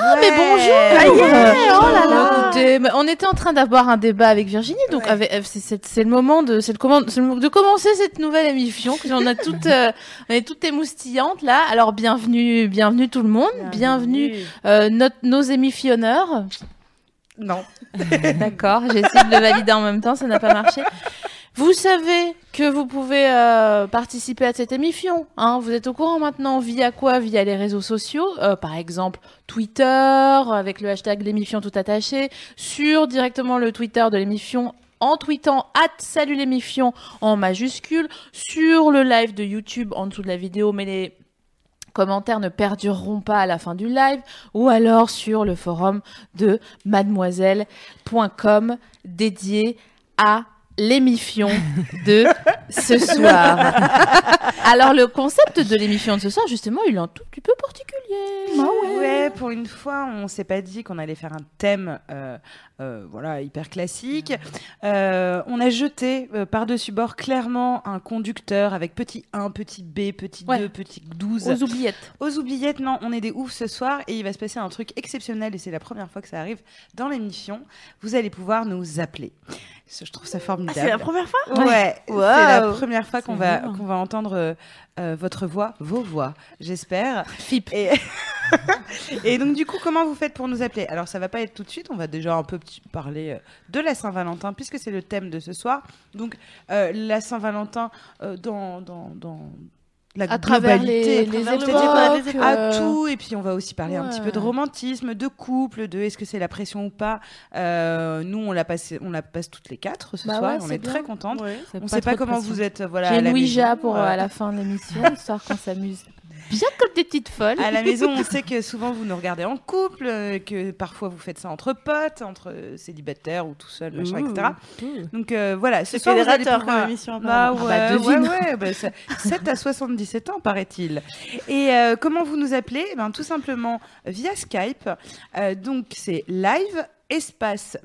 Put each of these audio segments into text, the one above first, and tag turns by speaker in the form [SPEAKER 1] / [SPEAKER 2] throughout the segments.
[SPEAKER 1] Ah, mais bonjour
[SPEAKER 2] oh là là.
[SPEAKER 1] Écoutez, mais on était en train d'avoir un débat avec Virginie, donc avec- euh, c'est- c'est c'est le moment de c'est le comment- c'est le moment de commencer cette nouvelle émission. que on a toutes euh, on est toutes émoustillantes là. Alors bienvenue, bienvenue tout le monde, bienvenue, euh, notre- nos émifionneurs.
[SPEAKER 2] Non.
[SPEAKER 1] D'accord, j'ai essayé de le valider en même temps, ça n'a pas marché. Vous savez que vous pouvez euh, participer à cette émission. Hein. Vous êtes au courant maintenant via quoi Via les réseaux sociaux, euh, par exemple Twitter, avec le hashtag l'émission tout attaché, sur directement le Twitter de l'émission en tweetant at salut l'émission en majuscule, sur le live de YouTube en dessous de la vidéo, mais les commentaires ne perdureront pas à la fin du live, ou alors sur le forum de mademoiselle.com dédié à l'émission de ce soir. Alors le concept de l'émission de ce soir, justement, il est un tout petit peu particulier.
[SPEAKER 2] ouais. pour une fois, on s'est pas dit qu'on allait faire un thème euh, euh, voilà, hyper classique. Euh, on a jeté euh, par-dessus bord clairement un conducteur avec petit 1, petit B, petit
[SPEAKER 1] Ouais.
[SPEAKER 2] 2, petit 12.
[SPEAKER 1] Aux oubliettes.
[SPEAKER 2] Aux oubliettes, non, on est des oufs ce soir et il va se passer un truc exceptionnel et c'est la première fois que ça arrive dans l'émission. Vous allez pouvoir nous appeler. Ça, Je trouve ça formidable.
[SPEAKER 3] Ah, C'est la première fois
[SPEAKER 2] Ouais,
[SPEAKER 3] Wow.
[SPEAKER 2] c'est la première fois qu'on
[SPEAKER 3] C'est
[SPEAKER 2] va,
[SPEAKER 3] énorme.
[SPEAKER 2] qu'on va entendre euh, euh, votre voix, vos voix, j'espère.
[SPEAKER 1] Flip.
[SPEAKER 2] Et... et donc du coup, comment vous faites pour nous appeler Alors ça va pas être tout de suite, on va déjà un peu petit- parler euh, de la Saint-Valentin puisque c'est le thème de ce soir. Donc euh, la Saint-Valentin euh, dans, dans, dans la
[SPEAKER 1] À travers
[SPEAKER 2] globalité,
[SPEAKER 1] les, les
[SPEAKER 3] travers le
[SPEAKER 1] époques,
[SPEAKER 3] monde, les époques.
[SPEAKER 2] à
[SPEAKER 1] euh,
[SPEAKER 2] tout et puis on va aussi parler un petit peu de
[SPEAKER 1] ouais.
[SPEAKER 2] romantisme, de couple, de est-ce que c'est la pression ou pas. Euh, nous on la passe, on la passe toutes les quatre ce
[SPEAKER 1] Bah
[SPEAKER 2] soir,
[SPEAKER 1] ouais,
[SPEAKER 2] et on
[SPEAKER 1] c'est
[SPEAKER 2] est
[SPEAKER 1] bien.
[SPEAKER 2] très contentes.
[SPEAKER 3] Ouais.
[SPEAKER 1] c'est
[SPEAKER 2] On ne sait
[SPEAKER 1] trop
[SPEAKER 2] pas
[SPEAKER 1] de
[SPEAKER 2] comment
[SPEAKER 1] pression.
[SPEAKER 2] vous êtes, euh, voilà.
[SPEAKER 1] J'ai
[SPEAKER 2] à la
[SPEAKER 1] une Ouija
[SPEAKER 2] maison,
[SPEAKER 1] pour euh,
[SPEAKER 2] euh,
[SPEAKER 1] à la fin de l'émission, histoire qu'on s'amuse bien comme des petites folles.
[SPEAKER 2] À la maison, on sait que souvent vous nous regardez en couple, euh, que parfois vous faites ça entre potes, entre euh, célibataires ou tout seul, machin,
[SPEAKER 3] Ouh.
[SPEAKER 2] etc.
[SPEAKER 3] Ouh.
[SPEAKER 2] Donc euh, voilà, ce
[SPEAKER 3] C'est
[SPEAKER 2] soir vous allez
[SPEAKER 3] fédérateur
[SPEAKER 2] pouvoir...
[SPEAKER 3] comme émission. Ah,
[SPEAKER 2] Bah ouais,
[SPEAKER 3] apparemment.
[SPEAKER 1] bah,
[SPEAKER 2] ouais, ouais,
[SPEAKER 1] devine.
[SPEAKER 2] bah, ça- 7 à 77 ans, paraît-il. Et euh, comment vous nous appelez Eh ben, Tout simplement via Skype. Euh, donc, c'est live espace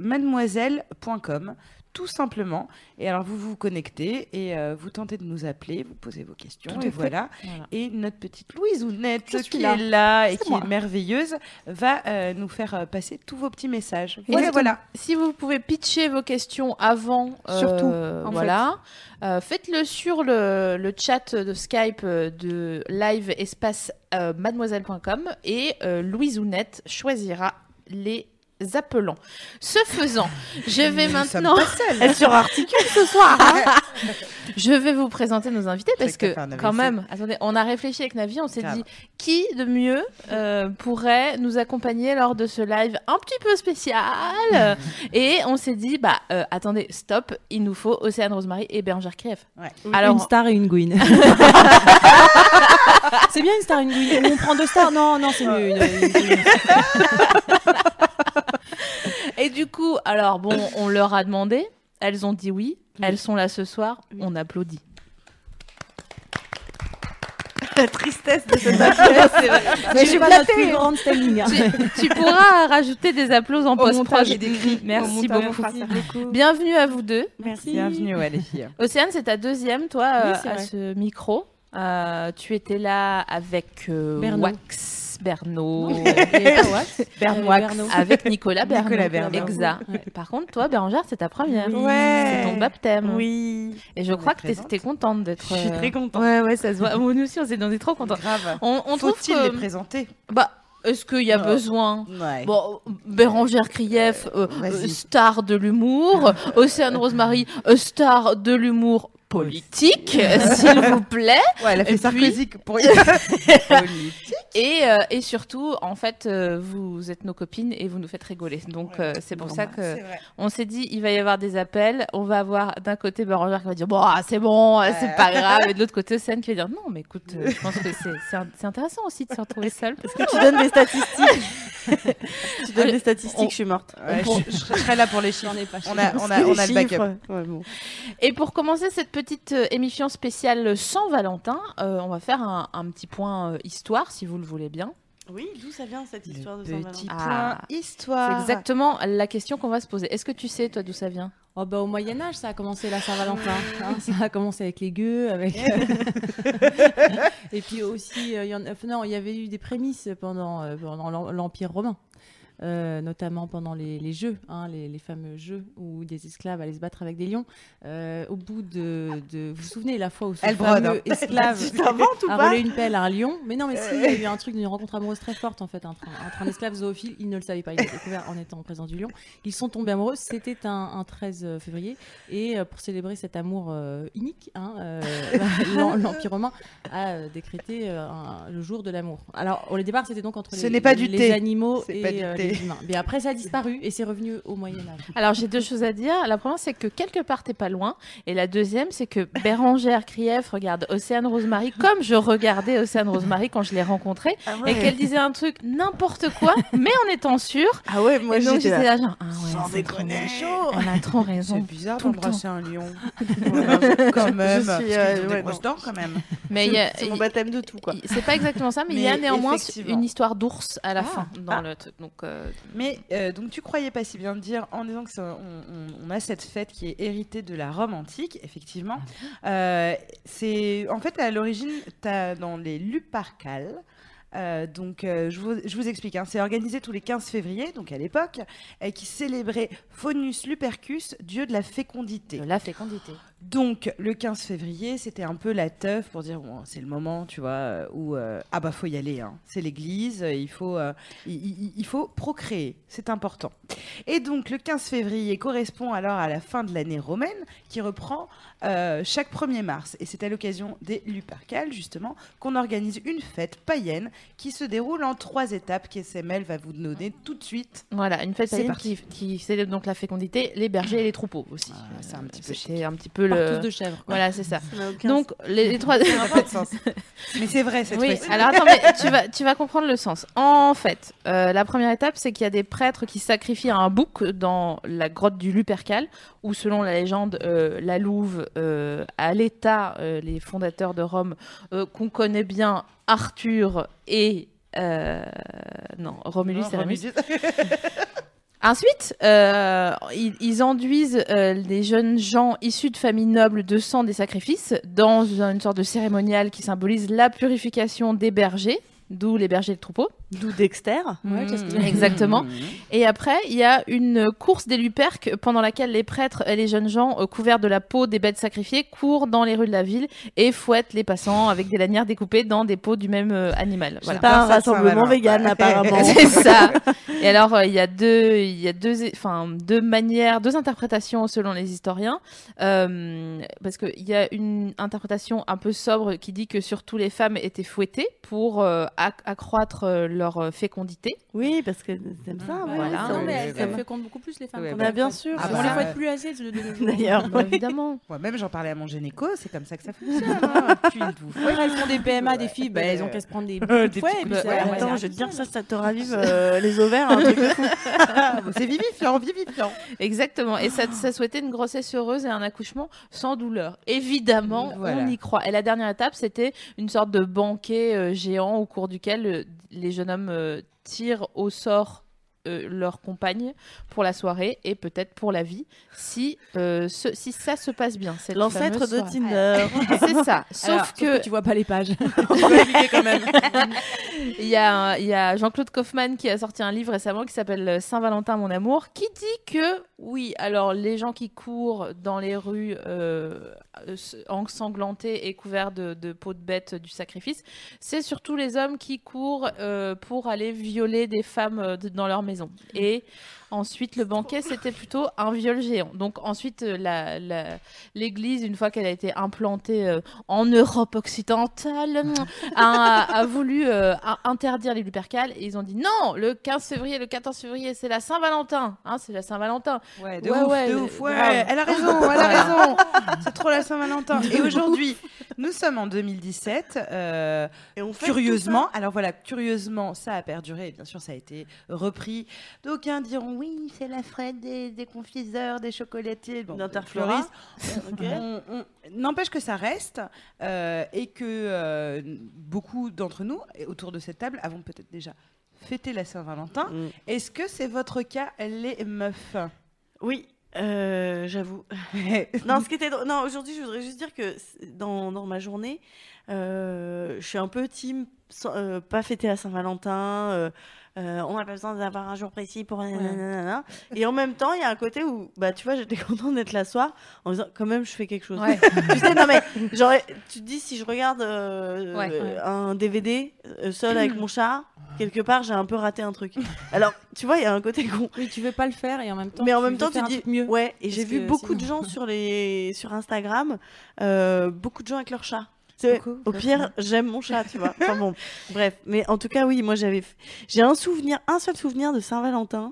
[SPEAKER 2] mademoiselle.com, tout simplement. Et alors, vous vous connectez et euh, vous tentez de nous appeler, vous posez vos questions,
[SPEAKER 1] Tout à
[SPEAKER 2] et
[SPEAKER 1] fait.
[SPEAKER 2] voilà.
[SPEAKER 1] Voilà.
[SPEAKER 2] Et notre petite Louise Ounette,
[SPEAKER 1] Je suis
[SPEAKER 2] qui
[SPEAKER 1] là.
[SPEAKER 2] est là et
[SPEAKER 1] C'est
[SPEAKER 2] qui
[SPEAKER 1] moi.
[SPEAKER 2] est merveilleuse, va euh, nous faire euh, passer tous vos petits messages. Voilà,
[SPEAKER 1] Exactement.
[SPEAKER 2] voilà.
[SPEAKER 1] Si vous pouvez pitcher vos questions avant, euh,
[SPEAKER 3] Surtout, en
[SPEAKER 1] voilà, Euh, faites-le sur le, le chat de Skype euh, de live espace euh, mademoiselle.com et euh, Louise Ounette choisira les appelants. Ce faisant, je vais maintenant,
[SPEAKER 3] Elle surarticule ce soir. hein.
[SPEAKER 1] je vais vous présenter nos invités
[SPEAKER 2] Je sais
[SPEAKER 1] parce
[SPEAKER 2] que t'as
[SPEAKER 1] que
[SPEAKER 2] fait un AVC.
[SPEAKER 1] quand même, attendez, on a réfléchi avec Navi, on s'est
[SPEAKER 2] Grave.
[SPEAKER 1] dit qui de mieux euh, pourrait nous accompagner lors de ce live un petit peu spécial et on s'est dit bah euh, attendez stop il nous faut Océane Rosemary et Bérangère Krief Alors-
[SPEAKER 3] une star et une gouine. c'est bien une star et une gouine. On prend deux stars. Non, non, c'est mieux. Une, une- une-
[SPEAKER 1] et du coup alors bon on leur a demandé elles ont dit oui elles sont là ce soir on applaudit
[SPEAKER 3] La tristesse de cette
[SPEAKER 1] Tu
[SPEAKER 3] Mais c'est
[SPEAKER 1] me
[SPEAKER 3] pas
[SPEAKER 1] l'as
[SPEAKER 3] notre
[SPEAKER 1] fait.
[SPEAKER 3] plus grande standing. hein.
[SPEAKER 1] tu, tu pourras rajouter des applaudissements en post-prod merci beaucoup bienvenue à vous deux
[SPEAKER 3] Merci.
[SPEAKER 2] Bienvenue, ouais, les filles.
[SPEAKER 1] Océane, c'est ta deuxième, toi,
[SPEAKER 3] Oui,
[SPEAKER 1] euh,
[SPEAKER 3] c'est
[SPEAKER 1] à
[SPEAKER 3] vrai.
[SPEAKER 1] ce micro. Euh, tu étais là avec euh,
[SPEAKER 3] Bernaud.
[SPEAKER 1] Wax, Bernaud, Euh,
[SPEAKER 3] Il y avait pas Wax.
[SPEAKER 2] Bernois.
[SPEAKER 3] Il y avait Bernaud.
[SPEAKER 1] avec Nicolas Bernaud.
[SPEAKER 2] Nicolas Bernaud.
[SPEAKER 1] Exa.
[SPEAKER 3] Ouais.
[SPEAKER 1] Par contre, toi, Bérangère, c'est ta première.
[SPEAKER 3] Oui.
[SPEAKER 1] C'est ton baptême.
[SPEAKER 3] Oui.
[SPEAKER 1] Et je
[SPEAKER 2] On
[SPEAKER 1] crois
[SPEAKER 2] est
[SPEAKER 1] que t'es-
[SPEAKER 2] présente.
[SPEAKER 1] t'es contente d'être.
[SPEAKER 3] Je suis
[SPEAKER 1] euh,
[SPEAKER 3] très contente.
[SPEAKER 1] Ouais, ouais, ça se voit. Nous aussi, on s'est- on est trop contents.
[SPEAKER 2] Grave.
[SPEAKER 1] On, on trouve
[SPEAKER 2] Faut-il les
[SPEAKER 1] que.
[SPEAKER 2] présenter
[SPEAKER 1] Bah, est-ce qu'il y a
[SPEAKER 2] Non.
[SPEAKER 1] besoin
[SPEAKER 2] Ouais.
[SPEAKER 1] Bon, Bérangère Krief, euh,
[SPEAKER 2] vas-y.
[SPEAKER 1] euh, star de l'humour. Océane Rosemary, euh, star de l'humour politique, euh, s'il vous plaît.
[SPEAKER 2] ouais, elle a
[SPEAKER 1] et
[SPEAKER 2] fait
[SPEAKER 1] puis-
[SPEAKER 2] Sarkozy pour
[SPEAKER 1] Et, euh, et surtout, en fait, euh, vous êtes nos copines et vous nous faites rigoler. Donc,
[SPEAKER 2] Ouais,
[SPEAKER 1] euh, c'est pour ça
[SPEAKER 2] normal.
[SPEAKER 1] que on s'est dit, il va y avoir des appels. On va avoir d'un côté Bérangère qui va dire, bon, ah, c'est bon, euh, c'est pas grave. Et de l'autre côté, Océane qui va dire, non, mais écoute, euh, je pense que c'est- c'est un- c'est intéressant aussi de se retrouver seule.
[SPEAKER 3] Est-ce que tu donnes des statistiques Tu donnes
[SPEAKER 1] Allez,
[SPEAKER 3] des statistiques,
[SPEAKER 1] on-
[SPEAKER 3] je suis morte.
[SPEAKER 2] Ouais, je, je serai là pour les chiffres.
[SPEAKER 3] J'en ai pas.
[SPEAKER 2] On a- on a- on a le backup.
[SPEAKER 1] Et pour commencer cette petite euh, émission spéciale sans Valentin, euh, on va faire un, un petit point euh, histoire, si vous le voulez bien.
[SPEAKER 3] Oui, d'où ça vient cette histoire de
[SPEAKER 2] Petit
[SPEAKER 3] Saint-Valentin
[SPEAKER 1] Ah.
[SPEAKER 2] point
[SPEAKER 1] C'est
[SPEAKER 2] histoire.
[SPEAKER 1] exactement la question qu'on va se poser. Est-ce que tu sais, toi, d'où ça vient
[SPEAKER 4] Oh bah, au Moyen Âge, ça a commencé la Saint-Valentin. hein. ça
[SPEAKER 3] bah,
[SPEAKER 4] a commencé avec les gueux, avec. Et puis aussi, euh, il y en... enfin, non, il y avait eu des prémices pendant euh, pendant l'em- l'Empire romain, Euh, notamment pendant les, les jeux, hein, les, les fameux jeux où des esclaves allaient se battre avec des lions. Euh, au bout de, de- vous vous souvenez la fois où ce
[SPEAKER 2] Elle
[SPEAKER 4] fameux
[SPEAKER 2] brode, hein.
[SPEAKER 4] esclave
[SPEAKER 2] Tu t'inventes ou
[SPEAKER 4] a
[SPEAKER 2] pas
[SPEAKER 4] volé une pelle à un lion. Mais non, mais si, il y a eu un truc d'une rencontre amoureuse très forte en fait entre, un- entre un esclave zoophile. Il ne le savait pas, il l'a découvert en étant en présence du lion. Ils sont tombés amoureux. C'était un, un 13 février. Et euh, pour célébrer cet amour euh, unique, hein, euh, l'en- l'Empire romain a euh, décrété euh, un- le jour de l'amour. Alors au départ, c'était donc entre
[SPEAKER 2] Ce
[SPEAKER 4] les,
[SPEAKER 2] n'est pas du
[SPEAKER 4] les
[SPEAKER 2] thé.
[SPEAKER 4] animaux
[SPEAKER 2] C'est pas du
[SPEAKER 4] et euh,
[SPEAKER 2] thé.
[SPEAKER 4] les humains. Mais après, ça a disparu et c'est revenu au Moyen Âge.
[SPEAKER 1] Alors j'ai deux choses à dire. La première c'est que quelque part t'es pas loin, et la deuxième c'est que Bérangère Krief regarde Océane Rosemary comme je regardais Océane Rosemary quand je l'ai rencontrée,
[SPEAKER 2] Ah
[SPEAKER 1] et qu'elle disait un truc n'importe quoi, mais en étant sûre.
[SPEAKER 2] Ah ouais, moi
[SPEAKER 1] et donc
[SPEAKER 2] j'étais
[SPEAKER 1] j'étais
[SPEAKER 2] là.
[SPEAKER 1] là genre ah ouais,
[SPEAKER 2] Sans
[SPEAKER 1] c'est trop
[SPEAKER 2] déconner.
[SPEAKER 1] chaud. Elle a trop
[SPEAKER 2] C'est
[SPEAKER 1] raison.
[SPEAKER 2] bizarre
[SPEAKER 1] tout le
[SPEAKER 2] d'embrasser un lion. Ouais, quand même.
[SPEAKER 3] je suis,
[SPEAKER 2] Parce
[SPEAKER 3] euh,
[SPEAKER 2] qu'ils ont des
[SPEAKER 3] ouais,
[SPEAKER 2] grosses dents quand même.
[SPEAKER 1] Mais il y a-
[SPEAKER 3] C'est mon baptême de tout, quoi.
[SPEAKER 1] il- c'est pas exactement ça, mais il y a
[SPEAKER 2] Mais
[SPEAKER 1] néanmoins
[SPEAKER 2] effectivement.
[SPEAKER 1] une histoire d'ours à la
[SPEAKER 2] Ah.
[SPEAKER 1] fin dans
[SPEAKER 2] Ah.
[SPEAKER 1] le truc. Donc euh,
[SPEAKER 2] Mais euh, donc tu croyais pas si bien dire en disant que ça- on, on- on a cette fête qui est héritée de la Rome antique, effectivement.
[SPEAKER 1] Ah
[SPEAKER 2] Euh, c'est en fait à l'origine t'as dans les Luparcales. euh, donc, euh, je, vous, je vous explique. hein. c'est organisé tous les 15 février, donc à l'époque, et qui célébrait Faunus Lupercus, dieu de la fécondité.
[SPEAKER 1] de la fécondité.
[SPEAKER 2] Donc, le 15 février, c'était un peu la teuf pour dire bon, c'est le moment, tu vois, euh, où euh, ah bah faut y aller, hein. c'est l'église, euh, il faut, euh, il, il- il faut procréer, c'est important. Et donc, le 15 février correspond alors à la fin de l'année romaine qui reprend euh, chaque 1er mars. Et c'est à l'occasion des Lupercales, justement, qu'on organise une fête païenne qui se déroule en trois étapes qu'SML va vous donner tout de suite.
[SPEAKER 1] Voilà, une fête
[SPEAKER 2] C'est
[SPEAKER 1] païenne qui,
[SPEAKER 2] parti.
[SPEAKER 1] qui célèbre donc la fécondité, les bergers et les troupeaux aussi. Euh,
[SPEAKER 2] Ah, c'est un petit peu
[SPEAKER 1] C'était un petit peu
[SPEAKER 4] Partout
[SPEAKER 1] le.
[SPEAKER 4] de chèvres. quoi.
[SPEAKER 1] Voilà, c'est ça.
[SPEAKER 3] Ça n'a aucun
[SPEAKER 1] Donc les, les trois.
[SPEAKER 2] Ça n'a pas de sens. Mais c'est vrai, cette
[SPEAKER 1] oui.
[SPEAKER 2] fois-ci.
[SPEAKER 1] Alors attends, mais tu vas, tu vas comprendre le sens. En fait, euh, la première étape, c'est qu'il y a des prêtres qui sacrifient un bouc dans la grotte du Lupercal, où selon la légende, euh, la Louve, euh, à l'État, euh, les fondateurs de Rome, euh, qu'on connaît bien, Arthur et euh, non, Romulus
[SPEAKER 2] Non,
[SPEAKER 1] et Rémus.
[SPEAKER 2] Romulus.
[SPEAKER 1] Ensuite, euh, ils, ils enduisent euh, des jeunes gens issus de familles nobles de sang des sacrifices dans une sorte de cérémonial qui symbolise la purification des bergers, d'où les bergers de troupeau.
[SPEAKER 3] D'où Dexter.
[SPEAKER 4] Ouais, qu'est-ce que-
[SPEAKER 1] Mmh.
[SPEAKER 2] Mm,
[SPEAKER 1] Exactement. Et après, il y a une course des Luperques pendant laquelle les prêtres et les jeunes gens euh, couverts de la peau des bêtes sacrifiées courent dans les rues de la ville et fouettent les passants avec des lanières découpées dans des peaux du même euh, animal. Voilà.
[SPEAKER 3] Pas un
[SPEAKER 2] Ah, Ça, c'est un
[SPEAKER 3] rassemblement
[SPEAKER 2] malin.
[SPEAKER 3] vegan, apparemment.
[SPEAKER 1] C'est ça. Et alors, euh, il y a deux, il y a deux, enfin, deux manières, deux interprétations selon les historiens, Euh, parce qu'il y a une interprétation un peu sobre qui dit que surtout les femmes étaient fouettées pour euh, acc- accroître euh, leur euh, fécondité. Mmh,
[SPEAKER 3] Oui, parce que t'aimes ça, ouais,
[SPEAKER 1] Voilà.
[SPEAKER 3] ça,
[SPEAKER 4] Non, mais
[SPEAKER 3] ouais,
[SPEAKER 4] elles
[SPEAKER 3] ça
[SPEAKER 4] elles
[SPEAKER 3] va.
[SPEAKER 4] fécondent beaucoup plus les femmes.
[SPEAKER 2] Ouais,
[SPEAKER 4] qu'on
[SPEAKER 2] bah,
[SPEAKER 4] les
[SPEAKER 3] bien
[SPEAKER 4] fouette.
[SPEAKER 3] sûr.
[SPEAKER 4] Ah,
[SPEAKER 2] bah,
[SPEAKER 4] on les
[SPEAKER 2] ça-
[SPEAKER 4] fouette plus assez de, de, de, de-
[SPEAKER 3] D'ailleurs.
[SPEAKER 1] Bah, évidemment.
[SPEAKER 2] Moi-même, j'en parlais à mon gynéco, c'est comme ça que ça fonctionne. hein. Puis il vous
[SPEAKER 4] Ouais, elles font des PMA, des filles, bah,
[SPEAKER 2] Ouais.
[SPEAKER 4] elles ont qu'à se prendre des
[SPEAKER 2] Euh,
[SPEAKER 4] coups de fouet,
[SPEAKER 2] des petits
[SPEAKER 4] et puis
[SPEAKER 2] coups de
[SPEAKER 4] ça-
[SPEAKER 2] fouet.
[SPEAKER 4] ouais,
[SPEAKER 3] Attends,
[SPEAKER 4] ça
[SPEAKER 3] je vais te dire
[SPEAKER 4] reste
[SPEAKER 3] ça, ça te ravive euh, les ovaires. un truc.
[SPEAKER 2] fait, C'est vivifiant, vivifiant.
[SPEAKER 1] Exactement. Et ça, ça souhaitait une grossesse heureuse et un accouchement sans douleur. Évidemment,
[SPEAKER 2] Voilà.
[SPEAKER 1] on y croit. Et la dernière étape, c'était une sorte de banquet euh, géant au cours duquel euh, les jeunes hommes euh, tirent au sort euh, leur compagne pour la soirée et peut-être pour la vie, si, euh, ce- si ça se passe bien. cette
[SPEAKER 3] L'ancêtre
[SPEAKER 1] fameuse
[SPEAKER 3] de
[SPEAKER 1] soirée.
[SPEAKER 3] Tinder.
[SPEAKER 1] C'est ça. Sauf
[SPEAKER 4] Alors, sauf
[SPEAKER 1] que
[SPEAKER 4] tu vois pas les pages.
[SPEAKER 1] Il y a, un- il y a Jean-Claude Kaufmann qui a sorti un livre récemment qui s'appelle euh, Saint-Valentin, mon amour, qui dit que, oui, alors les gens qui courent dans les rues euh, euh, s- ensanglantés et couverts de, de peau de bête euh, du sacrifice, c'est surtout les hommes qui courent euh, pour aller violer des femmes euh, de- dans leur maison. Et ensuite, le banquet, c'était plutôt un viol géant. Donc ensuite, euh, la- la- l'église, une fois qu'elle a été implantée euh, en Europe occidentale, a, a voulu euh, a- interdire les lupercales et ils ont dit non, le 15 février, le 14 février, c'est la Saint-Valentin, hein, c'est la Saint-Valentin.
[SPEAKER 2] Ouais,
[SPEAKER 1] de Ouais, ouf, ouais, de
[SPEAKER 2] de
[SPEAKER 1] euh,
[SPEAKER 2] ouf.
[SPEAKER 1] ouf,
[SPEAKER 2] Ouais,
[SPEAKER 1] ouais, grave.
[SPEAKER 2] elle a raison, elle a raison. C'est trop la la Saint-Valentin. Et aujourd'hui, nous sommes en 2017. euh,
[SPEAKER 5] Et on fait
[SPEAKER 2] curieusement, alors voilà, curieusement, ça a perduré. Et bien sûr, ça a été repris. D'aucuns diront oui, c'est la fête des, des confiseurs, des chocolatiers, bon, des
[SPEAKER 5] D'Interflora.
[SPEAKER 2] fleuristes.
[SPEAKER 5] tout ça. Ok.
[SPEAKER 2] On- on- N'empêche que ça reste euh, et que euh, beaucoup d'entre nous, et autour de cette table, avons peut-être déjà fêté la Saint-Valentin.
[SPEAKER 5] Mm.
[SPEAKER 2] Est-ce que c'est votre cas, les meufs
[SPEAKER 5] Oui, euh, j'avoue. Non, ce qui était drôle- non aujourd'hui, je voudrais juste dire que c'est- dans, dans ma journée, euh, je suis un peu team, sans- euh, pas fêter la Saint-Valentin. euh, euh, on n'a pas besoin d'avoir un jour précis pour. nanana. Et en même temps, il y a un côté où, bah, tu vois, j'étais contente d'être là ce soir en me disant, quand même, je fais quelque chose.
[SPEAKER 1] Ouais.
[SPEAKER 5] tu sais, non mais, genre, tu te dis, si je regarde euh,
[SPEAKER 1] Ouais.
[SPEAKER 5] euh, un DVD euh, seul avec mon chat, quelque part, j'ai un peu raté un truc. Alors, tu vois, il y a un côté con.
[SPEAKER 4] Oui, tu veux pas le faire et en même temps.
[SPEAKER 5] Mais en
[SPEAKER 4] tu
[SPEAKER 5] même
[SPEAKER 4] veux
[SPEAKER 5] temps, tu
[SPEAKER 4] faire un
[SPEAKER 5] dis
[SPEAKER 4] truc mieux.
[SPEAKER 5] ouais. Et
[SPEAKER 4] Parce
[SPEAKER 5] j'ai vu
[SPEAKER 4] que
[SPEAKER 5] beaucoup de
[SPEAKER 4] sinon-
[SPEAKER 5] gens sur les sur Instagram, euh, beaucoup de gens avec leur chat. C'est-
[SPEAKER 2] Beaucoup,
[SPEAKER 5] Au pire, j'aime mon chat, tu vois. Enfin bon, bref. Mais en tout cas, oui, moi j'avais, f- j'ai un souvenir, un seul souvenir de Saint-Valentin.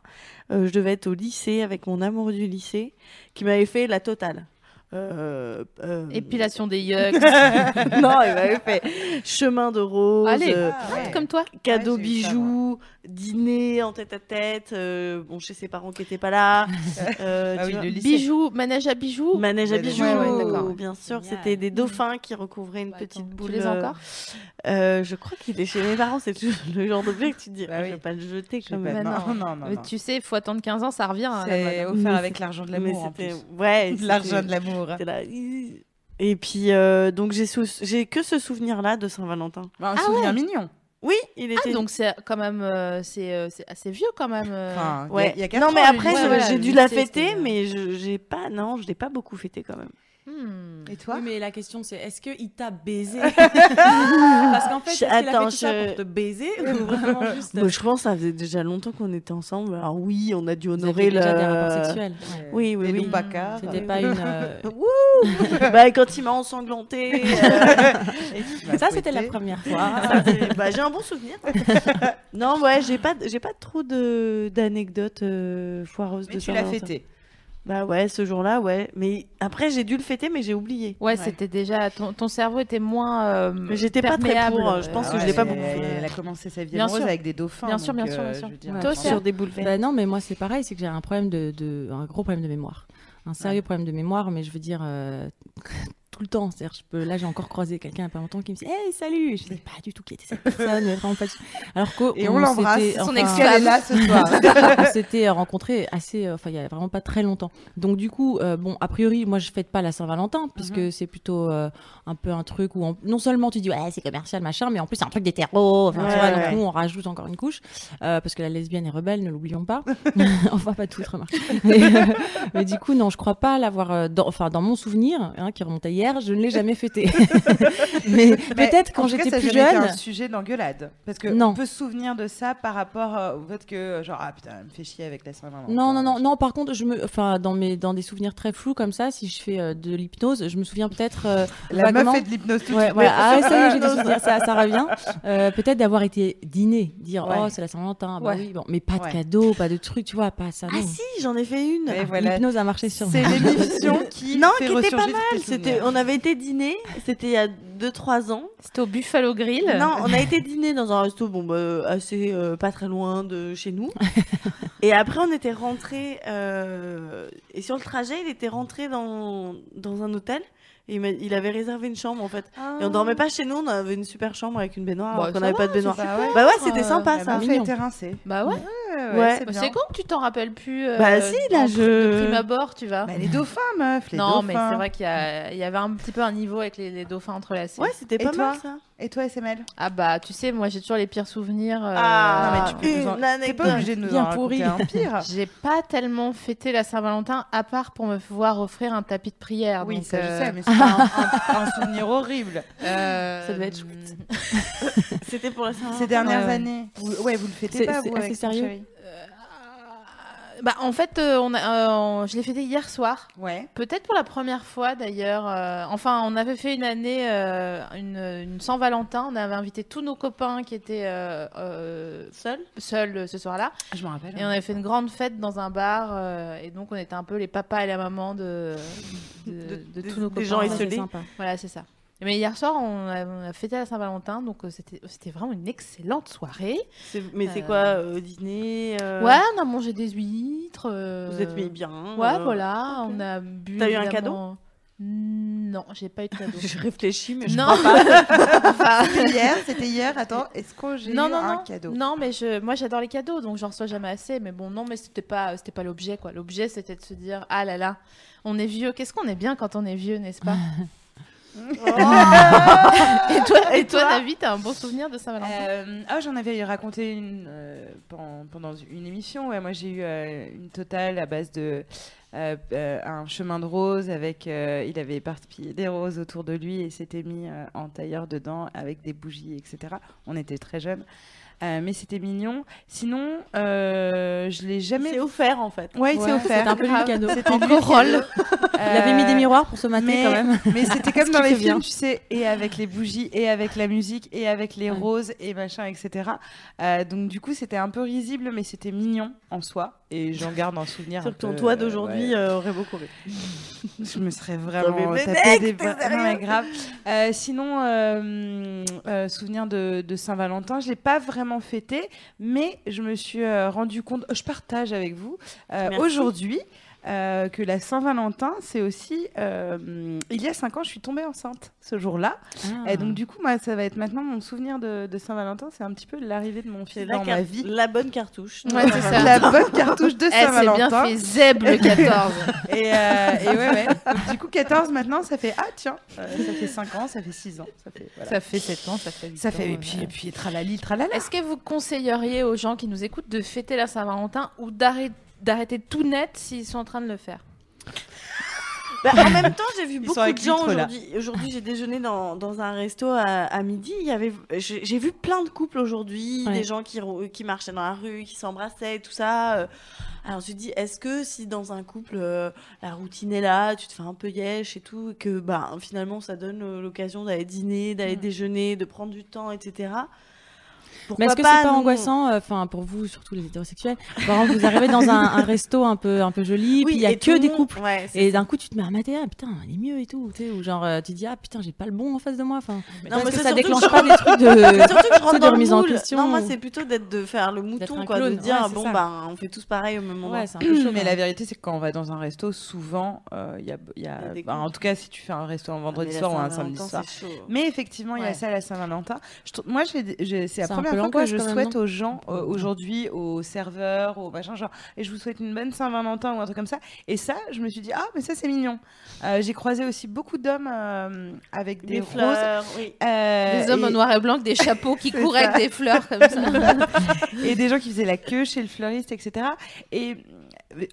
[SPEAKER 5] Euh, je devais être au lycée avec mon amoureux du lycée, qui m'avait fait la totale. Euh, euh,
[SPEAKER 1] Épilation des yeux.
[SPEAKER 5] non, il m'avait fait chemin de rose.
[SPEAKER 1] Allez.
[SPEAKER 5] euh,
[SPEAKER 2] Ah ouais.
[SPEAKER 1] Comme toi.
[SPEAKER 5] cadeaux
[SPEAKER 2] Ouais, j'ai eu ça,
[SPEAKER 5] bijoux, dîner en tête à tête, euh, bon chez ses parents qui étaient pas là, euh,
[SPEAKER 2] Ah
[SPEAKER 5] tu
[SPEAKER 2] oui,
[SPEAKER 5] vois.
[SPEAKER 2] le lycée.
[SPEAKER 1] Bijoux, manège à bijoux.
[SPEAKER 5] manège à
[SPEAKER 2] Ouais, Mm-hmm.
[SPEAKER 5] bijoux,
[SPEAKER 1] ouais, ouais, d'accord.
[SPEAKER 5] bien sûr,
[SPEAKER 4] Génial.
[SPEAKER 5] c'était des dauphins qui recouvraient une
[SPEAKER 1] Bah,
[SPEAKER 5] petite
[SPEAKER 1] attends, tu
[SPEAKER 5] boule.
[SPEAKER 1] les as
[SPEAKER 5] euh,
[SPEAKER 1] encore
[SPEAKER 5] euh, Je crois qu'il est chez mes parents, c'est toujours le genre d'objet que tu te dis,
[SPEAKER 2] Bah
[SPEAKER 5] ah,
[SPEAKER 2] oui.
[SPEAKER 5] je vais pas le jeter
[SPEAKER 2] Je sais
[SPEAKER 5] quand
[SPEAKER 2] pas,
[SPEAKER 5] même.
[SPEAKER 1] Mais
[SPEAKER 2] non,
[SPEAKER 1] bah non.
[SPEAKER 2] non, non,
[SPEAKER 1] Mais
[SPEAKER 2] non.
[SPEAKER 1] tu sais, faut attendre 15 ans, ça revient. hein, la mode,
[SPEAKER 2] C'est
[SPEAKER 1] hein.
[SPEAKER 2] offert avec l'argent de
[SPEAKER 5] Mais
[SPEAKER 2] l'amour. en
[SPEAKER 5] c'était,
[SPEAKER 2] plus.
[SPEAKER 5] ouais,
[SPEAKER 2] De L'argent
[SPEAKER 5] c'était-
[SPEAKER 2] de l'amour.
[SPEAKER 5] c'était là. Et puis euh, donc j'ai sou- j'ai que ce souvenir là de Saint-Valentin.
[SPEAKER 2] Bah, Un
[SPEAKER 1] Ah
[SPEAKER 2] souvenir mignon.
[SPEAKER 5] Oui, il était
[SPEAKER 1] Ah, donc c'est quand même. euh, c'est euh, c'est assez vieux quand même. euh.
[SPEAKER 2] Enfin, il y a-
[SPEAKER 5] Ouais.
[SPEAKER 2] il y a quatre
[SPEAKER 5] non mais
[SPEAKER 2] ans,
[SPEAKER 5] après
[SPEAKER 1] lui.
[SPEAKER 5] je-
[SPEAKER 1] Ouais, voilà,
[SPEAKER 5] j'ai
[SPEAKER 1] le
[SPEAKER 5] dû la
[SPEAKER 1] lycée,
[SPEAKER 5] fêter
[SPEAKER 1] c'était-
[SPEAKER 2] euh.
[SPEAKER 5] mais je j'ai pas non je l'ai pas beaucoup fêté quand même.
[SPEAKER 1] Hmm.
[SPEAKER 2] Et toi
[SPEAKER 4] Oui, mais la question c'est est-ce qu'il t'a baisé Parce qu'en fait,
[SPEAKER 5] Je-
[SPEAKER 4] est-ce qu'il a fait
[SPEAKER 5] attends,
[SPEAKER 4] tout ça
[SPEAKER 5] je-
[SPEAKER 4] pour te baiser ou vraiment juste euh,
[SPEAKER 5] Bah, je pense que ça faisait déjà longtemps qu'on était ensemble. Alors oui on a dû
[SPEAKER 4] Vous
[SPEAKER 5] honorer
[SPEAKER 4] aviez déjà des rapports
[SPEAKER 5] le.
[SPEAKER 4] sexuels.
[SPEAKER 5] Oui oui
[SPEAKER 2] Des
[SPEAKER 5] oui.
[SPEAKER 2] Lupacas.
[SPEAKER 4] C'était pas une. euh,
[SPEAKER 5] bah, quand il m'a ensanglantée.
[SPEAKER 2] m'a
[SPEAKER 4] Ça, c'était la
[SPEAKER 2] fouetté.
[SPEAKER 4] première fois.
[SPEAKER 5] bah, j'ai un bon souvenir. non, ouais, j'ai pas, j'ai pas trop de d'anecdotes euh, foireuses
[SPEAKER 2] Mais
[SPEAKER 5] de
[SPEAKER 2] tu l'as
[SPEAKER 5] Saint-Valentin.
[SPEAKER 2] fêté.
[SPEAKER 5] Bah ouais, ce jour-là, ouais. Mais après, j'ai dû le fêter, mais j'ai oublié.
[SPEAKER 1] Ouais, c'était déjà. Ton, ton cerveau était moins. euh,
[SPEAKER 5] Mais j'étais pas très
[SPEAKER 1] perméable,
[SPEAKER 5] pour. euh, je pense
[SPEAKER 1] Ah
[SPEAKER 5] que je
[SPEAKER 1] ouais,
[SPEAKER 5] l'ai pas
[SPEAKER 1] mais-
[SPEAKER 5] beaucoup fait.
[SPEAKER 2] Elle a commencé sa vie
[SPEAKER 1] Bien
[SPEAKER 2] amoureuse
[SPEAKER 1] sûr.
[SPEAKER 2] avec des dauphins.
[SPEAKER 1] Bien sûr,
[SPEAKER 2] donc,
[SPEAKER 1] bien sûr,
[SPEAKER 2] euh,
[SPEAKER 1] bien
[SPEAKER 2] je
[SPEAKER 1] sûr.
[SPEAKER 2] veux dire,
[SPEAKER 4] Ouais.
[SPEAKER 2] enfin,
[SPEAKER 4] Toi aussi,
[SPEAKER 5] Sur des boulevards.
[SPEAKER 4] Bah non, mais moi c'est pareil, c'est que j'ai un problème de, de- un gros problème de mémoire, un sérieux problème de mémoire, mais je veux dire euh, tout le temps. C'est-à-dire, je peux, là j'ai encore croisé quelqu'un il y a pas longtemps qui me dit, hey salut, je sais pas du tout qui était cette personne, mais vraiment pas. du tout. Alors que
[SPEAKER 2] Et on l'embrasse.
[SPEAKER 1] Son
[SPEAKER 4] enfin,
[SPEAKER 1] ex-femme.
[SPEAKER 2] Qu'elle est là ce soir.
[SPEAKER 4] on s'était rencontrés assez, euh, enfin il y a vraiment pas très longtemps. Donc du coup, euh, bon a priori, moi je fête pas la Saint-Valentin puisque
[SPEAKER 2] Mhm.
[SPEAKER 4] c'est plutôt euh, un peu un truc où on- non seulement tu dis ouais c'est commercial machin, mais en plus c'est un truc des terreaux. Enfin, tu
[SPEAKER 5] Ouais,
[SPEAKER 4] vois,
[SPEAKER 5] ouais,
[SPEAKER 4] donc
[SPEAKER 5] ouais.
[SPEAKER 4] nous on rajoute encore une couche euh, parce que la lesbienne est rebelle, ne l'oublions pas. enfin pas toutes remarque. Mais, euh, mais du coup non, je crois pas l'avoir. euh, dans- Enfin dans mon souvenir hein, qui remonte à hier, je ne l'ai jamais fêté. mais
[SPEAKER 2] Mais
[SPEAKER 4] peut-être
[SPEAKER 2] Bah, en
[SPEAKER 4] quand
[SPEAKER 2] tout cas,
[SPEAKER 4] j'étais
[SPEAKER 2] ça a
[SPEAKER 4] plus
[SPEAKER 2] jamais été
[SPEAKER 4] jeune.
[SPEAKER 2] un sujet d'engueulade. Parce que
[SPEAKER 4] Non.
[SPEAKER 2] on peut se souvenir de ça par rapport euh, au fait que, genre, ah putain, elle me fait chier avec la Saint-Valentin.
[SPEAKER 4] Non, non, non, non. Par contre, je me, enfin, dans mes, dans des souvenirs très flous comme ça, si je fais euh, de l'hypnose, je me souviens peut-être euh,
[SPEAKER 2] La
[SPEAKER 4] vaguement.
[SPEAKER 2] meuf fait de l'hypnose tout de
[SPEAKER 4] Ouais,
[SPEAKER 2] suite.
[SPEAKER 4] voilà. Ah, ça y est, j'ai des souvenirs, ça, ça revient. Euh, peut-être d'avoir été dîner, dire
[SPEAKER 2] Ouais.
[SPEAKER 4] oh c'est la Saint-Valentin, bah
[SPEAKER 1] Ouais.
[SPEAKER 4] oui, bon, mais pas de
[SPEAKER 2] Ouais.
[SPEAKER 4] cadeau, pas de truc, tu vois, pas ça.
[SPEAKER 5] Ah
[SPEAKER 4] non.
[SPEAKER 5] si, j'en ai fait une.
[SPEAKER 2] Mais voilà.
[SPEAKER 4] L'hypnose a marché sur moi.
[SPEAKER 2] C'est l'émission qui.
[SPEAKER 5] Ah Non,
[SPEAKER 2] fait
[SPEAKER 5] qui était pas
[SPEAKER 2] ressurgir tous
[SPEAKER 5] mal.
[SPEAKER 2] tes
[SPEAKER 5] C'était,
[SPEAKER 2] souvenirs.
[SPEAKER 5] on avait été dîner. C'était il y a 2-3 ans.
[SPEAKER 1] C'était au Buffalo Grill.
[SPEAKER 5] Non, on a été dîner dans un resto, bon, bah, assez euh, pas très loin de chez nous. et après, on était rentré. et sur le trajet, il était rentré dans, dans un hôtel. Et il, m'a- il avait réservé une chambre en fait. Et on dormait pas chez nous, on avait une super chambre avec une
[SPEAKER 2] Ah,
[SPEAKER 5] baignoire,
[SPEAKER 1] Bah,
[SPEAKER 5] alors qu'on
[SPEAKER 1] ça
[SPEAKER 5] n'avait pas de baignoire.
[SPEAKER 2] Bah ouais.
[SPEAKER 5] Bah ouais, c'était sympa
[SPEAKER 2] La
[SPEAKER 5] ça.
[SPEAKER 2] meuf Ah, a
[SPEAKER 4] mignon.
[SPEAKER 2] été rincée.
[SPEAKER 1] Bah ouais.
[SPEAKER 2] Ouais,
[SPEAKER 5] Ouais.
[SPEAKER 2] c'est
[SPEAKER 1] Bah,
[SPEAKER 2] bien.
[SPEAKER 1] C'est con que tu t'en rappelles plus. euh,
[SPEAKER 5] Bah si, là,
[SPEAKER 1] en-
[SPEAKER 5] je-
[SPEAKER 1] De prime abord, tu vois.
[SPEAKER 2] Bah, les dauphins, meuf, les
[SPEAKER 1] non, mais
[SPEAKER 2] dauphins.
[SPEAKER 1] c'est vrai qu'il y, a- il y avait un petit peu un niveau avec les, les dauphins entrelacés.
[SPEAKER 5] Ouais, c'était
[SPEAKER 2] Et
[SPEAKER 5] pas mal
[SPEAKER 2] toi
[SPEAKER 5] ça.
[SPEAKER 2] Et toi, SML
[SPEAKER 1] Ah bah, tu sais, moi j'ai toujours les pires souvenirs. euh,
[SPEAKER 5] Ah,
[SPEAKER 2] Non, mais tu peux nous en-
[SPEAKER 5] une
[SPEAKER 2] T'es
[SPEAKER 5] anecdote.
[SPEAKER 2] pas obligé de nous
[SPEAKER 4] bien
[SPEAKER 2] en raconter
[SPEAKER 4] pourri.
[SPEAKER 2] un pire.
[SPEAKER 1] J'ai pas tellement fêté la Saint-Valentin à part pour me voir offrir un tapis de prière.
[SPEAKER 2] Oui,
[SPEAKER 1] donc,
[SPEAKER 2] ça je
[SPEAKER 1] euh,
[SPEAKER 2] sais, mais c'est pas un, un- un souvenir horrible.
[SPEAKER 1] euh,
[SPEAKER 4] Ça devait être
[SPEAKER 5] C'était pour la Saint-Valentin.
[SPEAKER 2] Ces dernières
[SPEAKER 4] ouais.
[SPEAKER 2] années. Vous, ouais, vous le fêtez
[SPEAKER 4] C'est-
[SPEAKER 2] pas,
[SPEAKER 4] c'est
[SPEAKER 2] vous,
[SPEAKER 4] assez
[SPEAKER 2] avec ton
[SPEAKER 4] sérieux.
[SPEAKER 2] chéri
[SPEAKER 1] euh, Bah, en fait, euh, on a- euh, on- je l'ai fêté hier soir.
[SPEAKER 2] Ouais.
[SPEAKER 1] Peut-être pour la première fois d'ailleurs. euh, enfin, on avait fait une année, euh, une, une Saint-Valentin. On avait invité tous nos copains qui étaient euh, euh,
[SPEAKER 5] seuls,
[SPEAKER 1] euh, ce soir-là.
[SPEAKER 2] Je m'en rappelle.
[SPEAKER 1] Et on avait fait une grande fête dans un bar. euh, et donc, on était un peu les papas et la maman de, de, de
[SPEAKER 5] des-
[SPEAKER 1] tous nos
[SPEAKER 5] des
[SPEAKER 1] copains.
[SPEAKER 5] gens
[SPEAKER 1] Ouais,
[SPEAKER 5] isolés.
[SPEAKER 1] c'est sympa. Voilà, c'est ça. Mais hier soir, on a, on a fêté la Saint-Valentin, donc euh, c'était c'était vraiment une excellente soirée.
[SPEAKER 5] C'est- Mais c'est
[SPEAKER 1] Euh,
[SPEAKER 5] quoi, euh, dîner euh,
[SPEAKER 1] Ouais, on a mangé des huîtres. euh,
[SPEAKER 5] Vous êtes mis bien.
[SPEAKER 1] Ouais,
[SPEAKER 5] euh,
[SPEAKER 1] voilà,
[SPEAKER 5] ok.
[SPEAKER 1] on a bu.
[SPEAKER 5] T'as eu un cadeau
[SPEAKER 1] évidemment- Non, j'ai pas eu de cadeau.
[SPEAKER 5] Je réfléchis, mais je
[SPEAKER 1] non.
[SPEAKER 5] crois pas.
[SPEAKER 1] Enfin,
[SPEAKER 2] C'était hier, c'était hier. Attends, est-ce que j'ai eu
[SPEAKER 1] non, non,
[SPEAKER 2] un
[SPEAKER 1] non.
[SPEAKER 2] cadeau
[SPEAKER 1] Non, mais je, moi j'adore les cadeaux, donc j'en reçois jamais assez. Mais bon, non, mais c'était pas, c'était pas l'objet, quoi. L'objet, c'était de se dire, ah là là, on est vieux. Qu'est-ce qu'on est bien quand on est vieux, n'est-ce pas
[SPEAKER 2] Oh.
[SPEAKER 1] Et toi, et toi, David, t'as un bon souvenir de Saint-Valentin
[SPEAKER 2] Euh, ah, j'en avais raconté une euh, pen- pendant une émission. Ouais, moi, j'ai eu euh, une totale à base de euh, euh, un chemin de roses avec. euh, il avait éparpillé des roses autour de lui et s'était mis euh, en tailleur dedans avec des bougies, etc. On était très jeunes, Euh, mais c'était mignon. Sinon, euh, je l'ai jamais.
[SPEAKER 5] C'est offert en fait.
[SPEAKER 2] Ouais, il s'est
[SPEAKER 4] Ouais,
[SPEAKER 2] offert.
[SPEAKER 4] C'était un peu lui le cadeau.
[SPEAKER 2] C'était lui le
[SPEAKER 4] Corolle.
[SPEAKER 2] cadeau.
[SPEAKER 4] Il avait mis des miroirs pour se mater
[SPEAKER 2] mais-
[SPEAKER 4] quand même.
[SPEAKER 2] Mais c'était comme
[SPEAKER 4] Ce
[SPEAKER 2] dans
[SPEAKER 4] qui
[SPEAKER 2] les
[SPEAKER 4] fait
[SPEAKER 2] films,
[SPEAKER 4] bien.
[SPEAKER 2] tu sais, et avec les bougies, et avec la musique, et avec les
[SPEAKER 4] Ouais.
[SPEAKER 2] roses, et machin, etc. Euh, donc du coup, c'était un peu risible, mais c'était mignon en soi, et j'en garde un souvenir.
[SPEAKER 5] Sur
[SPEAKER 2] un
[SPEAKER 5] ton
[SPEAKER 2] peu,
[SPEAKER 5] toit
[SPEAKER 2] euh,
[SPEAKER 5] d'aujourd'hui
[SPEAKER 2] ouais.
[SPEAKER 5] euh, aurait beaucoup ri.
[SPEAKER 2] je me serais vraiment
[SPEAKER 5] mais
[SPEAKER 2] tapé
[SPEAKER 5] mec,
[SPEAKER 2] des
[SPEAKER 5] t'es
[SPEAKER 2] bras- Non, mais
[SPEAKER 5] sérieux
[SPEAKER 2] grave. Euh, sinon, euh, euh, souvenir de, de Saint-Valentin, je l'ai pas vraiment fêté, mais je me suis euh, rendu compte. Je partage avec vous euh,
[SPEAKER 5] Merci.
[SPEAKER 2] aujourd'hui. euh, que la Saint-Valentin, c'est aussi. euh, il y a cinq ans, je suis tombée enceinte ce jour-là.
[SPEAKER 5] Ah.
[SPEAKER 2] Et donc, du coup, moi, ça va être maintenant mon souvenir de, de Saint-Valentin. C'est un petit peu l'arrivée de mon
[SPEAKER 5] C'est
[SPEAKER 2] fils
[SPEAKER 5] la,
[SPEAKER 2] dans
[SPEAKER 5] car-
[SPEAKER 2] ma vie.
[SPEAKER 5] la bonne cartouche.
[SPEAKER 1] Ouais, c'est ça.
[SPEAKER 2] La bonne cartouche de
[SPEAKER 1] Eh, c'est bien
[SPEAKER 2] Saint-Valentin.
[SPEAKER 1] fait, Zeb le 14.
[SPEAKER 2] Et, euh, et ouais, ouais. Donc, du coup, 14 maintenant, ça fait ah tiens, euh, ça fait 5 ans, ça fait 6 ans, ça fait voilà.
[SPEAKER 1] ça fait 7 ans, ça fait 8
[SPEAKER 2] Ça fait
[SPEAKER 1] ans,
[SPEAKER 2] et puis
[SPEAKER 1] voilà.
[SPEAKER 2] et puis tralali tralala.
[SPEAKER 1] Est-ce que vous conseilleriez aux gens qui nous écoutent de fêter la Saint-Valentin ou d'arrêter d'arrêter tout net s'ils sont en train de le faire
[SPEAKER 5] Bah, en même temps, j'ai vu
[SPEAKER 2] sont
[SPEAKER 5] beaucoup
[SPEAKER 2] avec
[SPEAKER 5] de gens
[SPEAKER 2] Litre, là.
[SPEAKER 5] aujourd'hui. Aujourd'hui, j'ai déjeuné dans, dans un resto à, à midi. Il y avait, j'ai j'ai vu plein de couples aujourd'hui,
[SPEAKER 4] Ouais.
[SPEAKER 5] des gens qui, rou- qui marchaient dans la rue, qui s'embrassaient, tout ça. euh. Alors, je me dis, est-ce que si dans un couple, euh, la routine est là, tu te fais un peu yesh et tout, et que bah, finalement, ça donne euh, l'occasion d'aller dîner, d'aller
[SPEAKER 1] Mm.
[SPEAKER 5] déjeuner, de prendre du temps, etc.
[SPEAKER 4] Mais
[SPEAKER 5] Pourquoi
[SPEAKER 4] est-ce que c'est pas
[SPEAKER 5] nous-
[SPEAKER 4] angoissant, euh, enfin pour vous surtout les hétérosexuels, par exemple vous arrivez dans un, un resto un peu un peu joli, puis il y a
[SPEAKER 5] et tout
[SPEAKER 4] que
[SPEAKER 5] le
[SPEAKER 4] des
[SPEAKER 5] monde-
[SPEAKER 4] couples.
[SPEAKER 5] Ouais, c'est-
[SPEAKER 4] Et d'un coup, tu te mets à mater, ah, putain, elle est mieux et tout, tu sais, ou genre, euh, tu te dis, ah putain, j'ai pas le bon en face de moi, enfin,
[SPEAKER 5] Non,
[SPEAKER 4] parce
[SPEAKER 5] mais
[SPEAKER 4] que
[SPEAKER 5] c'est
[SPEAKER 4] ça
[SPEAKER 5] surtout
[SPEAKER 4] déclenche
[SPEAKER 5] que-
[SPEAKER 4] pas des trucs de.
[SPEAKER 5] C'est surtout que je rentre
[SPEAKER 4] de
[SPEAKER 5] dans le
[SPEAKER 4] remise en
[SPEAKER 5] moule.
[SPEAKER 4] question.
[SPEAKER 5] Non, moi, c'est plutôt d'être de faire le mouton,
[SPEAKER 4] un
[SPEAKER 5] quoi, de
[SPEAKER 4] clone,
[SPEAKER 5] dire
[SPEAKER 4] ouais, c'est
[SPEAKER 5] bon
[SPEAKER 4] ça.
[SPEAKER 5] bah on fait tous pareil au même moment.
[SPEAKER 4] Ouais, c'est un peu chaud.
[SPEAKER 2] Mais
[SPEAKER 4] quand
[SPEAKER 2] la
[SPEAKER 4] même.
[SPEAKER 2] vérité, c'est que quand on va dans un resto, souvent, euh, il y a, il y a-
[SPEAKER 5] Il y a des
[SPEAKER 2] bah, en tout cas, si tu fais un resto un vendredi
[SPEAKER 5] Ah, mais la
[SPEAKER 2] soir ou un
[SPEAKER 5] Saint-Valentin,
[SPEAKER 2] samedi soir.
[SPEAKER 5] c'est chaud.
[SPEAKER 2] Mais effectivement, il y a
[SPEAKER 1] Ouais.
[SPEAKER 2] ça à la Saint-Valentin. Je trou- Moi, je fais des- je- c'est la
[SPEAKER 4] C'est un
[SPEAKER 2] première
[SPEAKER 4] peu
[SPEAKER 2] fois que
[SPEAKER 4] l'angoisse,
[SPEAKER 2] je
[SPEAKER 4] quand même,
[SPEAKER 2] souhaite
[SPEAKER 4] non
[SPEAKER 2] aux gens
[SPEAKER 1] Mm,
[SPEAKER 2] euh, aujourd'hui, aux serveurs, aux machins, genre, et je vous souhaite une bonne Saint-Valentin ou un truc comme ça. Et ça, je me suis dit, ah, mais ça, c'est mignon. Euh, J'ai croisé aussi beaucoup d'hommes euh, avec des,
[SPEAKER 5] des
[SPEAKER 2] roses.
[SPEAKER 5] fleurs, oui.
[SPEAKER 2] euh,
[SPEAKER 1] Des hommes
[SPEAKER 2] et-
[SPEAKER 1] en noir et blanc, avec des chapeaux qui
[SPEAKER 2] C'est
[SPEAKER 1] courent
[SPEAKER 2] ça.
[SPEAKER 1] avec des fleurs comme ça.
[SPEAKER 2] et des gens qui faisaient la queue chez le fleuriste, etc. Et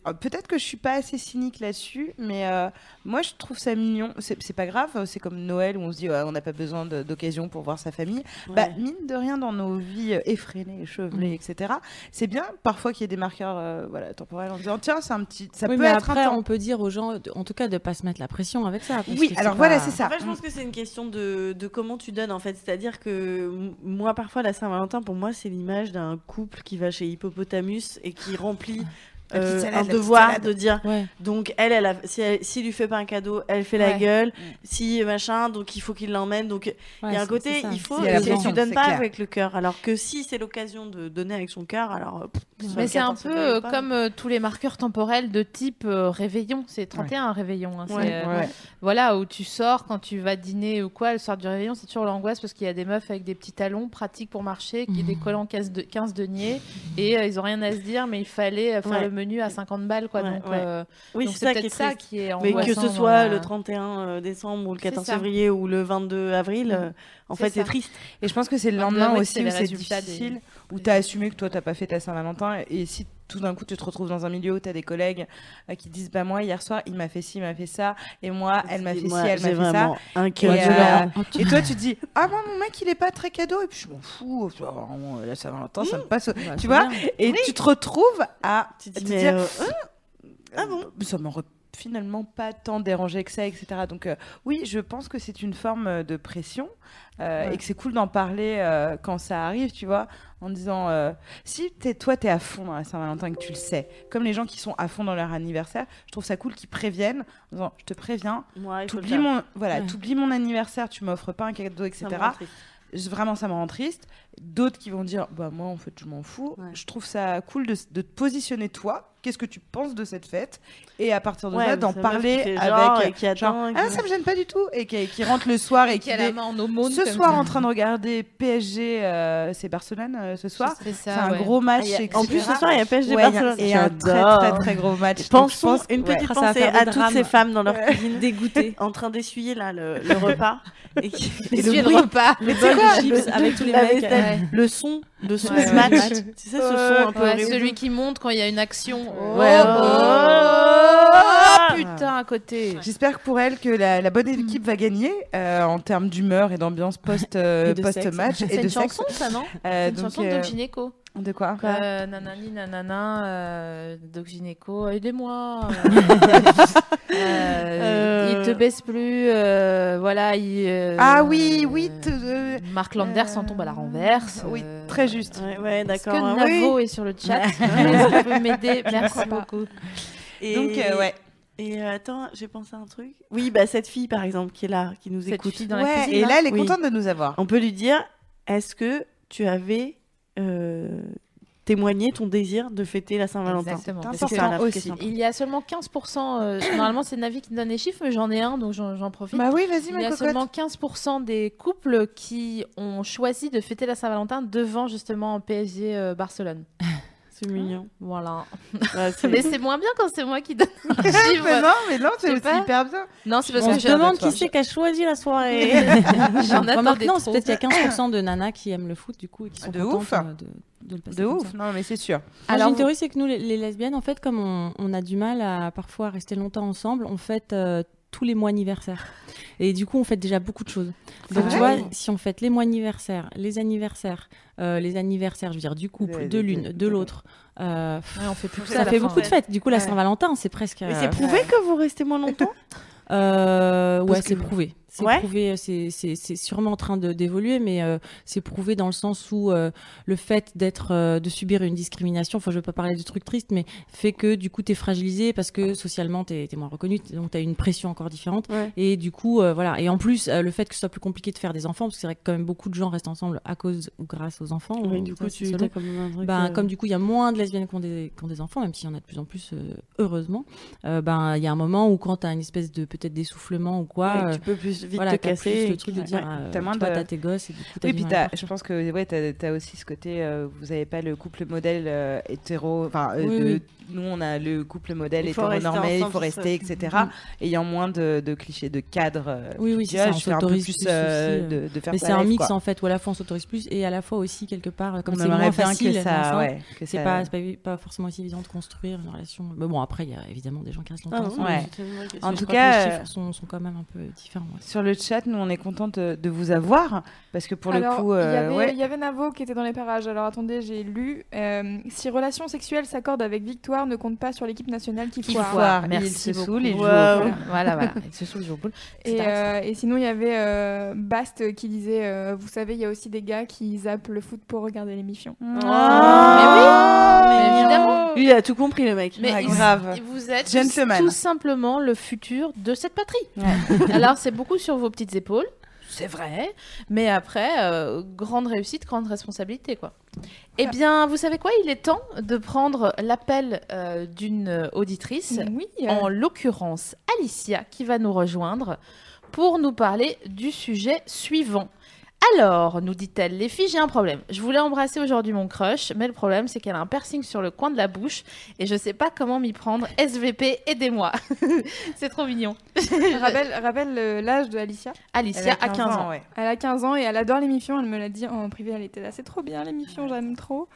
[SPEAKER 2] euh, peut-être que je suis pas assez cynique là-dessus, mais euh, moi je trouve ça mignon. C'est c'est pas grave, c'est comme Noël où on se dit ouais, on n'a pas besoin de- d'occasion pour voir sa famille. Bah,
[SPEAKER 5] Ouais.
[SPEAKER 2] mine de rien, dans nos vies euh, effrénées,
[SPEAKER 4] Mm.
[SPEAKER 2] échevelées, etc., c'est bien parfois qu'il y ait des marqueurs euh, voilà, temporels en disant tiens, c'est un petit. Ça
[SPEAKER 4] Oui,
[SPEAKER 2] peut
[SPEAKER 4] mais
[SPEAKER 2] être
[SPEAKER 4] après,
[SPEAKER 2] un temps.
[SPEAKER 4] on peut dire aux gens, de- en tout cas, de pas se mettre la pression avec ça. parce
[SPEAKER 2] Oui,
[SPEAKER 4] que
[SPEAKER 2] alors voilà,
[SPEAKER 4] pas-
[SPEAKER 2] c'est ça.
[SPEAKER 5] En fait, je pense que c'est une question de, de comment tu donnes, en fait. C'est-à-dire que m- moi, parfois, la Saint-Valentin, pour moi, c'est l'image d'un couple qui va chez Hippopotamus et qui remplit
[SPEAKER 2] La petite
[SPEAKER 5] euh,
[SPEAKER 2] salade, la
[SPEAKER 5] un
[SPEAKER 2] petite
[SPEAKER 5] devoir
[SPEAKER 2] salade.
[SPEAKER 5] de dire
[SPEAKER 4] Ouais.
[SPEAKER 5] donc elle, elle, a- si elle s'il lui fait pas un cadeau, elle fait la
[SPEAKER 1] Ouais.
[SPEAKER 5] gueule, si machin, donc il faut qu'il l'emmène, donc Il y a un côté, il faut que
[SPEAKER 2] C'est la
[SPEAKER 5] tu-
[SPEAKER 2] pression,
[SPEAKER 5] tu donnes
[SPEAKER 2] c'est
[SPEAKER 5] pas
[SPEAKER 2] clair.
[SPEAKER 5] avec le cœur. Alors que si c'est l'occasion de donner avec son cœur, alors. euh, pff,
[SPEAKER 1] Mais c'est un
[SPEAKER 5] 14,
[SPEAKER 1] peu
[SPEAKER 5] ça
[SPEAKER 1] euh,
[SPEAKER 5] donne pas.
[SPEAKER 1] comme euh, tous les marqueurs temporels de type euh, réveillon. C'est 31 réveillon. hein, c'est,
[SPEAKER 5] Ouais.
[SPEAKER 1] euh,
[SPEAKER 2] Ouais.
[SPEAKER 1] Voilà, où tu sors quand tu vas dîner ou quoi, le soir du réveillon, c'est toujours l'angoisse parce qu'il y a des meufs avec des petits talons pratiques pour marcher, qui
[SPEAKER 4] Mhm.
[SPEAKER 1] des collants 15, de, 15 deniers, et euh, ils ont rien à se dire, mais il fallait euh, faire
[SPEAKER 5] Ouais.
[SPEAKER 1] le menu à 50 balles. quoi.
[SPEAKER 5] Ouais,
[SPEAKER 1] donc
[SPEAKER 5] ouais.
[SPEAKER 1] euh,
[SPEAKER 5] Oui,
[SPEAKER 1] donc
[SPEAKER 5] c'est
[SPEAKER 1] c'est
[SPEAKER 5] ça qui
[SPEAKER 1] peut-être
[SPEAKER 5] est
[SPEAKER 1] ça
[SPEAKER 5] triste.
[SPEAKER 1] qui est
[SPEAKER 5] Mais que
[SPEAKER 1] angoissant
[SPEAKER 5] ce
[SPEAKER 1] dans
[SPEAKER 5] soit
[SPEAKER 1] la-
[SPEAKER 5] le 31 euh, décembre ou le
[SPEAKER 1] C'est
[SPEAKER 5] 14
[SPEAKER 1] ça.
[SPEAKER 5] février ou le 22 avril,
[SPEAKER 1] Mhm.
[SPEAKER 5] euh, en
[SPEAKER 1] C'est
[SPEAKER 5] fait, c'est
[SPEAKER 1] ça.
[SPEAKER 5] triste.
[SPEAKER 2] Et je pense que c'est le
[SPEAKER 1] Enfin,
[SPEAKER 2] lendemain
[SPEAKER 1] ouais,
[SPEAKER 2] aussi
[SPEAKER 1] c'est
[SPEAKER 2] où
[SPEAKER 1] les
[SPEAKER 2] c'est
[SPEAKER 1] résultats des-
[SPEAKER 2] difficile, où tu as assumé que toi, t'as pas fait ta Saint-Valentin hein, et si tout d'un coup tu te retrouves dans un milieu où tu as des collègues euh, qui disent bah moi hier soir il m'a fait ci il m'a fait ça et moi elle m'a fait ci
[SPEAKER 5] Moi,
[SPEAKER 2] elle m'a
[SPEAKER 5] j'ai
[SPEAKER 2] fait ça
[SPEAKER 5] vraiment un
[SPEAKER 2] et,
[SPEAKER 5] cœur
[SPEAKER 2] euh,
[SPEAKER 5] violent.
[SPEAKER 2] et toi tu te dis ah moi mon mec il est pas très cadeau et puis je m'en fous ça, vraiment, la Saint-Valentin ça me passe au-
[SPEAKER 5] Bah,
[SPEAKER 2] tu vois et tu te retrouves à
[SPEAKER 5] Tu te
[SPEAKER 2] te
[SPEAKER 5] dis, mais,
[SPEAKER 2] dire
[SPEAKER 5] euh,
[SPEAKER 2] ah bon ça m'aurait finalement pas tant dérangé que ça etc donc euh, oui je pense que c'est une forme euh, de pression euh,
[SPEAKER 5] Ouais.
[SPEAKER 2] et que c'est cool d'en parler euh, quand ça arrive tu vois en disant euh, si t'es, toi t'es à fond dans la Saint-Valentin et que tu le sais comme les gens qui sont à fond dans leur anniversaire je trouve ça cool qu'ils préviennent en disant je te préviens
[SPEAKER 5] Moi, il faut le
[SPEAKER 2] t'oublies
[SPEAKER 5] faire.
[SPEAKER 2] mon voilà
[SPEAKER 4] Ouais.
[SPEAKER 2] t'oublies mon anniversaire tu m'offres pas un cadeau
[SPEAKER 5] Ça
[SPEAKER 2] etc
[SPEAKER 5] me rend triste.
[SPEAKER 2] je- vraiment ça me rend triste. D'autres qui vont dire bah moi en fait je m'en fous.
[SPEAKER 5] Ouais.
[SPEAKER 2] Je trouve ça cool de, de te positionner toi. Qu'est-ce que tu penses de cette fête Et à partir de
[SPEAKER 5] Ouais,
[SPEAKER 2] là
[SPEAKER 5] mais
[SPEAKER 2] d'en
[SPEAKER 5] ça veut dire qu'il
[SPEAKER 2] parler
[SPEAKER 5] fait genre et
[SPEAKER 2] avec
[SPEAKER 5] qu'il attend
[SPEAKER 2] genre,
[SPEAKER 5] et
[SPEAKER 2] ah
[SPEAKER 5] qu'il-
[SPEAKER 2] ça me gêne pas du tout et qui, qui rentre le soir et qui
[SPEAKER 1] Qui a la
[SPEAKER 2] est
[SPEAKER 1] main en aumône.
[SPEAKER 2] ce soir en train de regarder PSG euh, c'est Barcelone euh, ce soir.
[SPEAKER 1] C'est
[SPEAKER 2] C'est
[SPEAKER 1] ça.
[SPEAKER 2] un
[SPEAKER 1] ouais.
[SPEAKER 2] gros match.
[SPEAKER 5] Ah, il y a-
[SPEAKER 2] etc.
[SPEAKER 5] En plus, ce soir, il y a pêche des
[SPEAKER 2] Ouais, il y a-
[SPEAKER 5] Barcelone.
[SPEAKER 2] et un très très très gros match. Donc, je
[SPEAKER 5] Pensons
[SPEAKER 2] pense-
[SPEAKER 5] une
[SPEAKER 2] ouais.
[SPEAKER 5] petite
[SPEAKER 3] Ah, ça va
[SPEAKER 5] pensée
[SPEAKER 3] faire des
[SPEAKER 5] à toutes
[SPEAKER 3] drames.
[SPEAKER 5] ces femmes dans leur cuisine
[SPEAKER 3] Dégoûté.
[SPEAKER 5] en train d'essuyer là le, le repas et, qui- et
[SPEAKER 1] Essuyer le
[SPEAKER 5] bruit,
[SPEAKER 1] repas.
[SPEAKER 5] le bol de
[SPEAKER 2] quoi,
[SPEAKER 5] chips
[SPEAKER 3] le-
[SPEAKER 5] avec tous les
[SPEAKER 3] la
[SPEAKER 5] mecs,
[SPEAKER 3] vaisselle.
[SPEAKER 1] Ouais.
[SPEAKER 5] le son de son
[SPEAKER 1] Ouais, ouais.
[SPEAKER 5] match, tu sais ce
[SPEAKER 2] Ouais.
[SPEAKER 5] son un peu
[SPEAKER 1] Ouais,
[SPEAKER 5] horrible.
[SPEAKER 1] celui qui monte quand il y a une action. Oh,
[SPEAKER 5] Ouais.
[SPEAKER 1] oh, putain, à côté.
[SPEAKER 2] bah. J'espère que pour elle que la, la bonne équipe va gagner euh, en termes d'humeur et d'ambiance post
[SPEAKER 3] Et de
[SPEAKER 2] post match
[SPEAKER 1] C'est
[SPEAKER 2] Euh, et
[SPEAKER 1] une
[SPEAKER 2] de sexe.
[SPEAKER 1] chanson, ça, non
[SPEAKER 2] Euh,
[SPEAKER 1] C'est une
[SPEAKER 2] donc,
[SPEAKER 1] chanson de
[SPEAKER 2] euh,
[SPEAKER 1] Doc Gynéco.
[SPEAKER 2] de quoi
[SPEAKER 1] Euh, nanani, nanana, euh, Doc Gynéco, aidez-moi. euh, euh,
[SPEAKER 5] Euh.
[SPEAKER 1] Il te baisse plus, euh, voilà. Il, euh,
[SPEAKER 2] Ah oui, oui.
[SPEAKER 1] euh,
[SPEAKER 2] t- euh,
[SPEAKER 1] Marc Landers en tombe à la renverse.
[SPEAKER 2] Oui,
[SPEAKER 1] euh,
[SPEAKER 2] très juste.
[SPEAKER 5] Ouais, ouais,
[SPEAKER 1] Est-ce que
[SPEAKER 5] d'accord. hein, oui.
[SPEAKER 1] Navo est sur le chat Est-ce que vous pouvez m'aider Merci
[SPEAKER 3] crois pas.
[SPEAKER 1] beaucoup.
[SPEAKER 5] Et-
[SPEAKER 2] Donc euh, ouais.
[SPEAKER 5] Et euh, attends, j'ai pensé à un truc. Oui, bah cette fille par exemple qui est là, qui nous
[SPEAKER 1] Cette
[SPEAKER 5] écoute.
[SPEAKER 1] fille dans la
[SPEAKER 2] Ouais,
[SPEAKER 1] cuisine,
[SPEAKER 2] et
[SPEAKER 1] hein.
[SPEAKER 2] là, elle est
[SPEAKER 5] Oui.
[SPEAKER 2] contente de nous avoir.
[SPEAKER 5] On peut lui dire est-ce que tu avais euh, témoigné ton désir de fêter la Saint-Valentin
[SPEAKER 1] Exactement.
[SPEAKER 2] C'est
[SPEAKER 1] Parce
[SPEAKER 5] que-
[SPEAKER 2] important
[SPEAKER 5] Parce que-
[SPEAKER 2] aussi.
[SPEAKER 1] Il y a seulement 15%, euh, normalement c'est Navi qui donne les chiffres, mais j'en ai un, donc j'en j'en profite.
[SPEAKER 2] Bah oui, vas-y,
[SPEAKER 1] Il y
[SPEAKER 2] ma
[SPEAKER 1] a
[SPEAKER 2] cocotte.
[SPEAKER 1] seulement 15% des couples qui ont choisi de fêter la Saint-Valentin devant justement PSG euh, Barcelone. Hein
[SPEAKER 5] C'est mignon.
[SPEAKER 1] Voilà.
[SPEAKER 5] Ouais, c'est-
[SPEAKER 1] Mais c'est moins bien quand c'est moi qui donne les
[SPEAKER 2] mais
[SPEAKER 1] chiffres.
[SPEAKER 2] non, mais non, c'est
[SPEAKER 1] Je sais
[SPEAKER 2] c'est
[SPEAKER 1] pas.
[SPEAKER 2] hyper bien.
[SPEAKER 1] Non, c'est parce
[SPEAKER 2] On
[SPEAKER 1] que
[SPEAKER 2] se
[SPEAKER 1] je
[SPEAKER 2] demande
[SPEAKER 3] demande
[SPEAKER 2] qui
[SPEAKER 3] qui
[SPEAKER 2] c'est
[SPEAKER 3] c'est qui a choisi la soirée.
[SPEAKER 1] J'en attendais
[SPEAKER 4] non,
[SPEAKER 1] trop.
[SPEAKER 4] c'est peut-être qu'il y a 15% de nanas qui aiment le foot du coup et qui sont
[SPEAKER 2] De
[SPEAKER 4] contentes,
[SPEAKER 2] ouf.
[SPEAKER 4] euh, de, de le passer
[SPEAKER 2] De
[SPEAKER 4] comme
[SPEAKER 2] ouf.
[SPEAKER 4] ça.
[SPEAKER 2] Non, mais c'est sûr.
[SPEAKER 4] Moi,
[SPEAKER 1] Alors,
[SPEAKER 4] j'ai une
[SPEAKER 1] vous-
[SPEAKER 4] théorie, c'est que nous, les, les lesbiennes, en fait, comme on, on a du mal à parfois rester longtemps ensemble, on fête euh, tous les mois anniversaires. Et du coup, on fête déjà beaucoup de choses.
[SPEAKER 1] Ah
[SPEAKER 4] Donc, tu vois,
[SPEAKER 2] vrai
[SPEAKER 4] si on fête les mois anniversaires, les anniversaires, euh, les anniversaires, je veux dire, du couple,
[SPEAKER 2] Des-
[SPEAKER 4] de
[SPEAKER 2] des-
[SPEAKER 4] l'une,
[SPEAKER 2] des-
[SPEAKER 4] de l'autre, euh, pff,
[SPEAKER 1] Ouais, on fait plus que ça.
[SPEAKER 4] ça
[SPEAKER 1] à la
[SPEAKER 4] fait
[SPEAKER 1] fin.
[SPEAKER 4] beaucoup de fêtes. Du coup, la
[SPEAKER 2] Ouais.
[SPEAKER 4] Saint-Valentin, c'est presque.
[SPEAKER 5] Mais
[SPEAKER 4] euh,
[SPEAKER 5] c'est prouvé que vous restez moins longtemps
[SPEAKER 4] euh, ouais,
[SPEAKER 5] Parce
[SPEAKER 4] c'est
[SPEAKER 5] que-
[SPEAKER 4] prouvé. C'est
[SPEAKER 5] Ouais.
[SPEAKER 4] prouvé. euh, C'est c'est c'est sûrement en train de d'évoluer, mais euh, c'est prouvé dans le sens où euh, le fait d'être euh, de subir une discrimination. Enfin, je veux pas parler de trucs tristes, mais fait que du coup t'es fragilisé parce que socialement t'es t'es moins reconnu, t- donc t'as une pression encore différente.
[SPEAKER 5] Ouais.
[SPEAKER 4] Et du coup, euh, voilà. Et en plus, euh, le fait que ce soit plus compliqué de faire des enfants, parce que c'est vrai que quand même beaucoup de gens restent ensemble à cause ou grâce aux enfants. ou- ça, c'est selon.
[SPEAKER 5] comme un truc.
[SPEAKER 4] Ben, Comme du coup, il y a moins de lesbiennes qui ont des, qui ont des enfants, même s'il y en a de plus en plus, euh, heureusement, euh, ben, il y a un moment où quand tu as une espèce de peut-être d'essoufflement ou quoi, euh,
[SPEAKER 5] tu peux plus vite
[SPEAKER 4] voilà,
[SPEAKER 5] te
[SPEAKER 4] t'as
[SPEAKER 5] casser.
[SPEAKER 4] plus
[SPEAKER 5] et
[SPEAKER 4] le truc de
[SPEAKER 5] que-
[SPEAKER 4] dire,
[SPEAKER 5] ouais.
[SPEAKER 4] euh,
[SPEAKER 2] t'as moins
[SPEAKER 4] toi,
[SPEAKER 2] de-
[SPEAKER 4] t'as tes gosses et du coup, t'as
[SPEAKER 2] Oui,
[SPEAKER 4] du
[SPEAKER 2] puis
[SPEAKER 4] mal à
[SPEAKER 2] t'as-
[SPEAKER 4] partir.
[SPEAKER 2] je pense que ouais, t'as as aussi ce côté, euh, vous avez pas le couple modèle euh, hétéro, enfin euh,
[SPEAKER 4] Oui,
[SPEAKER 2] de-
[SPEAKER 4] oui.
[SPEAKER 2] nous on a le couple modèle
[SPEAKER 5] Il faut rester
[SPEAKER 2] hétéronormé, il
[SPEAKER 5] ensemble,
[SPEAKER 2] faut
[SPEAKER 5] c'est
[SPEAKER 2] rester, etc. Ayant moins de, de clichés, de cadres. euh,
[SPEAKER 4] Mm, Oui,
[SPEAKER 2] tu
[SPEAKER 4] oui,
[SPEAKER 2] te
[SPEAKER 4] c'est
[SPEAKER 2] dis, ah,
[SPEAKER 4] ça, on
[SPEAKER 2] je fais un peu
[SPEAKER 4] s'autorise
[SPEAKER 2] plus
[SPEAKER 4] plus aussi,
[SPEAKER 2] euh,
[SPEAKER 4] euh,
[SPEAKER 2] de, de faire
[SPEAKER 4] Mais
[SPEAKER 2] ça
[SPEAKER 4] c'est un
[SPEAKER 2] live,
[SPEAKER 4] mix
[SPEAKER 2] quoi.
[SPEAKER 4] en fait, où à la fois on s'autorise plus et à la fois aussi quelque part, euh, comme
[SPEAKER 2] On
[SPEAKER 4] c'est
[SPEAKER 2] aimerait
[SPEAKER 4] moins
[SPEAKER 2] bien
[SPEAKER 4] facile,
[SPEAKER 2] que
[SPEAKER 4] d'être
[SPEAKER 2] ça,
[SPEAKER 4] enceinte,
[SPEAKER 2] ouais, que
[SPEAKER 4] c'est
[SPEAKER 2] ça-
[SPEAKER 4] pas, c'est pas, pas forcément aussi évident de construire une relation. Mais bon, après, il y a évidemment des gens qui restent longtemps
[SPEAKER 5] Ah, non,
[SPEAKER 4] ensemble.
[SPEAKER 2] Ouais.
[SPEAKER 5] mais c'est une vraie question.
[SPEAKER 2] En
[SPEAKER 4] Je
[SPEAKER 2] tout
[SPEAKER 4] crois que
[SPEAKER 2] cas,
[SPEAKER 4] les
[SPEAKER 2] euh,
[SPEAKER 4] chiffres sont, sont quand même un peu différents. ouais.
[SPEAKER 2] sur le chat, nous on est content de, de vous avoir parce que pour
[SPEAKER 6] alors,
[SPEAKER 2] le coup,
[SPEAKER 6] il y
[SPEAKER 2] euh,
[SPEAKER 6] avait-
[SPEAKER 2] ouais.
[SPEAKER 6] il y avait Navo qui était dans les parages. Alors attendez, j'ai lu. euh, si relation sexuelle s'accorde avec victoire, ne compte pas sur l'équipe nationale qui,
[SPEAKER 1] Qui
[SPEAKER 6] foire.
[SPEAKER 1] foire.
[SPEAKER 2] Ils
[SPEAKER 1] Merci
[SPEAKER 2] se
[SPEAKER 1] beaucoup.
[SPEAKER 2] saoulent, ils jouent au
[SPEAKER 5] Waouh.
[SPEAKER 2] foot.
[SPEAKER 1] Voilà, voilà. Et ce soir, je vous
[SPEAKER 6] Et,
[SPEAKER 1] C'est
[SPEAKER 6] euh, et sinon, il y avait euh, Bast qui disait euh, Vous savez, il y a aussi des gars qui zappent le foot pour regarder l'émission.
[SPEAKER 1] Hmm.
[SPEAKER 2] Oh.
[SPEAKER 1] mais évidemment.
[SPEAKER 5] Lui, il a tout compris, le mec.
[SPEAKER 1] Mais
[SPEAKER 2] Ah,
[SPEAKER 1] il-
[SPEAKER 2] grave.
[SPEAKER 1] Et vous êtes
[SPEAKER 2] Gentleman.
[SPEAKER 1] tout simplement le futur de cette patrie. Alors, c'est beaucoup sur vos petites épaules. C'est vrai, mais après, euh, grande réussite, grande responsabilité, quoi. Eh bien, vous savez quoi Il est temps de prendre l'appel euh, d'une auditrice,
[SPEAKER 6] Oui.
[SPEAKER 2] euh.
[SPEAKER 1] en l'occurrence Alicia, qui va nous rejoindre pour nous parler du sujet suivant. Alors, nous dit-elle, les filles, j'ai un problème. Je voulais embrasser aujourd'hui mon crush, mais le problème, c'est qu'elle a un piercing sur le coin de la bouche et je sais pas comment m'y prendre. SVP, aidez-moi. c'est trop mignon.
[SPEAKER 6] rappelle rappelle euh, l'âge de Alicia.
[SPEAKER 1] Alicia a 15 ans.
[SPEAKER 2] ouais.
[SPEAKER 6] Elle a 15 ans et elle adore les Miffions. Elle me l'a dit en privé, elle était là. C'est trop bien les Miffions, j'aime trop.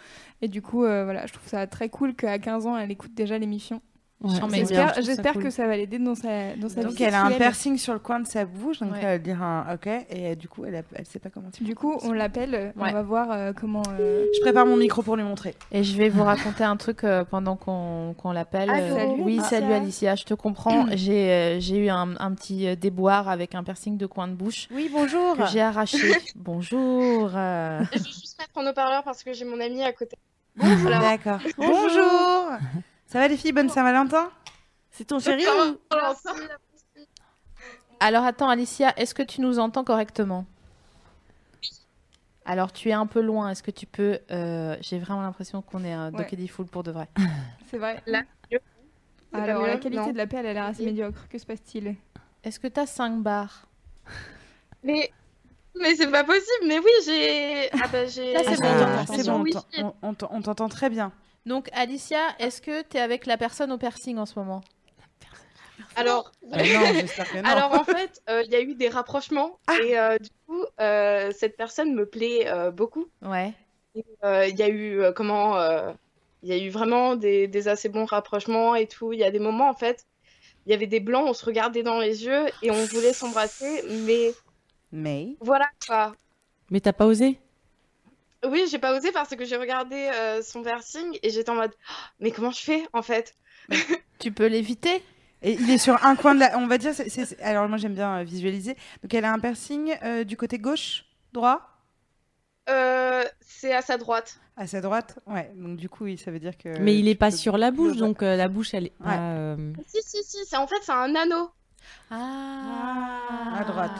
[SPEAKER 6] Et du coup, euh, voilà, je trouve ça très cool qu'à 15 ans, elle écoute déjà les Miffions.
[SPEAKER 1] Non,
[SPEAKER 4] bien, je
[SPEAKER 1] mais
[SPEAKER 6] J'espère
[SPEAKER 4] trouve ça
[SPEAKER 6] j'espère
[SPEAKER 4] cool.
[SPEAKER 6] que ça va l'aider dans sa, dans sa
[SPEAKER 2] Donc
[SPEAKER 6] vie
[SPEAKER 2] elle a un
[SPEAKER 6] sexuelle.
[SPEAKER 2] piercing sur le coin de sa bouche, donc
[SPEAKER 1] Ouais.
[SPEAKER 2] elle va dire un ok, et euh, du coup elle, a- elle sait pas comment. tu-
[SPEAKER 6] Du coup, on l'appelle, euh,
[SPEAKER 1] Ouais.
[SPEAKER 6] on va voir euh, comment. euh,
[SPEAKER 2] Je prépare mon micro pour lui montrer.
[SPEAKER 1] Et je vais vous raconter un truc euh, pendant qu'on qu'on l'appelle. Euh,
[SPEAKER 6] Allô,
[SPEAKER 1] oui,
[SPEAKER 2] Ah.
[SPEAKER 6] Alicia.
[SPEAKER 1] salut Alicia, je te comprends. j'ai euh, j'ai eu un, un petit euh, déboire avec un piercing de coin de bouche
[SPEAKER 7] Oui, bonjour.
[SPEAKER 1] que j'ai arraché. Bonjour. euh.
[SPEAKER 3] Je vais juste mettre en haut-parleur parce que j'ai mon ami à côté. Alors,
[SPEAKER 2] D'accord. Bonjour. Ça va les filles, bonne Saint-Valentin
[SPEAKER 5] C'est ton chéri
[SPEAKER 3] Euh, comment
[SPEAKER 5] ou...
[SPEAKER 3] on lance la musique
[SPEAKER 1] Alors attends Alicia, est-ce que tu nous entends correctement alors tu es un peu loin, est-ce que tu peux... euh, J'ai vraiment l'impression qu'on est euh, un
[SPEAKER 6] Ouais.
[SPEAKER 1] Doc Fool pour de vrai.
[SPEAKER 6] C'est vrai.
[SPEAKER 3] Là, mieux. C'est pas
[SPEAKER 6] Alors,
[SPEAKER 3] mieux
[SPEAKER 6] la qualité
[SPEAKER 3] Non.
[SPEAKER 6] de l'appel, elle a l'air assez médiocre. Que se passe-t-il
[SPEAKER 1] Est-ce que t'as 5 barres
[SPEAKER 3] Mais, mais c'est pas possible. Mais oui, j'ai. Ah bah j'ai.
[SPEAKER 1] Là, c'est bon,
[SPEAKER 3] j'ai
[SPEAKER 2] Ah,
[SPEAKER 1] on
[SPEAKER 3] un
[SPEAKER 1] t'entend,
[SPEAKER 2] c'est
[SPEAKER 3] sur
[SPEAKER 2] bon, on
[SPEAKER 3] Wi-Fi.
[SPEAKER 2] t'en- on- on t'en- on t'entend très bien.
[SPEAKER 1] Donc Alicia, est-ce que t'es avec la personne au piercing en ce moment
[SPEAKER 3] Alors,
[SPEAKER 2] Euh, non, j'espère que non.
[SPEAKER 3] alors en fait, euh, il y a eu des rapprochements et euh, du coup, euh, cette personne me plaît euh, beaucoup.
[SPEAKER 1] Ouais.
[SPEAKER 3] Euh, Il y a eu euh, comment euh, Il y a eu vraiment des, des assez bons rapprochements et tout. Il y a des moments en fait, il y avait des blancs, on se regardait dans les yeux et on voulait s'embrasser, mais
[SPEAKER 2] Mais
[SPEAKER 3] voilà quoi.
[SPEAKER 4] Mais t'as pas osé
[SPEAKER 3] Oui, j'ai pas osé parce que j'ai regardé euh, son piercing et j'étais en mode Ah, mais comment je fais en fait
[SPEAKER 1] Tu peux l'éviter
[SPEAKER 2] et il est sur un coin de la. On va dire. c'est- c'est- c'est- Alors moi j'aime bien euh, visualiser. Donc elle a un piercing euh, du côté gauche, droit,
[SPEAKER 3] Euh, C'est à sa droite.
[SPEAKER 2] à sa droite. Ouais. Donc du coup oui, ça veut dire que.
[SPEAKER 4] Mais il
[SPEAKER 2] euh, tu
[SPEAKER 4] est pas
[SPEAKER 2] peux-
[SPEAKER 4] sur la bouche,
[SPEAKER 2] Ouais.
[SPEAKER 4] donc euh, la bouche, elle est pas,
[SPEAKER 2] Ouais.
[SPEAKER 4] euh,
[SPEAKER 3] Si si si, c'est en fait c'est un anneau.
[SPEAKER 1] Ah
[SPEAKER 2] À droite.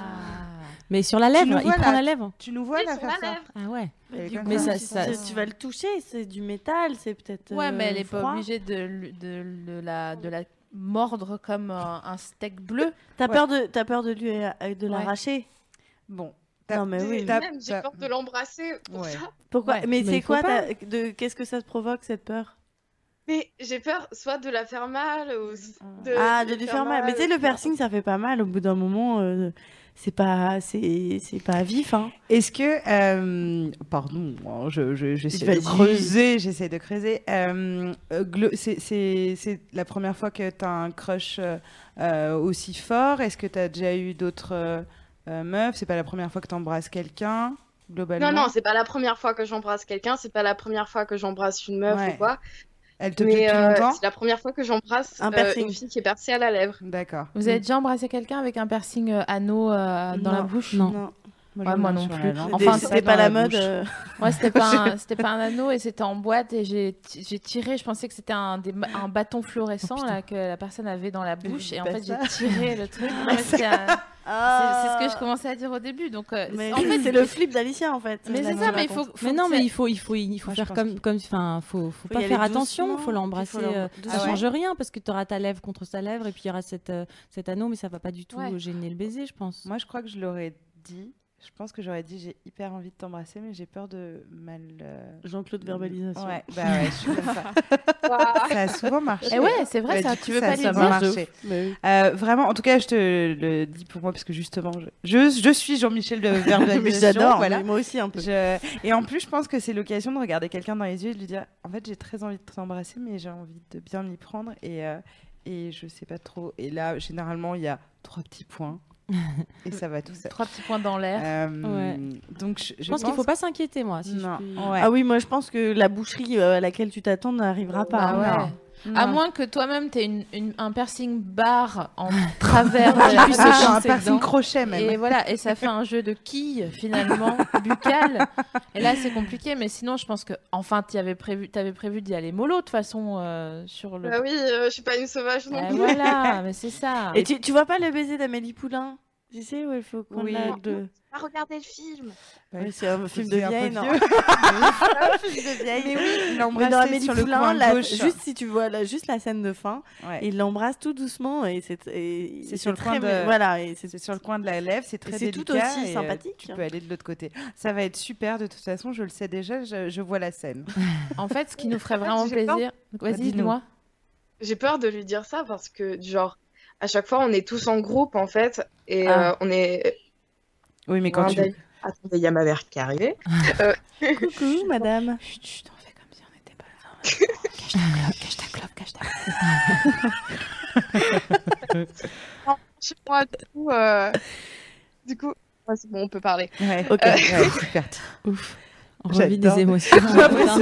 [SPEAKER 4] Mais sur la
[SPEAKER 2] Tu nous
[SPEAKER 4] lèvre, il
[SPEAKER 2] vois,
[SPEAKER 4] prend
[SPEAKER 2] là
[SPEAKER 4] la lèvre.
[SPEAKER 2] Tu nous vois
[SPEAKER 3] Oui,
[SPEAKER 2] là
[SPEAKER 3] sur
[SPEAKER 2] faire
[SPEAKER 3] la
[SPEAKER 2] ça
[SPEAKER 3] lèvre.
[SPEAKER 4] Ah ouais.
[SPEAKER 2] Elle est
[SPEAKER 5] Du
[SPEAKER 2] comme
[SPEAKER 4] Mais
[SPEAKER 5] coup,
[SPEAKER 4] ça-
[SPEAKER 5] tu-
[SPEAKER 4] ça-
[SPEAKER 5] tu- Tu vas le toucher, c'est du métal, c'est peut-être.
[SPEAKER 1] Ouais, mais elle
[SPEAKER 4] Euh,
[SPEAKER 1] est pas
[SPEAKER 4] froid.
[SPEAKER 1] obligée de, l- de, de la, de la mordre comme euh, un, un steak bleu.
[SPEAKER 5] T'as
[SPEAKER 2] Ouais.
[SPEAKER 5] peur de, t'as peur de lui, euh, de l'arracher.
[SPEAKER 2] Bon.
[SPEAKER 5] Non, mais oui.
[SPEAKER 2] t'as-
[SPEAKER 3] Même j'ai
[SPEAKER 2] t'as-
[SPEAKER 3] peur de l'embrasser pour
[SPEAKER 2] Ouais.
[SPEAKER 3] ça.
[SPEAKER 5] Pourquoi
[SPEAKER 1] Ouais,
[SPEAKER 5] Mais
[SPEAKER 4] mais
[SPEAKER 5] c'est
[SPEAKER 4] il faut
[SPEAKER 5] quoi
[SPEAKER 4] pas.
[SPEAKER 5] ta- de Qu'est-ce que ça te provoque cette peur
[SPEAKER 3] Mais j'ai peur soit de la faire mal ou s- Euh, de
[SPEAKER 5] Ah, de lui faire mal. Mais tu sais, le piercing, ça fait pas mal. Au bout d'un moment, euh, c'est pas, c'est, c'est pas vif. Hein.
[SPEAKER 2] Est-ce que, euh, pardon, hein, je- je- j'essaie de
[SPEAKER 5] Vas-y.
[SPEAKER 2] creuser, j'essaie de creuser. Euh, euh, glo- c'est- c'est c'est la première fois que tu as un crush euh, euh, aussi fort. Est-ce que tu as déjà eu d'autres euh, euh, meufs C'est pas la première fois que tu embrasses quelqu'un,
[SPEAKER 3] Non
[SPEAKER 2] globalement.
[SPEAKER 3] non, c'est pas la première fois que j'embrasse quelqu'un, c'est pas la première fois que j'embrasse une meuf
[SPEAKER 2] Ouais.
[SPEAKER 3] ou quoi.
[SPEAKER 2] Elle te plaît
[SPEAKER 3] mais
[SPEAKER 2] depuis
[SPEAKER 3] euh,
[SPEAKER 2] longtemps
[SPEAKER 3] c'est la première fois que j'embrasse
[SPEAKER 5] Un
[SPEAKER 3] euh,
[SPEAKER 5] piercing. Hmm.
[SPEAKER 3] une fille qui est percée à la lèvre.
[SPEAKER 2] D'accord.
[SPEAKER 1] Vous avez déjà embrassé quelqu'un avec un piercing euh, anneau euh, dans la
[SPEAKER 5] Non,
[SPEAKER 1] bouche
[SPEAKER 4] non.
[SPEAKER 2] Moi,
[SPEAKER 1] Ouais,
[SPEAKER 2] j'en ai
[SPEAKER 1] moi
[SPEAKER 2] un
[SPEAKER 1] non
[SPEAKER 2] sur la
[SPEAKER 1] plus.
[SPEAKER 2] langue.
[SPEAKER 1] Enfin,
[SPEAKER 5] Enfin,
[SPEAKER 1] c'est
[SPEAKER 5] c'était
[SPEAKER 1] dans
[SPEAKER 5] pas la,
[SPEAKER 1] la
[SPEAKER 5] mode.
[SPEAKER 1] bouche.
[SPEAKER 5] euh,
[SPEAKER 1] Ouais, c'était pas, un, c'était pas un anneau et c'était en boîte et j'ai, ti- j'ai tiré. Je pensais que c'était un, des, ma- un bâton fluorescent
[SPEAKER 4] Oh,
[SPEAKER 1] là, que la personne avait dans la bouche et en
[SPEAKER 2] Bah,
[SPEAKER 1] fait j'ai
[SPEAKER 2] ça.
[SPEAKER 1] tiré le truc. Non, mais c'est, un- c'est- c'est ce que je commençais à dire au début. Donc, euh,
[SPEAKER 5] Ah. Mais
[SPEAKER 1] en fait,
[SPEAKER 5] c'est le flip d'Alicia en fait.
[SPEAKER 1] Mais
[SPEAKER 5] Là,
[SPEAKER 1] c'est
[SPEAKER 5] tu
[SPEAKER 1] ça,
[SPEAKER 5] me
[SPEAKER 1] mais il faut,
[SPEAKER 5] racontes.
[SPEAKER 1] faut
[SPEAKER 4] Mais
[SPEAKER 1] que
[SPEAKER 4] non, mais
[SPEAKER 1] ça-
[SPEAKER 4] il faut, il faut, il faut
[SPEAKER 2] Moi, je
[SPEAKER 4] faire
[SPEAKER 2] pense
[SPEAKER 4] comme, comme, enfin, faut, faut
[SPEAKER 5] Faut y
[SPEAKER 4] pas
[SPEAKER 5] aller
[SPEAKER 4] faire attention,
[SPEAKER 5] doucement,
[SPEAKER 4] faut l'embrasser.
[SPEAKER 5] il faut l'embr-
[SPEAKER 4] euh,
[SPEAKER 5] doucement.
[SPEAKER 4] ça
[SPEAKER 2] Ah ouais
[SPEAKER 4] change rien parce que tu auras ta lèvre contre sa lèvre et puis il y aura cette, euh, cet anneau, mais ça va pas du tout
[SPEAKER 1] Ouais.
[SPEAKER 4] gêner le baiser, je pense.
[SPEAKER 2] Moi, je crois que je l'aurais dit. Je pense que j'aurais dit j'ai hyper envie de t'embrasser, mais j'ai peur de mal. euh,
[SPEAKER 5] Jean-Claude verbalisation.
[SPEAKER 2] Ouais, bah ouais, je suis comme ça.
[SPEAKER 3] Waouh.
[SPEAKER 2] Ça a souvent marché.
[SPEAKER 1] Eh ouais, c'est vrai,
[SPEAKER 2] Bah,
[SPEAKER 1] ça,
[SPEAKER 2] du
[SPEAKER 1] tu
[SPEAKER 2] coup,
[SPEAKER 1] veux
[SPEAKER 2] ça
[SPEAKER 1] pas
[SPEAKER 2] a
[SPEAKER 1] lui
[SPEAKER 2] souvent
[SPEAKER 1] dire.
[SPEAKER 2] marché. Euh, vraiment, en tout cas, je te le dis pour moi, parce que justement, je, je, je suis Jean-Michel de
[SPEAKER 5] Mais
[SPEAKER 2] verbalisation.
[SPEAKER 5] j'adore,
[SPEAKER 2] voilà.
[SPEAKER 5] mais moi aussi un peu.
[SPEAKER 2] Je- Et en plus, je pense que c'est l'occasion de regarder quelqu'un dans les yeux et de lui dire En fait, j'ai très envie de t'embrasser, mais j'ai envie de bien m'y prendre. Et, euh, et je sais pas trop. Et là, généralement, il y a trois petits points. et ça va tout seul.
[SPEAKER 1] Trois petits points dans l'air.
[SPEAKER 2] Euh, Donc, je,
[SPEAKER 4] Je pense, qu'il faut pas s'inquiéter, moi. Si je
[SPEAKER 2] Non,
[SPEAKER 4] puis-
[SPEAKER 2] ouais.
[SPEAKER 5] Ah oui, moi je pense que la boucherie euh, à laquelle tu t'attends n'arrivera pas.
[SPEAKER 1] Ah
[SPEAKER 5] hein.
[SPEAKER 1] ouais.
[SPEAKER 2] non.
[SPEAKER 1] À
[SPEAKER 2] Non.
[SPEAKER 1] moins que toi-même t'aies une, une- un piercing barre en travers de
[SPEAKER 2] Ah,
[SPEAKER 1] la
[SPEAKER 2] genre
[SPEAKER 1] bouche.
[SPEAKER 2] un piercing crochet, même.
[SPEAKER 1] Et voilà, et ça fait un jeu de quilles finalement, buccal. Et là, c'est compliqué, mais sinon, je pense que enfin, tu avais prévu, t'avais prévu d'y aller mollo de toute façon euh, sur le.
[SPEAKER 3] Bah oui, euh, je suis pas une sauvage non
[SPEAKER 1] Eh
[SPEAKER 3] plus.
[SPEAKER 1] voilà, mais c'est ça.
[SPEAKER 5] Et tu, tu vois pas le baiser d'Amélie Poulain Tu sais où il faut qu'on
[SPEAKER 2] Oui.
[SPEAKER 5] la- de-
[SPEAKER 8] va regarder le film.
[SPEAKER 5] Oui, c'est un film de
[SPEAKER 2] C'est un peu
[SPEAKER 5] vieille, non
[SPEAKER 2] vieux.
[SPEAKER 5] Un film de vieille.
[SPEAKER 2] Mais oui, il
[SPEAKER 5] Mais dans
[SPEAKER 2] l'embrassait
[SPEAKER 5] Amélie
[SPEAKER 2] sur le
[SPEAKER 5] Poulain,
[SPEAKER 2] coin
[SPEAKER 5] la-
[SPEAKER 2] gauche.
[SPEAKER 5] juste si tu vois la, juste la scène de fin,
[SPEAKER 2] Ouais.
[SPEAKER 5] il l'embrasse tout doucement et c'est et-
[SPEAKER 2] C'est sur le
[SPEAKER 5] très
[SPEAKER 2] coin
[SPEAKER 5] mé-
[SPEAKER 2] de-
[SPEAKER 5] voilà et c'est
[SPEAKER 2] C'est sur le coin de la lèvre, c'est
[SPEAKER 5] et
[SPEAKER 2] très
[SPEAKER 5] c'est tout
[SPEAKER 2] délicat.
[SPEAKER 5] aussi
[SPEAKER 2] et, euh,
[SPEAKER 5] sympathique.
[SPEAKER 2] Tu peux aller de l'autre côté. Ça va être super, de toute façon, je le sais déjà, je, je vois la scène.
[SPEAKER 1] En fait, ce qui nous ferait vraiment
[SPEAKER 2] j'ai peur.
[SPEAKER 1] plaisir. Vas-y,
[SPEAKER 2] dis-nous.
[SPEAKER 1] dis-moi.
[SPEAKER 8] J'ai peur de lui dire ça parce que, genre, à chaque fois, on est tous en groupe, en fait, et
[SPEAKER 1] Ah.
[SPEAKER 8] euh, on est...
[SPEAKER 2] Oui, mais quand
[SPEAKER 8] Ouais,
[SPEAKER 2] tu...
[SPEAKER 8] d'ailleurs- Attendez, il y a ma mère qui est arrivée. Euh,
[SPEAKER 5] Coucou madame.
[SPEAKER 1] Chut, chut, on fait comme si on n'était pas là.
[SPEAKER 4] Cache ta clope, cache ta
[SPEAKER 8] chez moi, du coup... euh, Du coup... ouais, c'est bon, on peut parler. Euh,
[SPEAKER 2] Ouais.
[SPEAKER 5] Ok.
[SPEAKER 2] Ouais, super.
[SPEAKER 4] Ouf. On
[SPEAKER 2] J'adore.
[SPEAKER 4] revit des émotions. J'ai
[SPEAKER 2] l'impression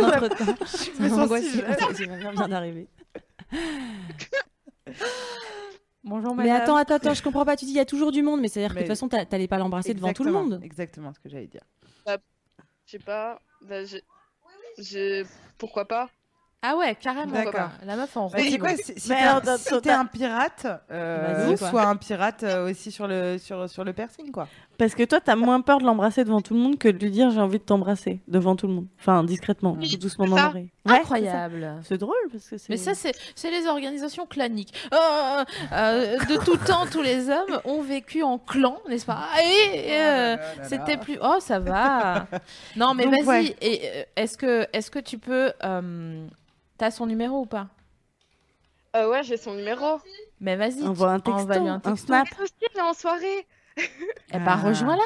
[SPEAKER 4] Je
[SPEAKER 2] me sens si
[SPEAKER 4] vient d'arriver.
[SPEAKER 1] Bonjour,
[SPEAKER 4] Mais attends, attends, attends, je comprends pas. Tu dis il y a toujours du monde, mais c'est-à-dire que de
[SPEAKER 2] Mais-
[SPEAKER 4] toute façon, t'a- t'allais pas l'embrasser devant tout le
[SPEAKER 2] Exactement,
[SPEAKER 4] monde.
[SPEAKER 2] Exactement ce que j'allais dire.
[SPEAKER 8] Je sais pas... bah, je- je- Pourquoi pas
[SPEAKER 1] Ah ouais, carrément.
[SPEAKER 2] D'accord.
[SPEAKER 1] quoi. La meuf en
[SPEAKER 2] Mais
[SPEAKER 1] rose.
[SPEAKER 2] c'est quoi si- Si
[SPEAKER 5] Mais
[SPEAKER 2] t'es
[SPEAKER 5] alors,
[SPEAKER 2] un,
[SPEAKER 5] dans-
[SPEAKER 2] si
[SPEAKER 5] dans-
[SPEAKER 2] t'es un pirate, euh,
[SPEAKER 4] Vas-y, quoi.
[SPEAKER 2] sois un pirate euh, aussi sur le, sur, sur le piercing, quoi.
[SPEAKER 5] Parce que toi, t'as moins peur de l'embrasser devant tout le monde que de lui dire j'ai envie de t'embrasser devant tout le monde. Enfin, discrètement,
[SPEAKER 8] Oui,
[SPEAKER 5] tout doucement
[SPEAKER 8] c'est
[SPEAKER 5] dans
[SPEAKER 8] ça.
[SPEAKER 5] l'oreille. Ouais,
[SPEAKER 1] Incroyable.
[SPEAKER 5] c'est ça. C'est drôle parce que c'est.
[SPEAKER 1] Mais ça, c'est c'est les organisations claniques. Euh, euh, de tout temps, tous les hommes ont vécu en clan, n'est-ce pas
[SPEAKER 2] Ah
[SPEAKER 1] Et euh, c'était plus. Oh, ça va. Non, mais
[SPEAKER 2] Donc,
[SPEAKER 1] vas-y. Et, euh, Est-ce que, est que tu peux. euh, T'as son numéro ou pas
[SPEAKER 8] Euh, ouais, j'ai son numéro.
[SPEAKER 1] Mais vas-y.
[SPEAKER 5] on voit un
[SPEAKER 1] tu-
[SPEAKER 5] texto,
[SPEAKER 1] envoie-lui
[SPEAKER 5] un,
[SPEAKER 1] texto.
[SPEAKER 5] snap.
[SPEAKER 8] Mais aussi, elle est en soirée.
[SPEAKER 1] Eh bah,
[SPEAKER 2] Ah.
[SPEAKER 1] rejoins-la.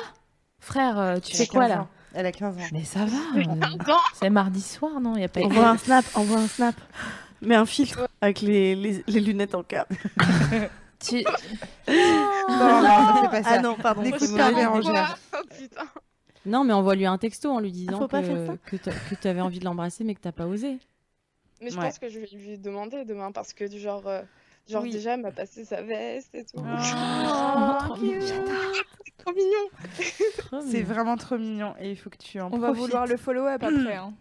[SPEAKER 1] Frère, euh, tu fais quoi là
[SPEAKER 2] Elle a 15 ans.
[SPEAKER 1] Mais ça va. euh,
[SPEAKER 8] Attends.
[SPEAKER 1] C'est mardi soir, non Il y a pas.
[SPEAKER 5] On voit un snap, on voit un snap. Mais un filtre avec les, les, les lunettes en cas.
[SPEAKER 1] Tu-
[SPEAKER 2] Non, non, fais pas ça.
[SPEAKER 5] Ah non, pardon.
[SPEAKER 2] N'écoute
[SPEAKER 5] c'est
[SPEAKER 2] pas
[SPEAKER 5] mauvais.
[SPEAKER 2] Bérangère.
[SPEAKER 8] Oh, putain.
[SPEAKER 4] Non, mais envoie-lui un texto en lui disant
[SPEAKER 5] Ah, faut pas faire ça.
[SPEAKER 4] que, que t'a- que t'avais envie de l'embrasser, mais que t'as pas osé.
[SPEAKER 8] Mais je
[SPEAKER 2] Ouais.
[SPEAKER 8] pense que je vais lui demander demain parce que du genre, euh, genre
[SPEAKER 2] Oui.
[SPEAKER 8] déjà, elle m'a passé sa veste et tout.
[SPEAKER 5] Oh,
[SPEAKER 4] Trop mignon.
[SPEAKER 8] Trop mignon.
[SPEAKER 1] Oh,
[SPEAKER 4] Trop
[SPEAKER 2] C'est
[SPEAKER 4] mignon.
[SPEAKER 2] vraiment trop mignon et il faut que tu en Hmm.
[SPEAKER 6] On va vouloir le follow-up après. hein.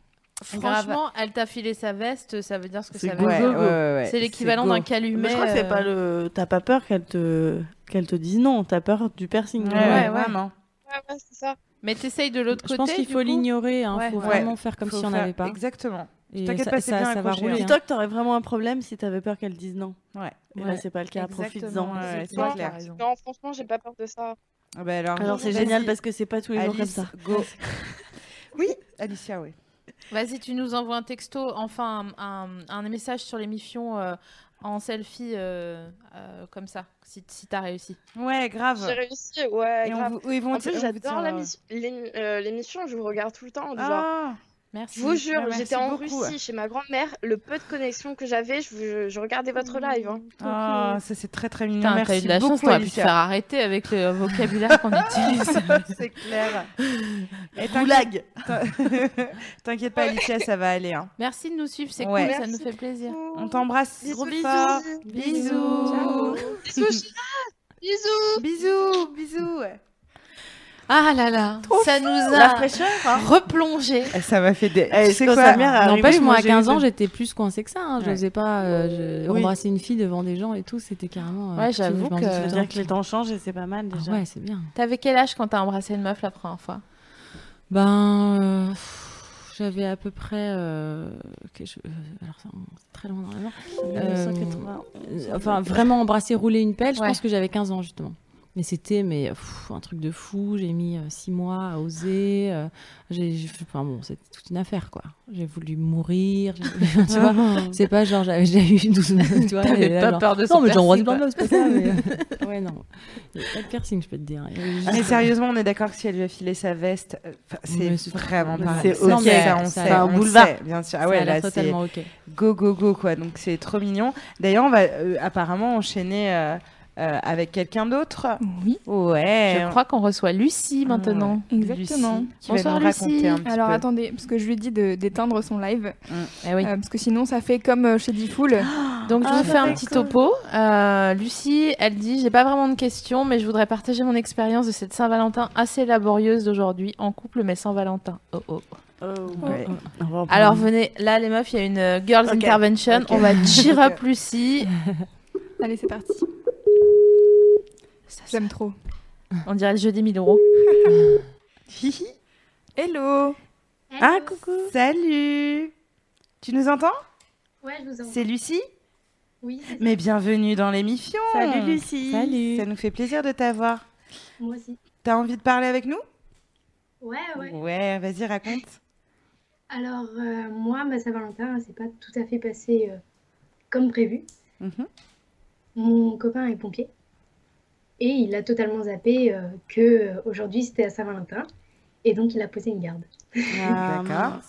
[SPEAKER 1] Franchement, elle t'a filé sa veste, ça veut dire ce que
[SPEAKER 5] C'est
[SPEAKER 1] ça veut
[SPEAKER 5] go,
[SPEAKER 1] dire.
[SPEAKER 2] Ouais,
[SPEAKER 5] go,
[SPEAKER 2] ouais,
[SPEAKER 5] go.
[SPEAKER 2] ouais, ouais.
[SPEAKER 1] C'est l'équivalent
[SPEAKER 5] go.
[SPEAKER 1] d'un calumet.
[SPEAKER 5] Mais je crois que c'est
[SPEAKER 1] euh,
[SPEAKER 5] pas le. T'as pas peur qu'elle te qu'elle te dise non. T'as peur du piercing.
[SPEAKER 2] Ouais,
[SPEAKER 1] Ouais,
[SPEAKER 2] ouais,
[SPEAKER 1] ouais.
[SPEAKER 2] vraiment.
[SPEAKER 8] Ouais, ouais, c'est ça.
[SPEAKER 1] euh, Mais t'essayes de l'autre côté.
[SPEAKER 4] Je pense qu'il
[SPEAKER 1] du
[SPEAKER 4] faut
[SPEAKER 1] coup.
[SPEAKER 4] l'ignorer. hein.
[SPEAKER 1] Ouais.
[SPEAKER 4] Faut
[SPEAKER 1] Ouais.
[SPEAKER 4] vraiment faire comme
[SPEAKER 2] Faut
[SPEAKER 4] si on
[SPEAKER 2] faire-
[SPEAKER 4] n'avait pas.
[SPEAKER 2] Exactement.
[SPEAKER 4] Et
[SPEAKER 2] T'inquiète
[SPEAKER 4] ça-
[SPEAKER 2] pas, c'est
[SPEAKER 4] ça- ça
[SPEAKER 2] bien
[SPEAKER 4] va
[SPEAKER 2] accroché,
[SPEAKER 4] rouler.
[SPEAKER 2] hein.
[SPEAKER 4] hein.
[SPEAKER 5] Dis-toi que t'aurais vraiment un problème si t'avais peur qu'elle dise non.
[SPEAKER 2] Ouais.
[SPEAKER 5] Et
[SPEAKER 4] Ouais.
[SPEAKER 5] là, c'est pas le cas.
[SPEAKER 2] Exactement,
[SPEAKER 5] Profites-en.
[SPEAKER 2] ouais, ouais, c'est
[SPEAKER 1] Ouais, t'as
[SPEAKER 2] clair.
[SPEAKER 1] raison.
[SPEAKER 8] Non, franchement, j'ai pas peur de ça.
[SPEAKER 2] Ah bah alors,
[SPEAKER 5] Alors c'est
[SPEAKER 2] vas-y,
[SPEAKER 5] génial parce que c'est pas tous les jours comme
[SPEAKER 2] Alice,
[SPEAKER 5] ça.
[SPEAKER 2] go.
[SPEAKER 8] Oui.
[SPEAKER 2] Alicia, oui.
[SPEAKER 1] Vas-y, tu nous envoies un texto, enfin un, un- un message sur l'émission euh, en selfie, euh, euh, comme ça, si, si t'as réussi.
[SPEAKER 2] Ouais, grave.
[SPEAKER 8] J'ai réussi, ouais,
[SPEAKER 2] Et on
[SPEAKER 8] grave.
[SPEAKER 2] vous- ils vont
[SPEAKER 8] En
[SPEAKER 2] te-
[SPEAKER 8] plus,
[SPEAKER 2] on vous euh,
[SPEAKER 8] j'adore
[SPEAKER 2] tient-
[SPEAKER 8] la mission- l'émi- euh, l'émission, je vous regarde tout le temps. du Genre,
[SPEAKER 2] Ah,
[SPEAKER 1] Merci.
[SPEAKER 8] je vous
[SPEAKER 2] bah,
[SPEAKER 8] jure,
[SPEAKER 2] merci
[SPEAKER 8] j'étais en
[SPEAKER 2] beaucoup,
[SPEAKER 8] Russie
[SPEAKER 2] ouais.
[SPEAKER 8] chez ma grand-mère. Le peu de connexion que j'avais, je, vous- je regardais votre live. hein.
[SPEAKER 2] ah, ça c'est très très mignon.
[SPEAKER 1] Putain, t'as eu
[SPEAKER 2] Merci
[SPEAKER 1] de la chance,
[SPEAKER 2] beaucoup,
[SPEAKER 1] t'aurais pu te faire
[SPEAKER 2] Alicia.
[SPEAKER 1] arrêter avec le vocabulaire qu'on utilise.
[SPEAKER 2] C'est clair. Et t'inquiète- t'in- T'inquiète pas, Alicia, ça va aller. hein.
[SPEAKER 1] Merci de nous suivre, c'est
[SPEAKER 2] Ouais.
[SPEAKER 1] cool, ça
[SPEAKER 8] Merci
[SPEAKER 1] nous fait plaisir.
[SPEAKER 2] On t'embrasse.
[SPEAKER 8] Bisous,
[SPEAKER 2] Gros
[SPEAKER 8] bisous.
[SPEAKER 2] fort.
[SPEAKER 1] Bisous.
[SPEAKER 2] Ciao.
[SPEAKER 8] Bisous, Chira. Bisous.
[SPEAKER 2] Bisous, bisous.
[SPEAKER 1] Ah là là, ça nous
[SPEAKER 5] La
[SPEAKER 1] a
[SPEAKER 5] fraîcheur. hein.
[SPEAKER 1] replongé.
[SPEAKER 2] Eh, Ça m'a fait des.
[SPEAKER 5] Eh,
[SPEAKER 2] Tu sais
[SPEAKER 5] quand
[SPEAKER 2] quoi
[SPEAKER 5] sa mère est arrivée,
[SPEAKER 4] N'empêche, moi, à
[SPEAKER 5] j'ai
[SPEAKER 4] 15
[SPEAKER 5] eu
[SPEAKER 4] ans,
[SPEAKER 5] de-
[SPEAKER 4] j'étais plus coincée que ça. hein. Je
[SPEAKER 2] Ouais.
[SPEAKER 4] n'osais pas euh, je-
[SPEAKER 5] Oui.
[SPEAKER 4] embrasser une fille devant des gens et tout. C'était carrément. euh,
[SPEAKER 1] Ouais,
[SPEAKER 4] petit,
[SPEAKER 1] j'avoue
[SPEAKER 4] je m'en dis
[SPEAKER 1] que-
[SPEAKER 4] tout
[SPEAKER 5] Je
[SPEAKER 4] le
[SPEAKER 5] veux
[SPEAKER 4] temps.
[SPEAKER 5] dire que les temps changent et c'est pas mal
[SPEAKER 4] Ah
[SPEAKER 5] déjà.
[SPEAKER 4] ouais, c'est bien.
[SPEAKER 1] T'avais quel âge quand t'as embrassé une meuf la première fois
[SPEAKER 4] Ben, euh, pff, j'avais à peu près. euh, que je- euh, alors, ça, on- c'est très loin dans la mémoire. Euh,
[SPEAKER 5] 1980.
[SPEAKER 4] Euh, Enfin, vraiment embrasser, rouler une pelle, je
[SPEAKER 1] Ouais.
[SPEAKER 4] pense que j'avais 15 ans justement. Mais c'était mais pff, un truc de fou. J'ai mis 6 mois à oser. euh, j'ai, j'ai- enfin bon, c'était toute une affaire quoi. J'ai voulu mourir. j'ai voulu- tu vois, c'est pas genre j'avais déjà eu 12 tu vois, et là, genre,
[SPEAKER 1] peur de
[SPEAKER 4] non, mais j'embrasse plein de meufs, c'est pas ça. mais, euh, ouais, non. Il y avait pas de piercing, je peux te dire. Il y avait juste-
[SPEAKER 2] Mais sérieusement, on est d'accord que si elle lui a filé sa veste, euh, enfin,
[SPEAKER 4] Mais
[SPEAKER 2] c'est
[SPEAKER 4] c'est-
[SPEAKER 2] vraiment
[SPEAKER 4] mais
[SPEAKER 2] pas
[SPEAKER 5] c'est
[SPEAKER 2] ça,
[SPEAKER 5] ok,
[SPEAKER 2] ça, on
[SPEAKER 4] ça a
[SPEAKER 2] sait,
[SPEAKER 4] l'air
[SPEAKER 2] on le
[SPEAKER 5] boulevard.
[SPEAKER 2] sait, bien sûr. Ah
[SPEAKER 4] ça
[SPEAKER 2] ouais,
[SPEAKER 4] a l'air
[SPEAKER 2] là, c'est
[SPEAKER 4] totalement ok.
[SPEAKER 2] go, go, go, quoi. Donc, c'est trop mignon. D'ailleurs, on va euh, apparemment enchaîner euh, euh, avec quelqu'un d'autre.
[SPEAKER 6] Oui,
[SPEAKER 2] Ouais. Ah,
[SPEAKER 1] Je crois qu'on reçoit Lucie maintenant.
[SPEAKER 6] exactement.
[SPEAKER 2] Lucie, qui
[SPEAKER 1] Bonsoir,
[SPEAKER 2] va nous raconter
[SPEAKER 1] Lucie.
[SPEAKER 2] un petit
[SPEAKER 6] Alors
[SPEAKER 2] peu.
[SPEAKER 6] attendez, parce que je lui ai dit de- d'éteindre son live,
[SPEAKER 1] Eh oui.
[SPEAKER 6] euh, parce que sinon ça fait comme euh, chez Difool.
[SPEAKER 1] Donc, je
[SPEAKER 2] Ah,
[SPEAKER 1] vous fais un
[SPEAKER 2] d'accord.
[SPEAKER 1] petit topo. Euh, Lucie, elle dit J'ai pas vraiment de questions, mais je voudrais partager mon expérience de cette Saint-Valentin assez laborieuse d'aujourd'hui, en couple mais sans Valentin. Oh, oh.
[SPEAKER 5] Oh.
[SPEAKER 2] Ouais.
[SPEAKER 5] On va en prendre
[SPEAKER 1] Alors, venez, là, les meufs, il y a une euh, Girls
[SPEAKER 5] Ok.
[SPEAKER 1] Intervention.
[SPEAKER 5] Ok.
[SPEAKER 1] On va cheer up Lucie.
[SPEAKER 6] Allez, c'est parti. J'aime trop.
[SPEAKER 1] On dirait le jeu des 1000 euros.
[SPEAKER 2] Hihi.
[SPEAKER 6] Hello
[SPEAKER 2] Ah, coucou. Salut. Tu nous entends
[SPEAKER 9] Ouais, je vous entends.
[SPEAKER 2] C'est Lucie
[SPEAKER 9] Oui, c'est
[SPEAKER 2] Mais bienvenue dans l'émission.
[SPEAKER 5] Salut, Lucie.
[SPEAKER 2] Salut. Ça nous fait plaisir de t'avoir.
[SPEAKER 9] moi aussi.
[SPEAKER 2] T'as envie de parler avec nous
[SPEAKER 9] Ouais, ouais.
[SPEAKER 2] Ouais, vas-y, raconte.
[SPEAKER 9] Alors, euh, moi, ma Saint-Valentin, c'est pas tout à fait passé euh, comme prévu.
[SPEAKER 2] Mhm.
[SPEAKER 9] Mon copain est pompier. Et il a totalement zappé euh, que euh, aujourd'hui c'était à Saint-Valentin. Et donc, il a posé une garde.
[SPEAKER 2] D'accord.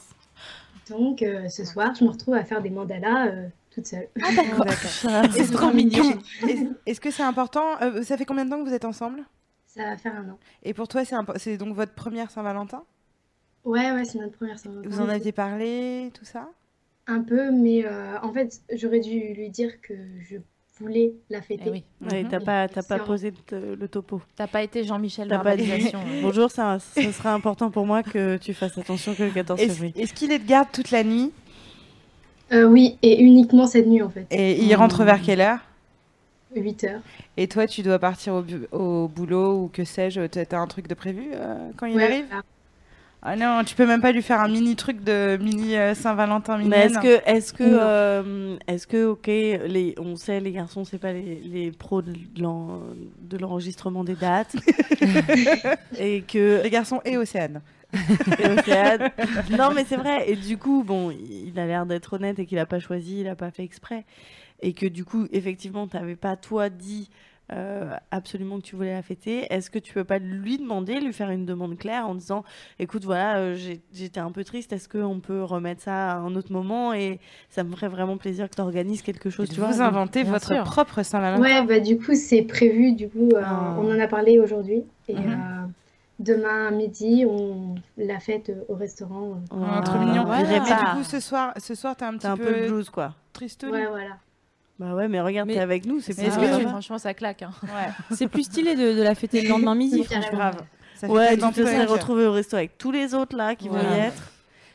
[SPEAKER 9] Donc, euh, ce soir, je me retrouve à faire des mandalas euh, toute seule.
[SPEAKER 1] Ah, d'accord.
[SPEAKER 2] C'est trop mignon. Est-ce- Est-ce que c'est important Euh, Ça fait combien de temps que vous êtes ensemble
[SPEAKER 9] Ça va faire un an.
[SPEAKER 2] Et pour toi, c'est impo- c'est donc votre première Saint-Valentin
[SPEAKER 9] Ouais, ouais, c'est notre première Saint-Valentin.
[SPEAKER 2] Vous en aviez parlé, tout ça
[SPEAKER 9] Un peu, mais euh, en fait, j'aurais dû lui dire que je voulais la fêter.
[SPEAKER 1] oui.
[SPEAKER 5] Eh Ouais,
[SPEAKER 2] Mhm.
[SPEAKER 5] t'as pas, t'as pas
[SPEAKER 9] Sûrement.
[SPEAKER 5] posé le t- le topo.
[SPEAKER 1] T'as pas été Jean-Michel
[SPEAKER 5] T'as pas dit.
[SPEAKER 1] Verbalisation. hein.
[SPEAKER 5] Bonjour, ça, ce sera important pour moi que tu fasses attention que le 14
[SPEAKER 2] Est-ce
[SPEAKER 5] février.
[SPEAKER 2] est-ce qu'il est de garde toute la nuit
[SPEAKER 9] Euh, oui, et uniquement cette nuit en fait.
[SPEAKER 2] Et il rentre vers quelle heure
[SPEAKER 9] 8 heures.
[SPEAKER 2] Et toi, tu dois partir au, bu- au boulot ou que sais-je euh, T'as t'as un truc de prévu euh, quand il
[SPEAKER 9] Ouais,
[SPEAKER 2] arrive
[SPEAKER 9] voilà.
[SPEAKER 2] Ah non, tu peux même pas lui faire un mini truc de mini euh, Saint-Valentin mini.
[SPEAKER 5] Mais est-ce que, est-ce que,
[SPEAKER 9] Non.
[SPEAKER 5] euh, est-ce que, ok, les, on sait, les garçons, c'est pas les, les pros de, l'en- de l'enregistrement des dates. et que.
[SPEAKER 2] les garçons et Océane
[SPEAKER 5] et Océane- non, mais c'est vrai. Et du coup, bon, il a l'air d'être honnête et qu'il a pas choisi, il a pas fait exprès. Et que du coup, effectivement, t'avais pas, toi, dit euh, absolument que tu voulais la fêter. Est-ce que tu peux pas lui demander, lui faire une demande claire en disant écoute, voilà, euh, j'ai- j'étais un peu triste, est-ce qu'on peut remettre ça à un autre moment Et ça me ferait vraiment plaisir que tu organises quelque chose, tu
[SPEAKER 2] Vous
[SPEAKER 5] vois.
[SPEAKER 2] inventez
[SPEAKER 1] bien
[SPEAKER 2] votre
[SPEAKER 1] sûr.
[SPEAKER 2] propre Saint-Valentin.
[SPEAKER 9] Ouais, bah du coup, c'est prévu. Du coup, euh,
[SPEAKER 5] Ah.
[SPEAKER 9] on en a parlé aujourd'hui. Et
[SPEAKER 2] Mhm.
[SPEAKER 9] euh, demain à midi, on la fête euh, au restaurant. euh.
[SPEAKER 2] Ah,
[SPEAKER 5] Ouais.
[SPEAKER 2] trop mignon.
[SPEAKER 1] voilà.
[SPEAKER 2] Mais du coup, ce soir, ce soir, t'es un
[SPEAKER 5] T'es
[SPEAKER 2] petit
[SPEAKER 5] un peu le
[SPEAKER 2] peu
[SPEAKER 5] blues, quoi.
[SPEAKER 2] triste.
[SPEAKER 9] Ouais, voilà.
[SPEAKER 5] Bah ouais, mais regarde,
[SPEAKER 4] Mais-
[SPEAKER 5] t'es avec nous, c'est
[SPEAKER 2] Mais est-ce
[SPEAKER 5] pas-
[SPEAKER 2] que tu-
[SPEAKER 1] Franchement, ça claque. hein.
[SPEAKER 4] C'est plus stylé de, de la fêter le lendemain midi,
[SPEAKER 9] Oui,
[SPEAKER 4] franchement.
[SPEAKER 9] carrément.
[SPEAKER 2] Grave. Ça fait
[SPEAKER 5] Ouais,
[SPEAKER 2] tellement
[SPEAKER 5] tu te serais
[SPEAKER 2] punk.
[SPEAKER 5] retrouvé au resto avec tous les autres là qui vont y
[SPEAKER 1] Voilà.
[SPEAKER 5] être.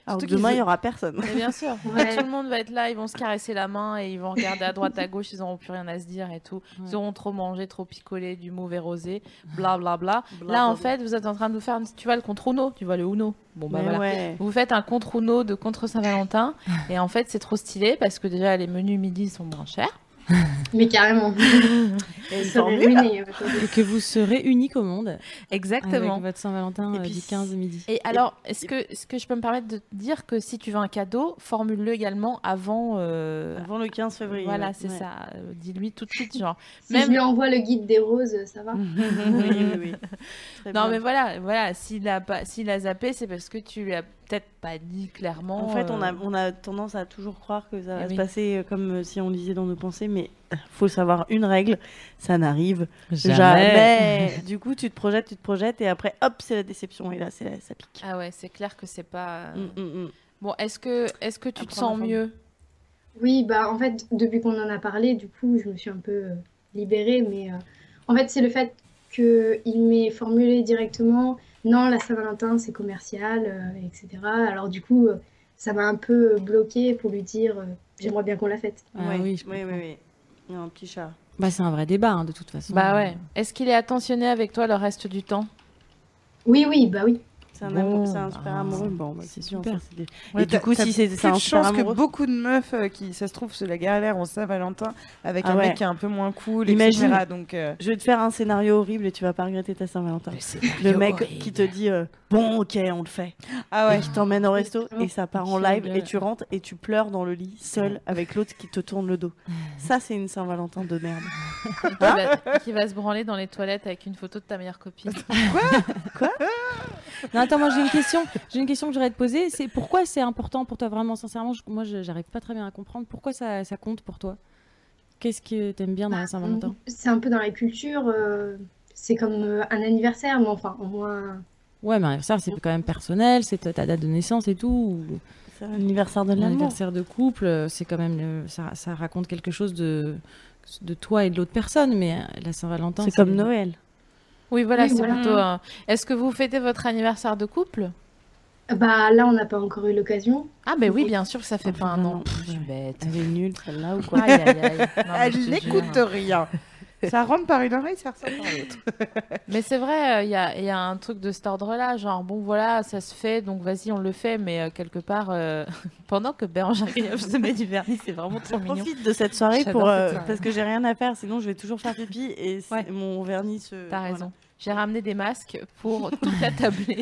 [SPEAKER 5] Alors que
[SPEAKER 2] Surtout
[SPEAKER 5] demain,
[SPEAKER 2] qu'ils-
[SPEAKER 5] il y aura personne.
[SPEAKER 1] Mais bien sûr,
[SPEAKER 9] Ouais.
[SPEAKER 1] tout le monde va être là, ils vont se caresser la main et ils vont regarder à droite, à gauche, ils auront plus rien à se dire et tout. Ils auront trop mangé, trop picolé, du mauvais rosé, bla bla bla. Là, en fait, vous êtes en train de nous faire, tu vois, le contre Uno, tu vois, le Uno. Bon, bah
[SPEAKER 5] Mais
[SPEAKER 1] voilà.
[SPEAKER 5] ouais.
[SPEAKER 1] Vous faites un contre Uno de contre Saint-Valentin et en fait, c'est trop stylé parce que déjà, les menus midi sont moins chers.
[SPEAKER 9] Mais carrément.
[SPEAKER 5] Et
[SPEAKER 9] Ils
[SPEAKER 5] tant
[SPEAKER 9] sont
[SPEAKER 5] mieux.
[SPEAKER 9] ruinés aujourd'hui.
[SPEAKER 4] Et que vous serez unique au monde
[SPEAKER 1] Exactement.
[SPEAKER 4] avec votre Saint-Valentin
[SPEAKER 5] Et
[SPEAKER 4] euh,
[SPEAKER 5] puis-
[SPEAKER 4] du 15 midi.
[SPEAKER 1] Et alors, est-ce que, est que je peux me permettre de te dire que si tu veux un cadeau, formule-le également avant. euh,
[SPEAKER 5] Avant le 15 février.
[SPEAKER 1] voilà,
[SPEAKER 5] ouais.
[SPEAKER 1] c'est
[SPEAKER 5] Ouais.
[SPEAKER 1] ça. Euh, Dis-lui tout de suite, genre.
[SPEAKER 9] Si
[SPEAKER 1] Même-
[SPEAKER 9] je lui envoie le guide des roses, ça va.
[SPEAKER 5] oui, oui, oui. Très
[SPEAKER 1] Non,
[SPEAKER 5] bien.
[SPEAKER 1] mais voilà, voilà. S'il a pas, s'il a zappé, c'est parce que tu lui as peut-être pas dit clairement.
[SPEAKER 5] En fait, on a,
[SPEAKER 1] euh,
[SPEAKER 5] on a tendance à toujours croire que ça va
[SPEAKER 1] Eh
[SPEAKER 5] se
[SPEAKER 1] oui.
[SPEAKER 5] passer euh, comme euh, si on lisait dans nos pensées, mais euh, faut savoir une règle, ça n'arrive jamais. du coup, tu te projettes, tu te projettes, et après, hop, c'est la déception, et là, c'est la- ça pique.
[SPEAKER 1] Ah ouais, c'est clair que c'est pas. euh,
[SPEAKER 5] Mm, mm, mm.
[SPEAKER 1] Bon, est-ce que, est-ce que tu
[SPEAKER 5] Apprendre
[SPEAKER 1] te
[SPEAKER 5] à
[SPEAKER 1] sens
[SPEAKER 5] former.
[SPEAKER 1] mieux
[SPEAKER 9] Oui, bah en fait, depuis qu'on en a parlé, du coup, je me suis un peu euh, libérée, mais euh, en fait, c'est le fait qu'il m'ait formulé directement, non, la Saint-Valentin, c'est commercial, euh, etc. Alors du coup, euh, ça m'a un peu bloquée pour lui dire, euh, j'aimerais bien qu'on la fête.
[SPEAKER 4] Ah
[SPEAKER 5] Ouais,
[SPEAKER 4] oui, je
[SPEAKER 5] oui,
[SPEAKER 4] comprends.
[SPEAKER 5] oui, oui. Il y a un petit chat.
[SPEAKER 4] Bah, c'est un vrai débat, hein, de toute façon.
[SPEAKER 1] Bah ouais. Est-ce qu'il est attentionné avec toi le reste du temps
[SPEAKER 9] Oui, oui, bah oui.
[SPEAKER 5] C'est un,
[SPEAKER 4] Bon,
[SPEAKER 5] amour- c'est un super
[SPEAKER 4] bah,
[SPEAKER 5] amoureux. Bon, bah,
[SPEAKER 4] c'est
[SPEAKER 5] c'est bien,
[SPEAKER 4] super.
[SPEAKER 5] ça, c'est des-
[SPEAKER 2] Ouais,
[SPEAKER 5] Et du
[SPEAKER 2] t'as-
[SPEAKER 5] coup,
[SPEAKER 2] t'as
[SPEAKER 5] si c'est
[SPEAKER 2] plus
[SPEAKER 5] c'est un
[SPEAKER 2] de
[SPEAKER 5] super
[SPEAKER 2] chance que
[SPEAKER 5] amoureux,
[SPEAKER 2] beaucoup de meufs euh, qui, ça se trouve, se la galère en Saint-Valentin avec
[SPEAKER 5] Ah
[SPEAKER 2] un
[SPEAKER 5] ouais.
[SPEAKER 2] mec qui est un peu moins cool,
[SPEAKER 5] Imagine.
[SPEAKER 2] etc. Donc, euh,
[SPEAKER 5] je vais te faire un scénario horrible et tu vas pas regretter ta Saint-Valentin. Le mec qui te dit euh, bon ok on le fait
[SPEAKER 2] ah ouais.
[SPEAKER 5] et qui t'emmène au resto et ça part en
[SPEAKER 4] Quelle
[SPEAKER 5] live
[SPEAKER 4] gueule.
[SPEAKER 5] et tu rentres et tu pleures dans le lit seul avec l'autre qui te tourne le dos. Ça c'est une Saint-Valentin de merde. Hein
[SPEAKER 1] qui
[SPEAKER 5] Ah.
[SPEAKER 1] va, qui va se branler dans les toilettes avec une photo de ta meilleure copine
[SPEAKER 4] Non, attends, moi j'ai une question. J'ai une question que j'aurais à te poser. C'est pourquoi c'est important pour toi vraiment, sincèrement je- Moi, je- j'arrive pas très bien à comprendre pourquoi ça, ça compte pour toi. Qu'est-ce que t'aimes bien dans la Saint-Valentin
[SPEAKER 9] Ah, C'est un peu dans la culture, euh, c'est comme euh, un anniversaire, mais enfin, au moins...
[SPEAKER 4] Ouais, mais l'anniversaire, c'est quand même personnel, c'est ta ta date de naissance et tout. ou
[SPEAKER 5] C'est l'anniversaire de l'amour.
[SPEAKER 4] L'anniversaire de couple, euh, c'est quand même le- ça, ça raconte quelque chose de de toi et de l'autre personne. Mais euh, la Saint-Valentin,
[SPEAKER 5] C'est comme Noël.
[SPEAKER 1] Oui, voilà,
[SPEAKER 9] Oui,
[SPEAKER 1] c'est
[SPEAKER 9] voilà.
[SPEAKER 1] plutôt. un- Est-ce que vous fêtez votre anniversaire de couple
[SPEAKER 9] Bah là, on n'a pas encore eu l'occasion.
[SPEAKER 1] Ah ben oui, bien sûr, que ça fait pas un an.
[SPEAKER 5] Ah, non.
[SPEAKER 1] Pff, je suis bête.
[SPEAKER 5] Elle est nulle celle-là ou quoi
[SPEAKER 1] Aïe, aïe, aïe. Non, mais
[SPEAKER 2] Elle
[SPEAKER 1] je te jure.
[SPEAKER 2] n'écoute rien. Ça rentre par une oreille, ça ressort par l'autre.
[SPEAKER 1] Mais c'est vrai, euh, il y, a- y a un truc de cet ordre-là, genre bon voilà, ça se fait, donc vas-y, on le fait, mais euh, quelque part, euh, pendant que Bérangère Krief se met du vernis, c'est vraiment trop mignon.
[SPEAKER 5] profite de cette soirée
[SPEAKER 1] J'adore
[SPEAKER 5] pour,
[SPEAKER 1] cette
[SPEAKER 5] euh,
[SPEAKER 1] soirée.
[SPEAKER 5] parce que j'ai rien à faire, sinon je vais toujours faire pipi et c'est-
[SPEAKER 1] Ouais.
[SPEAKER 5] mon vernis se.
[SPEAKER 1] T'as raison. J'ai ramené des masques pour toute la tablée.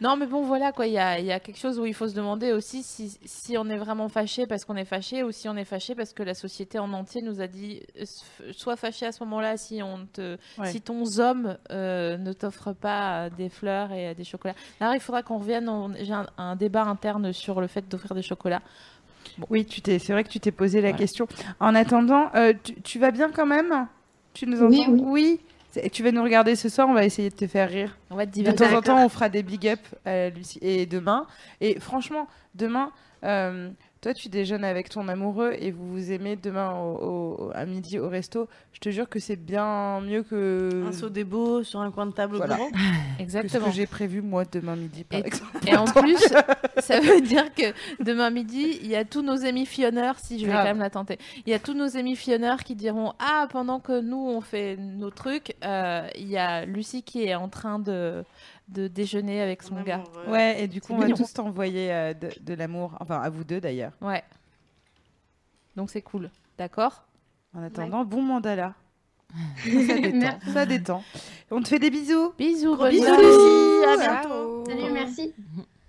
[SPEAKER 1] non, mais bon, voilà, quoi. Il y a, il y a quelque chose où il faut se demander aussi si, si on est vraiment fâché parce qu'on est fâché ou si on est fâché parce que la société en entier nous a dit euh, f- sois fâché à ce moment-là si, on te,
[SPEAKER 4] Ouais.
[SPEAKER 1] si ton homme euh, ne t'offre pas euh, des fleurs et euh, des chocolats. Là, il faudra qu'on revienne. on- J'ai un, un débat interne sur le fait d'offrir des chocolats.
[SPEAKER 2] Oui, tu t'es, c'est vrai que tu t'es posé la question. En attendant, euh, tu, tu vas bien quand même Tu nous entends
[SPEAKER 1] Oui, oui.
[SPEAKER 2] C'est- Tu vas nous regarder ce soir, on va essayer de te faire rire.
[SPEAKER 1] On va te
[SPEAKER 2] De temps en
[SPEAKER 1] divertir.
[SPEAKER 2] temps, on fera des big up à Lucie. Et demain, et franchement, demain, euh, toi, tu déjeunes avec ton amoureux et vous vous aimez demain au- au- à midi au resto. Je te jure que c'est bien mieux que.
[SPEAKER 5] Un saut des beaux sur un coin de table
[SPEAKER 2] Voilà.
[SPEAKER 5] au bureau.
[SPEAKER 2] Exactement. Que ce que j'ai prévu, moi, demain midi, par
[SPEAKER 1] Et,
[SPEAKER 2] exemple.
[SPEAKER 1] et en plus, ça veut dire que demain midi, il y a tous nos amis fionneurs, si je vais
[SPEAKER 2] Grave.
[SPEAKER 1] quand même la tenter, il y a tous nos amis fionneurs qui diront Ah, pendant que nous, on fait nos trucs, euh, il y a Lucie qui est en train de, de déjeuner avec son gars.
[SPEAKER 2] Ouais, et du coup,
[SPEAKER 1] C'est
[SPEAKER 2] on va
[SPEAKER 1] mignon.
[SPEAKER 2] tous t'envoyer euh, de, de l'amour. Enfin, à vous deux d'ailleurs.
[SPEAKER 1] Ouais. Donc c'est cool. D'accord
[SPEAKER 2] En attendant, bon mandala. ça détend.
[SPEAKER 1] Merci.
[SPEAKER 2] ça détend. On te fait des bisous.
[SPEAKER 1] Bisous,
[SPEAKER 2] Gros
[SPEAKER 1] bonne
[SPEAKER 2] bisous.
[SPEAKER 1] soirée.
[SPEAKER 2] Lucie, à bientôt.
[SPEAKER 1] Ciao.
[SPEAKER 9] Salut, merci.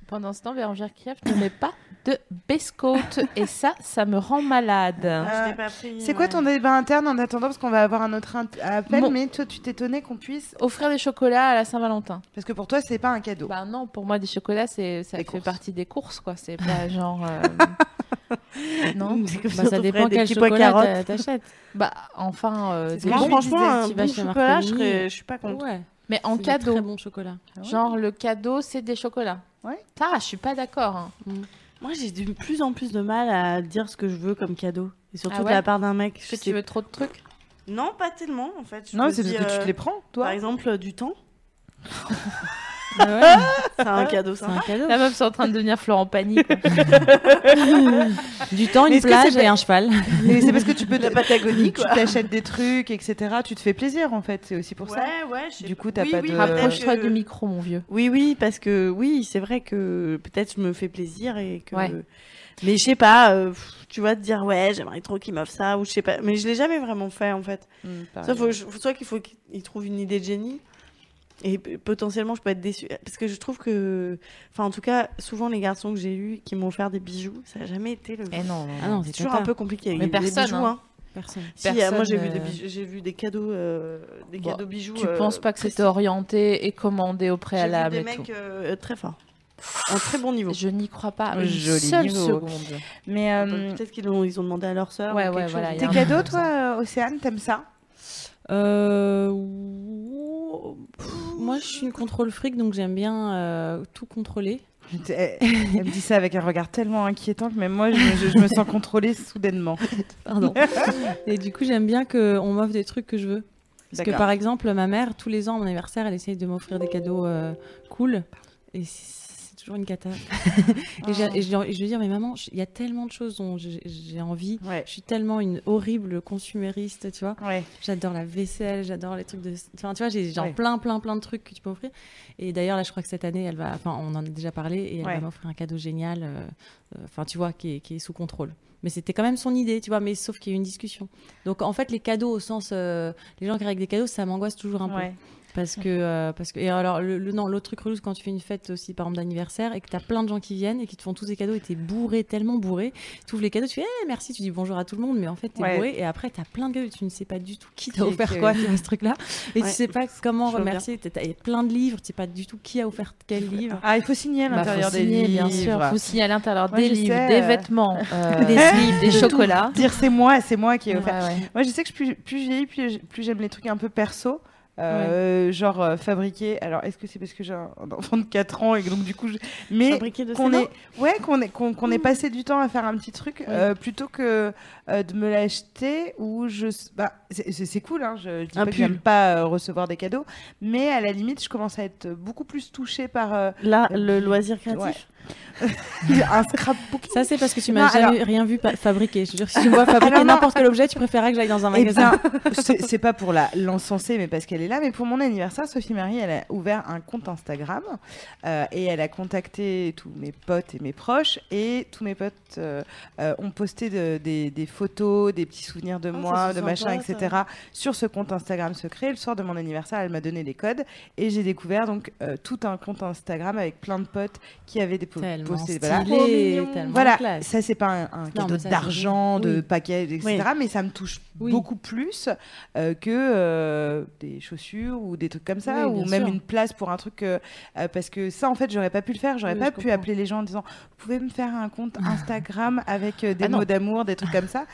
[SPEAKER 1] Pendant ce temps, Bérangère Krief ne met pas de Bescote et ça, ça me rend malade.
[SPEAKER 5] Ah,
[SPEAKER 2] Euh, C'est quoi ton débat interne en attendant Parce qu'on va avoir un autre int- appel,
[SPEAKER 1] Bon.
[SPEAKER 2] mais toi, tu t'étonnais qu'on puisse.
[SPEAKER 1] Offrir des chocolats à la Saint-Valentin.
[SPEAKER 2] Parce que pour toi, c'est pas un cadeau.
[SPEAKER 1] Bah non, pour moi, des chocolats, c'est ça fait partie des courses, quoi. C'est pas genre. euh, non,
[SPEAKER 4] C'est comme si on
[SPEAKER 1] Bah, ça
[SPEAKER 4] t'offrait
[SPEAKER 1] dépend
[SPEAKER 4] des
[SPEAKER 1] quel
[SPEAKER 4] petits pois
[SPEAKER 1] chocolat
[SPEAKER 4] carottes.
[SPEAKER 1] t'a- t'achètes. Bah enfin, euh,
[SPEAKER 4] C'est
[SPEAKER 1] des
[SPEAKER 4] ce que
[SPEAKER 1] bons
[SPEAKER 4] je disais,
[SPEAKER 1] chocolats,
[SPEAKER 4] un
[SPEAKER 1] tu vas
[SPEAKER 4] bon
[SPEAKER 1] chez
[SPEAKER 4] chocolat, je
[SPEAKER 1] Marcolini.
[SPEAKER 4] serais- je suis pas contre. Ouais.
[SPEAKER 1] Mais en
[SPEAKER 4] C'est des très
[SPEAKER 1] cadeau.
[SPEAKER 4] bons chocolats. Ah ouais.
[SPEAKER 1] Genre le cadeau, c'est des chocolats.
[SPEAKER 2] Ouais.
[SPEAKER 1] Ça, je suis pas d'accord. hein.
[SPEAKER 5] Moi, j'ai de plus en plus de mal à dire ce que je veux comme cadeau. Et surtout
[SPEAKER 1] Ah ouais
[SPEAKER 5] de la part d'un mec.
[SPEAKER 1] Parce que tu veux trop de trucs
[SPEAKER 5] Non, pas tellement, en fait. Je
[SPEAKER 2] Non,
[SPEAKER 5] me
[SPEAKER 2] c'est
[SPEAKER 5] dis,
[SPEAKER 2] parce que tu
[SPEAKER 5] euh,
[SPEAKER 2] te les prends, toi.
[SPEAKER 5] Par exemple, euh, du temps.
[SPEAKER 1] Ah ouais.
[SPEAKER 5] C'est un cadeau,
[SPEAKER 1] C'est
[SPEAKER 5] sympa.
[SPEAKER 1] un cadeau. La meuf, c'est en train de devenir Florent Pagny. quoi.
[SPEAKER 4] Du temps,
[SPEAKER 2] Mais
[SPEAKER 4] une
[SPEAKER 2] est-ce que c'est
[SPEAKER 4] plage
[SPEAKER 2] pas-
[SPEAKER 4] et un cheval.
[SPEAKER 2] Mais c'est parce que tu peux.
[SPEAKER 5] La Patagonie,
[SPEAKER 2] Tu
[SPEAKER 5] quoi.
[SPEAKER 2] t'achètes des trucs, etc. Tu te fais plaisir, en fait. C'est aussi pour ça.
[SPEAKER 5] Ouais, ouais, je sais
[SPEAKER 2] Du
[SPEAKER 5] pas.
[SPEAKER 2] coup, t'as
[SPEAKER 5] Oui,
[SPEAKER 2] pas
[SPEAKER 5] oui,
[SPEAKER 2] de.
[SPEAKER 1] Rapproche-toi du micro, mon vieux.
[SPEAKER 5] Oui, oui, parce que oui, c'est vrai que peut-être je me fais plaisir et que.
[SPEAKER 1] Ouais.
[SPEAKER 5] Mais je sais pas, euh, pff, tu vois, de dire ouais, j'aimerais trop qu'il m'offre ça ou je sais pas. Mais je l'ai jamais vraiment fait en fait.
[SPEAKER 1] Hmm,
[SPEAKER 2] pareil,
[SPEAKER 5] soit, faut,
[SPEAKER 2] ouais.
[SPEAKER 5] que je- soit qu'il faut qu'il trouve une idée de génie et p- potentiellement je peux être déçue. Parce que je trouve que. Enfin, en tout cas, souvent les garçons que j'ai eus qui m'ont offert des bijoux, ça n'a jamais été le.
[SPEAKER 1] Eh non, non,
[SPEAKER 4] Ah non,
[SPEAKER 5] c'est
[SPEAKER 4] c'est
[SPEAKER 5] toujours
[SPEAKER 4] cata.
[SPEAKER 5] un peu compliqué.
[SPEAKER 1] Mais
[SPEAKER 5] les- les
[SPEAKER 1] personne,
[SPEAKER 5] bijoux,
[SPEAKER 1] hein.
[SPEAKER 4] Personne.
[SPEAKER 5] Si, euh, moi j'ai vu,
[SPEAKER 1] Personne,
[SPEAKER 5] des
[SPEAKER 1] euh,
[SPEAKER 5] bijoux- j'ai vu des cadeaux, euh, des
[SPEAKER 1] Bon,
[SPEAKER 5] cadeaux bijoux.
[SPEAKER 1] Tu
[SPEAKER 5] euh,
[SPEAKER 1] penses pas que c'était orienté et commandé au préalable
[SPEAKER 5] J'ai vu des
[SPEAKER 1] et tout
[SPEAKER 5] mecs euh, très forts. Un très bon niveau.
[SPEAKER 1] Je n'y crois pas une
[SPEAKER 2] Joli
[SPEAKER 1] seule
[SPEAKER 2] niveau.
[SPEAKER 1] seconde.
[SPEAKER 2] Mais. euh,
[SPEAKER 5] Ah, bah, Peut-être qu'ils ont, ils ont demandé à leur sœur.
[SPEAKER 1] Ouais,
[SPEAKER 5] ou
[SPEAKER 1] ouais,
[SPEAKER 5] quelque
[SPEAKER 1] voilà,
[SPEAKER 5] chose.
[SPEAKER 1] il y
[SPEAKER 2] Tes
[SPEAKER 1] a un-
[SPEAKER 2] cadeaux, toi, euh, Océane, t'aimes ça
[SPEAKER 4] Euh, ouh, pff, Moi, je suis une contrôle fric, donc j'aime bien euh, tout contrôler.
[SPEAKER 2] Elle elle me dit ça avec un regard tellement inquiétant que même moi, je, je- je me sens contrôlée soudainement.
[SPEAKER 4] Pardon. Et du coup, j'aime bien qu'on m'offre des trucs que je veux. Parce que
[SPEAKER 2] D'accord.
[SPEAKER 4] par exemple, ma mère, tous les ans, à mon anniversaire, elle essaye de m'offrir des cadeaux euh, cool. Et c'est toujours une cata. et,
[SPEAKER 2] Ah.
[SPEAKER 4] j'ai- et je, lui- et je lui dis, Oh, mais maman, je- il y a tellement de choses dont j'ai- j'ai envie. Je suis tellement une horrible consumériste, tu vois. J'adore la vaisselle, j'adore les trucs de. Enfin, tu vois, j'ai genre
[SPEAKER 2] Ouais.
[SPEAKER 4] plein, plein, plein de trucs que tu peux offrir. Et d'ailleurs, là, je crois que cette année, elle va. Enfin, on en a déjà parlé et elle
[SPEAKER 2] Ouais.
[SPEAKER 4] va m'offrir un cadeau génial. euh, euh, Enfin, tu vois, qui est, qui est sous contrôle. Mais c'était quand même son idée, tu vois. Mais sauf qu'il y a eu une discussion. Donc, en fait, les cadeaux, au sens, euh, les gens qui règlent des cadeaux, ça m'angoisse toujours un peu.
[SPEAKER 2] Ouais.
[SPEAKER 4] Parce que, euh, parce que, et alors, le, le- non, l'autre truc relou, c'est quand tu fais une fête aussi, par exemple, d'anniversaire, et que t'as plein de gens qui viennent et qui te font tous des cadeaux, et t'es bourré, tellement bourré. Tu ouvres les cadeaux, tu fais, Eh, merci, tu dis bonjour à tout le monde, mais en fait, t'es
[SPEAKER 2] Ouais.
[SPEAKER 4] bourré, et après, t'as plein de cadeaux, tu ne sais pas du tout qui
[SPEAKER 2] Qui-
[SPEAKER 4] t'a offert
[SPEAKER 2] qui-
[SPEAKER 4] quoi, tu vois, ce truc-là. Et
[SPEAKER 5] Ouais.
[SPEAKER 4] tu sais pas comment
[SPEAKER 5] Je vois bien.
[SPEAKER 4] remercier. T'as t'as plein de livres, tu sais pas du tout qui a offert quel livre.
[SPEAKER 2] Ah, il faut signer à
[SPEAKER 1] Bah,
[SPEAKER 2] l'intérieur
[SPEAKER 1] faut
[SPEAKER 2] des
[SPEAKER 1] signer,
[SPEAKER 2] livres.
[SPEAKER 1] bien sûr. Faut signer à l'intérieur
[SPEAKER 2] Moi,
[SPEAKER 1] des
[SPEAKER 2] je
[SPEAKER 1] livres,
[SPEAKER 2] sais,
[SPEAKER 1] des
[SPEAKER 2] euh,
[SPEAKER 1] vêtements, euh,
[SPEAKER 2] Des
[SPEAKER 1] des
[SPEAKER 2] slips,
[SPEAKER 1] slips, des
[SPEAKER 2] de tout.
[SPEAKER 1] chocolats.
[SPEAKER 2] Dire c'est moi, c'est moi qui ai
[SPEAKER 1] Ouais,
[SPEAKER 2] offert.
[SPEAKER 1] ouais.
[SPEAKER 2] Moi, je sais que je- plus, plus je vieillis, plus j'ai- plus j'aime les trucs un peu perso. euh, Genre euh, fabriqués. Alors, est-ce que c'est parce que j'ai un un enfant de 4 ans et que donc du coup, je... mais
[SPEAKER 5] Fabriqué de
[SPEAKER 2] qu'on
[SPEAKER 5] ses
[SPEAKER 2] est, ouais, qu'on est, qu'on qu'on ait passé du temps à faire un petit truc euh, plutôt que euh, de me l'acheter ou je, bah, c'est- c'est c'est cool, hein, je dis
[SPEAKER 5] Un
[SPEAKER 2] pas que
[SPEAKER 5] pull.
[SPEAKER 2] j'aime pas euh, recevoir des cadeaux, mais à la limite, je commence à être beaucoup plus touchée par euh,
[SPEAKER 5] Là, le
[SPEAKER 2] du-
[SPEAKER 5] loisir
[SPEAKER 2] ouais.
[SPEAKER 5] créatif.
[SPEAKER 2] un scrapbook.
[SPEAKER 4] Ça, c'est parce que tu
[SPEAKER 2] Non,
[SPEAKER 4] m'as jamais
[SPEAKER 2] alors-
[SPEAKER 4] rien vu pa- fabriquer. Je te jure, si tu me vois fabriquer
[SPEAKER 2] Alors non.
[SPEAKER 4] n'importe quel objet, tu préférerais que j'aille dans un
[SPEAKER 2] Eh
[SPEAKER 4] magasin.
[SPEAKER 2] bien, c'est c'est pas pour la l'encenser, mais parce qu'elle est là. Mais pour mon anniversaire, Sophie Marie, elle a ouvert un compte Instagram euh, et elle a contacté tous mes potes et mes proches. Et tous mes potes euh, euh, ont posté de- des, des photos, des petits souvenirs
[SPEAKER 5] ça,
[SPEAKER 2] de
[SPEAKER 4] Oh,
[SPEAKER 2] moi,
[SPEAKER 5] c'est
[SPEAKER 2] de machin,
[SPEAKER 5] sympa, ça.
[SPEAKER 2] etc. sur ce compte Instagram secret. Le soir de mon anniversaire, elle m'a donné les codes et j'ai découvert donc euh, tout un compte Instagram avec plein de potes qui avaient des po-
[SPEAKER 4] Tellement
[SPEAKER 2] postés.
[SPEAKER 4] stylé,
[SPEAKER 2] Voilà,
[SPEAKER 4] tellement
[SPEAKER 2] Voilà.
[SPEAKER 4] classe.
[SPEAKER 2] ça c'est pas un, un
[SPEAKER 4] Non,
[SPEAKER 2] cadeau
[SPEAKER 4] mais ça, c'est-
[SPEAKER 2] d'argent, de
[SPEAKER 4] oui.
[SPEAKER 2] paquets, etc.
[SPEAKER 4] Oui.
[SPEAKER 2] Mais ça me touche
[SPEAKER 4] Oui.
[SPEAKER 2] beaucoup plus euh, que euh, des chaussures ou des trucs comme ça,
[SPEAKER 4] Oui, bien
[SPEAKER 2] ou même
[SPEAKER 4] sûr.
[SPEAKER 2] une place pour un truc. euh, euh, parce que ça, en fait, j'aurais pas pu le faire. J'aurais
[SPEAKER 4] Oui,
[SPEAKER 2] pas
[SPEAKER 4] je
[SPEAKER 2] pu
[SPEAKER 4] comprends. Ah.
[SPEAKER 2] appeler les gens en disant Vous pouvez me faire un compte Instagram avec euh, des
[SPEAKER 1] Ah non.
[SPEAKER 2] mots d'amour, des trucs comme ça.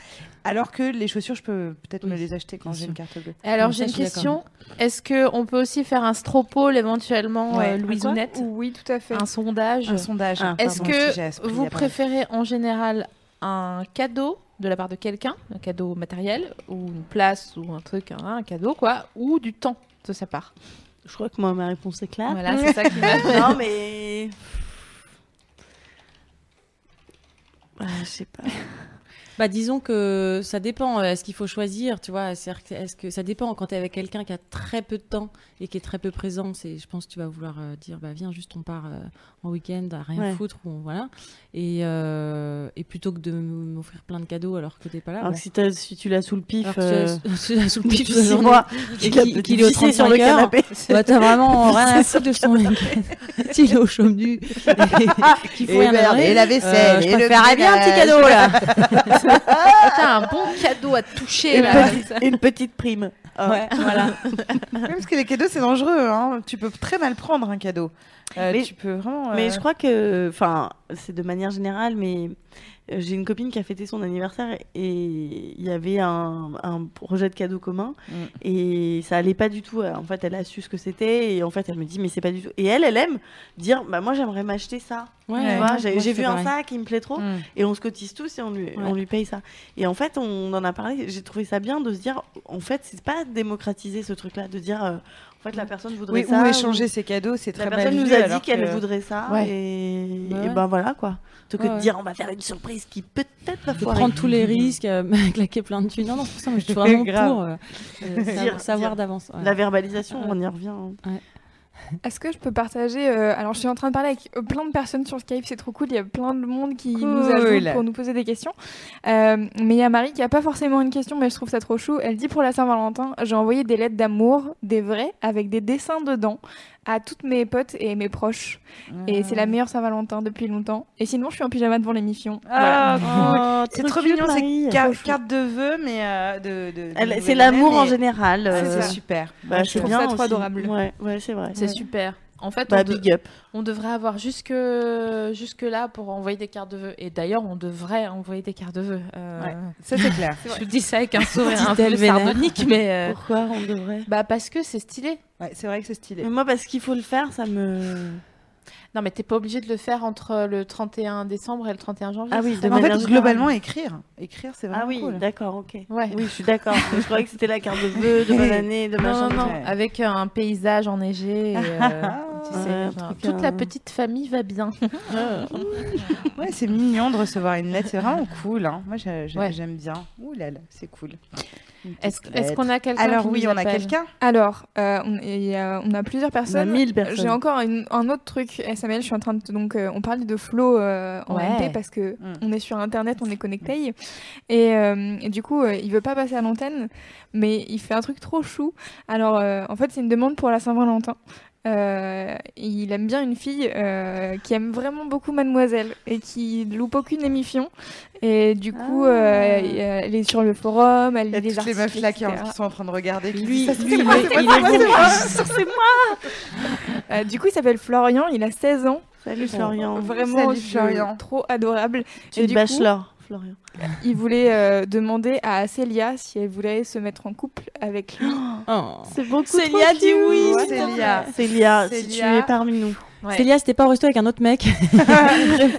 [SPEAKER 2] Alors que les chaussures, je peux peut-être me les acheter quand
[SPEAKER 4] bien
[SPEAKER 2] j'ai une
[SPEAKER 4] sûr.
[SPEAKER 2] carte bleue.
[SPEAKER 1] Alors
[SPEAKER 4] Donc ça,
[SPEAKER 1] j'ai une
[SPEAKER 4] je suis
[SPEAKER 1] question. Est-ce que on peut aussi faire un straw poll éventuellement,
[SPEAKER 2] Ouais.
[SPEAKER 1] euh,
[SPEAKER 2] Un
[SPEAKER 1] Louise
[SPEAKER 2] quoi
[SPEAKER 1] Ounette
[SPEAKER 6] Oui, tout à fait.
[SPEAKER 1] Un sondage.
[SPEAKER 2] Un sondage.
[SPEAKER 5] Ah,
[SPEAKER 1] Est-ce
[SPEAKER 2] Pardon, j'ai
[SPEAKER 1] que
[SPEAKER 2] esprit,
[SPEAKER 1] vous
[SPEAKER 2] la parole.
[SPEAKER 1] préférez en général un cadeau de la part de quelqu'un, un cadeau matériel ou une place ou un truc, hein, un cadeau quoi, ou du temps de sa part
[SPEAKER 5] Je crois que moi, ma réponse est claire.
[SPEAKER 1] Voilà, c'est ça qui va.
[SPEAKER 5] non, mais. Ah, je sais pas.
[SPEAKER 4] Bah, disons que ça dépend. euh, Est-ce qu'il faut choisir, tu vois c'est-à-dire que- Est-ce que ça dépend quand t'es avec quelqu'un qui a très peu de temps et qui est très peu présent C'est, je pense, que tu vas vouloir euh, dire, bah viens juste, on part euh, en week-end à rien
[SPEAKER 5] Ouais.
[SPEAKER 4] foutre ou voilà. Et, euh, et plutôt que de m'offrir plein de cadeaux alors que t'es pas là.
[SPEAKER 5] Alors
[SPEAKER 4] bon.
[SPEAKER 5] que si, t'as- si tu l'as sous le pif.
[SPEAKER 4] Alors que
[SPEAKER 5] euh,
[SPEAKER 4] tu l'as- tu l'as sous le
[SPEAKER 5] depuis
[SPEAKER 4] pif de la
[SPEAKER 5] six
[SPEAKER 4] journée.
[SPEAKER 5] mois,
[SPEAKER 4] et
[SPEAKER 5] tu l'as
[SPEAKER 4] qu'il- qu'il est au
[SPEAKER 5] vissé sur
[SPEAKER 4] 35
[SPEAKER 5] le
[SPEAKER 4] heures.
[SPEAKER 5] canapé.
[SPEAKER 4] Bah, t'as vraiment rien à
[SPEAKER 5] C'est
[SPEAKER 4] foutre de son week-end. S'il est au chaume nu, qu'il faut
[SPEAKER 2] Et
[SPEAKER 4] rien
[SPEAKER 2] merde,
[SPEAKER 4] donner,
[SPEAKER 2] et la vaisselle,
[SPEAKER 4] euh, je
[SPEAKER 2] et le
[SPEAKER 4] préférerais bien un petit
[SPEAKER 2] ménage.
[SPEAKER 4] cadeau là.
[SPEAKER 1] T'as un bon cadeau à toucher
[SPEAKER 5] Une
[SPEAKER 1] là.
[SPEAKER 5] petite, une petite prime. Ah.
[SPEAKER 4] Ouais, voilà.
[SPEAKER 2] Ouais, parce que les cadeaux, c'est dangereux. hein. Tu peux très mal prendre un cadeau. Euh,
[SPEAKER 5] Mais-
[SPEAKER 2] tu peux vraiment.
[SPEAKER 5] Mais
[SPEAKER 2] euh,
[SPEAKER 5] je crois que, enfin, c'est de manière générale, mais euh, j'ai une copine qui a fêté son anniversaire et il y avait un, un projet de cadeau commun
[SPEAKER 2] Mm.
[SPEAKER 5] et ça allait pas du tout. En fait, elle a su ce que c'était et en fait, elle me dit, mais c'est pas du tout. Et elle, elle aime dire, bah moi, j'aimerais m'acheter ça.
[SPEAKER 4] Euh, Ouais,
[SPEAKER 5] Tu
[SPEAKER 4] ouais,
[SPEAKER 5] vois,
[SPEAKER 4] moi,
[SPEAKER 5] j'ai
[SPEAKER 4] je
[SPEAKER 5] j'ai
[SPEAKER 4] fais
[SPEAKER 5] vu un
[SPEAKER 4] pareil.
[SPEAKER 5] sac qui me plaît trop
[SPEAKER 2] Mm.
[SPEAKER 5] et on se cotise tous et on lui, on lui paye ça. Et en fait, on en a parlé, j'ai trouvé ça bien de se dire, en fait, c'est pas démocratiser ce truc-là, de dire, euh, en fait, la personne voudrait
[SPEAKER 2] Oui,
[SPEAKER 5] ça.
[SPEAKER 2] ou échanger ses cadeaux, c'est
[SPEAKER 5] La
[SPEAKER 2] très mal
[SPEAKER 5] personne nous
[SPEAKER 2] vu,
[SPEAKER 5] a dit
[SPEAKER 2] alors
[SPEAKER 5] qu'elle
[SPEAKER 2] que-
[SPEAKER 5] voudrait ça
[SPEAKER 2] Ouais.
[SPEAKER 5] et...
[SPEAKER 4] Bah
[SPEAKER 5] et
[SPEAKER 4] ouais.
[SPEAKER 5] ben voilà quoi. Plutôt que
[SPEAKER 4] Ouais,
[SPEAKER 5] de
[SPEAKER 4] ouais.
[SPEAKER 5] dire on va faire une surprise qui peut-être va
[SPEAKER 4] de
[SPEAKER 5] foirer.
[SPEAKER 4] prendre tous les risques, euh, claquer plein de thunes. Non, non, c'est pour ça, moi, je suis vraiment
[SPEAKER 2] Grave.
[SPEAKER 4] pour euh, euh, savoir-
[SPEAKER 5] Dire-
[SPEAKER 4] savoir
[SPEAKER 5] dire.
[SPEAKER 4] d'avance. ouais.
[SPEAKER 5] La verbalisation,
[SPEAKER 4] Ouais.
[SPEAKER 5] on y revient. hein.
[SPEAKER 6] Est-ce que je peux partager euh, Alors, je suis en train de parler avec euh, plein de personnes sur Skype, c'est trop cool. Il y a plein de monde qui nous
[SPEAKER 2] Cool.
[SPEAKER 6] ajoute pour nous poser des questions. Euh, mais il y a Marie qui a pas forcément une question, mais je trouve ça trop chou. Elle dit pour la Saint-Valentin, j'ai envoyé des lettres d'amour, des vraies, avec des dessins dedans, à toutes mes potes et mes proches. Et
[SPEAKER 2] Ah.
[SPEAKER 6] c'est la meilleure Saint-Valentin depuis longtemps. Et sinon, je suis en pyjama devant l'émission.
[SPEAKER 2] Ah, cool.
[SPEAKER 5] Oh,
[SPEAKER 2] C'est
[SPEAKER 5] trop
[SPEAKER 2] trop
[SPEAKER 5] cute,
[SPEAKER 2] mignon,
[SPEAKER 5] Marie.
[SPEAKER 2] c'est car- carte de vœux, mais euh, de, de- de
[SPEAKER 5] Elle-
[SPEAKER 2] nouvelle
[SPEAKER 5] C'est l'amour
[SPEAKER 2] année,
[SPEAKER 5] en
[SPEAKER 2] mais
[SPEAKER 5] général. euh,
[SPEAKER 2] C'est super.
[SPEAKER 5] bah, c'est
[SPEAKER 6] trouve
[SPEAKER 5] bien
[SPEAKER 6] ça trop
[SPEAKER 5] aussi.
[SPEAKER 6] adorable.
[SPEAKER 5] Ouais, ouais, c'est vrai.
[SPEAKER 1] C'est super. En fait,
[SPEAKER 5] Bah,
[SPEAKER 1] on, de-
[SPEAKER 5] big up.
[SPEAKER 1] on devrait avoir jusque jusque là pour envoyer des cartes de vœux. Et d'ailleurs, on devrait envoyer des cartes de vœux. Euh,
[SPEAKER 2] Ouais. Ça, c'est clair.
[SPEAKER 1] Je dis ça avec un sourire un
[SPEAKER 4] Dit-elle
[SPEAKER 1] peu
[SPEAKER 4] vénère.
[SPEAKER 1] sardonique, mais euh,
[SPEAKER 5] Pourquoi on devrait
[SPEAKER 1] bah parce que c'est stylé.
[SPEAKER 2] Ouais, c'est vrai que c'est stylé.
[SPEAKER 5] Mais moi, parce qu'il faut le faire, ça me.
[SPEAKER 1] Non, mais t'es pas obligé de le faire entre le 31 décembre et le 31 janvier.
[SPEAKER 5] Ah oui,
[SPEAKER 1] c'est
[SPEAKER 5] de
[SPEAKER 1] ça
[SPEAKER 2] en
[SPEAKER 5] manière
[SPEAKER 2] fait, globalement, écrire. Écrire, c'est vraiment
[SPEAKER 5] Ah oui,
[SPEAKER 2] cool.
[SPEAKER 5] d'accord, ok.
[SPEAKER 1] Ouais.
[SPEAKER 5] Oui, je suis d'accord. Mais je croyais que c'était la carte de vœux, de bonne année, de
[SPEAKER 1] Non,
[SPEAKER 5] machin.
[SPEAKER 1] non, Ah non,
[SPEAKER 2] ouais.
[SPEAKER 1] avec un paysage enneigé. et, euh, tu sais,
[SPEAKER 5] Ouais, un
[SPEAKER 1] genre,
[SPEAKER 5] truc,
[SPEAKER 1] toute
[SPEAKER 5] euh,
[SPEAKER 1] la petite famille va bien.
[SPEAKER 2] Ouais, c'est mignon de recevoir une lettre. C'est vraiment cool. hein. Moi, j'ai- j'ai-
[SPEAKER 1] Ouais.
[SPEAKER 2] j'aime bien. Ouh là là, c'est cool. Une petite
[SPEAKER 1] Est-ce est-ce
[SPEAKER 2] lettre.
[SPEAKER 1] qu'on a quelqu'un
[SPEAKER 2] Alors
[SPEAKER 1] qui
[SPEAKER 2] oui,
[SPEAKER 1] nous
[SPEAKER 2] on a
[SPEAKER 1] appelle
[SPEAKER 2] quelqu'un.
[SPEAKER 6] Alors, euh, on, il y a, on a plusieurs
[SPEAKER 5] On a
[SPEAKER 6] personnes.
[SPEAKER 5] 1000
[SPEAKER 6] J'ai
[SPEAKER 5] personnes.
[SPEAKER 6] encore une- un autre truc, SML. Je suis en train de donc euh, on parlait de flow euh, en
[SPEAKER 1] Ouais.
[SPEAKER 6] MP parce que
[SPEAKER 2] Mm.
[SPEAKER 6] on est sur internet, on est connecté et, euh, et du coup euh, il veut pas passer à l'antenne, mais il fait un truc trop chou. Alors euh, en fait c'est une demande pour la Saint-Valentin. Euh, il aime bien une fille euh, qui aime vraiment beaucoup Mademoiselle et qui loupe aucune émission. Et du coup,
[SPEAKER 5] Ah.
[SPEAKER 6] euh, elle est sur le forum, elle
[SPEAKER 2] Il y a
[SPEAKER 6] lit les
[SPEAKER 2] toutes les
[SPEAKER 6] articles.
[SPEAKER 2] meufs là qui,
[SPEAKER 6] etc.
[SPEAKER 2] qui sont en train de regarder. qui
[SPEAKER 5] Lui,
[SPEAKER 2] disent, ça,
[SPEAKER 5] lui,
[SPEAKER 2] c'est
[SPEAKER 5] il
[SPEAKER 2] moi,
[SPEAKER 5] est-
[SPEAKER 2] c'est moi,
[SPEAKER 5] il
[SPEAKER 2] c'est
[SPEAKER 5] est
[SPEAKER 2] moi,
[SPEAKER 5] venu.
[SPEAKER 2] c'est moi.
[SPEAKER 6] Euh, du coup, il s'appelle Florian, il a 16 ans.
[SPEAKER 5] Salut Florian.
[SPEAKER 6] Vraiment
[SPEAKER 2] Salut,
[SPEAKER 6] je-
[SPEAKER 2] Florian.
[SPEAKER 6] trop adorable.
[SPEAKER 5] Tu
[SPEAKER 6] Et
[SPEAKER 5] es
[SPEAKER 6] du
[SPEAKER 5] bachelor, Florian.
[SPEAKER 6] coup, il voulait euh, demander à Célia si elle voulait se mettre en couple avec lui.
[SPEAKER 4] Oh.
[SPEAKER 5] C'est beaucoup
[SPEAKER 4] Célia dit oui.
[SPEAKER 2] Ouais, Célia.
[SPEAKER 5] Célia, si tu
[SPEAKER 2] Célia.
[SPEAKER 5] es parmi nous.
[SPEAKER 1] Ouais.
[SPEAKER 4] Célia, c'était pas au resto avec un autre mec.
[SPEAKER 2] Ah.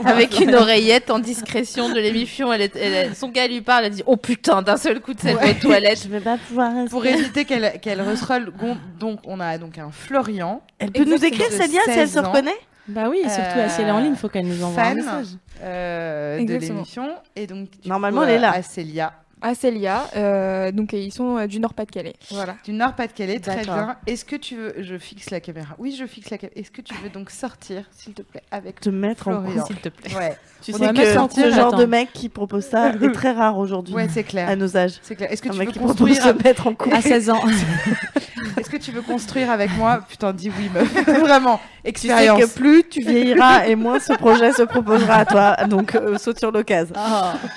[SPEAKER 1] Avec une oreillette en discrétion de l'émission, elle est- elle est- son gars lui parle, elle dit Oh putain, d'un seul coup de cette aux toilettes.
[SPEAKER 5] Je vais pas pouvoir rester.
[SPEAKER 2] Pour éviter qu'elle qu'elle restrole, gon- donc on a donc un Florian.
[SPEAKER 5] Elle peut nous écrire,
[SPEAKER 2] De
[SPEAKER 5] Célia, si elle se
[SPEAKER 2] 16 ans.
[SPEAKER 5] reconnaît
[SPEAKER 4] Bah oui, surtout à si elle est en ligne, faut qu'elle nous envoie un
[SPEAKER 2] fan,
[SPEAKER 4] message.
[SPEAKER 2] euh, de
[SPEAKER 6] Exactement.
[SPEAKER 2] l'émission. Et donc, du
[SPEAKER 5] Normalement,
[SPEAKER 2] coup,
[SPEAKER 5] elle est
[SPEAKER 2] euh,
[SPEAKER 5] là.
[SPEAKER 2] À Célia.
[SPEAKER 6] À Célia, euh, donc et ils sont euh, du Nord-Pas-de-Calais. Voilà.
[SPEAKER 2] Du Nord-Pas-de-Calais, très
[SPEAKER 4] D'accord.
[SPEAKER 2] bien. Est-ce que tu veux. Je fixe la caméra. Oui, je fixe la caméra. Est-ce que tu veux donc sortir, s'il te plaît, avec
[SPEAKER 5] Te mettre en
[SPEAKER 2] Florian
[SPEAKER 5] couple.
[SPEAKER 2] te plaît. Ouais,
[SPEAKER 5] Tu
[SPEAKER 4] On
[SPEAKER 5] sais
[SPEAKER 4] va
[SPEAKER 5] que
[SPEAKER 4] mettre sortir,
[SPEAKER 5] ce genre
[SPEAKER 4] attends.
[SPEAKER 5] de mec qui propose ça est très rare aujourd'hui
[SPEAKER 2] ouais c'est clair.
[SPEAKER 5] à nos âges.
[SPEAKER 2] C'est clair. Est-ce que,
[SPEAKER 5] Un
[SPEAKER 2] tu
[SPEAKER 5] mec
[SPEAKER 2] veux
[SPEAKER 5] qui propose
[SPEAKER 2] construire
[SPEAKER 5] se mettre en couple.
[SPEAKER 4] À 16 ans.
[SPEAKER 2] Est-ce que tu veux construire avec moi Putain, dis oui, meuf. Vraiment,
[SPEAKER 5] Tu sais
[SPEAKER 2] expérience.
[SPEAKER 5] que plus tu vieilliras et moins ce projet se proposera à toi. Donc euh, saute sur l'occasion.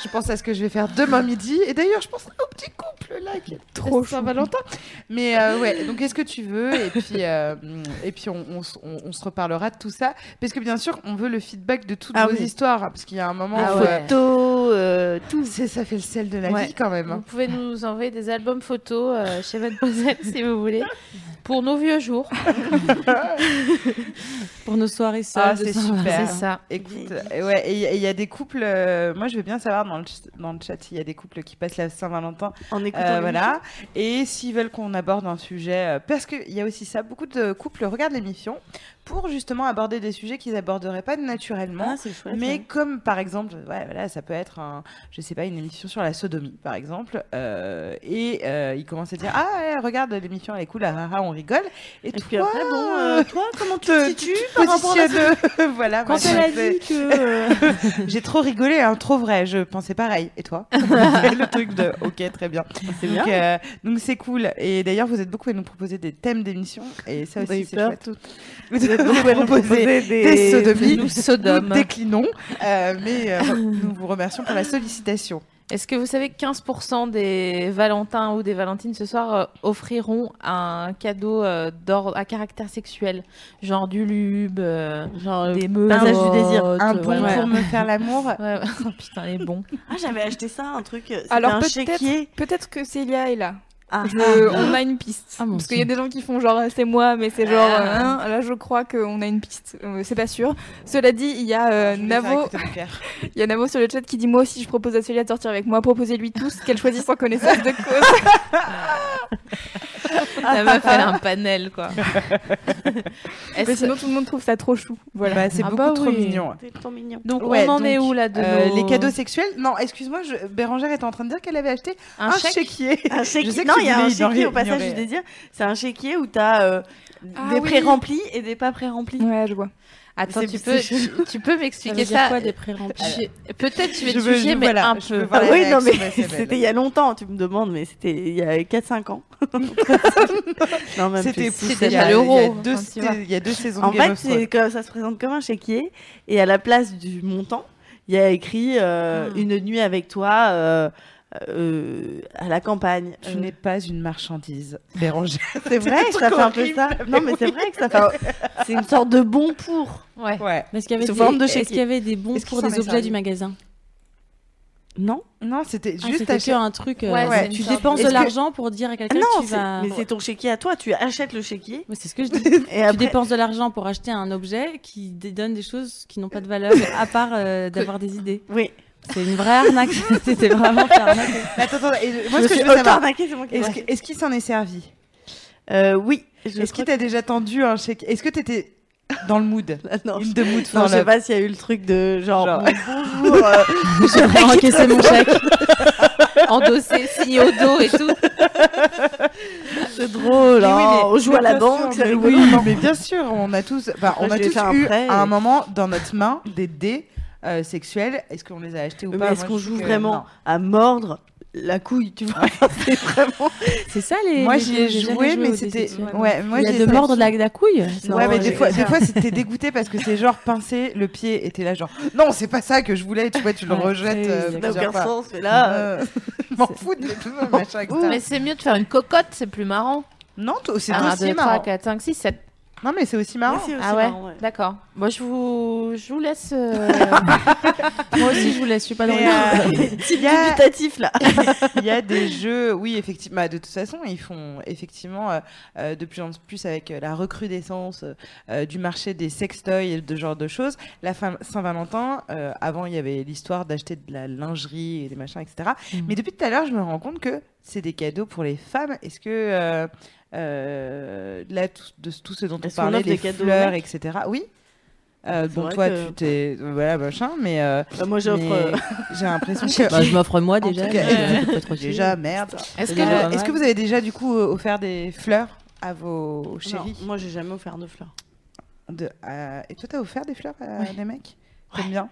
[SPEAKER 2] Je pense à ce que je vais faire demain midi. Et d'ailleurs, je pense au petit couple là qui est trop Saint-Valentin. Mais euh, ouais, donc est-ce que tu veux Et puis, euh, et puis on, on s- on- on se reparlera de tout ça. Parce que bien sûr, on veut le feedback de toutes
[SPEAKER 5] Ah
[SPEAKER 2] vos
[SPEAKER 5] oui.
[SPEAKER 2] histoires. hein, Parce qu'il y a un moment
[SPEAKER 4] Ah
[SPEAKER 2] où.
[SPEAKER 4] ouais.
[SPEAKER 5] Tôt, euh,
[SPEAKER 2] tout. Ça fait le sel de la
[SPEAKER 4] Ouais.
[SPEAKER 2] vie quand même.
[SPEAKER 1] Vous
[SPEAKER 2] hein.
[SPEAKER 1] pouvez nous envoyer des albums photos euh, chez Mademoiselle si vous voulez, pour nos vieux jours.
[SPEAKER 4] Pour nos soirées seules.
[SPEAKER 2] Ah,
[SPEAKER 4] de
[SPEAKER 2] c'est
[SPEAKER 4] Saint-Valentin.
[SPEAKER 2] super.
[SPEAKER 1] C'est ça.
[SPEAKER 2] Écoute, euh, ouais, et il y a- il y a des couples. euh, moi, je veux bien savoir dans le, ch- dans le chat s'il y a des couples qui passent la Saint-Valentin
[SPEAKER 5] en écoutant.
[SPEAKER 2] Euh,
[SPEAKER 5] les
[SPEAKER 2] voilà. Et s'ils veulent qu'on aborde un sujet, euh, parce qu'il y a aussi ça, beaucoup de couples regardent l'émission pour justement aborder des sujets qu'ils aborderaient pas naturellement.
[SPEAKER 5] Ah, c'est chouette.
[SPEAKER 2] Mais
[SPEAKER 5] ouais.
[SPEAKER 2] comme par exemple, ouais, voilà, ça peut être, un, je sais pas, une émission sur la sodomie, par exemple, euh, et euh, ils commencent à dire, ah, ouais, regarde l'émission, elle est cool, ah, ah, ah, on rigole. Et,
[SPEAKER 5] Et
[SPEAKER 2] toi,
[SPEAKER 5] puis après, bon, euh, toi, comment tu
[SPEAKER 2] te-
[SPEAKER 5] te situes
[SPEAKER 2] tu te
[SPEAKER 5] par rapport à la
[SPEAKER 2] positionnes- voilà.
[SPEAKER 4] Quand
[SPEAKER 2] moi,
[SPEAKER 4] elle a
[SPEAKER 2] je fais-
[SPEAKER 4] dit que. euh,
[SPEAKER 2] j'ai trop rigolé, hein, trop vrai. Je pensais pareil. Et toi Le truc de OK, très bien. Donc euh, donc c'est cool. Et d'ailleurs, vous êtes beaucoup à nous proposer des thèmes d'émissions. Et ça
[SPEAKER 5] On a eu
[SPEAKER 2] aussi, c'est
[SPEAKER 5] peur,
[SPEAKER 2] chouette. Vous êtes beaucoup à nous proposer
[SPEAKER 5] proposer
[SPEAKER 2] des
[SPEAKER 5] des...
[SPEAKER 2] sodomies.
[SPEAKER 1] Nous Sodome.
[SPEAKER 2] Nous déclinons. euh, mais euh, nous vous remercions pour la sollicitation.
[SPEAKER 1] Est-ce que vous savez que 15% des Valentins ou des Valentines ce soir euh, offriront un cadeau euh, d'ordre à caractère sexuel, genre du lube, euh,
[SPEAKER 5] Genre, euh,
[SPEAKER 1] des meufs,
[SPEAKER 5] passage du désir.
[SPEAKER 2] Un bon
[SPEAKER 1] ouais.
[SPEAKER 2] pour me faire l'amour.
[SPEAKER 1] Ouais, ouais. Oh, putain, les bons.
[SPEAKER 5] Ah, j'avais acheté ça, un truc. euh, c'était
[SPEAKER 6] Alors
[SPEAKER 5] un
[SPEAKER 6] peut-être-
[SPEAKER 5] chéquier.
[SPEAKER 6] Peut-être que Célia est là.
[SPEAKER 5] Ah,
[SPEAKER 6] Je- euh, on a une piste.
[SPEAKER 4] Ah, mon
[SPEAKER 6] parce
[SPEAKER 4] Dieu.
[SPEAKER 6] qu'il y a des gens qui font genre euh, c'est moi, mais c'est genre
[SPEAKER 2] Ah.
[SPEAKER 6] euh, hein, là je crois qu'on a une piste. Euh, c'est pas sûr. Cela dit, il y a euh,
[SPEAKER 2] Je vais faire
[SPEAKER 6] Navo,
[SPEAKER 2] écouter mon cœur.
[SPEAKER 6] il y a Navo sur le chat qui dit moi aussi je propose à Célia de sortir avec moi. Proposez-lui tous qu'elle choisisse sans connaissance de cause.
[SPEAKER 2] Ah.
[SPEAKER 1] La meuf, elle a un panel, quoi. Est-ce
[SPEAKER 6] Mais
[SPEAKER 1] que-
[SPEAKER 6] sinon tout le monde trouve ça trop chou. Voilà.
[SPEAKER 2] Bah, c'est
[SPEAKER 1] Ah
[SPEAKER 2] beaucoup
[SPEAKER 1] bah
[SPEAKER 2] trop
[SPEAKER 1] oui.
[SPEAKER 2] mignon.
[SPEAKER 5] c'était trop mignon.
[SPEAKER 1] Donc,
[SPEAKER 2] Ouais,
[SPEAKER 1] on en est
[SPEAKER 2] donc,
[SPEAKER 1] où, là, de
[SPEAKER 2] Euh,
[SPEAKER 1] nos-
[SPEAKER 2] Les cadeaux sexuels Non, excuse-moi, je... Bérangère était en train de dire qu'elle avait acheté
[SPEAKER 1] Un,
[SPEAKER 2] un,
[SPEAKER 1] chèque
[SPEAKER 2] chéquier.
[SPEAKER 5] Un chéquier.
[SPEAKER 2] sais que
[SPEAKER 5] non,
[SPEAKER 2] tu
[SPEAKER 5] il y a
[SPEAKER 2] voulais
[SPEAKER 5] un
[SPEAKER 2] ignorer-
[SPEAKER 5] chéquier au passage,
[SPEAKER 2] ignorer.
[SPEAKER 5] je vais dire. C'est un chéquier où t'as euh,
[SPEAKER 6] Ah
[SPEAKER 5] des
[SPEAKER 6] oui.
[SPEAKER 5] pré-remplis et des pas pré-remplis.
[SPEAKER 6] Ouais, je vois.
[SPEAKER 1] Attends,
[SPEAKER 5] C'est-
[SPEAKER 1] tu
[SPEAKER 5] c'est
[SPEAKER 1] peux, tu,
[SPEAKER 5] chelou.
[SPEAKER 1] tu peux
[SPEAKER 4] Ça
[SPEAKER 1] m'expliquer
[SPEAKER 4] veut dire
[SPEAKER 1] ça,
[SPEAKER 4] quoi, des pré-remplis
[SPEAKER 1] Je- Peut-être tu vas
[SPEAKER 2] Je
[SPEAKER 1] te
[SPEAKER 2] veux-
[SPEAKER 1] juger,
[SPEAKER 2] je-
[SPEAKER 1] mais
[SPEAKER 2] voilà,
[SPEAKER 1] un
[SPEAKER 2] je veux
[SPEAKER 1] peu.
[SPEAKER 2] voir
[SPEAKER 5] Ah
[SPEAKER 2] la
[SPEAKER 5] oui, non,
[SPEAKER 2] réaction
[SPEAKER 5] mais
[SPEAKER 2] d'Assemel.
[SPEAKER 5] c'était il y a longtemps, tu me demandes, mais c'était il y a 4-5 ans. non, même
[SPEAKER 2] C'était
[SPEAKER 5] plus.
[SPEAKER 2] poussé
[SPEAKER 1] c'était
[SPEAKER 2] il y a-
[SPEAKER 1] à l'euro,
[SPEAKER 2] il y a deux-
[SPEAKER 1] quand tu vas.
[SPEAKER 2] Il y a deux saisons
[SPEAKER 5] En
[SPEAKER 2] de Game
[SPEAKER 5] fait,
[SPEAKER 2] of Thrones.
[SPEAKER 5] c'est comme- ça se présente comme un chéquier, et à la place du montant, il y a écrit euh,
[SPEAKER 4] Ah.
[SPEAKER 5] Une nuit avec toi euh, euh, à la campagne.
[SPEAKER 2] Tu
[SPEAKER 5] Euh,
[SPEAKER 2] n'es pas une marchandise. Bérangère.
[SPEAKER 5] C'est vrai que ça fait un peu ça. Non, mais c'est vrai que ça fait. C'est une sorte de bon pour.
[SPEAKER 1] Ouais.
[SPEAKER 2] Ouais.
[SPEAKER 4] Mais Est-ce qu'il y avait
[SPEAKER 5] Sous
[SPEAKER 4] des-
[SPEAKER 5] forme de
[SPEAKER 4] est-ce
[SPEAKER 5] chéquier.
[SPEAKER 4] qu'il y avait des bons
[SPEAKER 2] Est-ce qu'ils
[SPEAKER 4] pour
[SPEAKER 2] sont
[SPEAKER 4] des objets
[SPEAKER 2] desservis
[SPEAKER 4] du magasin
[SPEAKER 5] Non
[SPEAKER 2] Non, c'était
[SPEAKER 4] Ah,
[SPEAKER 2] juste
[SPEAKER 4] C'était que
[SPEAKER 2] acheter.
[SPEAKER 4] un truc. euh,
[SPEAKER 1] Ouais,
[SPEAKER 2] ouais.
[SPEAKER 1] c'est une
[SPEAKER 4] Tu
[SPEAKER 1] sorte
[SPEAKER 4] dépenses
[SPEAKER 5] Est-ce
[SPEAKER 4] de
[SPEAKER 5] que-
[SPEAKER 4] l'argent pour dire à quelqu'un
[SPEAKER 5] Non,
[SPEAKER 4] que tu
[SPEAKER 5] c'est-
[SPEAKER 4] vas.
[SPEAKER 5] mais c'est ton chéquier à toi. Tu achètes le chéquier.
[SPEAKER 4] Ouais, C'est ce que je dis.
[SPEAKER 5] Et
[SPEAKER 4] Tu
[SPEAKER 5] après,
[SPEAKER 4] dépenses de l'argent pour acheter un objet qui dé- donne des choses qui n'ont pas de valeur, à part euh, d'avoir des idées.
[SPEAKER 5] oui.
[SPEAKER 4] C'est une vraie arnaque. C'était vraiment fait arnaquer.
[SPEAKER 2] Attends, attends, et- moi
[SPEAKER 5] Je me
[SPEAKER 2] ce
[SPEAKER 5] suis
[SPEAKER 2] que je veux savoir,
[SPEAKER 5] auto-arnaquée, c'est moi qui.
[SPEAKER 2] est-ce que- est-ce qu'il s'en est servi
[SPEAKER 5] Euh, oui. Je
[SPEAKER 2] Est-ce qu'il
[SPEAKER 5] crois
[SPEAKER 2] t'a déjà tendu un chèque Est-ce que t'étais dans le mood
[SPEAKER 5] que- Ah, non,
[SPEAKER 2] In the mood
[SPEAKER 5] Non,
[SPEAKER 2] for
[SPEAKER 5] je sais
[SPEAKER 2] love.
[SPEAKER 5] pas s'il y a eu le truc de genre,
[SPEAKER 2] Genre.
[SPEAKER 5] bon, bonjour, euh,
[SPEAKER 4] J'aimerais encaisser mon chèque.
[SPEAKER 1] Endossé, signé au dos et tout.
[SPEAKER 5] c'est drôle,
[SPEAKER 2] Mais
[SPEAKER 5] hein,
[SPEAKER 2] oui, mais-
[SPEAKER 5] on joue
[SPEAKER 2] mais
[SPEAKER 5] à la
[SPEAKER 2] bien sûr,
[SPEAKER 5] banque,
[SPEAKER 2] mais
[SPEAKER 5] c'est rigolo.
[SPEAKER 2] oui, mais bien sûr, on a tous, enfin, on
[SPEAKER 5] Moi,
[SPEAKER 2] a
[SPEAKER 5] je l'ai
[SPEAKER 2] tous
[SPEAKER 5] fait un
[SPEAKER 2] eu
[SPEAKER 5] prêt,
[SPEAKER 2] à un
[SPEAKER 5] et-
[SPEAKER 2] moment dans notre main des dés euh, sexuels. Est-ce qu'on les a achetés ou
[SPEAKER 5] Mais
[SPEAKER 2] pas
[SPEAKER 5] est-ce
[SPEAKER 2] Moi,
[SPEAKER 5] qu'on
[SPEAKER 2] je
[SPEAKER 5] joue
[SPEAKER 2] trouve que
[SPEAKER 5] vraiment
[SPEAKER 2] non.
[SPEAKER 5] à mordre la couille, tu vois C'est vraiment.
[SPEAKER 4] C'est ça les.
[SPEAKER 2] Moi
[SPEAKER 4] les
[SPEAKER 2] j'y
[SPEAKER 4] jeux,
[SPEAKER 2] ai
[SPEAKER 4] jamais
[SPEAKER 2] joué, mais
[SPEAKER 4] aux
[SPEAKER 2] c'était,
[SPEAKER 4] déceptions.
[SPEAKER 2] ouais, moi
[SPEAKER 4] Il y a
[SPEAKER 2] j'y ai
[SPEAKER 4] de
[SPEAKER 2] joué.
[SPEAKER 4] mordre la, la couille. Non,
[SPEAKER 2] ouais, mais
[SPEAKER 5] j'ai
[SPEAKER 2] des
[SPEAKER 5] fait
[SPEAKER 2] fois,
[SPEAKER 5] ça.
[SPEAKER 2] des fois, c'était dégoûté parce que c'est genre pincé le pied et t'es là genre non c'est pas ça que je voulais tu vois tu le
[SPEAKER 4] Ouais,
[SPEAKER 2] rejettes
[SPEAKER 4] oui,
[SPEAKER 2] euh,
[SPEAKER 4] oui,
[SPEAKER 5] Ça n'a
[SPEAKER 2] plusieurs
[SPEAKER 5] aucun
[SPEAKER 2] fois.
[SPEAKER 5] sens, mais là. euh,
[SPEAKER 2] Euh, je m'en fous de mes machin etc.
[SPEAKER 1] Mais c'est mieux de faire une cocotte, c'est plus marrant.
[SPEAKER 2] non t- c'est
[SPEAKER 1] 1,
[SPEAKER 2] aussi
[SPEAKER 1] 2,
[SPEAKER 2] marrant
[SPEAKER 1] 3, 4, 5, 6, 7.
[SPEAKER 2] non mais c'est aussi
[SPEAKER 5] ouais,
[SPEAKER 2] marrant
[SPEAKER 5] c'est aussi
[SPEAKER 1] Ah ouais,
[SPEAKER 5] marrant, ouais.
[SPEAKER 1] D'accord. Moi, je vous, je vous laisse. euh,
[SPEAKER 4] Moi aussi, je vous laisse. Je suis pas dans
[SPEAKER 2] Mais,
[SPEAKER 4] le.
[SPEAKER 2] euh, il y a-
[SPEAKER 5] Dubitatif, là.
[SPEAKER 2] il y a des jeux, oui, effectivement. bah, de toute façon, ils font effectivement euh, euh, de plus en plus avec euh, la recrudescence euh, euh, du marché des sextoys et de ce genre de choses. La fin- Saint-Valentin, euh, avant, il y avait l'histoire d'acheter de la lingerie et des machins, etc.
[SPEAKER 5] Mmh.
[SPEAKER 4] Mhm.
[SPEAKER 2] Mais depuis tout à l'heure, je me rends compte que c'est des cadeaux pour les femmes. Est-ce que. euh, euh, là, tout, de tout ce dont on
[SPEAKER 5] Est-ce qu'on
[SPEAKER 2] parlait,
[SPEAKER 5] offre
[SPEAKER 2] les
[SPEAKER 5] des cadeaux aux
[SPEAKER 2] fleurs,
[SPEAKER 5] mecs
[SPEAKER 2] etc. Oui, Euh, bon,
[SPEAKER 5] vrai
[SPEAKER 2] toi,
[SPEAKER 5] que-
[SPEAKER 2] tu t'es. Voilà, machin, mais. euh,
[SPEAKER 5] Bah, moi, j'offre,
[SPEAKER 2] mais
[SPEAKER 5] euh,
[SPEAKER 2] J'ai l'impression
[SPEAKER 5] Je-
[SPEAKER 2] que.
[SPEAKER 5] Bah, je m'offre
[SPEAKER 4] moi,
[SPEAKER 2] En
[SPEAKER 4] déjà,
[SPEAKER 2] tout cas, euh,
[SPEAKER 4] mais je peux pas trop
[SPEAKER 2] déjà,
[SPEAKER 4] chier.
[SPEAKER 2] merde.
[SPEAKER 4] Est-ce
[SPEAKER 2] Est-ce
[SPEAKER 4] que- C'est déjà pas
[SPEAKER 2] que, est-ce que
[SPEAKER 4] mal.
[SPEAKER 2] vous avez déjà, du coup, euh, offert des fleurs à vos chéris
[SPEAKER 5] Moi, j'ai jamais offert de fleurs.
[SPEAKER 2] de, euh, Et toi, t'as offert des fleurs à
[SPEAKER 5] Ouais.
[SPEAKER 2] des mecs T'aimes bien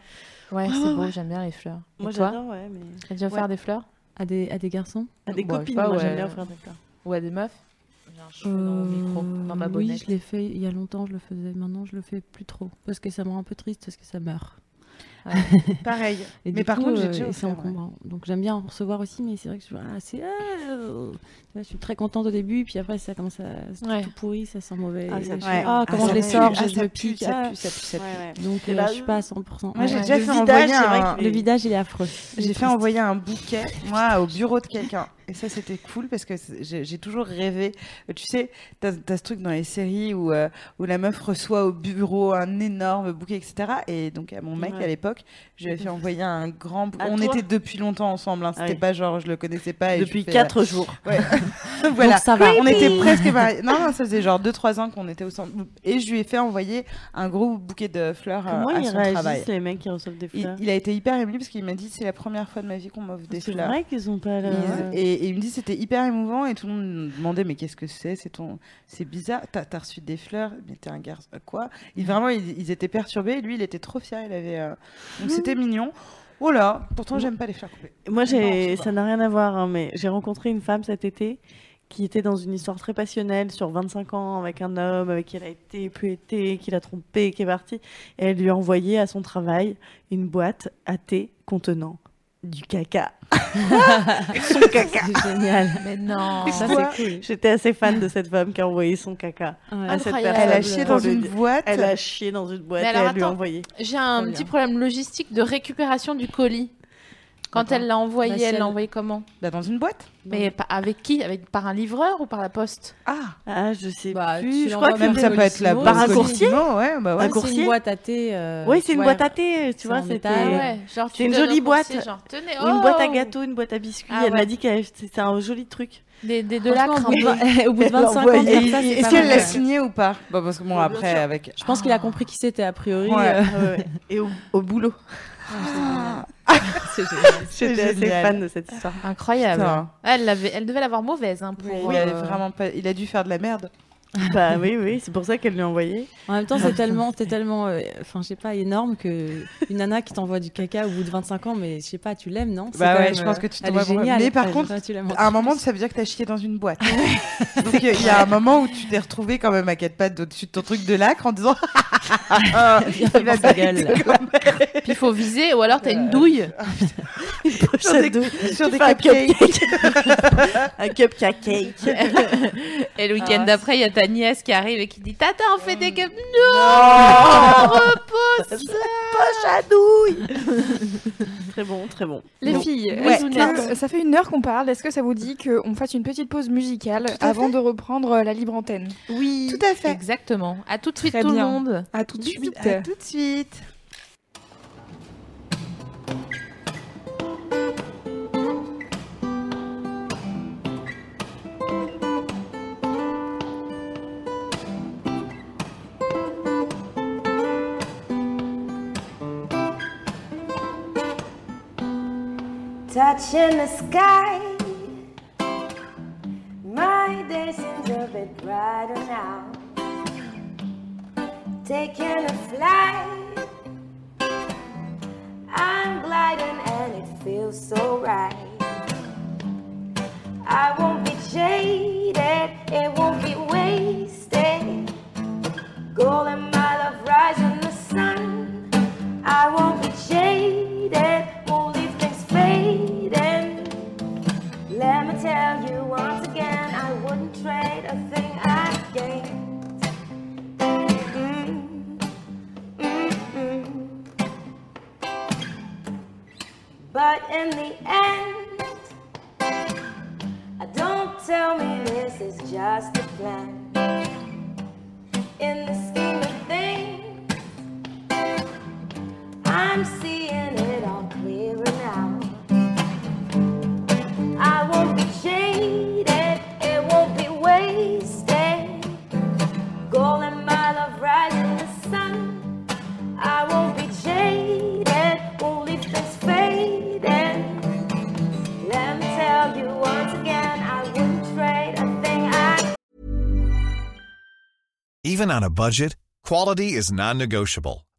[SPEAKER 1] Ouais,
[SPEAKER 5] Ouais,
[SPEAKER 1] c'est
[SPEAKER 5] ouais,
[SPEAKER 1] beau,
[SPEAKER 5] ouais.
[SPEAKER 1] j'aime bien les fleurs. Et
[SPEAKER 5] Moi,
[SPEAKER 1] toi
[SPEAKER 5] j'adore, ouais, mais.
[SPEAKER 1] T'as déjà offert des fleurs
[SPEAKER 4] à des, à des garçons
[SPEAKER 5] À des
[SPEAKER 1] Bah, je
[SPEAKER 5] copines,
[SPEAKER 1] sais pas,
[SPEAKER 5] moi, j'aime
[SPEAKER 1] ouais.
[SPEAKER 5] bien offrir des fleurs.
[SPEAKER 1] Ou à des meufs J'ai un cheveu dans mon micro, dans ma
[SPEAKER 4] Euh,
[SPEAKER 1] bonnette.
[SPEAKER 4] Oui, je l'ai fait il y a longtemps, je le faisais. Maintenant, je le fais plus trop. Parce que ça me rend un peu triste, parce que ça meurt.
[SPEAKER 1] Ouais.
[SPEAKER 2] Pareil.
[SPEAKER 4] Et
[SPEAKER 2] Mais
[SPEAKER 4] du
[SPEAKER 2] par
[SPEAKER 4] coup,
[SPEAKER 2] contre,
[SPEAKER 4] euh,
[SPEAKER 2] j'ai déjà
[SPEAKER 4] et c'est
[SPEAKER 2] offert, ouais.
[SPEAKER 4] encombrant. Donc j'aime bien en recevoir aussi, mais c'est vrai que je, voilà, c'est- ah, euh, tu vois, je suis très contente au début, puis après ça commence à c'est
[SPEAKER 1] Ouais.
[SPEAKER 4] tout pourri, ça sent mauvais.
[SPEAKER 5] Ah,
[SPEAKER 4] Et
[SPEAKER 5] ça
[SPEAKER 4] je-
[SPEAKER 5] pue.
[SPEAKER 4] ah, comment
[SPEAKER 2] Ah,
[SPEAKER 4] je
[SPEAKER 2] ça
[SPEAKER 4] les
[SPEAKER 2] pue,
[SPEAKER 4] sors,
[SPEAKER 2] ah,
[SPEAKER 4] je, je
[SPEAKER 2] ça
[SPEAKER 4] me
[SPEAKER 2] pue,
[SPEAKER 4] pique.
[SPEAKER 2] ça
[SPEAKER 4] ah.
[SPEAKER 2] pue, ça pue, ça pue.
[SPEAKER 5] Ouais, ouais.
[SPEAKER 4] Donc
[SPEAKER 5] Et
[SPEAKER 4] euh,
[SPEAKER 5] bah,
[SPEAKER 4] je suis pas à 100%.
[SPEAKER 2] Moi, j'ai
[SPEAKER 4] Ouais.
[SPEAKER 2] déjà
[SPEAKER 5] Le
[SPEAKER 2] fait
[SPEAKER 5] vidage,
[SPEAKER 2] envoyer
[SPEAKER 5] c'est vrai
[SPEAKER 2] un-
[SPEAKER 5] que les-
[SPEAKER 4] Le vidage, il est affreux.
[SPEAKER 2] J'ai fait envoyer un bouquet, moi, au bureau de quelqu'un. Et ça, c'était cool parce que c'est- j'ai j'ai toujours rêvé. Euh, Tu sais, t'as as ce truc dans les séries où, euh, où la meuf reçoit au bureau un énorme bouquet, etc. Et donc, à mon mec,
[SPEAKER 5] Ouais.
[SPEAKER 2] à l'époque, je lui ai fait envoyer un grand bouquet.
[SPEAKER 5] À
[SPEAKER 2] On
[SPEAKER 5] toi
[SPEAKER 2] était depuis longtemps ensemble.
[SPEAKER 4] Ah
[SPEAKER 2] hein. C'était
[SPEAKER 5] Ouais.
[SPEAKER 2] pas genre, je le connaissais pas. et je
[SPEAKER 5] Depuis
[SPEAKER 2] fais, euh,
[SPEAKER 5] 4 jours.
[SPEAKER 2] Ouais. voilà.
[SPEAKER 4] Donc, ça va.
[SPEAKER 2] On était presque mariés. Non, non, ça faisait genre 2-3 ans qu'on était au centre. Et je lui ai fait envoyer un gros bouquet de fleurs euh,
[SPEAKER 5] Comment
[SPEAKER 2] à
[SPEAKER 5] ils
[SPEAKER 2] son
[SPEAKER 5] réagissent,
[SPEAKER 2] travail.
[SPEAKER 5] les mecs qui reçoivent des
[SPEAKER 2] Il,
[SPEAKER 5] fleurs
[SPEAKER 2] il a été hyper ému parce qu'il m'a dit c'est la première fois de ma vie qu'on m'offre des
[SPEAKER 5] C'est
[SPEAKER 2] fleurs.
[SPEAKER 5] vrai qu'ils ont pas euh, le.
[SPEAKER 2] Ils- Et, et il me dit c'était hyper émouvant et tout le monde me demandait mais qu'est-ce que c'est c'est ton c'est bizarre t'as as reçu des fleurs mais t'es un garçon euh, quoi
[SPEAKER 5] Mm.
[SPEAKER 2] il, vraiment ils, ils étaient perturbés lui il était trop fier il avait euh,
[SPEAKER 5] Mm.
[SPEAKER 2] donc c'était mignon oh là pourtant j'aime pas les fleurs coupées
[SPEAKER 5] Moi, j'ai,
[SPEAKER 2] Non, c'est
[SPEAKER 5] ça n'a rien à voir, hein, mais j'ai rencontré une femme cet été qui était dans une histoire très passionnelle sur 25 ans avec un homme avec qui elle a été, pu été, qui l'a trompé, qui est parti. Et elle lui a envoyé à son travail une boîte à thé contenant du caca. son caca.
[SPEAKER 4] C'est génial.
[SPEAKER 1] Mais non
[SPEAKER 4] Ça,
[SPEAKER 2] Quoi
[SPEAKER 4] c'est cool.
[SPEAKER 5] J'étais assez fan de cette femme qui a envoyé son caca.
[SPEAKER 4] Ouais.
[SPEAKER 5] à cette
[SPEAKER 1] Incroyable.
[SPEAKER 5] personne.
[SPEAKER 2] elle a chié dans
[SPEAKER 5] Pour le
[SPEAKER 2] une
[SPEAKER 5] dire.
[SPEAKER 2] boîte
[SPEAKER 5] Elle a chié dans une boîte
[SPEAKER 1] Mais
[SPEAKER 5] et
[SPEAKER 1] alors,
[SPEAKER 5] elle lui a
[SPEAKER 1] attends.
[SPEAKER 5] envoyé.
[SPEAKER 1] J'ai un
[SPEAKER 5] Trop
[SPEAKER 1] petit
[SPEAKER 5] bien.
[SPEAKER 1] problème logistique de récupération du colis. Quand
[SPEAKER 5] Attends.
[SPEAKER 1] elle l'a envoyé,
[SPEAKER 4] Bah, si
[SPEAKER 1] elle
[SPEAKER 4] elle-
[SPEAKER 1] l'a envoyé comment
[SPEAKER 2] Bah, dans une boîte
[SPEAKER 1] Mais pa- avec qui Avec Par un livreur ou par la poste
[SPEAKER 2] ah
[SPEAKER 5] Ah, je sais
[SPEAKER 4] Bah,
[SPEAKER 5] plus.
[SPEAKER 4] tu
[SPEAKER 5] Je crois
[SPEAKER 4] l'envoies
[SPEAKER 5] que
[SPEAKER 2] même
[SPEAKER 4] même
[SPEAKER 2] ça peut être la
[SPEAKER 4] Colissimo,
[SPEAKER 2] boîte
[SPEAKER 5] Par un
[SPEAKER 2] Colissimo,
[SPEAKER 5] coursier
[SPEAKER 2] ouais bah
[SPEAKER 5] Un
[SPEAKER 2] ouais
[SPEAKER 4] Ouais,
[SPEAKER 5] coursier
[SPEAKER 4] C'est une boîte à thé. euh,
[SPEAKER 5] Oui, c'est une
[SPEAKER 4] ouais.
[SPEAKER 5] boîte à thé, tu
[SPEAKER 4] C'est
[SPEAKER 5] vois.
[SPEAKER 4] en
[SPEAKER 5] C'était
[SPEAKER 4] métal.
[SPEAKER 1] genre tu
[SPEAKER 5] C'est une
[SPEAKER 1] donnes au
[SPEAKER 5] jolie
[SPEAKER 1] coursier,
[SPEAKER 5] boîte.
[SPEAKER 1] genre, tenez,
[SPEAKER 5] Ou une boîte à
[SPEAKER 1] oh
[SPEAKER 5] gâteau, une boîte à biscuits.
[SPEAKER 1] Ah
[SPEAKER 5] elle m'a
[SPEAKER 1] ouais.
[SPEAKER 5] dit que c'était un joli truc.
[SPEAKER 1] Des, des de la
[SPEAKER 4] Franchement, Au bout de vingt- au bout de
[SPEAKER 5] Elle l'a
[SPEAKER 4] 25 ans,
[SPEAKER 5] envoyé.
[SPEAKER 4] comme
[SPEAKER 2] Et-
[SPEAKER 4] ça, c'est
[SPEAKER 2] est-ce
[SPEAKER 4] pas
[SPEAKER 2] qu'elle
[SPEAKER 4] mal.
[SPEAKER 2] l'a signé ou pas bah parce que bon
[SPEAKER 5] Bien
[SPEAKER 2] après
[SPEAKER 5] sûr.
[SPEAKER 2] avec Ah.
[SPEAKER 4] Je pense qu'il a compris qui c'était, a priori.
[SPEAKER 2] Ouais.
[SPEAKER 4] euh,
[SPEAKER 5] Ouais, ouais. Et au, au boulot.
[SPEAKER 1] Ah.
[SPEAKER 4] c'est génial.
[SPEAKER 5] J'étais assez
[SPEAKER 2] génial.
[SPEAKER 5] fan de cette histoire.
[SPEAKER 1] Incroyable.
[SPEAKER 2] Putain.
[SPEAKER 1] Elle, l'avait- elle devait l'avoir mauvaise hein, pour.
[SPEAKER 2] il
[SPEAKER 1] euh,
[SPEAKER 2] a vraiment pas il a dû faire de la merde
[SPEAKER 5] bah oui, oui, c'est pour ça qu'elle lui a envoyé.
[SPEAKER 4] En même temps, c'est tellement, c'est tellement, euh, enfin, je sais pas, énorme que une nana qui t'envoie du caca au bout de 25 ans, mais je sais pas, tu l'aimes, non C'est
[SPEAKER 2] Bah
[SPEAKER 4] quand
[SPEAKER 2] ouais,
[SPEAKER 4] même,
[SPEAKER 2] je
[SPEAKER 4] euh,
[SPEAKER 2] pense que tu
[SPEAKER 4] elle
[SPEAKER 2] t'en vas
[SPEAKER 4] est
[SPEAKER 2] voir.
[SPEAKER 4] géniale.
[SPEAKER 2] Mais par
[SPEAKER 4] Elle-
[SPEAKER 2] contre, ah,
[SPEAKER 4] enfin, tu l'aimes
[SPEAKER 2] À un
[SPEAKER 4] encore
[SPEAKER 2] moment,
[SPEAKER 4] plus.
[SPEAKER 2] ça veut dire que t'as chié dans une boîte. Donc il y a un moment où tu t'es retrouvé quand même à quatre pattes au-dessus de ton truc de lacre en disant Ah, Il a
[SPEAKER 4] dans sa gueule.
[SPEAKER 2] été quand même
[SPEAKER 1] Puis il faut viser, ou alors t'as une douille.
[SPEAKER 2] sur des, sur des cupcakes.
[SPEAKER 5] Un cupcake cake.
[SPEAKER 1] Et
[SPEAKER 6] Ah,
[SPEAKER 1] le week-end d'après, il y a ta nièce qui arrive et qui dit Tata, on fait des cupcakes.
[SPEAKER 5] Oh,
[SPEAKER 1] Repose
[SPEAKER 5] poche à douille. très bon, très bon.
[SPEAKER 6] Les
[SPEAKER 5] Bon.
[SPEAKER 6] filles,
[SPEAKER 1] Ouais.
[SPEAKER 6] est-ce que- ça fait une heure qu'on parle. Est-ce que ça vous dit qu'on fasse une petite pause musicale
[SPEAKER 2] à
[SPEAKER 6] avant de reprendre euh, la libre antenne
[SPEAKER 2] Oui, tout à fait.
[SPEAKER 1] Exactement. À tout de suite,
[SPEAKER 6] Très
[SPEAKER 1] tout
[SPEAKER 6] bien.
[SPEAKER 1] le monde.
[SPEAKER 6] À tout de
[SPEAKER 2] Bisous.
[SPEAKER 6] suite.
[SPEAKER 4] Euh.
[SPEAKER 2] À tout de suite.
[SPEAKER 10] touching the sky. My day seems a bit brighter now. Taking a flight, I'm gliding and it feels so right. I won't be jaded, it won't be wasted. Golden mile of rising the sun. I won't be jaded, won't leave things fading. Let me tell you once again, I wouldn't trade a thing I gained. Mm, mm, mm. But in the end, I don't tell me this is just a plan. In the scheme of things. I'm seeing it all clearer now. I won't be jaded, it won't be wasted. Golden mile of rising the sun.
[SPEAKER 11] Even on a budget, quality is non-negotiable.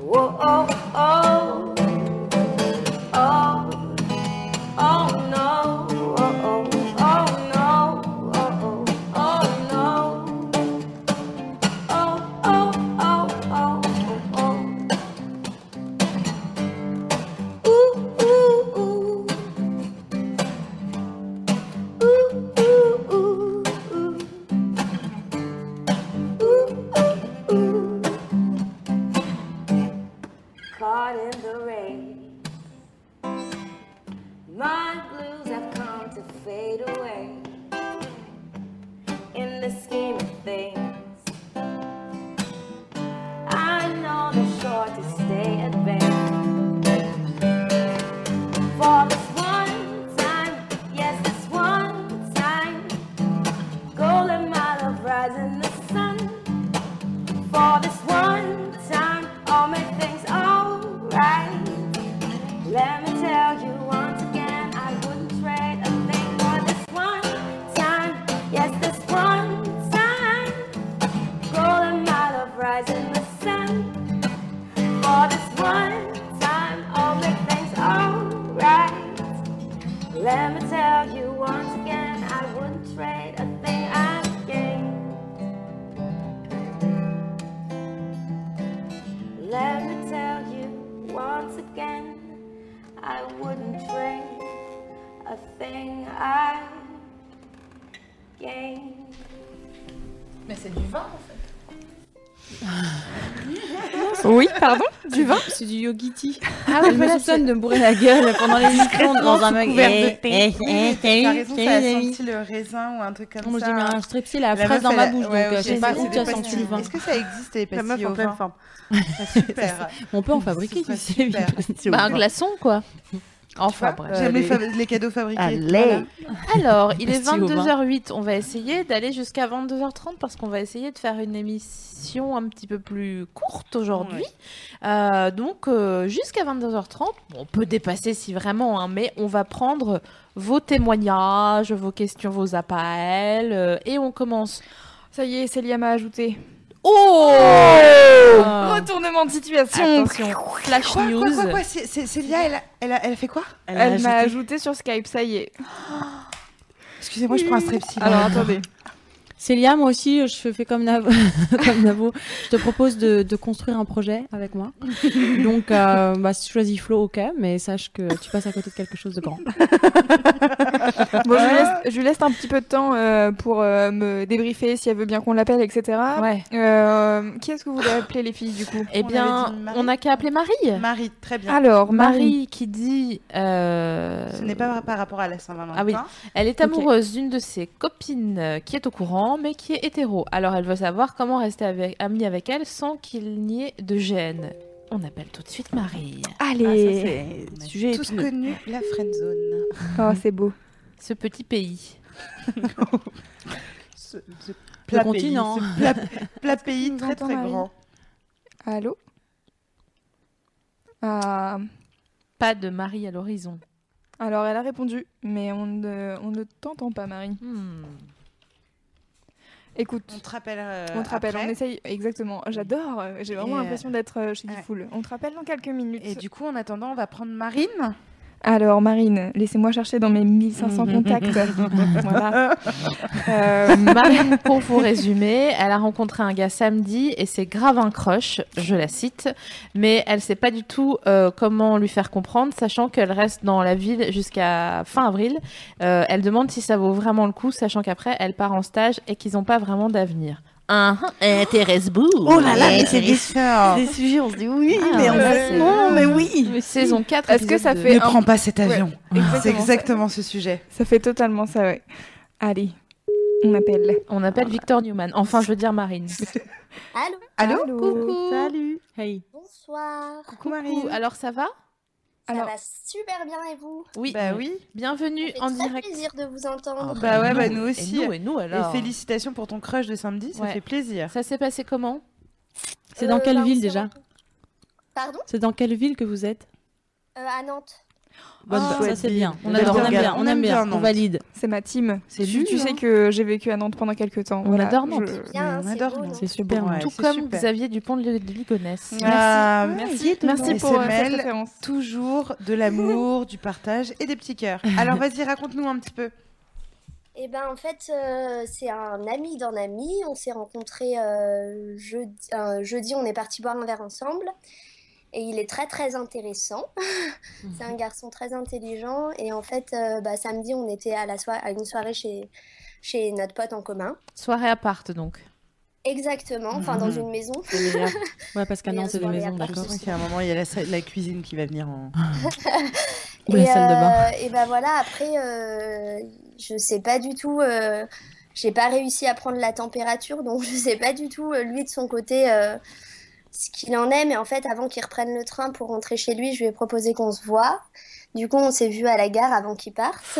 [SPEAKER 10] Whoa, oh, oh, oh, oh no, oh, oh, oh no, oh, oh, oh no, oh, oh, oh, oh, oh, oh. Ooh, ooh, ooh. Ooh, ooh, ooh, ooh. Ooh, ooh, ooh. Caught in the rain. My blues have come to fade away. In the scheme of things, I know they're sure to stay at bay. For this one time, yes, this one time, golden mile of rising the sun. For this one time, I'll make things alright. Let me tell you once again, I wouldn't trade a thing for this one time. Yes, this one time, golden mile of rising the sun. For this one time, I'll make things alright. Let me tell you once again, I wouldn't trade a thing I gained. Let me tell you once again, I wouldn't trade a thing I gained.
[SPEAKER 1] Mais c'est du vin en fait.
[SPEAKER 6] Oui, pardon Du vin
[SPEAKER 4] C'est du yogiti.
[SPEAKER 2] bah,
[SPEAKER 1] Ah
[SPEAKER 4] oui, je me soupçonne de me bourrer la gueule pendant les micros dans un mec. Eh, eh, eh,
[SPEAKER 2] T'as
[SPEAKER 4] salut,
[SPEAKER 2] raison,
[SPEAKER 4] salut,
[SPEAKER 2] ça a
[SPEAKER 4] les amis.
[SPEAKER 2] senti le raisin ou un truc comme
[SPEAKER 4] Moi,
[SPEAKER 2] ça.
[SPEAKER 4] j'ai mis un strepsil à la
[SPEAKER 2] La
[SPEAKER 4] fraise
[SPEAKER 2] meuf,
[SPEAKER 4] dans
[SPEAKER 2] elle
[SPEAKER 4] ma
[SPEAKER 2] a-
[SPEAKER 4] bouche, donc
[SPEAKER 2] ouais,
[SPEAKER 4] euh, je
[SPEAKER 2] ok, bah,
[SPEAKER 4] sais pas
[SPEAKER 2] c'est
[SPEAKER 4] où
[SPEAKER 2] des
[SPEAKER 4] tu as
[SPEAKER 2] pastilles.
[SPEAKER 4] senti le vin.
[SPEAKER 2] Est-ce que ça existe les
[SPEAKER 5] La meuf
[SPEAKER 2] pastilles
[SPEAKER 5] en
[SPEAKER 2] au
[SPEAKER 5] pleine
[SPEAKER 2] vin
[SPEAKER 5] forme.
[SPEAKER 2] Ah, Super.
[SPEAKER 4] On peut en fabriquer, tu sais.
[SPEAKER 2] super.
[SPEAKER 4] mais je sais
[SPEAKER 1] Bah, un
[SPEAKER 4] pas.
[SPEAKER 1] glaçon quoi. Enfin bref.
[SPEAKER 6] euh,
[SPEAKER 2] J'aime les,
[SPEAKER 4] les-
[SPEAKER 2] fa- les cadeaux fabriqués.
[SPEAKER 5] Allez.
[SPEAKER 1] Alors, il est
[SPEAKER 4] Pastilles au vin.
[SPEAKER 1] 22h08. On va essayer d'aller jusqu'à 22h30 parce qu'on va essayer de faire une émission un petit peu plus courte aujourd'hui. Euh, donc, euh, jusqu'à 22h30, on peut dépasser si vraiment, hein, mais on va prendre vos témoignages, vos questions, vos appels euh, et on commence.
[SPEAKER 6] Ça y est, Célia m'a ajouté.
[SPEAKER 1] Oh,
[SPEAKER 4] Ah.
[SPEAKER 6] Retournement de situation
[SPEAKER 1] Attention, flash
[SPEAKER 2] Oh Quoi,
[SPEAKER 1] news.
[SPEAKER 2] quoi, quoi, quoi c'est- c'est- Célia, elle a, elle, a, elle a fait quoi
[SPEAKER 6] Elle m'a ajouté sur Skype, ça y est.
[SPEAKER 2] Excusez-moi, je prends un strepsil.
[SPEAKER 6] Alors attendez.
[SPEAKER 4] Célia, moi aussi, je fais comme Navo. comme Navo. Je te propose de, de construire un projet avec moi. Donc, euh, bah, si tu choisis Flo, ok, mais sache que tu passes à côté de quelque chose de grand.
[SPEAKER 6] Bon,
[SPEAKER 1] Ah.
[SPEAKER 6] je, lui laisse, je lui laisse un petit peu de temps euh, pour euh, me débriefer si elle veut bien qu'on l'appelle, etc.
[SPEAKER 1] Ouais.
[SPEAKER 6] Euh, qui est-ce que vous voulez appeler les filles du coup
[SPEAKER 1] Eh
[SPEAKER 2] On
[SPEAKER 1] bien,
[SPEAKER 2] avait dit Marie.
[SPEAKER 1] on n'a qu'à appeler Marie.
[SPEAKER 2] Marie, très bien.
[SPEAKER 6] Alors, Marie.
[SPEAKER 1] Marie qui dit. euh,
[SPEAKER 2] Ce n'est pas par rapport à la Saint-Valentin.
[SPEAKER 1] Ah oui. Elle est amoureuse d'une de ses copines euh, qui est au courant, mais qui est hétéro. Alors elle veut savoir comment rester avec- amie avec elle sans qu'il n'y ait de gêne. On appelle tout de suite Marie.
[SPEAKER 6] Ah, Allez
[SPEAKER 2] On a
[SPEAKER 4] Sujet
[SPEAKER 2] tous
[SPEAKER 4] épineux.
[SPEAKER 2] connu la friendzone.
[SPEAKER 6] Oh, c'est beau.
[SPEAKER 1] Ce petit pays.
[SPEAKER 2] Ce, ce plat
[SPEAKER 4] continent.
[SPEAKER 2] Pays, ce plat, plat pays
[SPEAKER 6] nous
[SPEAKER 2] très
[SPEAKER 6] entend,
[SPEAKER 2] très
[SPEAKER 6] Marie
[SPEAKER 2] grand.
[SPEAKER 6] Allô Ah,
[SPEAKER 1] Pas de Marie à l'horizon.
[SPEAKER 6] Alors, elle a répondu, mais on ne, on ne t'entend pas, Marie.
[SPEAKER 1] Hmm.
[SPEAKER 2] On
[SPEAKER 6] Écoute,
[SPEAKER 2] te rappelle. euh,
[SPEAKER 6] on te rappelle,
[SPEAKER 2] après.
[SPEAKER 6] on essaye. Exactement, j'adore. euh, J'ai vraiment
[SPEAKER 2] Et, euh,
[SPEAKER 6] l'impression d'être euh, chez
[SPEAKER 2] ouais.
[SPEAKER 6] Difool. On te rappelle dans quelques minutes.
[SPEAKER 2] Et du coup, en attendant, on va prendre Marine.
[SPEAKER 6] Alors, Marine, laissez-moi chercher dans mes 1500
[SPEAKER 2] Mhm.
[SPEAKER 6] contacts. voilà. Euh,
[SPEAKER 1] Marine, pour vous résumer, elle a rencontré un gars samedi et c'est grave un crush, je la cite, mais elle sait pas du tout euh, comment lui faire comprendre, sachant qu'elle reste dans la ville jusqu'à fin avril. Euh, elle demande si ça vaut vraiment le coup, sachant qu'après elle part en stage et qu'ils n'ont pas vraiment d'avenir. Ah, ah, Thérèse Bou.
[SPEAKER 5] Oh là là, mais c'est des,
[SPEAKER 2] sœurs.
[SPEAKER 5] des sujets, on se dit oui,
[SPEAKER 1] Ah,
[SPEAKER 5] mais on
[SPEAKER 1] ouais,
[SPEAKER 5] dit
[SPEAKER 1] c'est-
[SPEAKER 5] non, mais oui.
[SPEAKER 1] Saison 4.
[SPEAKER 6] Est-ce que
[SPEAKER 1] épisode
[SPEAKER 6] ça
[SPEAKER 1] deux.
[SPEAKER 6] fait- un-
[SPEAKER 2] Ne prends pas cet avion.
[SPEAKER 6] exactement.
[SPEAKER 2] C'est exactement ce sujet.
[SPEAKER 6] Ça fait totalement ça, ouais. Allez. On appelle.
[SPEAKER 1] On appelle Victor Newman. Enfin, je veux dire Marine.
[SPEAKER 12] Allô
[SPEAKER 1] Allô Coucou
[SPEAKER 2] Salut
[SPEAKER 1] Hey
[SPEAKER 12] Bonsoir.
[SPEAKER 2] Coucou
[SPEAKER 1] Coucou. Alors, ça va
[SPEAKER 12] Ça
[SPEAKER 1] Alors-
[SPEAKER 12] va super bien et vous
[SPEAKER 1] Oui.
[SPEAKER 2] Bah oui.
[SPEAKER 1] Bienvenue
[SPEAKER 12] Ça fait
[SPEAKER 1] en
[SPEAKER 12] très
[SPEAKER 1] direct.
[SPEAKER 12] plaisir de vous entendre.
[SPEAKER 2] bah ouais, bah nous aussi.
[SPEAKER 1] Et nous, et nous, alors.
[SPEAKER 2] félicitations pour ton crush de samedi, ça
[SPEAKER 1] Ouais.
[SPEAKER 2] fait plaisir.
[SPEAKER 1] Ça s'est passé comment
[SPEAKER 4] C'est dans
[SPEAKER 12] Euh,
[SPEAKER 4] quelle
[SPEAKER 12] bah, on
[SPEAKER 4] ville
[SPEAKER 12] s'est
[SPEAKER 4] déjà
[SPEAKER 12] rencontrés- Pardon
[SPEAKER 4] C'est dans quelle ville que vous êtes
[SPEAKER 12] Euh, À Nantes. Oh,
[SPEAKER 4] Bonne
[SPEAKER 6] Ah,
[SPEAKER 4] chouette
[SPEAKER 6] c'est
[SPEAKER 4] ville.
[SPEAKER 6] bien.
[SPEAKER 4] On adore, on aime bien, on aime bien, on
[SPEAKER 6] Nantes.
[SPEAKER 4] valide.
[SPEAKER 6] C'est ma team.
[SPEAKER 4] C'est
[SPEAKER 6] tu,
[SPEAKER 4] lui,
[SPEAKER 6] tu sais
[SPEAKER 4] hein.
[SPEAKER 6] que j'ai vécu à Nantes pendant quelques temps.
[SPEAKER 1] On
[SPEAKER 6] voilà,
[SPEAKER 1] adore Nantes.
[SPEAKER 6] je-
[SPEAKER 12] Bien, c'est beau, Nantes.
[SPEAKER 4] C'est super.
[SPEAKER 2] Ouais,
[SPEAKER 1] Tout
[SPEAKER 2] Ah, c'est
[SPEAKER 1] comme
[SPEAKER 2] super.
[SPEAKER 1] Xavier Dupont de de Ligonnès.
[SPEAKER 2] Ah,
[SPEAKER 1] Merci.
[SPEAKER 2] Merci,
[SPEAKER 1] Merci pour euh, cette
[SPEAKER 2] SML,
[SPEAKER 6] référence.
[SPEAKER 2] Toujours de l'amour, du partage et des petits cœurs. Alors vas-y, raconte-nous un petit peu.
[SPEAKER 12] Et ben en fait, euh, c'est un ami d'un ami. On s'est rencontrés euh, jeudi, un jeudi, on est parti boire un verre ensemble. Et il est très très intéressant. c'est un garçon très intelligent. Et en fait, euh, bah, samedi, on était à, la soi- à une soirée chez, chez notre pote en commun.
[SPEAKER 1] Soirée à part, donc.
[SPEAKER 12] Exactement, enfin dans
[SPEAKER 4] Mm-hmm.
[SPEAKER 2] Mhm.
[SPEAKER 12] une maison.
[SPEAKER 4] Ouais, parce qu'à
[SPEAKER 12] Mais
[SPEAKER 4] Nantes, c'est des
[SPEAKER 12] on se
[SPEAKER 4] maisons,
[SPEAKER 12] voit
[SPEAKER 4] d'accord.
[SPEAKER 12] après.
[SPEAKER 2] à un moment, il y a la, sa- la cuisine qui va venir en.
[SPEAKER 4] Ou la salle de
[SPEAKER 1] euh,
[SPEAKER 4] bain.
[SPEAKER 12] Et ben voilà, après, euh, je sais pas du tout. euh, j'ai pas réussi à prendre la température, donc je sais pas du tout, euh, lui de son côté, euh, ce qu'il en est. Mais en fait, avant qu'il reprenne le train pour rentrer chez lui, je lui ai proposé qu'on se voit. Du coup, on s'est vu à la gare avant qu'il parte.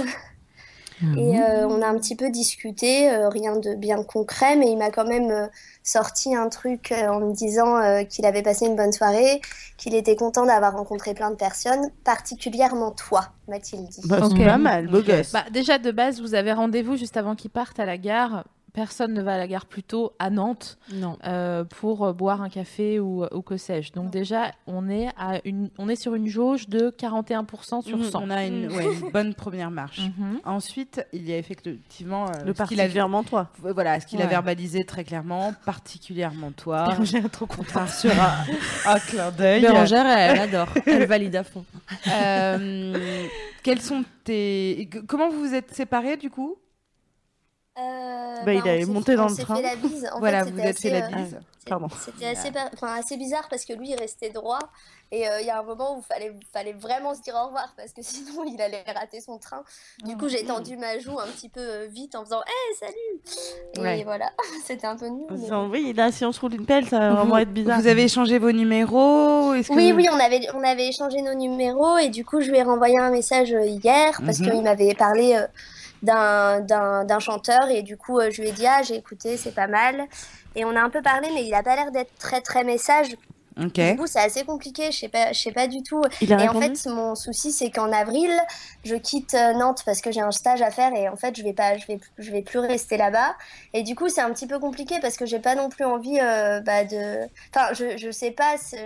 [SPEAKER 2] Mhm.
[SPEAKER 12] Et euh, on a un petit peu discuté, euh, rien de bien concret, mais il m'a quand même euh, sorti un truc euh, en me disant euh, qu'il avait passé une bonne soirée, qu'il était content d'avoir rencontré plein de personnes, particulièrement toi, m'a-t-il dit.
[SPEAKER 2] Bah, c'est
[SPEAKER 1] Ok.
[SPEAKER 2] pas mal, beau gosse.
[SPEAKER 1] Bah, déjà, de base, vous avez rendez-vous juste avant qu'ils partent à la gare. Personne ne va à la gare plus tôt à Nantes
[SPEAKER 4] Non.
[SPEAKER 1] euh, pour euh, boire un café ou, euh, ou que sais-je. Donc déjà, on est, à une, on est sur une jauge de 41% sur
[SPEAKER 2] Mm,
[SPEAKER 1] 100.
[SPEAKER 2] On a une,
[SPEAKER 4] Mmh.
[SPEAKER 1] Mm.
[SPEAKER 2] ouais, une bonne première marche.
[SPEAKER 1] Mhm.
[SPEAKER 2] Ensuite, il y a effectivement euh,
[SPEAKER 5] Mmh. Le
[SPEAKER 2] ce qu'il a-
[SPEAKER 5] particulièrement toi.
[SPEAKER 2] Voilà, ce qu'il a
[SPEAKER 5] Ouais.
[SPEAKER 2] verbalisé très clairement, particulièrement toi.
[SPEAKER 5] Bérangère, trop contente.
[SPEAKER 2] Par sur un, un clin d'œil.
[SPEAKER 4] Bérangère, elle adore. Elle valide à fond.
[SPEAKER 2] Euh, quels sont tes. Comment vous vous êtes séparés du coup
[SPEAKER 12] Euh,
[SPEAKER 5] Bah, il
[SPEAKER 12] on
[SPEAKER 5] est
[SPEAKER 12] s'est-
[SPEAKER 5] monté dans
[SPEAKER 12] on
[SPEAKER 5] le
[SPEAKER 12] s'est
[SPEAKER 5] train.
[SPEAKER 12] fait la bise. En
[SPEAKER 2] Voilà,
[SPEAKER 12] fait,
[SPEAKER 2] vous
[SPEAKER 12] c'était
[SPEAKER 2] êtes fait la
[SPEAKER 12] assez, euh,
[SPEAKER 2] bise.
[SPEAKER 12] c'est-
[SPEAKER 5] Pardon.
[SPEAKER 12] C'était assez, par- enfin, assez bizarre parce que lui, il restait droit. Et euh, il y a un moment où il fallait, fallait vraiment se dire au revoir parce que sinon, il allait rater son train. Du coup, j'ai tendu ma joue un petit peu euh, vite en faisant Hey, salut Et
[SPEAKER 2] Ouais.
[SPEAKER 12] voilà, c'était un peu nul. mais-
[SPEAKER 5] Oui, là, si on se roule une pelle, ça va vraiment être bizarre.
[SPEAKER 2] Vous avez échangé vos numéros est-ce que
[SPEAKER 12] Oui,
[SPEAKER 2] vous-
[SPEAKER 12] oui, on avait, on avait échangé nos numéros et du coup, je lui ai renvoyé un message euh, hier parce
[SPEAKER 2] Mhm.
[SPEAKER 12] qu'il m'avait parlé euh, d'un- d'un d'un chanteur et du coup, euh, je lui ai dit Ah, j'ai écouté, c'est pas mal. Et on a un peu parlé, mais il a pas l'air d'être très très message.
[SPEAKER 2] Ok.
[SPEAKER 12] Du coup, c'est assez compliqué, je sais pas, je sais pas du tout.
[SPEAKER 5] Il a
[SPEAKER 12] et en
[SPEAKER 5] répondu
[SPEAKER 12] fait, mon souci, c'est qu'en avril, je quitte euh, Nantes parce que j'ai un stage à faire et en fait, je vais pas, je vais, je vais plus rester là-bas. Et du coup, c'est un petit peu compliqué parce que j'ai pas non plus envie euh, bah, de. Enfin, je, je sais pas ce-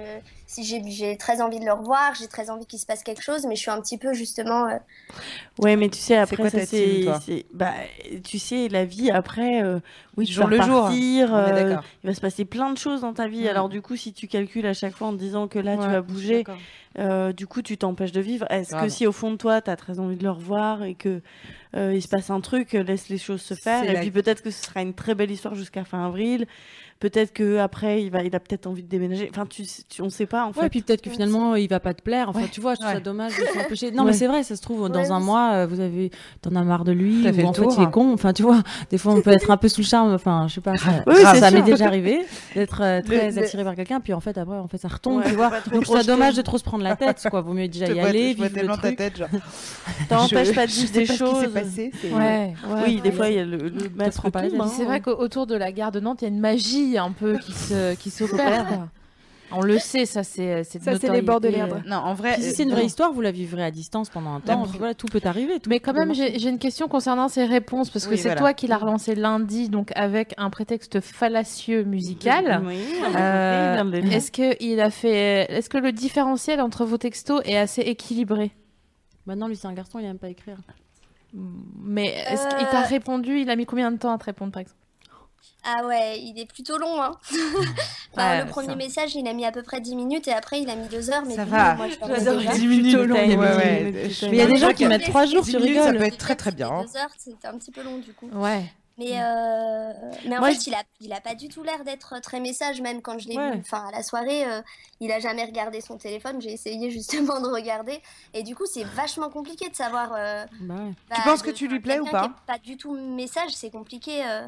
[SPEAKER 12] si j'ai, j'ai très envie de le revoir, j'ai très envie qu'il se passe quelque chose, mais je suis un petit peu justement. euh,
[SPEAKER 5] Ouais, mais tu sais, après,
[SPEAKER 2] quoi
[SPEAKER 5] ça,
[SPEAKER 2] ta
[SPEAKER 5] c'est-
[SPEAKER 2] team, toi
[SPEAKER 5] c'est- Bah, tu sais, la vie, après, euh, oui, tu
[SPEAKER 2] Jour
[SPEAKER 5] vas
[SPEAKER 2] le jour,
[SPEAKER 5] partir,
[SPEAKER 2] on est
[SPEAKER 5] euh,
[SPEAKER 2] d'accord.
[SPEAKER 5] il va se passer plein de choses dans ta vie.
[SPEAKER 2] Mhm.
[SPEAKER 5] Alors, du coup, si tu calcules à chaque fois en te disant que là, tu
[SPEAKER 2] Ouais,
[SPEAKER 5] vas
[SPEAKER 2] je suis
[SPEAKER 5] bouger,
[SPEAKER 2] d'accord.
[SPEAKER 5] euh, du coup, tu t'empêches de vivre. Est-ce que
[SPEAKER 2] Grave.
[SPEAKER 5] si, au fond de toi, t'as très envie de le revoir et que euh, il se passe un truc, euh, laisse les choses se faire.
[SPEAKER 2] C'est
[SPEAKER 5] Et
[SPEAKER 2] la-
[SPEAKER 5] puis, peut-être que ce sera une très belle histoire jusqu'à fin avril. Peut-être que après, il, va, il a peut-être envie de déménager. Enfin, tu, tu- on sait pas, en
[SPEAKER 4] Ouais,
[SPEAKER 5] fait.
[SPEAKER 4] et puis peut-être que finalement il va pas te plaire. Enfin, tu vois, je trouve
[SPEAKER 2] Ouais.
[SPEAKER 4] ça dommage de s'empêcher. Non,
[SPEAKER 2] Ouais.
[SPEAKER 4] mais c'est vrai, ça se trouve, dans
[SPEAKER 12] Ouais,
[SPEAKER 4] un
[SPEAKER 12] oui.
[SPEAKER 4] mois, euh, vous avez, t'en as marre de lui,
[SPEAKER 2] T'as fait
[SPEAKER 4] ou
[SPEAKER 2] le
[SPEAKER 4] en
[SPEAKER 2] tour.
[SPEAKER 4] fait il est con. Enfin, tu vois, des fois on peut être un peu sous le charme. Enfin, je sais pas, ça,
[SPEAKER 5] Oui,
[SPEAKER 4] ça-
[SPEAKER 5] c'est
[SPEAKER 4] ça m'est
[SPEAKER 5] sûr.
[SPEAKER 4] déjà arrivé d'être euh, très
[SPEAKER 2] le-
[SPEAKER 4] attiré par quelqu'un, puis en fait après, en fait, ça retombe,
[SPEAKER 5] Ouais,
[SPEAKER 4] tu vois.
[SPEAKER 5] faut pas trop
[SPEAKER 4] Donc, je trouve ça
[SPEAKER 5] projeter.
[SPEAKER 4] dommage de trop se prendre la tête, quoi. Vaut mieux déjà
[SPEAKER 2] Je
[SPEAKER 4] y
[SPEAKER 2] vois-
[SPEAKER 4] aller,
[SPEAKER 2] je vois
[SPEAKER 4] vivre le
[SPEAKER 2] tellement ta
[SPEAKER 4] truc.
[SPEAKER 2] tête, genre.
[SPEAKER 5] T'empêches
[SPEAKER 2] je-
[SPEAKER 5] pas de
[SPEAKER 2] je
[SPEAKER 5] vivre
[SPEAKER 2] sais
[SPEAKER 5] des
[SPEAKER 2] pas ce qui s'est
[SPEAKER 5] choses.
[SPEAKER 2] passé, c'est-
[SPEAKER 1] Ouais, ouais.
[SPEAKER 5] oui, des fois, il y a le, le masque
[SPEAKER 4] prends pas la
[SPEAKER 5] tombe,
[SPEAKER 4] tête.
[SPEAKER 5] hein.
[SPEAKER 1] C'est vrai qu'autour de la gare de Nantes, il y a une magie un peu qui se qui s'opère. quoi. On le sait, ça c'est c'est de
[SPEAKER 6] Ça, c'est les bords de
[SPEAKER 1] notoriété,
[SPEAKER 6] l'herbe.
[SPEAKER 1] euh,
[SPEAKER 2] Non, en vrai.
[SPEAKER 4] Puis si
[SPEAKER 2] euh,
[SPEAKER 4] c'est une vraie
[SPEAKER 2] non.
[SPEAKER 4] histoire, vous la vivrez à distance pendant un temps.
[SPEAKER 2] pro-
[SPEAKER 4] puis voilà, tout peut arriver. tout
[SPEAKER 1] Mais
[SPEAKER 4] peut
[SPEAKER 1] quand même,
[SPEAKER 4] marcher.
[SPEAKER 1] j'ai j'ai une question concernant ces réponses, parce que
[SPEAKER 2] Oui,
[SPEAKER 1] c'est
[SPEAKER 2] voilà.
[SPEAKER 1] toi qui l'as relancé lundi, donc avec un prétexte fallacieux musical.
[SPEAKER 5] Oui,
[SPEAKER 1] Euh,
[SPEAKER 5] on a compris, on vient de le dire.
[SPEAKER 1] Est-ce que il a fait Est-ce que le différentiel entre vos textos est assez équilibré
[SPEAKER 4] Maintenant, lui, c'est un garçon, il aime pas écrire.
[SPEAKER 1] Mais est-ce qu'il t'a
[SPEAKER 12] Euh.
[SPEAKER 1] répondu Il a mis combien de temps à te répondre, par exemple
[SPEAKER 12] Ah ouais, il est plutôt long. Hein. Enfin,
[SPEAKER 1] Ouais,
[SPEAKER 12] le premier
[SPEAKER 1] ça.
[SPEAKER 12] message, il a mis à peu près 10 minutes et après, il a mis 2 heures. Mais
[SPEAKER 2] Ça
[SPEAKER 12] lui,
[SPEAKER 5] Ah,
[SPEAKER 2] va.
[SPEAKER 12] moi, je
[SPEAKER 2] Ah, J'adore
[SPEAKER 12] dormais déjà.
[SPEAKER 2] les 10 minutes
[SPEAKER 4] plutôt long,
[SPEAKER 2] ouais,
[SPEAKER 4] il y a
[SPEAKER 2] ouais,
[SPEAKER 4] dix minutes,
[SPEAKER 2] ouais.
[SPEAKER 4] plutôt
[SPEAKER 2] Mais
[SPEAKER 4] long. Il y a des gens qui
[SPEAKER 12] Ok.
[SPEAKER 4] mettent trois jours,
[SPEAKER 2] Dix
[SPEAKER 4] tu
[SPEAKER 2] minutes, ça
[SPEAKER 4] rigoles.
[SPEAKER 2] peut être très très bien. hein.
[SPEAKER 12] Deux heures, c'était un petit peu long du coup.
[SPEAKER 1] Ouais.
[SPEAKER 12] Mais, euh, mais en
[SPEAKER 13] Moi,
[SPEAKER 12] fait,
[SPEAKER 13] je-
[SPEAKER 12] il, a, il a pas du tout l'air d'être très message, même quand je l'ai
[SPEAKER 13] Ouais.
[SPEAKER 12] vu. Enfin, à la soirée, euh, il a jamais regardé son téléphone. J'ai essayé justement de regarder. Et du coup, c'est vachement compliqué de savoir. euh, bah,
[SPEAKER 2] tu penses que
[SPEAKER 12] de-
[SPEAKER 2] tu lui plais ou
[SPEAKER 12] quelqu'un qui
[SPEAKER 2] pas
[SPEAKER 12] est Pas du tout message, c'est compliqué. euh.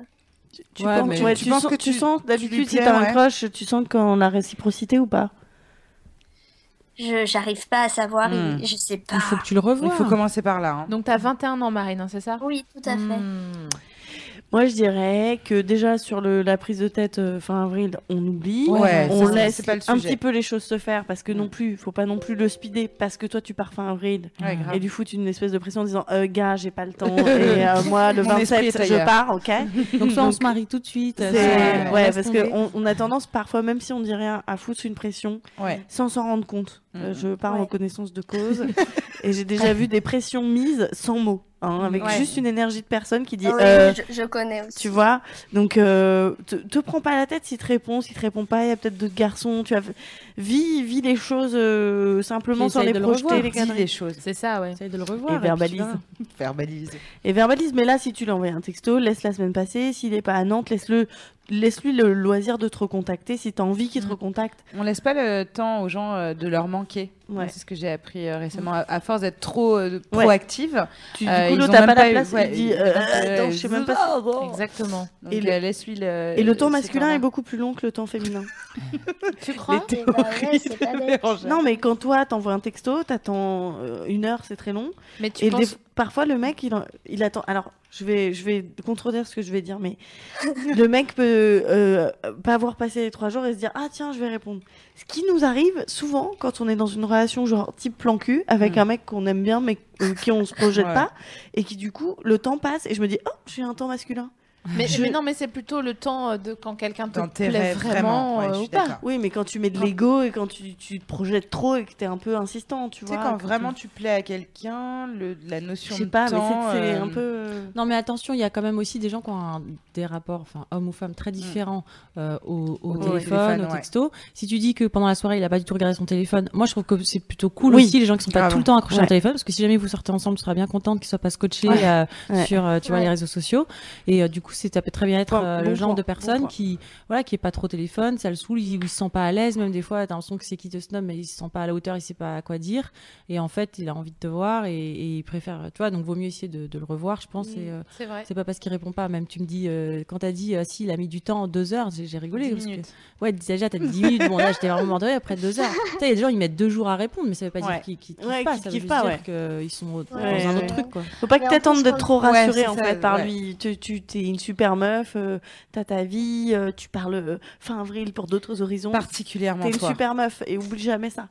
[SPEAKER 5] Tu,
[SPEAKER 2] Ouais,
[SPEAKER 5] penses,
[SPEAKER 2] mais-
[SPEAKER 5] ouais,
[SPEAKER 2] tu
[SPEAKER 5] tu,
[SPEAKER 2] penses
[SPEAKER 5] sens-
[SPEAKER 2] que
[SPEAKER 5] tu
[SPEAKER 2] tu-
[SPEAKER 5] sens
[SPEAKER 2] tu lui
[SPEAKER 5] d'habitude si
[SPEAKER 2] plais,
[SPEAKER 5] t'as
[SPEAKER 2] ouais.
[SPEAKER 5] un crush, tu sens qu'on a réciprocité ou pas
[SPEAKER 12] Je j'arrive pas à savoir,
[SPEAKER 5] Hmm.
[SPEAKER 12] il- je sais pas.
[SPEAKER 5] tu le revoies.
[SPEAKER 2] Il faut commencer par là. hein.
[SPEAKER 1] Donc t'as 21 ans, Marine, hein, c'est ça Hmm.
[SPEAKER 12] Oui, tout à fait.
[SPEAKER 5] Moi, je dirais que déjà sur le, la prise de tête euh, fin avril, on oublie,
[SPEAKER 2] Ouais,
[SPEAKER 5] on
[SPEAKER 2] ça, c'est-
[SPEAKER 5] laisse
[SPEAKER 2] c'est pas le
[SPEAKER 5] un
[SPEAKER 2] sujet. Mm.
[SPEAKER 5] petit peu les choses se faire parce que non plus, faut pas non plus le speeder parce que toi tu pars fin avril
[SPEAKER 2] Ouais, grave.
[SPEAKER 5] et lui foutre une espèce de pression en disant euh, gars, j'ai pas le temps et euh, moi le
[SPEAKER 4] Mon esprit
[SPEAKER 5] 27
[SPEAKER 4] est
[SPEAKER 5] je
[SPEAKER 4] ailleurs.
[SPEAKER 5] pars, OK
[SPEAKER 4] Donc soit on se marie tout de suite,
[SPEAKER 5] c'est-
[SPEAKER 4] soit-
[SPEAKER 5] ouais,
[SPEAKER 4] laisse
[SPEAKER 5] parce
[SPEAKER 4] tomber.
[SPEAKER 5] que on, on a tendance parfois même si on dit rien à foutre une pression
[SPEAKER 4] Ouais.
[SPEAKER 5] sans s'en rendre compte. Euh,
[SPEAKER 4] Mhm.
[SPEAKER 5] je parle en connaissance de cause et j'ai déjà vu des pressions mises sans mots hein, avec
[SPEAKER 12] Ouais.
[SPEAKER 5] juste une énergie de personne qui dit
[SPEAKER 12] Ah oui,
[SPEAKER 5] euh,
[SPEAKER 12] je, je connais aussi.
[SPEAKER 5] tu vois, donc euh, te, te prends pas la tête s'il te répond, s'il te répond pas, il y a peut-être d'autres garçons. Tu as vis, vis les choses euh, simplement sans les projeter, les cadrer.
[SPEAKER 1] choses. C'est ça, ouais.
[SPEAKER 4] Essaye de le revoir.
[SPEAKER 5] Et verbalise.
[SPEAKER 2] Verbalise.
[SPEAKER 5] Et verbalise, mais là, si tu lui envoies un texto, laisse la semaine passer. S'il est pas à Nantes, laisse-le, laisse-lui le loisir de te recontacter si t'as envie
[SPEAKER 4] Mm.
[SPEAKER 5] qu'il te recontacte.
[SPEAKER 2] On laisse pas le temps aux gens euh, de leur manquer.
[SPEAKER 5] Ouais.
[SPEAKER 2] C'est ce que j'ai appris euh, récemment. À, à force d'être trop euh,
[SPEAKER 5] Ouais.
[SPEAKER 2] proactive,
[SPEAKER 5] Tu- du
[SPEAKER 2] euh,
[SPEAKER 5] coup,
[SPEAKER 2] ils
[SPEAKER 5] l'autre
[SPEAKER 2] ont
[SPEAKER 5] t'as pas
[SPEAKER 2] même
[SPEAKER 5] la
[SPEAKER 2] eu-
[SPEAKER 5] place, il
[SPEAKER 2] ouais,
[SPEAKER 5] dit,
[SPEAKER 2] ils-
[SPEAKER 5] euh, attends,
[SPEAKER 2] euh,
[SPEAKER 5] je sais même pas si-
[SPEAKER 1] Exactement.
[SPEAKER 2] Donc,
[SPEAKER 5] Et
[SPEAKER 2] et
[SPEAKER 5] le-
[SPEAKER 2] laisse-lui le.
[SPEAKER 1] euh,
[SPEAKER 5] Et le temps
[SPEAKER 2] ce
[SPEAKER 5] masculin
[SPEAKER 2] temps-là.
[SPEAKER 5] est beaucoup plus long que le temps féminin. tu
[SPEAKER 1] crois
[SPEAKER 5] Les théories de Bérangère. Non, mais quand toi, t'envoies un texto, t'attends euh, une heure, c'est très long.
[SPEAKER 1] Mais tu
[SPEAKER 5] Et
[SPEAKER 1] penses-
[SPEAKER 5] des- parfois, le mec, il, en- il attend. Alors, je vais, je vais contredire ce que je vais dire, mais le mec peut euh, pas avoir passé les trois jours et se dire Ah, tiens, je vais répondre. Ce qui nous arrive souvent quand on est dans une relation, genre type plan cul, avec un mec qu'on aime bien, mais euh, qui on se projette
[SPEAKER 1] Mm. Ouais.
[SPEAKER 5] pas, et qui du coup, le temps passe, et je me dis Oh, j'ai un temps masculin.
[SPEAKER 1] Mais,
[SPEAKER 5] Je-
[SPEAKER 1] mais non, mais c'est plutôt le temps euh, de quand quelqu'un te
[SPEAKER 5] Dans tes
[SPEAKER 1] plaît
[SPEAKER 5] rêves,
[SPEAKER 1] vraiment,
[SPEAKER 5] ouais,
[SPEAKER 1] euh,
[SPEAKER 5] je
[SPEAKER 1] ou
[SPEAKER 5] suis
[SPEAKER 1] pas.
[SPEAKER 5] d'accord. Oui, mais quand tu mets de
[SPEAKER 1] Quand-
[SPEAKER 5] l'ego et quand tu, tu te projettes trop et que t'es un peu insistant, tu
[SPEAKER 2] Tu
[SPEAKER 5] vois.
[SPEAKER 2] sais, quand
[SPEAKER 5] que
[SPEAKER 2] vraiment tu plais à quelqu'un, le- la notion
[SPEAKER 5] Je sais
[SPEAKER 2] de
[SPEAKER 5] pas, mais
[SPEAKER 2] temps.
[SPEAKER 5] c'est que c'est un peu-
[SPEAKER 4] euh,
[SPEAKER 5] euh,
[SPEAKER 4] Non, mais attention, il y a quand même aussi des gens qui ont un- des rapports, enfin, hommes ou femmes, très différents euh, au, au
[SPEAKER 5] Mm. Au
[SPEAKER 4] téléphone,
[SPEAKER 5] téléphone,
[SPEAKER 4] au
[SPEAKER 5] ouais.
[SPEAKER 4] texto. Si tu dis que pendant la soirée, il a pas du tout regardé son téléphone, moi, je trouve que c'est plutôt cool
[SPEAKER 5] Oui,
[SPEAKER 4] aussi, les gens qui sont pas
[SPEAKER 5] grave.
[SPEAKER 4] tout le temps accrochés à
[SPEAKER 5] Ouais.
[SPEAKER 4] leur téléphone, parce que si jamais vous sortez ensemble, tu seras bien contente qu'ils soient pas scotchés
[SPEAKER 5] Ouais.
[SPEAKER 4] euh,
[SPEAKER 5] Ouais.
[SPEAKER 4] sur, euh, tu vois,
[SPEAKER 5] Ouais.
[SPEAKER 4] les réseaux sociaux. Et euh, du coup, c'est, ça peut très bien être
[SPEAKER 5] Bon-
[SPEAKER 4] euh,
[SPEAKER 5] bon
[SPEAKER 4] le genre
[SPEAKER 5] point,
[SPEAKER 4] de
[SPEAKER 5] bon
[SPEAKER 4] personne
[SPEAKER 5] point.
[SPEAKER 4] qui, voilà, qui est pas trop au téléphone, ça le saoule, il, il se sent pas à l'aise, même des fois, t'as l'impression que c'est qui te snob, mais il se sent pas à la hauteur, il sait pas à quoi dire. Et en fait, il a envie de te voir et, et il préfère, tu vois, donc vaut mieux essayer de, de le revoir, je pense.
[SPEAKER 1] Mm,
[SPEAKER 4] et, euh,
[SPEAKER 1] c'est vrai.
[SPEAKER 4] c'est pas parce qu'il répond pas. Même tu me dis, euh, quand t'as dit, euh, si, il a mis du temps, deux heures, j'ai j'ai rigolé.
[SPEAKER 1] Dix
[SPEAKER 4] parce que-
[SPEAKER 1] minutes.
[SPEAKER 4] Ouais, déjà, t'as dit dix minutes. Bon, là, j'étais vraiment mort de rire après deux heures. Tu sais, il y a des gens, ils mettent deux jours à répondre, mais ça veut pas
[SPEAKER 5] Ouais.
[SPEAKER 4] dire qu'ils qu'ils kiffent
[SPEAKER 5] Ouais,
[SPEAKER 4] pas.
[SPEAKER 5] qu'ils
[SPEAKER 4] Ça veut
[SPEAKER 5] kiffent
[SPEAKER 4] juste
[SPEAKER 5] pas,
[SPEAKER 4] dire
[SPEAKER 5] ouais.
[SPEAKER 4] qu'ils sont au-
[SPEAKER 5] Ouais,
[SPEAKER 4] dans un
[SPEAKER 5] ouais.
[SPEAKER 4] autre truc, quoi.
[SPEAKER 5] Faut pas
[SPEAKER 4] Mais
[SPEAKER 5] que
[SPEAKER 4] en
[SPEAKER 5] t'attendes
[SPEAKER 4] plus,
[SPEAKER 5] d'être
[SPEAKER 4] quand-
[SPEAKER 5] trop
[SPEAKER 4] Ouais,
[SPEAKER 5] rassuré
[SPEAKER 4] c'est
[SPEAKER 5] en
[SPEAKER 4] ça,
[SPEAKER 5] fait par
[SPEAKER 4] ouais.
[SPEAKER 5] lui. Tu, tu t'es une super meuf, euh, t'as ta vie, euh, tu parles euh, fin avril pour d'autres horizons.
[SPEAKER 2] Particulièrement
[SPEAKER 5] T'es une
[SPEAKER 2] toi.
[SPEAKER 5] super meuf et oublie jamais ça.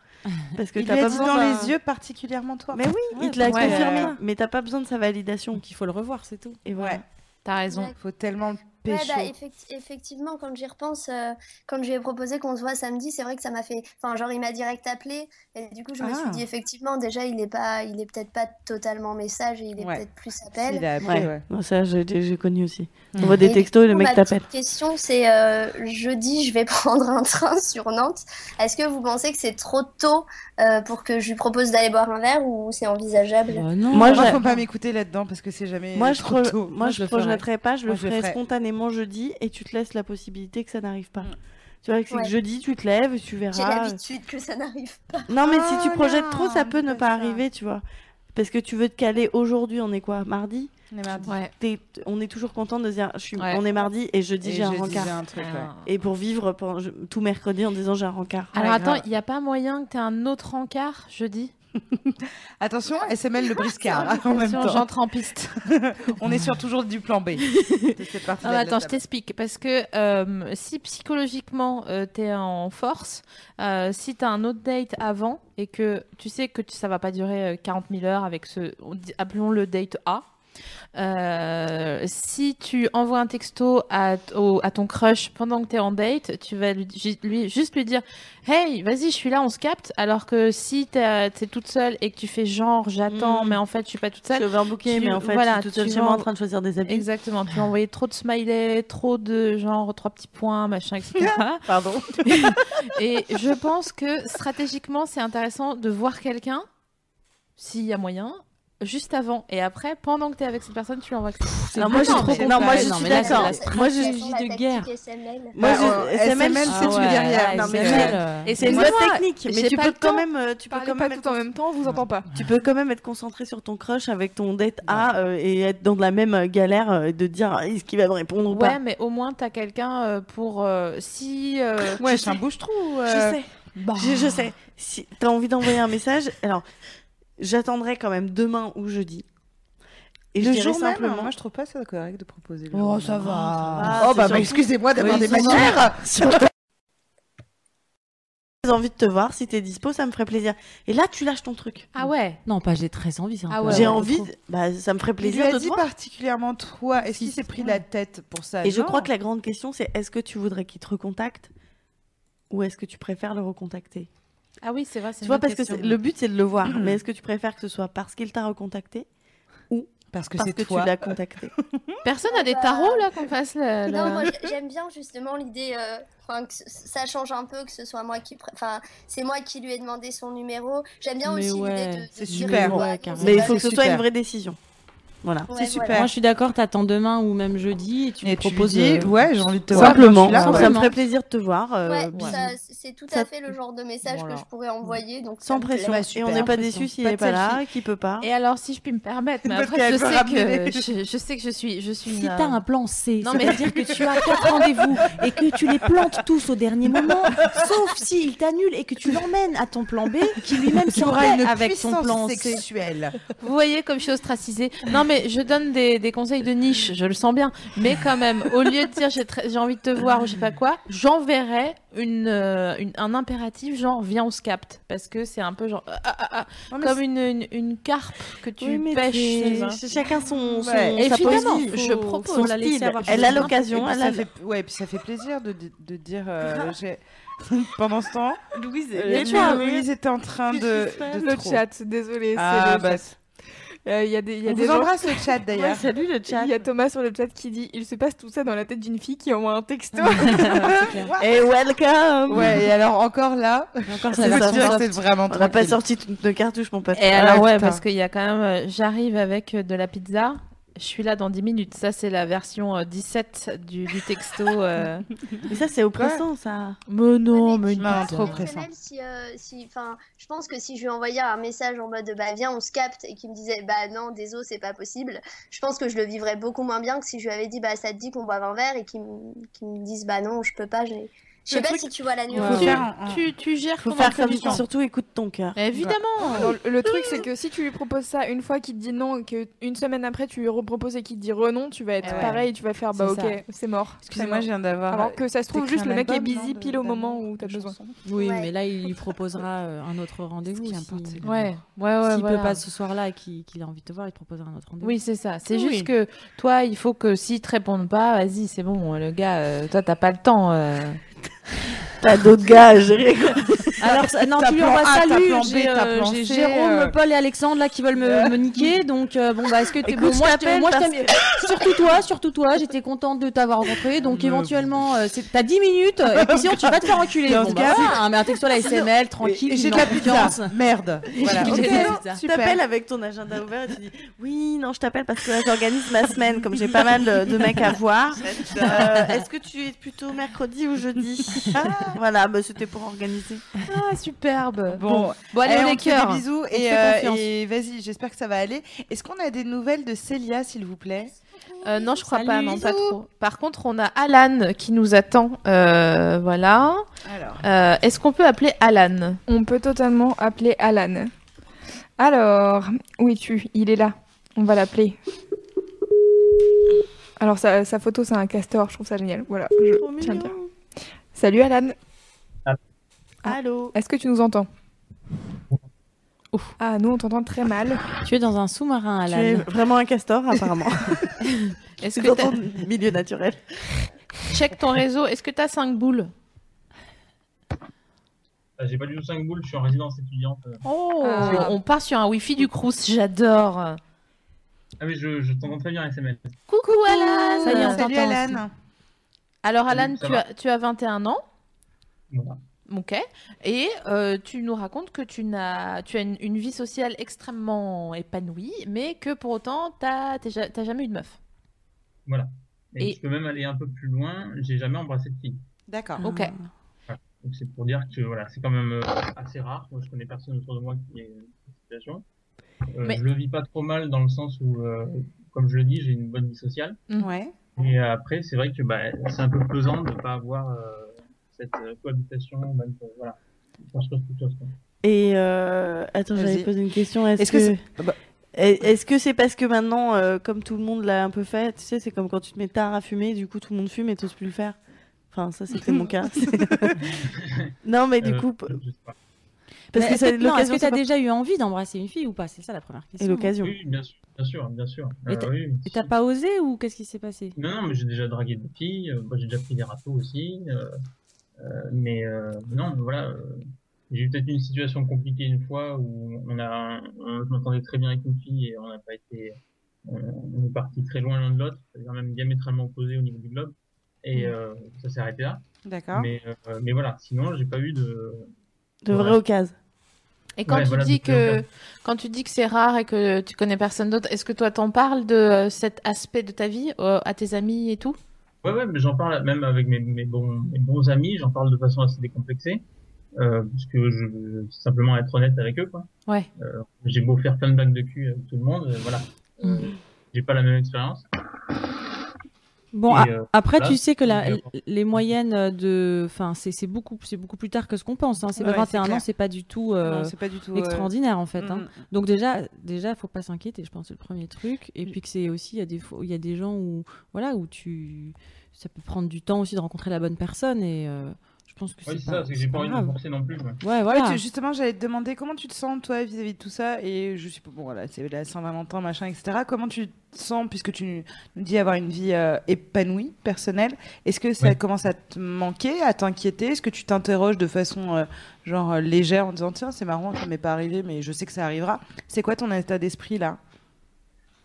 [SPEAKER 5] Parce que
[SPEAKER 2] Il
[SPEAKER 5] t'as
[SPEAKER 2] lui a
[SPEAKER 5] pas
[SPEAKER 2] dit
[SPEAKER 5] besoin
[SPEAKER 2] dans
[SPEAKER 5] d'un-
[SPEAKER 2] les yeux, particulièrement toi.
[SPEAKER 5] Mais oui, il te l'a
[SPEAKER 2] Ouais.
[SPEAKER 5] confirmé.
[SPEAKER 2] Ouais.
[SPEAKER 5] Mais t'as pas besoin de sa validation.
[SPEAKER 4] qu'il faut le revoir, c'est tout.
[SPEAKER 5] Et voilà.
[SPEAKER 1] T'as
[SPEAKER 12] raison.
[SPEAKER 2] Faut tellement le
[SPEAKER 12] Ouais,
[SPEAKER 2] pécho.
[SPEAKER 12] bah, effecti- effectivement, quand j'y repense, euh, quand je lui ai proposé qu'on se voit samedi, c'est vrai que ça m'a fait. Enfin, genre, il m'a direct appelé. Et du coup, je me
[SPEAKER 5] Ah.
[SPEAKER 12] suis dit, effectivement, déjà, il est pas, il est peut-être pas totalement message et il est
[SPEAKER 5] Ouais.
[SPEAKER 12] peut-être plus appel.
[SPEAKER 5] Ouais. Bon, ça, j'ai, j'ai connu aussi. On voit
[SPEAKER 12] Et
[SPEAKER 5] des
[SPEAKER 12] du
[SPEAKER 5] textos et le
[SPEAKER 12] coup, bah,
[SPEAKER 5] mec
[SPEAKER 12] ma
[SPEAKER 5] t'appelle.
[SPEAKER 12] petite question, c'est euh, jeudi, je vais prendre un train sur Nantes. Est-ce que vous pensez que c'est trop tôt euh, pour que je lui propose d'aller boire un verre ou c'est envisageable
[SPEAKER 2] Euh, Bah moi,
[SPEAKER 5] je-
[SPEAKER 2] faut pas m'écouter là-dedans parce que c'est jamais.
[SPEAKER 5] Euh, Moi, je,
[SPEAKER 2] trop
[SPEAKER 5] pro-
[SPEAKER 2] tôt.
[SPEAKER 5] moi, je, projetterai pas, je le
[SPEAKER 2] Moi,
[SPEAKER 5] ferai spontanément jeudi et tu te laisses la possibilité que ça n'arrive pas. Tu vois, que c'est
[SPEAKER 12] Ouais.
[SPEAKER 5] que jeudi, tu te lèves, tu
[SPEAKER 12] J'ai
[SPEAKER 5] verras.
[SPEAKER 12] l'habitude Oh que ça n'arrive pas.
[SPEAKER 5] Non, mais si tu projettes trop, ça peut ne pas arriver, tu vois. Parce que tu veux te caler aujourd'hui, on est quoi Mardi
[SPEAKER 2] On est mardi.
[SPEAKER 1] Ouais.
[SPEAKER 5] T'es- t- on est toujours content de se dire, je suis,
[SPEAKER 1] Ouais.
[SPEAKER 5] on est mardi et jeudi
[SPEAKER 2] Et
[SPEAKER 5] j'ai un
[SPEAKER 2] jeudi,
[SPEAKER 5] rencard.
[SPEAKER 2] j'ai un truc, ouais.
[SPEAKER 5] Et pour vivre pendant- je- tout mercredi en disant j'ai un rencard.
[SPEAKER 1] Alors attends, il n'y a pas moyen que t'aies un autre encart jeudi
[SPEAKER 2] Attention, SML le briscard hein, en même temps.
[SPEAKER 1] Attention, j'entre en piste.
[SPEAKER 2] On est sur toujours du plan B. de cette
[SPEAKER 5] Ah,
[SPEAKER 2] partie-là
[SPEAKER 5] bah,
[SPEAKER 1] Non,
[SPEAKER 2] de
[SPEAKER 1] mais
[SPEAKER 2] la
[SPEAKER 1] Ah, attends, je
[SPEAKER 2] table.
[SPEAKER 1] t'explique. Parce que euh, si psychologiquement euh, t'es en force, euh, si t'as un autre date avant et que tu sais que tu- ça va pas durer euh, 40 000 heures avec ce, on dit- appelons-le date A. euh, si tu envoies un texto à, t- au- à ton crush pendant que t'es en date, tu vas lui, ju- lui- juste lui dire Hey, vas-y, je suis là, on se capte. Alors que si t'as- t'es toute seule et que tu fais genre j'attends,
[SPEAKER 5] Mm.
[SPEAKER 1] mais en fait je suis pas toute seule.
[SPEAKER 5] Je vais un bouquet,
[SPEAKER 1] tu-
[SPEAKER 5] mais en fait,
[SPEAKER 1] voilà,
[SPEAKER 5] je suis toute seule
[SPEAKER 1] tu
[SPEAKER 5] chez moi en
[SPEAKER 1] vas-
[SPEAKER 5] train de choisir des habits.
[SPEAKER 1] Exactement. Tu as envoyé trop de smileys, trop de genre trois petits points, machin, etc.
[SPEAKER 5] Pardon.
[SPEAKER 1] Et je pense que stratégiquement, c'est intéressant de voir quelqu'un, s'il y a moyen, juste avant et après, pendant que t'es avec cette personne, tu l'envoies. avec cette-
[SPEAKER 4] Alors moi, je suis trop
[SPEAKER 1] Non, moi,
[SPEAKER 4] contre.
[SPEAKER 1] je suis
[SPEAKER 4] Non, mais là, c'est
[SPEAKER 1] d'accord.
[SPEAKER 4] la
[SPEAKER 1] Moi, je
[SPEAKER 4] stratégie
[SPEAKER 1] suis
[SPEAKER 4] de
[SPEAKER 1] de
[SPEAKER 4] guerre.
[SPEAKER 1] guerre.
[SPEAKER 4] Moi,
[SPEAKER 1] Bah,
[SPEAKER 4] je-
[SPEAKER 1] SML, c'est
[SPEAKER 4] tu
[SPEAKER 5] Ah,
[SPEAKER 4] derrière.
[SPEAKER 1] Non, mais
[SPEAKER 4] SML.
[SPEAKER 5] Et c'est une
[SPEAKER 1] moi,
[SPEAKER 5] bonne technique,
[SPEAKER 1] j'ai
[SPEAKER 5] mais tu
[SPEAKER 1] pas
[SPEAKER 5] peux
[SPEAKER 1] le
[SPEAKER 5] quand
[SPEAKER 1] temps.
[SPEAKER 5] même, euh, tu peux
[SPEAKER 1] Parlez
[SPEAKER 5] quand
[SPEAKER 1] pas
[SPEAKER 5] même
[SPEAKER 1] tout en même temps, on vous entend pas.
[SPEAKER 5] Tu peux quand même être concentré sur ton crush avec ton date A euh, et être dans de la même euh, galère euh, de dire ah, est-ce qu'il va me répondre ou
[SPEAKER 1] Ouais,
[SPEAKER 5] pas.
[SPEAKER 1] mais au moins t'as quelqu'un euh, pour euh, si. euh,
[SPEAKER 5] Ouais,
[SPEAKER 1] tu
[SPEAKER 5] c'est un
[SPEAKER 1] sais.
[SPEAKER 5] bouche-trou,
[SPEAKER 1] euh,
[SPEAKER 5] euh. Je sais.
[SPEAKER 1] bah.
[SPEAKER 5] Je, je sais. Si t'as envie d'envoyer un message, alors j'attendrai quand même demain ou jeudi. Et
[SPEAKER 2] le
[SPEAKER 5] je dirai
[SPEAKER 2] jour même,
[SPEAKER 5] simplement.
[SPEAKER 2] moi je trouve pas ça correct de proposer le
[SPEAKER 5] Oh,
[SPEAKER 2] jour
[SPEAKER 5] ça
[SPEAKER 2] même.
[SPEAKER 5] va. Ah, C'est
[SPEAKER 2] Oh bah, bah,
[SPEAKER 5] surtout-
[SPEAKER 2] excusez-moi d'avoir
[SPEAKER 5] Oui,
[SPEAKER 2] des
[SPEAKER 5] c'est ça.
[SPEAKER 2] manières.
[SPEAKER 5] Surtout- J'ai envie de te voir, si t'es dispo, ça me ferait plaisir. Et là, tu lâches ton truc.
[SPEAKER 1] Ah ouais.
[SPEAKER 4] Non, pas j'ai très envie. c'est un
[SPEAKER 1] Ah
[SPEAKER 4] peu-
[SPEAKER 1] ouais,
[SPEAKER 5] J'ai
[SPEAKER 1] ouais,
[SPEAKER 5] envie,
[SPEAKER 4] trop.
[SPEAKER 5] de- bah, ça me ferait
[SPEAKER 2] Il lui
[SPEAKER 5] plaisir
[SPEAKER 2] a
[SPEAKER 5] de te
[SPEAKER 2] dit
[SPEAKER 5] voir.
[SPEAKER 2] particulièrement toi. Est-ce qu'il s'est pris la tête pour ça
[SPEAKER 5] Et je
[SPEAKER 2] Non.
[SPEAKER 5] crois que la grande question, c'est est-ce que tu voudrais qu'il te recontacte ou est-ce que tu préfères le recontacter
[SPEAKER 1] Ah oui, c'est vrai. c'est
[SPEAKER 5] Tu
[SPEAKER 1] une
[SPEAKER 5] vois,
[SPEAKER 1] bonne
[SPEAKER 5] parce que
[SPEAKER 1] question.
[SPEAKER 5] c'est- le but, c'est de le voir. mais est-ce que tu préfères que ce soit parce qu'il t'a recontacté ou
[SPEAKER 2] parce
[SPEAKER 1] que c'est
[SPEAKER 5] que
[SPEAKER 1] toi
[SPEAKER 5] tu l'as contacté
[SPEAKER 1] Personne a des tarots là qu'on fasse le.
[SPEAKER 12] Bah, Non,
[SPEAKER 1] le-
[SPEAKER 12] moi j'ai- j'aime bien justement l'idée euh, enfin, que c- ça change un peu, que ce soit moi qui. pr- Enfin, c'est moi qui lui ai demandé son numéro. J'aime bien aussi l'idée de.
[SPEAKER 4] c'est
[SPEAKER 5] super. Ouais, carrément. Mais il faut que ce soit une vraie décision. Voilà.
[SPEAKER 12] Ouais, C'est super. voilà.
[SPEAKER 4] Moi, je suis d'accord, t'attends demain ou même jeudi et tu
[SPEAKER 2] Et
[SPEAKER 4] me
[SPEAKER 2] tu lui
[SPEAKER 4] proposes.
[SPEAKER 2] dis,
[SPEAKER 4] euh,
[SPEAKER 2] ouais, j'ai envie de te
[SPEAKER 4] voilà,
[SPEAKER 2] voir.
[SPEAKER 4] simplement.
[SPEAKER 2] je suis là, ouais.
[SPEAKER 4] Ça me
[SPEAKER 5] Ça
[SPEAKER 4] ferait
[SPEAKER 5] me ferait plaisir de te voir. euh,
[SPEAKER 12] Ouais,
[SPEAKER 5] bisous.
[SPEAKER 12] ça- c'est tout à fait le genre de message que je pourrais envoyer. Donc ça
[SPEAKER 5] Sans
[SPEAKER 12] me plaît.
[SPEAKER 1] Bah,
[SPEAKER 5] pression. et on n'est pas déçu s'il
[SPEAKER 1] Pas
[SPEAKER 5] n'est
[SPEAKER 1] de
[SPEAKER 5] pas là,
[SPEAKER 1] selfie.
[SPEAKER 5] qu'il peut pas.
[SPEAKER 1] Et alors, si je puis me permettre, mais
[SPEAKER 5] Parce
[SPEAKER 1] après,
[SPEAKER 5] qu'elle
[SPEAKER 1] je
[SPEAKER 5] veut
[SPEAKER 1] sais,
[SPEAKER 5] ramener-
[SPEAKER 1] que, je, je sais que je suis, je suis
[SPEAKER 4] Si
[SPEAKER 1] une,
[SPEAKER 4] t'as
[SPEAKER 1] euh,
[SPEAKER 4] un plan C,
[SPEAKER 1] Non,
[SPEAKER 4] ça
[SPEAKER 1] mais-
[SPEAKER 4] veut dire que tu as quatre rendez-vous et que tu les plantes tous au dernier moment, sauf s'il t'annule et que tu l'emmènes à ton plan B, qui
[SPEAKER 1] euh,
[SPEAKER 4] lui-même
[SPEAKER 2] Tu
[SPEAKER 4] s'en
[SPEAKER 2] auras
[SPEAKER 4] paie
[SPEAKER 2] une
[SPEAKER 4] avec son
[SPEAKER 2] puissance
[SPEAKER 4] plan C.
[SPEAKER 2] sexuelle.
[SPEAKER 1] Vous voyez comme je suis ostracisée. Non, mais je donne des, des conseils de niche, je le sens bien. Mais quand même, au lieu de dire j'ai très- j'ai envie de te voir ou je sais pas quoi, j'enverrai une, euh, une- un impératif genre viens, on se capte. Parce que c'est un peu genre ah, ah, ah,
[SPEAKER 5] Ouais, mais
[SPEAKER 1] comme
[SPEAKER 5] c'est-
[SPEAKER 1] une, une, une carpe que tu
[SPEAKER 5] Oui, mais
[SPEAKER 1] pêches.
[SPEAKER 5] c'est-
[SPEAKER 1] tu vois.
[SPEAKER 5] c'est chacun son- son-
[SPEAKER 1] Ouais.
[SPEAKER 5] sa
[SPEAKER 1] Évidemment,
[SPEAKER 5] poésie.
[SPEAKER 1] je propose.
[SPEAKER 5] Son
[SPEAKER 1] la laisser
[SPEAKER 5] style.
[SPEAKER 1] avoir son
[SPEAKER 5] Elle a
[SPEAKER 1] chemin.
[SPEAKER 5] l'occasion,
[SPEAKER 2] Et puis
[SPEAKER 5] elle
[SPEAKER 2] ça
[SPEAKER 5] a-
[SPEAKER 2] fait- Ouais, puis ça fait plaisir de, de- de dire. euh, j'ai- Pendant ce temps,
[SPEAKER 5] Louise,
[SPEAKER 2] euh,
[SPEAKER 6] les gens,
[SPEAKER 2] Louise
[SPEAKER 6] oui.
[SPEAKER 2] était en train de. de
[SPEAKER 6] le
[SPEAKER 2] trop.
[SPEAKER 6] chat, désolé,
[SPEAKER 2] Ah,
[SPEAKER 6] c'est le
[SPEAKER 2] bah,
[SPEAKER 6] chat. Euh, Il y a des, il y a
[SPEAKER 2] On
[SPEAKER 6] des
[SPEAKER 2] vous
[SPEAKER 6] gens-
[SPEAKER 2] embrasse, le chat, d'ailleurs. Ouais, salut,
[SPEAKER 5] le chat.
[SPEAKER 6] Il y a Thomas sur le chat qui dit il se passe tout ça dans la tête d'une fille qui envoie un texto.
[SPEAKER 5] Et welcome
[SPEAKER 2] Ouais, et alors encore là.
[SPEAKER 4] Encore
[SPEAKER 2] ça va dire que c'est vraiment
[SPEAKER 5] On n'a pas
[SPEAKER 2] tranquille.
[SPEAKER 5] sorti toutes nos cartouches, mon pote.
[SPEAKER 1] Et alors, Ah, ouais,
[SPEAKER 5] Ah, putain.
[SPEAKER 1] parce qu'il y a quand même. euh, J'arrive avec euh, de la pizza, je suis là dans 10 minutes. Ça, c'est la version euh, 17 du, du texto. euh.
[SPEAKER 5] Mais ça, c'est oppressant, ça.
[SPEAKER 1] Mais non, mais
[SPEAKER 2] Non,
[SPEAKER 1] non, trop
[SPEAKER 2] trop
[SPEAKER 1] pressant.
[SPEAKER 12] Même si, euh, si, enfin, je pense que si je lui envoyais un message en mode bah viens on se capte et qu'il me disait bah non désolé c'est pas possible, je pense que je le vivrais beaucoup moins bien que si je lui avais dit bah ça te dit qu'on boive un verre et qu'il me, qu'il me dise bah non je peux pas, j'ai- je sais
[SPEAKER 1] Le
[SPEAKER 12] pas
[SPEAKER 1] truc-
[SPEAKER 12] si tu vois la
[SPEAKER 1] Tu-
[SPEAKER 12] nuance.
[SPEAKER 1] tu,
[SPEAKER 5] faire un- un-
[SPEAKER 1] tu, tu gères
[SPEAKER 5] Faut
[SPEAKER 1] ton
[SPEAKER 5] faire
[SPEAKER 1] emploi
[SPEAKER 5] comme
[SPEAKER 1] du
[SPEAKER 5] ça.
[SPEAKER 1] temps.
[SPEAKER 5] Surtout, écoute ton cœur.
[SPEAKER 1] Évidemment.
[SPEAKER 6] Bah, Non, le- le truc, c'est que si tu lui proposes ça une fois qu'il te dit non, et qu'une semaine après tu lui reproposes et qu'il te dit renon, tu vas être
[SPEAKER 1] Eh ouais.
[SPEAKER 6] pareil, tu vas faire bah
[SPEAKER 1] C'est
[SPEAKER 6] ok,
[SPEAKER 1] ça.
[SPEAKER 6] c'est mort.
[SPEAKER 2] Excusez-moi, je
[SPEAKER 6] j'ai
[SPEAKER 2] viens d'avoir. euh,
[SPEAKER 6] Alors que ça se trouve,
[SPEAKER 2] t'écris
[SPEAKER 6] juste
[SPEAKER 2] un
[SPEAKER 6] le mec est
[SPEAKER 2] album,
[SPEAKER 6] busy
[SPEAKER 2] non, de-
[SPEAKER 6] pile au
[SPEAKER 2] d'amour,
[SPEAKER 6] moment où t'as besoin.
[SPEAKER 4] Oui,
[SPEAKER 6] Ouais.
[SPEAKER 4] mais là, il lui proposera euh, un autre rendez-vous. si-
[SPEAKER 1] Ouais, ouais, ouais.
[SPEAKER 4] S'il
[SPEAKER 1] voilà.
[SPEAKER 4] peut pas ce soir-là et qu'il qu'il a envie de te voir, il te proposera un autre rendez-vous.
[SPEAKER 1] Oui, c'est ça. C'est
[SPEAKER 4] Oui.
[SPEAKER 1] juste que toi, il faut que s'ils te répondent pas, vas-y, c'est bon, le gars, euh, toi, t'as pas le temps. euh.
[SPEAKER 5] Pas d'autres gars à gérer.
[SPEAKER 4] Alors, ça- non,
[SPEAKER 1] T'as
[SPEAKER 4] tu lui
[SPEAKER 1] plan
[SPEAKER 4] envoies
[SPEAKER 1] A, t'as
[SPEAKER 4] salut.
[SPEAKER 1] plan B,
[SPEAKER 4] J'ai
[SPEAKER 1] t'as
[SPEAKER 4] euh,
[SPEAKER 1] plan
[SPEAKER 4] j'ai
[SPEAKER 1] C,
[SPEAKER 4] Jérôme,
[SPEAKER 1] euh.
[SPEAKER 4] Paul et Alexandre là qui veulent me, me niquer. Donc, euh, bon, bah, est-ce que t'es
[SPEAKER 5] Écoute,
[SPEAKER 4] bon,
[SPEAKER 5] je
[SPEAKER 4] Moi, je
[SPEAKER 5] t'appelle
[SPEAKER 4] t'ai- moi, je
[SPEAKER 5] parce
[SPEAKER 4] t'aime- Surtout toi, surtout toi. J'étais contente de t'avoir rencontré. Donc, éventuellement, euh, c'est- t'as 10 minutes. euh, Et puis, sinon, tu vas te faire enculer.
[SPEAKER 2] Dans ce
[SPEAKER 4] Bon, bah,
[SPEAKER 2] cas-
[SPEAKER 4] voilà, hein, mais un texto à la SML, tranquille.
[SPEAKER 2] Et
[SPEAKER 4] tu
[SPEAKER 2] j'ai
[SPEAKER 4] me
[SPEAKER 2] de la
[SPEAKER 4] mets en
[SPEAKER 2] pizza.
[SPEAKER 4] confiance.
[SPEAKER 2] Merde. Voilà.
[SPEAKER 4] J'ai
[SPEAKER 2] ok.
[SPEAKER 4] de la pizza.
[SPEAKER 5] Tu t'appelles avec ton agenda ouvert et tu dis Oui, non, je t'appelle parce que là, j'organise ma semaine, comme j'ai pas mal de, de mecs à voir. Euh, Est-ce que tu es plutôt mercredi ou jeudi
[SPEAKER 2] Ah.
[SPEAKER 5] Voilà, bah, c'était pour organiser.
[SPEAKER 1] Ah, superbe.
[SPEAKER 2] Bon,
[SPEAKER 1] bon allez,
[SPEAKER 2] Eh,
[SPEAKER 1] on
[SPEAKER 2] on
[SPEAKER 1] est
[SPEAKER 2] te fait
[SPEAKER 1] cœur.
[SPEAKER 2] Des bisous
[SPEAKER 1] On te
[SPEAKER 2] et,
[SPEAKER 1] fait
[SPEAKER 2] euh,
[SPEAKER 1] confiance.
[SPEAKER 2] et vas-y, j'espère que ça va aller. Est-ce qu'on a des nouvelles de Célia, s'il vous plaît
[SPEAKER 1] Euh, non, je crois
[SPEAKER 2] Salut.
[SPEAKER 1] pas, non, pas
[SPEAKER 2] Bisous.
[SPEAKER 1] trop. Par contre, on a Alan qui nous attend. euh, voilà.
[SPEAKER 2] Alors.
[SPEAKER 1] Euh, Est-ce qu'on peut appeler Alan
[SPEAKER 6] On peut totalement appeler Alan. Alors, où es-tu Il est là. On va l'appeler. Alors, sa, sa photo, c'est un castor. Je trouve ça génial. Voilà. Je tiens à le dire. Salut, Alan. Ah,
[SPEAKER 5] Allô
[SPEAKER 6] Est-ce que tu nous entends Ah, nous, on t'entend très mal.
[SPEAKER 4] Tu es dans un sous-marin,
[SPEAKER 5] Tu
[SPEAKER 4] Alan.
[SPEAKER 5] es vraiment un castor, apparemment.
[SPEAKER 1] Est-ce
[SPEAKER 5] C'est
[SPEAKER 1] que
[SPEAKER 5] dans
[SPEAKER 1] t'as-
[SPEAKER 5] ton milieu naturel.
[SPEAKER 1] Check ton réseau. Est-ce que t'as 5 boules
[SPEAKER 13] Ah, J'ai pas du tout 5 boules, je suis en résidence étudiante.
[SPEAKER 1] Oh,
[SPEAKER 13] Ah.
[SPEAKER 1] on part sur un wifi du Crous. J'adore.
[SPEAKER 13] Ah mais je, je t'entends très bien SMS.
[SPEAKER 1] Coucou Alan.
[SPEAKER 4] Ça y est, on
[SPEAKER 1] Salut,
[SPEAKER 4] t'entend
[SPEAKER 1] Alan. Alors Alan,
[SPEAKER 13] Ça
[SPEAKER 1] tu
[SPEAKER 13] va.
[SPEAKER 1] as, tu as 21 ans.
[SPEAKER 13] Voilà.
[SPEAKER 1] Ok. Et euh, tu nous racontes que tu, n'as, tu as une, une vie sociale extrêmement épanouie, mais que pour autant, t'as, t'es ja- t'as jamais eu de meuf.
[SPEAKER 13] Voilà. Et,
[SPEAKER 1] Et-
[SPEAKER 13] je peux même aller un peu plus loin, j'ai jamais embrassé de fille.
[SPEAKER 2] D'accord.
[SPEAKER 1] Ok.
[SPEAKER 13] Voilà. Donc c'est pour dire que voilà, c'est quand même euh, assez rare. Moi, je connais personne autour de moi qui est dans cette situation. Euh,
[SPEAKER 1] Mais-
[SPEAKER 13] Je le vis pas trop mal dans le sens où, euh, comme je le dis, j'ai une bonne vie sociale.
[SPEAKER 2] Ouais.
[SPEAKER 13] Et après, c'est vrai que bah, c'est un peu pesant de ne pas avoir euh, cette euh, cohabitation, même, euh, voilà, construire quelque chose. quoi.
[SPEAKER 5] Et euh, attends,
[SPEAKER 13] Vas-y.
[SPEAKER 5] j'avais posé une question. Est-ce
[SPEAKER 13] Est-ce
[SPEAKER 5] que
[SPEAKER 13] que
[SPEAKER 5] est-ce
[SPEAKER 13] c'est- Bah,
[SPEAKER 5] que c'est parce que maintenant, euh, comme tout le monde l'a un peu fait, tu sais, c'est comme quand tu te mets tard à fumer, du coup tout le monde fume et t'oses plus le faire. Enfin, ça c'était mon cas. non, mais du
[SPEAKER 4] Euh,
[SPEAKER 5] coup, p-
[SPEAKER 4] je
[SPEAKER 5] parce
[SPEAKER 4] Mais
[SPEAKER 5] que
[SPEAKER 4] est-ce
[SPEAKER 5] ça,
[SPEAKER 4] que- non, est-ce
[SPEAKER 5] l'occasion,
[SPEAKER 4] que tu as
[SPEAKER 5] c'est pas-
[SPEAKER 4] déjà eu envie d'embrasser une fille ou pas C'est ça hein. la première question.
[SPEAKER 5] Et l'occasion.
[SPEAKER 13] Oui, bien sûr, bien sûr, bien sûr.
[SPEAKER 4] Et
[SPEAKER 13] Euh,
[SPEAKER 4] t'as-
[SPEAKER 13] oui, oui.
[SPEAKER 4] et t'as pas osé ou qu'est-ce qui s'est passé
[SPEAKER 13] Non, non, mais j'ai déjà dragué des filles, euh, moi, j'ai déjà pris des râteaux aussi. euh, euh, mais euh, non, voilà. euh, j'ai eu peut-être une situation compliquée une fois où on a, on- je m'entendais très bien avec une fille et on n'a pas été. On, on est parti très loin l'un de l'autre, c'est-à-dire même diamétralement opposés au niveau du globe. Et
[SPEAKER 2] Mhm.
[SPEAKER 13] euh, ça s'est arrêté là.
[SPEAKER 2] D'accord.
[SPEAKER 13] Mais, euh, mais voilà, sinon, j'ai pas eu de.
[SPEAKER 5] de vraies occasions.
[SPEAKER 1] Et quand
[SPEAKER 13] Ouais,
[SPEAKER 1] tu
[SPEAKER 13] voilà,
[SPEAKER 1] dis
[SPEAKER 13] donc, euh,
[SPEAKER 1] que quand tu dis que c'est rare et que tu connais personne d'autre, est-ce que toi t'en parles de euh, cet aspect de ta vie euh, à tes amis et tout
[SPEAKER 13] Ouais, ouais, mais j'en parle même avec mes, mes, bons, mes bons amis, j'en parle de façon assez décomplexée, euh, parce que je veux simplement être honnête avec eux, quoi.
[SPEAKER 1] Ouais.
[SPEAKER 13] Euh, j'ai beau faire plein de blagues de cul avec tout le monde, euh, voilà, j'ai pas la même expérience.
[SPEAKER 4] Bon,
[SPEAKER 13] Et,
[SPEAKER 4] a-
[SPEAKER 13] euh,
[SPEAKER 4] après,
[SPEAKER 13] voilà.
[SPEAKER 4] tu sais que la,
[SPEAKER 13] Mais, euh,
[SPEAKER 4] les moyennes de. Enfin, c'est c'est beaucoup, c'est beaucoup plus tard que ce qu'on pense. Hein. C'est pas
[SPEAKER 2] Ouais, c'est
[SPEAKER 4] 21 ans,
[SPEAKER 2] clair.
[SPEAKER 4] c'est pas du tout, euh,
[SPEAKER 2] Non, c'est pas du tout,
[SPEAKER 4] extraordinaire,
[SPEAKER 2] euh,
[SPEAKER 4] en fait. hein.
[SPEAKER 2] mm,
[SPEAKER 4] Donc, déjà, déjà, faut pas s'inquiéter, je pense, c'est le premier truc. Et puis, que c'est aussi, il y, a des fois- il y a des gens où. Voilà, où tu. Ça peut prendre du temps aussi de rencontrer la bonne personne. Et euh, je pense que
[SPEAKER 13] Ouais,
[SPEAKER 4] c'est
[SPEAKER 13] c'est
[SPEAKER 4] pas,
[SPEAKER 13] ça, c'est que
[SPEAKER 4] c'est
[SPEAKER 13] j'ai
[SPEAKER 4] pas
[SPEAKER 13] pas envie de
[SPEAKER 4] grave.
[SPEAKER 13] me forcer non plus. moi.
[SPEAKER 4] Ouais, voilà.
[SPEAKER 2] tu- justement, j'allais te demander comment tu te sens, toi, vis-à-vis de tout ça. Et je suis pas. Bon, voilà, c'est la Saint-Valentin, machin, etc. Comment tu te sens, puisque tu nous dis avoir une vie euh, épanouie, personnelle Est-ce que ça
[SPEAKER 13] Ouais.
[SPEAKER 2] commence à te manquer, à t'inquiéter Est-ce que tu t'interroges de façon, euh, genre, euh, légère en disant Tiens, c'est marrant, ça m'est pas arrivé, mais je sais que ça arrivera C'est quoi ton état d'esprit, là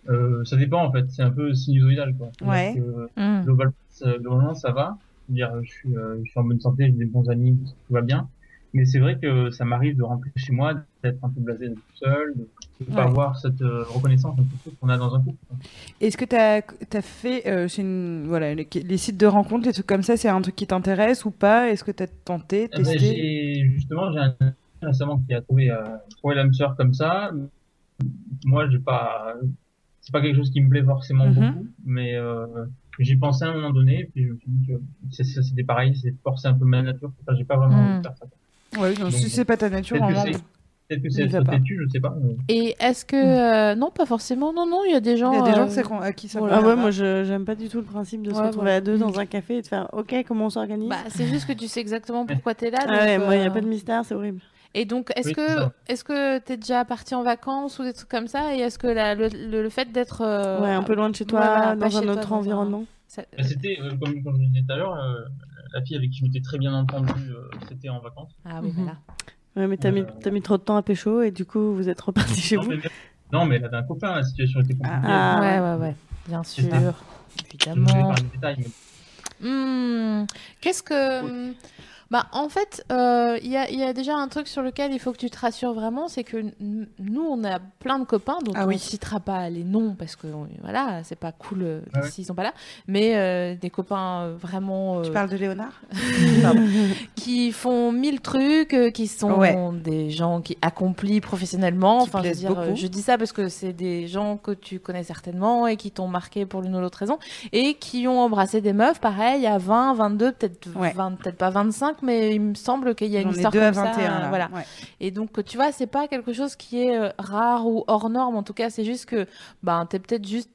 [SPEAKER 13] Euh, ça dépend en fait, c'est un peu sinusoïdal quoi.
[SPEAKER 2] Ouais.
[SPEAKER 13] C'est-à-dire que,
[SPEAKER 2] Mm.
[SPEAKER 13] global- euh, globalement, ça va. C'est-à-dire, je suis, euh, je suis en bonne santé, j'ai des bons amis, tout tout va bien. Mais c'est vrai que ça m'arrive de rentrer chez moi, d'être un peu blasé d'être tout seul, de ne pas
[SPEAKER 2] Ouais.
[SPEAKER 13] avoir cette euh, reconnaissance un peu plus qu'on a dans un couple.
[SPEAKER 2] Est-ce que tu as, fait euh, c'est une, voilà, les, les sites de rencontres, les trucs comme ça, c'est un truc qui t'intéresse ou pas Est-ce que tu as tenté,
[SPEAKER 13] Eh ben,
[SPEAKER 2] testé
[SPEAKER 13] j'ai- justement, j'ai un ami récemment qui a trouvé, euh, trouvé l'âme sœur comme ça. Moi, j'ai pas, c'est pas quelque chose qui me plaît forcément
[SPEAKER 2] Mhm.
[SPEAKER 13] beaucoup, mais euh, j'y pensais à un moment donné, et puis je me suis dit que c'est- ça, c'était pareil, c'est forcer un peu ma nature. Enfin, j'ai pas vraiment envie de
[SPEAKER 1] Mhm.
[SPEAKER 13] faire ça.
[SPEAKER 2] Ouais, non,
[SPEAKER 13] Donc,
[SPEAKER 2] si c'est pas ta nature,
[SPEAKER 13] peut-être que
[SPEAKER 2] vraiment,
[SPEAKER 13] c'est- Peut-être que
[SPEAKER 2] il
[SPEAKER 13] c'est
[SPEAKER 2] va
[SPEAKER 13] être
[SPEAKER 2] pas.
[SPEAKER 13] têtu, je sais pas. mais-
[SPEAKER 1] Et est-ce que
[SPEAKER 5] Mm.
[SPEAKER 1] euh, non, pas forcément. Non, non, il y a des gens.
[SPEAKER 2] Il y a des gens
[SPEAKER 1] euh,
[SPEAKER 2] que c'est qu'on- à qui ça
[SPEAKER 1] voilà.
[SPEAKER 5] Oh, Ah ouais, moi je j'aime pas du tout le principe de se
[SPEAKER 1] Ouais,
[SPEAKER 5] retrouver
[SPEAKER 1] voilà.
[SPEAKER 5] à deux dans un café et de faire OK, comment on s'organise
[SPEAKER 1] Bah, c'est juste que tu sais exactement pourquoi t'es là.
[SPEAKER 5] Ah ouais,
[SPEAKER 1] donc,
[SPEAKER 5] moi il y a
[SPEAKER 1] euh,
[SPEAKER 5] pas de mystère, c'est horrible.
[SPEAKER 1] Et donc, est-ce
[SPEAKER 5] Oui, c'est
[SPEAKER 1] que
[SPEAKER 5] ça.
[SPEAKER 1] est-ce que t'es déjà parti en vacances ou des trucs comme ça Et est-ce que la- le, le- le fait d'être euh,
[SPEAKER 5] Ouais, un peu loin de chez toi,
[SPEAKER 1] voilà,
[SPEAKER 5] dans
[SPEAKER 1] pas
[SPEAKER 5] un
[SPEAKER 1] chez toi,
[SPEAKER 5] autre environnement.
[SPEAKER 1] ça-
[SPEAKER 13] Bah, c'était, euh, comme, comme je disais tout à l'heure, euh, la fille avec qui je m'étais très bien entendu, euh, c'était en vacances.
[SPEAKER 1] Ah
[SPEAKER 5] oui, voilà. Ouais, mais t'as mis, t'as mis trop de temps à pécho et du coup vous êtes reparti chez
[SPEAKER 13] Euh, Non,
[SPEAKER 5] vous.
[SPEAKER 13] mais, non, mais elle avait un copain, la situation était compliquée.
[SPEAKER 5] Ah.
[SPEAKER 1] Ouais, ouais, ouais. Bien
[SPEAKER 13] C'est ça.
[SPEAKER 1] sûr,
[SPEAKER 13] Je ne voulais
[SPEAKER 1] évidemment.
[SPEAKER 13] pas les détails, mais-
[SPEAKER 1] Hmm, Qu'est-ce que. Bah, en fait, euh, il y, a, il y a déjà un truc sur lequel il faut que tu te rassures vraiment, c'est que n- nous, on a plein de copains dont
[SPEAKER 4] Ah
[SPEAKER 1] on
[SPEAKER 4] oui.
[SPEAKER 1] ne citera pas les noms parce que on- voilà, c'est pas cool euh,
[SPEAKER 4] Ah ouais.
[SPEAKER 1] s'ils sont pas là, mais euh, des copains euh, vraiment.
[SPEAKER 2] Tu
[SPEAKER 1] euh,
[SPEAKER 2] parles de Léonard
[SPEAKER 1] qui font mille trucs, euh, qui sont
[SPEAKER 2] Ouais.
[SPEAKER 1] des gens qui accomplissent professionnellement. Enfin, je, veux
[SPEAKER 2] plaisent
[SPEAKER 1] dire, euh,
[SPEAKER 2] beaucoup.
[SPEAKER 1] je dis ça parce que c'est des gens que tu connais certainement et qui t'ont marqué pour l'une ou l'autre raison et qui ont embrassé des meufs, pareil, à 20, 22, peut-être 20, peut-être pas 25, mais il me semble qu'il y a une
[SPEAKER 2] J'en ai
[SPEAKER 1] histoire
[SPEAKER 2] deux
[SPEAKER 1] comme
[SPEAKER 2] à
[SPEAKER 1] ça,
[SPEAKER 2] 21,
[SPEAKER 1] euh,
[SPEAKER 2] là.
[SPEAKER 1] voilà.
[SPEAKER 2] Ouais.
[SPEAKER 1] Et donc, tu vois, c'est pas quelque chose qui est euh, rare ou hors norme. En tout cas, c'est juste que ben, tu es peut-être juste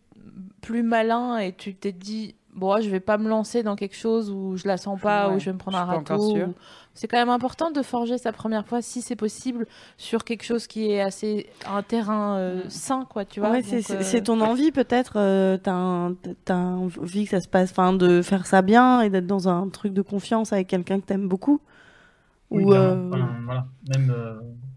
[SPEAKER 1] plus malin et tu t'es dit, bon, je vais pas me lancer dans quelque chose où je la sens pas,
[SPEAKER 4] Ouais,
[SPEAKER 1] où je vais me prendre
[SPEAKER 4] je
[SPEAKER 1] un
[SPEAKER 4] suis pas
[SPEAKER 1] râteau.
[SPEAKER 4] encore sûre.
[SPEAKER 1] ou- C'est quand même important de forger sa première fois, si c'est possible, sur quelque chose qui est assez un terrain euh, sain, quoi, tu vois.
[SPEAKER 5] Ouais,
[SPEAKER 1] Donc,
[SPEAKER 5] c'est- c'est
[SPEAKER 1] euh,
[SPEAKER 5] c'est ton envie peut-être, euh, t'as un- t'as un- envie que ça se passe, enfin de faire ça bien et d'être dans un truc de confiance avec quelqu'un que t'aimes beaucoup.
[SPEAKER 13] Oui,
[SPEAKER 5] Ou,
[SPEAKER 13] clairement.
[SPEAKER 5] euh,
[SPEAKER 13] Enfin, voilà, même, euh,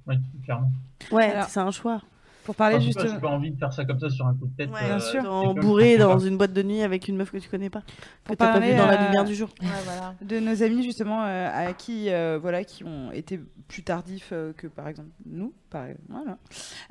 [SPEAKER 13] ouais, clairement.
[SPEAKER 5] Ouais, c'est un choix.
[SPEAKER 2] Pour parler
[SPEAKER 13] Enfin, je sais pas,
[SPEAKER 2] justement.
[SPEAKER 13] J'ai pas envie de faire ça comme ça sur un coup de tête.
[SPEAKER 5] Ouais,
[SPEAKER 13] euh,
[SPEAKER 5] dans-
[SPEAKER 13] quelqu'un que
[SPEAKER 5] bourré
[SPEAKER 13] je connais
[SPEAKER 5] dans
[SPEAKER 13] pas.
[SPEAKER 5] une boîte de nuit avec une meuf que tu connais pas. Que
[SPEAKER 2] pour
[SPEAKER 5] t'as pas vu
[SPEAKER 2] parler,
[SPEAKER 5] dans la
[SPEAKER 2] euh,
[SPEAKER 5] lumière du jour.
[SPEAKER 2] De nos amis justement euh, à qui euh, voilà qui ont été plus tardifs euh, que par exemple nous. par- e-, voilà.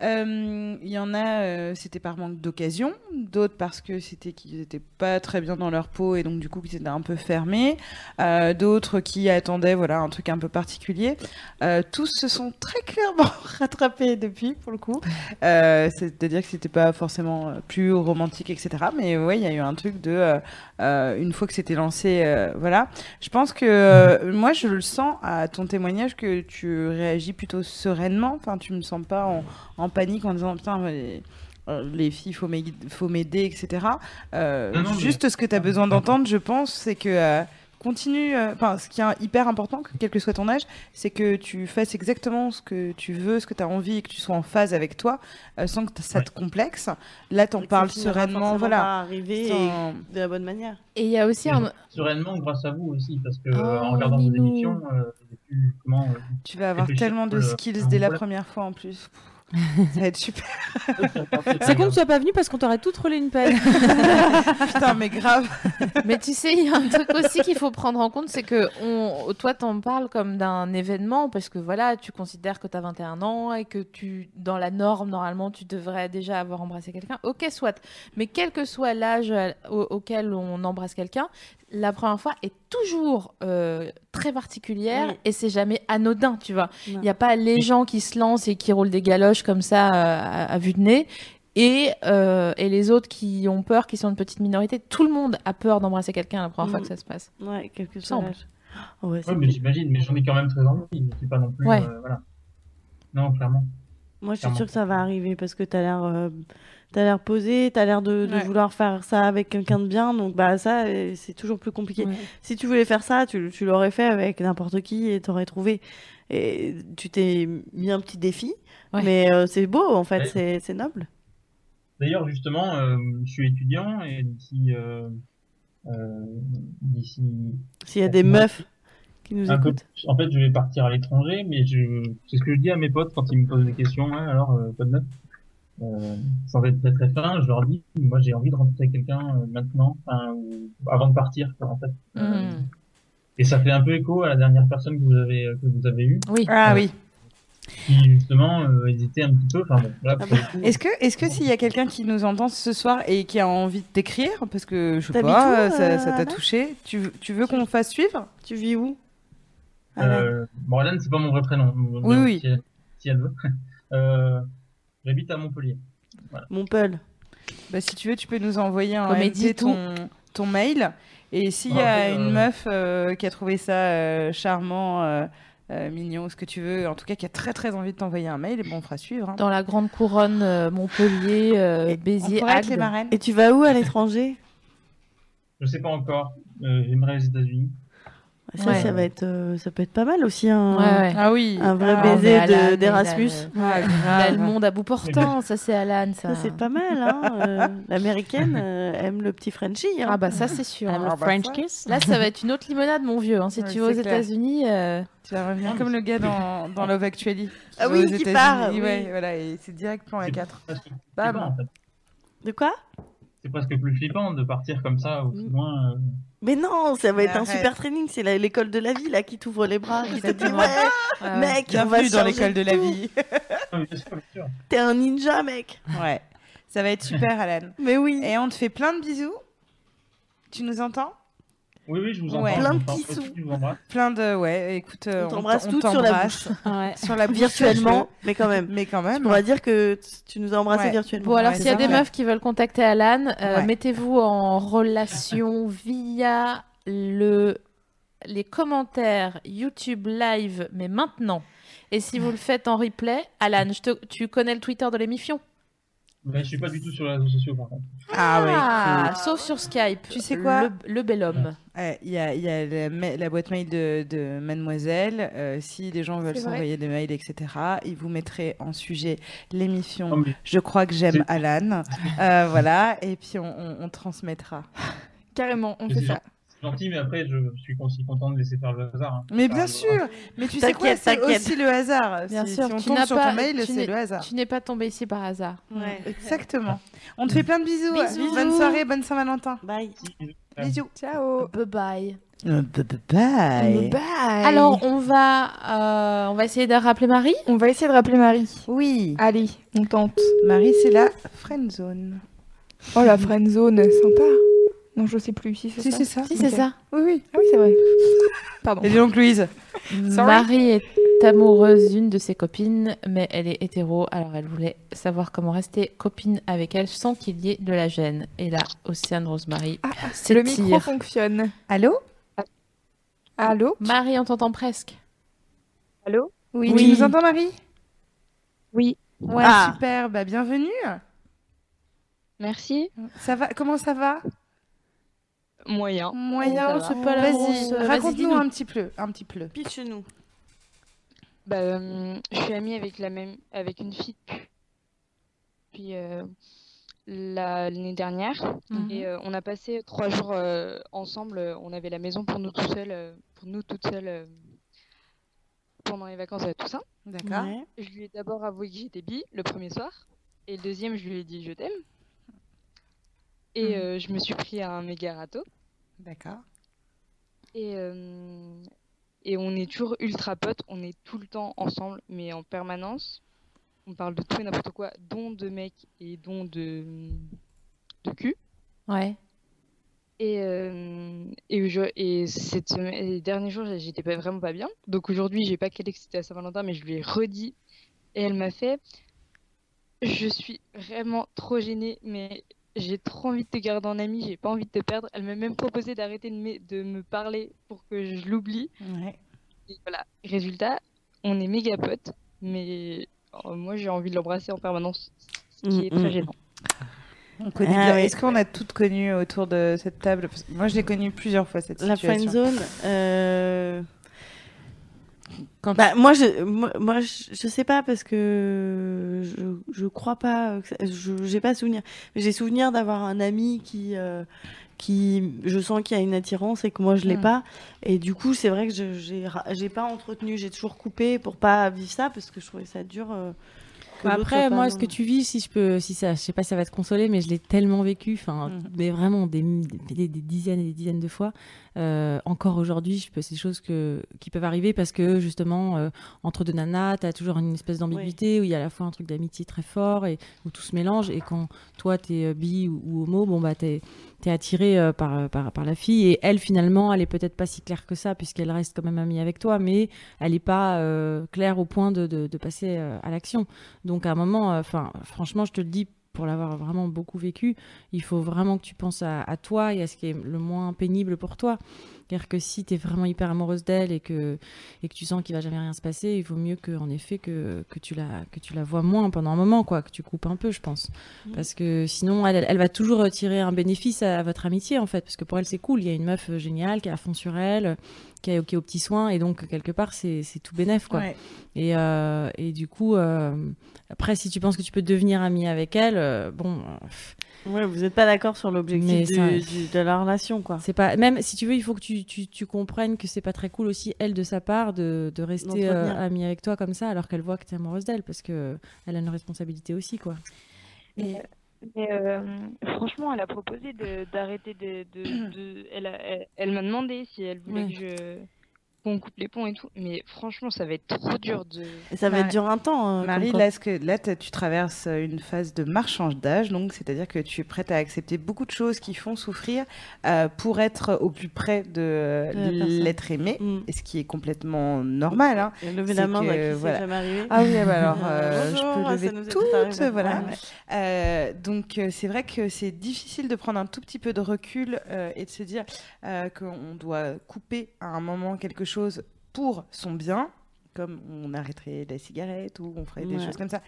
[SPEAKER 2] Euh, Il y en a, euh, c'était par manque d'occasion, d'autres parce que c'était qu'ils n'étaient pas très bien dans leur peau et donc du coup qu'ils étaient un peu fermés, euh, d'autres qui attendaient voilà un truc un peu particulier. Euh, tous se sont très clairement rattrapés depuis pour le coup. Euh, C'est-à-dire que c'était pas forcément euh, plus romantique, etc. Mais ouais, il y a eu un truc de euh, euh, une fois que c'était lancé, euh, voilà. Je pense que euh, moi, je le sens à ton témoignage que tu réagis plutôt sereinement. Enfin, tu me sens pas en, en panique en disant putain. mais, euh, Les filles, faut m'aider- faut m'aider, etc. Euh,
[SPEAKER 13] Non, non, mais-
[SPEAKER 2] juste ce que tu as besoin d'entendre, je pense, c'est que euh, continue. euh, Enfin, ce qui est hyper important, que- quel que soit ton âge, c'est que tu fasses exactement ce que tu veux, ce que tu as envie, et que tu sois en phase avec toi, euh, sans que t- ça te complexe. Là, t'en parles
[SPEAKER 5] finira
[SPEAKER 2] sereinement,
[SPEAKER 5] forcément
[SPEAKER 2] voilà.
[SPEAKER 5] par arriver
[SPEAKER 2] Sans-
[SPEAKER 5] et de la bonne manière.
[SPEAKER 1] Et il y a aussi un.
[SPEAKER 13] Sereinement grâce à vous aussi, parce que
[SPEAKER 5] Oh,
[SPEAKER 13] euh, en regardant vos
[SPEAKER 5] Minou.
[SPEAKER 13] émissions, euh, j'ai pu comment. euh,
[SPEAKER 2] Tu vas avoir
[SPEAKER 13] réfléchir
[SPEAKER 2] tellement de
[SPEAKER 13] sur le-
[SPEAKER 2] skills dès la
[SPEAKER 13] Voilà.
[SPEAKER 2] première fois en plus. Pff, Ça va être super.
[SPEAKER 3] C'est con que tu sois pas venu parce qu'on t'aurait toutes relé une pelle.
[SPEAKER 2] Putain, mais grave.
[SPEAKER 1] Mais tu sais, il y a un truc aussi qu'il faut prendre en compte, c'est que on, toi, t'en parles comme d'un événement, parce que voilà, tu considères que t'as 21 ans et que tu, dans la norme, normalement, tu devrais déjà avoir embrassé quelqu'un. Ok, soit. Mais quel que soit l'âge à- au- auquel on embrasse quelqu'un, la première fois est toujours euh, très particulière
[SPEAKER 4] Oui.
[SPEAKER 1] et c'est jamais anodin, tu vois. Il
[SPEAKER 4] Non.
[SPEAKER 1] n'y a pas les gens qui se lancent et qui roulent des galoches comme ça euh, à, à vue de nez. Et, euh, et les autres qui ont peur, qui sont une petite minorité, tout le monde a peur d'embrasser quelqu'un la première fois
[SPEAKER 5] Mm.
[SPEAKER 1] que ça se passe.
[SPEAKER 5] Ouais, quelque chose.
[SPEAKER 1] Semble.
[SPEAKER 5] Ouais,
[SPEAKER 13] Ouais, mais j'imagine, mais j'en ai quand même très envie. Je suis pas non plus.
[SPEAKER 5] Ouais.
[SPEAKER 13] euh, voilà. Non, clairement.
[SPEAKER 5] Moi, je suis
[SPEAKER 13] Clairement.
[SPEAKER 5] sûre que ça va arriver parce que t'as l'air, euh, t'as l'air posé, t'as l'air de, de vouloir faire ça avec quelqu'un de bien. Donc, bah ça, euh, c'est toujours plus compliqué.
[SPEAKER 4] Ouais.
[SPEAKER 5] Si tu voulais faire ça, tu, tu l'aurais fait avec n'importe qui et t'aurais trouvé. Et tu t'es mis un petit défi,
[SPEAKER 1] Ouais.
[SPEAKER 5] mais euh, c'est beau en fait,
[SPEAKER 13] Ouais.
[SPEAKER 5] c'est, c'est noble.
[SPEAKER 13] D'ailleurs, justement, euh, je suis étudiant et d'ici. euh, euh, d'ici.
[SPEAKER 5] S'il y a des meufs qui nous
[SPEAKER 13] un peu-
[SPEAKER 5] écoutent.
[SPEAKER 13] en fait, je vais partir à l'étranger, mais je... c'est ce que je dis à mes potes quand ils me posent des questions. Ouais, alors, euh, pas de notes. Euh, sans être très très fin, je leur dis moi j'ai envie de rencontrer quelqu'un euh, maintenant, enfin, ou avant de partir, quoi, en fait. Euh,
[SPEAKER 1] Mm.
[SPEAKER 13] Et ça fait un peu écho à la dernière personne que vous avez, euh, que vous avez eue. Euh,
[SPEAKER 1] Oui.
[SPEAKER 2] Ah oui.
[SPEAKER 13] Qui justement euh, hésitait un petit peu. Enfin, bon,
[SPEAKER 5] Ah
[SPEAKER 13] là, pour le
[SPEAKER 5] bah.
[SPEAKER 13] coup,
[SPEAKER 2] Est-ce que, est-ce que s'il y a quelqu'un qui nous entend ce soir et qui a envie de t'écrire, parce que je sais
[SPEAKER 5] T'habites
[SPEAKER 2] pas,
[SPEAKER 5] où,
[SPEAKER 2] euh, ça,
[SPEAKER 5] euh,
[SPEAKER 2] ça t'a
[SPEAKER 5] Anna
[SPEAKER 2] touché, tu, tu veux qu'on fasse suivre
[SPEAKER 5] Tu vis où
[SPEAKER 13] Euh, bon, Alan, c'est pas mon vrai prénom.
[SPEAKER 2] Ah Oui, oui.
[SPEAKER 13] Si elle, si elle veut. Euh, J'habite à Montpellier. Voilà.
[SPEAKER 5] Montpellier.
[SPEAKER 2] Bah, si tu veux, tu peux nous envoyer un
[SPEAKER 1] Comme elle
[SPEAKER 2] MT,
[SPEAKER 1] dit, tout.
[SPEAKER 2] ton, ton mail. Et s'il y a
[SPEAKER 1] Ah, oui,
[SPEAKER 2] une
[SPEAKER 1] euh.
[SPEAKER 2] meuf euh, qui a trouvé ça euh, charmant, euh, euh, mignon, ce que tu veux, en tout cas qui a très très envie de t'envoyer un mail, et bon, on fera suivre. hein.
[SPEAKER 1] Dans la grande couronne, euh, Montpellier, euh, Béziers,
[SPEAKER 2] pourrait être
[SPEAKER 1] Agde.
[SPEAKER 2] les marraines.
[SPEAKER 5] Et tu vas où à l'étranger
[SPEAKER 13] Je sais pas encore. Euh, J'aimerais les États-Unis.
[SPEAKER 5] Ça,
[SPEAKER 13] Ouais.
[SPEAKER 5] ça va être, euh, ça peut être pas mal aussi un,
[SPEAKER 1] Ouais, ouais.
[SPEAKER 2] Ah oui.
[SPEAKER 5] un vrai
[SPEAKER 1] Ah, mais
[SPEAKER 5] baiser de-
[SPEAKER 1] Alan,
[SPEAKER 5] d'Erasmus.
[SPEAKER 1] il a le- il a le monde à bout portant, ça c'est Alan.
[SPEAKER 5] Ça,
[SPEAKER 1] Ça,
[SPEAKER 5] c'est pas mal, hein. euh, L'américaine euh, aime le petit Frenchie. hein.
[SPEAKER 1] Ah bah ça c'est sûr.
[SPEAKER 5] Ah,
[SPEAKER 1] hein.
[SPEAKER 5] le French kiss.
[SPEAKER 1] Là ça va être une autre limonade mon vieux. hein. Si
[SPEAKER 2] Ouais,
[SPEAKER 1] tu vas aux
[SPEAKER 2] c'est clair.
[SPEAKER 1] États-Unis, euh,
[SPEAKER 2] Tu vas revenir comme le gars dans, dans Love Actually. qui
[SPEAKER 5] Ah
[SPEAKER 2] va
[SPEAKER 5] oui,
[SPEAKER 2] aux
[SPEAKER 5] qui
[SPEAKER 2] États-Unis,
[SPEAKER 5] part, oui.
[SPEAKER 2] ouais, voilà, et c'est direct plan A4.
[SPEAKER 13] C'est pas,
[SPEAKER 2] Bam.
[SPEAKER 13] en fait.
[SPEAKER 5] De quoi
[SPEAKER 13] C'est presque plus flippant de partir comme ça, au
[SPEAKER 2] Mm.
[SPEAKER 13] moins. euh,
[SPEAKER 5] Mais non, ça va
[SPEAKER 13] Mais
[SPEAKER 5] être un
[SPEAKER 13] arrête.
[SPEAKER 5] super training. C'est la- l'école de la vie là qui t'ouvre les bras, qui te dit
[SPEAKER 13] Exactement.
[SPEAKER 5] ouais, Ah
[SPEAKER 13] Ouais, ouais.
[SPEAKER 5] mec, on va
[SPEAKER 2] Bienvenue dans
[SPEAKER 5] changer
[SPEAKER 2] l'école de la
[SPEAKER 5] tout.
[SPEAKER 2] vie.
[SPEAKER 5] T'es un ninja, mec.
[SPEAKER 2] Ouais. Ça va être super, Alan.
[SPEAKER 5] Mais oui.
[SPEAKER 2] Et on te fait plein de bisous. Tu nous entends
[SPEAKER 13] Oui, oui, je vous entends.
[SPEAKER 2] Ouais.
[SPEAKER 13] je vous
[SPEAKER 2] Plein de
[SPEAKER 13] entends.
[SPEAKER 2] petits
[SPEAKER 13] Je vous embrasse.
[SPEAKER 2] Plein de. Ouais, écoute. euh,
[SPEAKER 5] on t'embrasse
[SPEAKER 2] t-
[SPEAKER 5] toutes sur la
[SPEAKER 2] t'embrasse.
[SPEAKER 5] bouche. Ouais.
[SPEAKER 2] Sur la bouche,
[SPEAKER 5] Virtuellement,
[SPEAKER 2] sache-le.
[SPEAKER 5] mais quand même.
[SPEAKER 2] Mais quand même.
[SPEAKER 5] On va dire que t- tu nous as embrassés
[SPEAKER 2] Ouais.
[SPEAKER 5] virtuellement.
[SPEAKER 1] Bon, alors
[SPEAKER 2] Ouais,
[SPEAKER 1] s'il y a
[SPEAKER 2] c'est
[SPEAKER 1] des
[SPEAKER 2] vrai.
[SPEAKER 1] meufs qui veulent contacter Alan, euh,
[SPEAKER 2] Ouais.
[SPEAKER 1] mettez-vous en relation via le les commentaires YouTube live, mais maintenant. Et si vous le faites en replay, Alan, je te- tu connais le Twitter de l'émission
[SPEAKER 13] Mais je suis pas du tout sur les réseaux sociaux, par contre.
[SPEAKER 1] Ah, Sauf sur Skype.
[SPEAKER 2] Tu sais quoi
[SPEAKER 1] Le, le bel homme.
[SPEAKER 2] Ouais, Il y a, il y a la, ma- la boîte mail de, de Mademoiselle. euh, si les gens veulent
[SPEAKER 1] C'est vrai.
[SPEAKER 2] s'envoyer des mails, etc., ils vous mettraient en sujet
[SPEAKER 13] Oh,
[SPEAKER 2] l'émission
[SPEAKER 13] mais-
[SPEAKER 2] Je crois que j'aime
[SPEAKER 13] C'est-
[SPEAKER 2] Alan. Euh, voilà, et puis on, on- on transmettra.
[SPEAKER 6] Carrément, on
[SPEAKER 13] Mais
[SPEAKER 6] fait
[SPEAKER 13] c'est
[SPEAKER 6] ça.
[SPEAKER 13] gentil- c'est gentil, mais après, je suis aussi content de laisser faire le hasard. hein.
[SPEAKER 2] Mais
[SPEAKER 13] Faire
[SPEAKER 2] bien
[SPEAKER 13] le-
[SPEAKER 2] sûr, mais tu sais quoi,
[SPEAKER 13] T'inquiète,
[SPEAKER 2] c'est
[SPEAKER 13] t'inquiète.
[SPEAKER 2] aussi le hasard.
[SPEAKER 1] Bien
[SPEAKER 2] si,
[SPEAKER 1] sûr,
[SPEAKER 2] si on
[SPEAKER 1] tu
[SPEAKER 2] tombe
[SPEAKER 1] n'as
[SPEAKER 2] sur
[SPEAKER 1] pas-
[SPEAKER 2] ton mail,
[SPEAKER 1] tu
[SPEAKER 2] c'est
[SPEAKER 1] n'es-
[SPEAKER 2] le hasard.
[SPEAKER 1] Tu n'es pas tombé ici par hasard.
[SPEAKER 2] Exactement. On te fait plein de bisous.
[SPEAKER 1] Bisous.
[SPEAKER 2] Bonne soirée, bonne Saint-Valentin.
[SPEAKER 5] Bye.
[SPEAKER 2] Bisous.
[SPEAKER 1] Ciao. Bye bye.
[SPEAKER 2] Bye.
[SPEAKER 1] Alors, on va, euh, on va essayer de rappeler Marie
[SPEAKER 6] On va essayer de rappeler Marie.
[SPEAKER 2] Oui.
[SPEAKER 6] Allez, on tente.
[SPEAKER 2] Marie, c'est la friendzone.
[SPEAKER 6] Oh, la friendzone, sympa. Non, je sais plus. Si, c'est
[SPEAKER 2] Si,
[SPEAKER 6] ça.
[SPEAKER 2] c'est ça. Si,
[SPEAKER 6] Ok.
[SPEAKER 2] c'est ça.
[SPEAKER 6] Oui, oui. Ah oui, c'est vrai. Pardon.
[SPEAKER 2] Et dis donc, Louise.
[SPEAKER 6] Sorry.
[SPEAKER 1] Marie est amoureuse d'une de ses copines, mais elle est hétéro, alors elle voulait savoir comment rester copine avec elle sans qu'il y ait de la gêne. Et là, Océane Rosemary
[SPEAKER 2] Ah,
[SPEAKER 6] Le
[SPEAKER 1] s'étire.
[SPEAKER 6] micro fonctionne.
[SPEAKER 2] Allô
[SPEAKER 6] Allô
[SPEAKER 1] Marie, on t'entend presque.
[SPEAKER 8] Allô
[SPEAKER 2] Oui, tu nous entends, Marie
[SPEAKER 8] Oui.
[SPEAKER 2] Ouais,
[SPEAKER 8] Ah.
[SPEAKER 2] super. Bah, bienvenue.
[SPEAKER 8] Merci.
[SPEAKER 2] Ça va Comment ça va
[SPEAKER 8] Moyen.
[SPEAKER 2] Moyen,
[SPEAKER 8] Ça va. c'est pas la grosse-
[SPEAKER 2] euh,
[SPEAKER 8] vas-y,
[SPEAKER 2] Vas-y, raconte-nous
[SPEAKER 8] dis-nous.
[SPEAKER 2] un petit peu, un petit peu.
[SPEAKER 5] Pitch-nous.
[SPEAKER 8] Bah, euh, je suis amie avec la même avec une fille depuis- depuis euh, la- l'année dernière
[SPEAKER 1] Mhm.
[SPEAKER 8] et euh, on a passé trois jours euh, ensemble. euh, On avait la maison pour nous tout seuls, euh, pour nous toutes seules euh, pendant les vacances à Toussaint.
[SPEAKER 2] D'accord. Ouais.
[SPEAKER 8] Je lui ai d'abord avoué que j'étais bi le premier soir et le deuxième je lui ai dit je t'aime et euh, je me suis pris à un méga râteau.
[SPEAKER 2] D'accord.
[SPEAKER 8] Et, euh, et on est toujours ultra potes, on est tout le temps ensemble, mais en permanence. On parle de tout et n'importe quoi, dont de mecs et dont de, de cul.
[SPEAKER 1] Ouais.
[SPEAKER 8] Et, euh, et, aujourd- et cette semaine- et les derniers jours, j'ai- j'étais pas, vraiment pas bien. Donc aujourd'hui, j'ai pas calé que c'était à Saint-Valentin, mais je lui ai redit. Et elle m'a fait Je suis vraiment trop gênée, mais j'ai trop envie de te garder en ami, j'ai pas envie de te perdre. Elle m'a même proposé d'arrêter de, me- de me parler pour que je l'oublie. Et voilà, résultat, on est méga potes, mais euh, moi j'ai envie de l'embrasser en permanence, ce qui est
[SPEAKER 2] Mm,
[SPEAKER 8] très
[SPEAKER 2] mm.
[SPEAKER 8] gênant.
[SPEAKER 2] On connaît
[SPEAKER 5] Ah
[SPEAKER 2] bien.
[SPEAKER 5] ouais.
[SPEAKER 2] Est-ce qu'on a toutes connu autour de cette table Parce que Moi, je l'ai connue plusieurs fois cette
[SPEAKER 5] La
[SPEAKER 2] situation.
[SPEAKER 5] friendzone. Euh... Bah, moi, je, moi, moi, je, je sais pas parce que je, je crois pas. que ça- je j'ai pas souvenir. J'ai souvenir d'avoir un ami qui, euh, qui, je sens qu'il y a une attirance et que moi je l'ai
[SPEAKER 1] Mm.
[SPEAKER 5] pas. Et du coup, c'est vrai que je- j'ai, ra- j'ai pas entretenu. J'ai toujours coupé pour pas vivre ça parce que je trouvais ça dur. euh, que l'autre
[SPEAKER 4] Bah,
[SPEAKER 5] soit
[SPEAKER 4] Après,
[SPEAKER 5] pas
[SPEAKER 4] moi,
[SPEAKER 5] dans
[SPEAKER 4] ce
[SPEAKER 5] le-
[SPEAKER 4] que tu vis, si je peux, si ça, je sais pas, si ça va te consoler, mais je l'ai tellement vécu, enfin,
[SPEAKER 5] Mhm.
[SPEAKER 4] mais vraiment des, des- des dizaines et des dizaines de fois. Euh, encore aujourd'hui, je peux, c'est des choses que, qui peuvent arriver parce que justement, euh, entre deux nanas, t'as toujours une espèce d'ambiguïté où il y a à la fois un truc d'amitié très fort et où tout se mélange. Et quand toi, t'es euh, bi ou, ou homo, bon bah, t'es es attiré euh, par, euh, par, par la fille et elle finalement elle est peut-être pas si claire que ça puisqu'elle reste quand même amie avec toi mais elle est pas euh, claire au point de, de- de passer euh, à l'action donc à un moment euh, enfin franchement je te le dis pour l'avoir vraiment beaucoup vécu il faut vraiment que tu penses à, à toi et à ce qui est le moins pénible pour toi c'est-à-dire que si tu es vraiment hyper amoureuse d'elle et que, et que tu sens qu'il va jamais rien se passer, il vaut mieux que, en effet que, que, tu la, que tu la vois moins pendant un moment, quoi, que tu coupes un peu, je pense. Parce que sinon, elle, elle, elle va toujours tirer un bénéfice à, à votre amitié, en fait. Parce que pour elle, c'est cool. Il y a une meuf euh, géniale qui est à fond sur elle, euh, qui est, qui est aux petits soins. Et donc, quelque part, c'est c'est tout bénef, quoi.
[SPEAKER 2] Ouais.
[SPEAKER 4] Et, euh, et du coup, euh, après, si tu penses que tu peux devenir amie avec elle, euh, bon. euh, pff,
[SPEAKER 5] Ouais, vous n'êtes pas d'accord sur l'objectif
[SPEAKER 4] ça-
[SPEAKER 5] du- du- de la relation, quoi.
[SPEAKER 4] c'est pas même si tu veux, il faut que tu, tu, tu comprennes que c'est pas très cool aussi elle de sa part de, de rester euh,
[SPEAKER 5] D'entretenir.
[SPEAKER 4] amie avec toi comme ça alors qu'elle voit que t'es amoureuse d'elle parce que elle a une responsabilité aussi quoi.
[SPEAKER 8] Mais, mais, euh, franchement, elle a proposé de- d'arrêter de, de- de- Elle, a- elle, elle m'a demandé si elle voulait
[SPEAKER 5] Ouais.
[SPEAKER 8] que je qu'on coupe les ponts et tout. Mais franchement, ça va être trop dur de.
[SPEAKER 5] Et ça va être dur un temps. euh,
[SPEAKER 2] Bah, Marie,
[SPEAKER 5] comme
[SPEAKER 2] là,
[SPEAKER 5] quoi.
[SPEAKER 2] est-ce que, là t'as- tu traverses euh, une phase de marchandage d'âge, donc c'est-à-dire que tu es prête à accepter beaucoup de choses qui font souffrir euh, pour être au plus près de euh,
[SPEAKER 5] De la personne.
[SPEAKER 2] l'être aimé,
[SPEAKER 5] Mm.
[SPEAKER 2] et ce qui est complètement normal. Hein.
[SPEAKER 5] Et lever la
[SPEAKER 2] C'est
[SPEAKER 5] main,
[SPEAKER 2] que,
[SPEAKER 5] bah, qui c'est
[SPEAKER 2] voilà.
[SPEAKER 5] jamais arrivé
[SPEAKER 2] Ah oui, ah bah alors
[SPEAKER 5] Euh,
[SPEAKER 2] euh,
[SPEAKER 5] bonjour, ça
[SPEAKER 2] je peux
[SPEAKER 5] nous est
[SPEAKER 2] lever
[SPEAKER 5] tout
[SPEAKER 2] toutes,
[SPEAKER 5] arrivé.
[SPEAKER 2] voilà.
[SPEAKER 5] Ouais.
[SPEAKER 2] Euh, donc euh, c'est vrai que c'est difficile de prendre un tout petit peu de recul euh, et de se dire euh, qu'on doit couper à un moment quelque chose pour son bien comme on arrêterait la cigarette ou on ferait des
[SPEAKER 5] Ouais.
[SPEAKER 2] choses comme ça.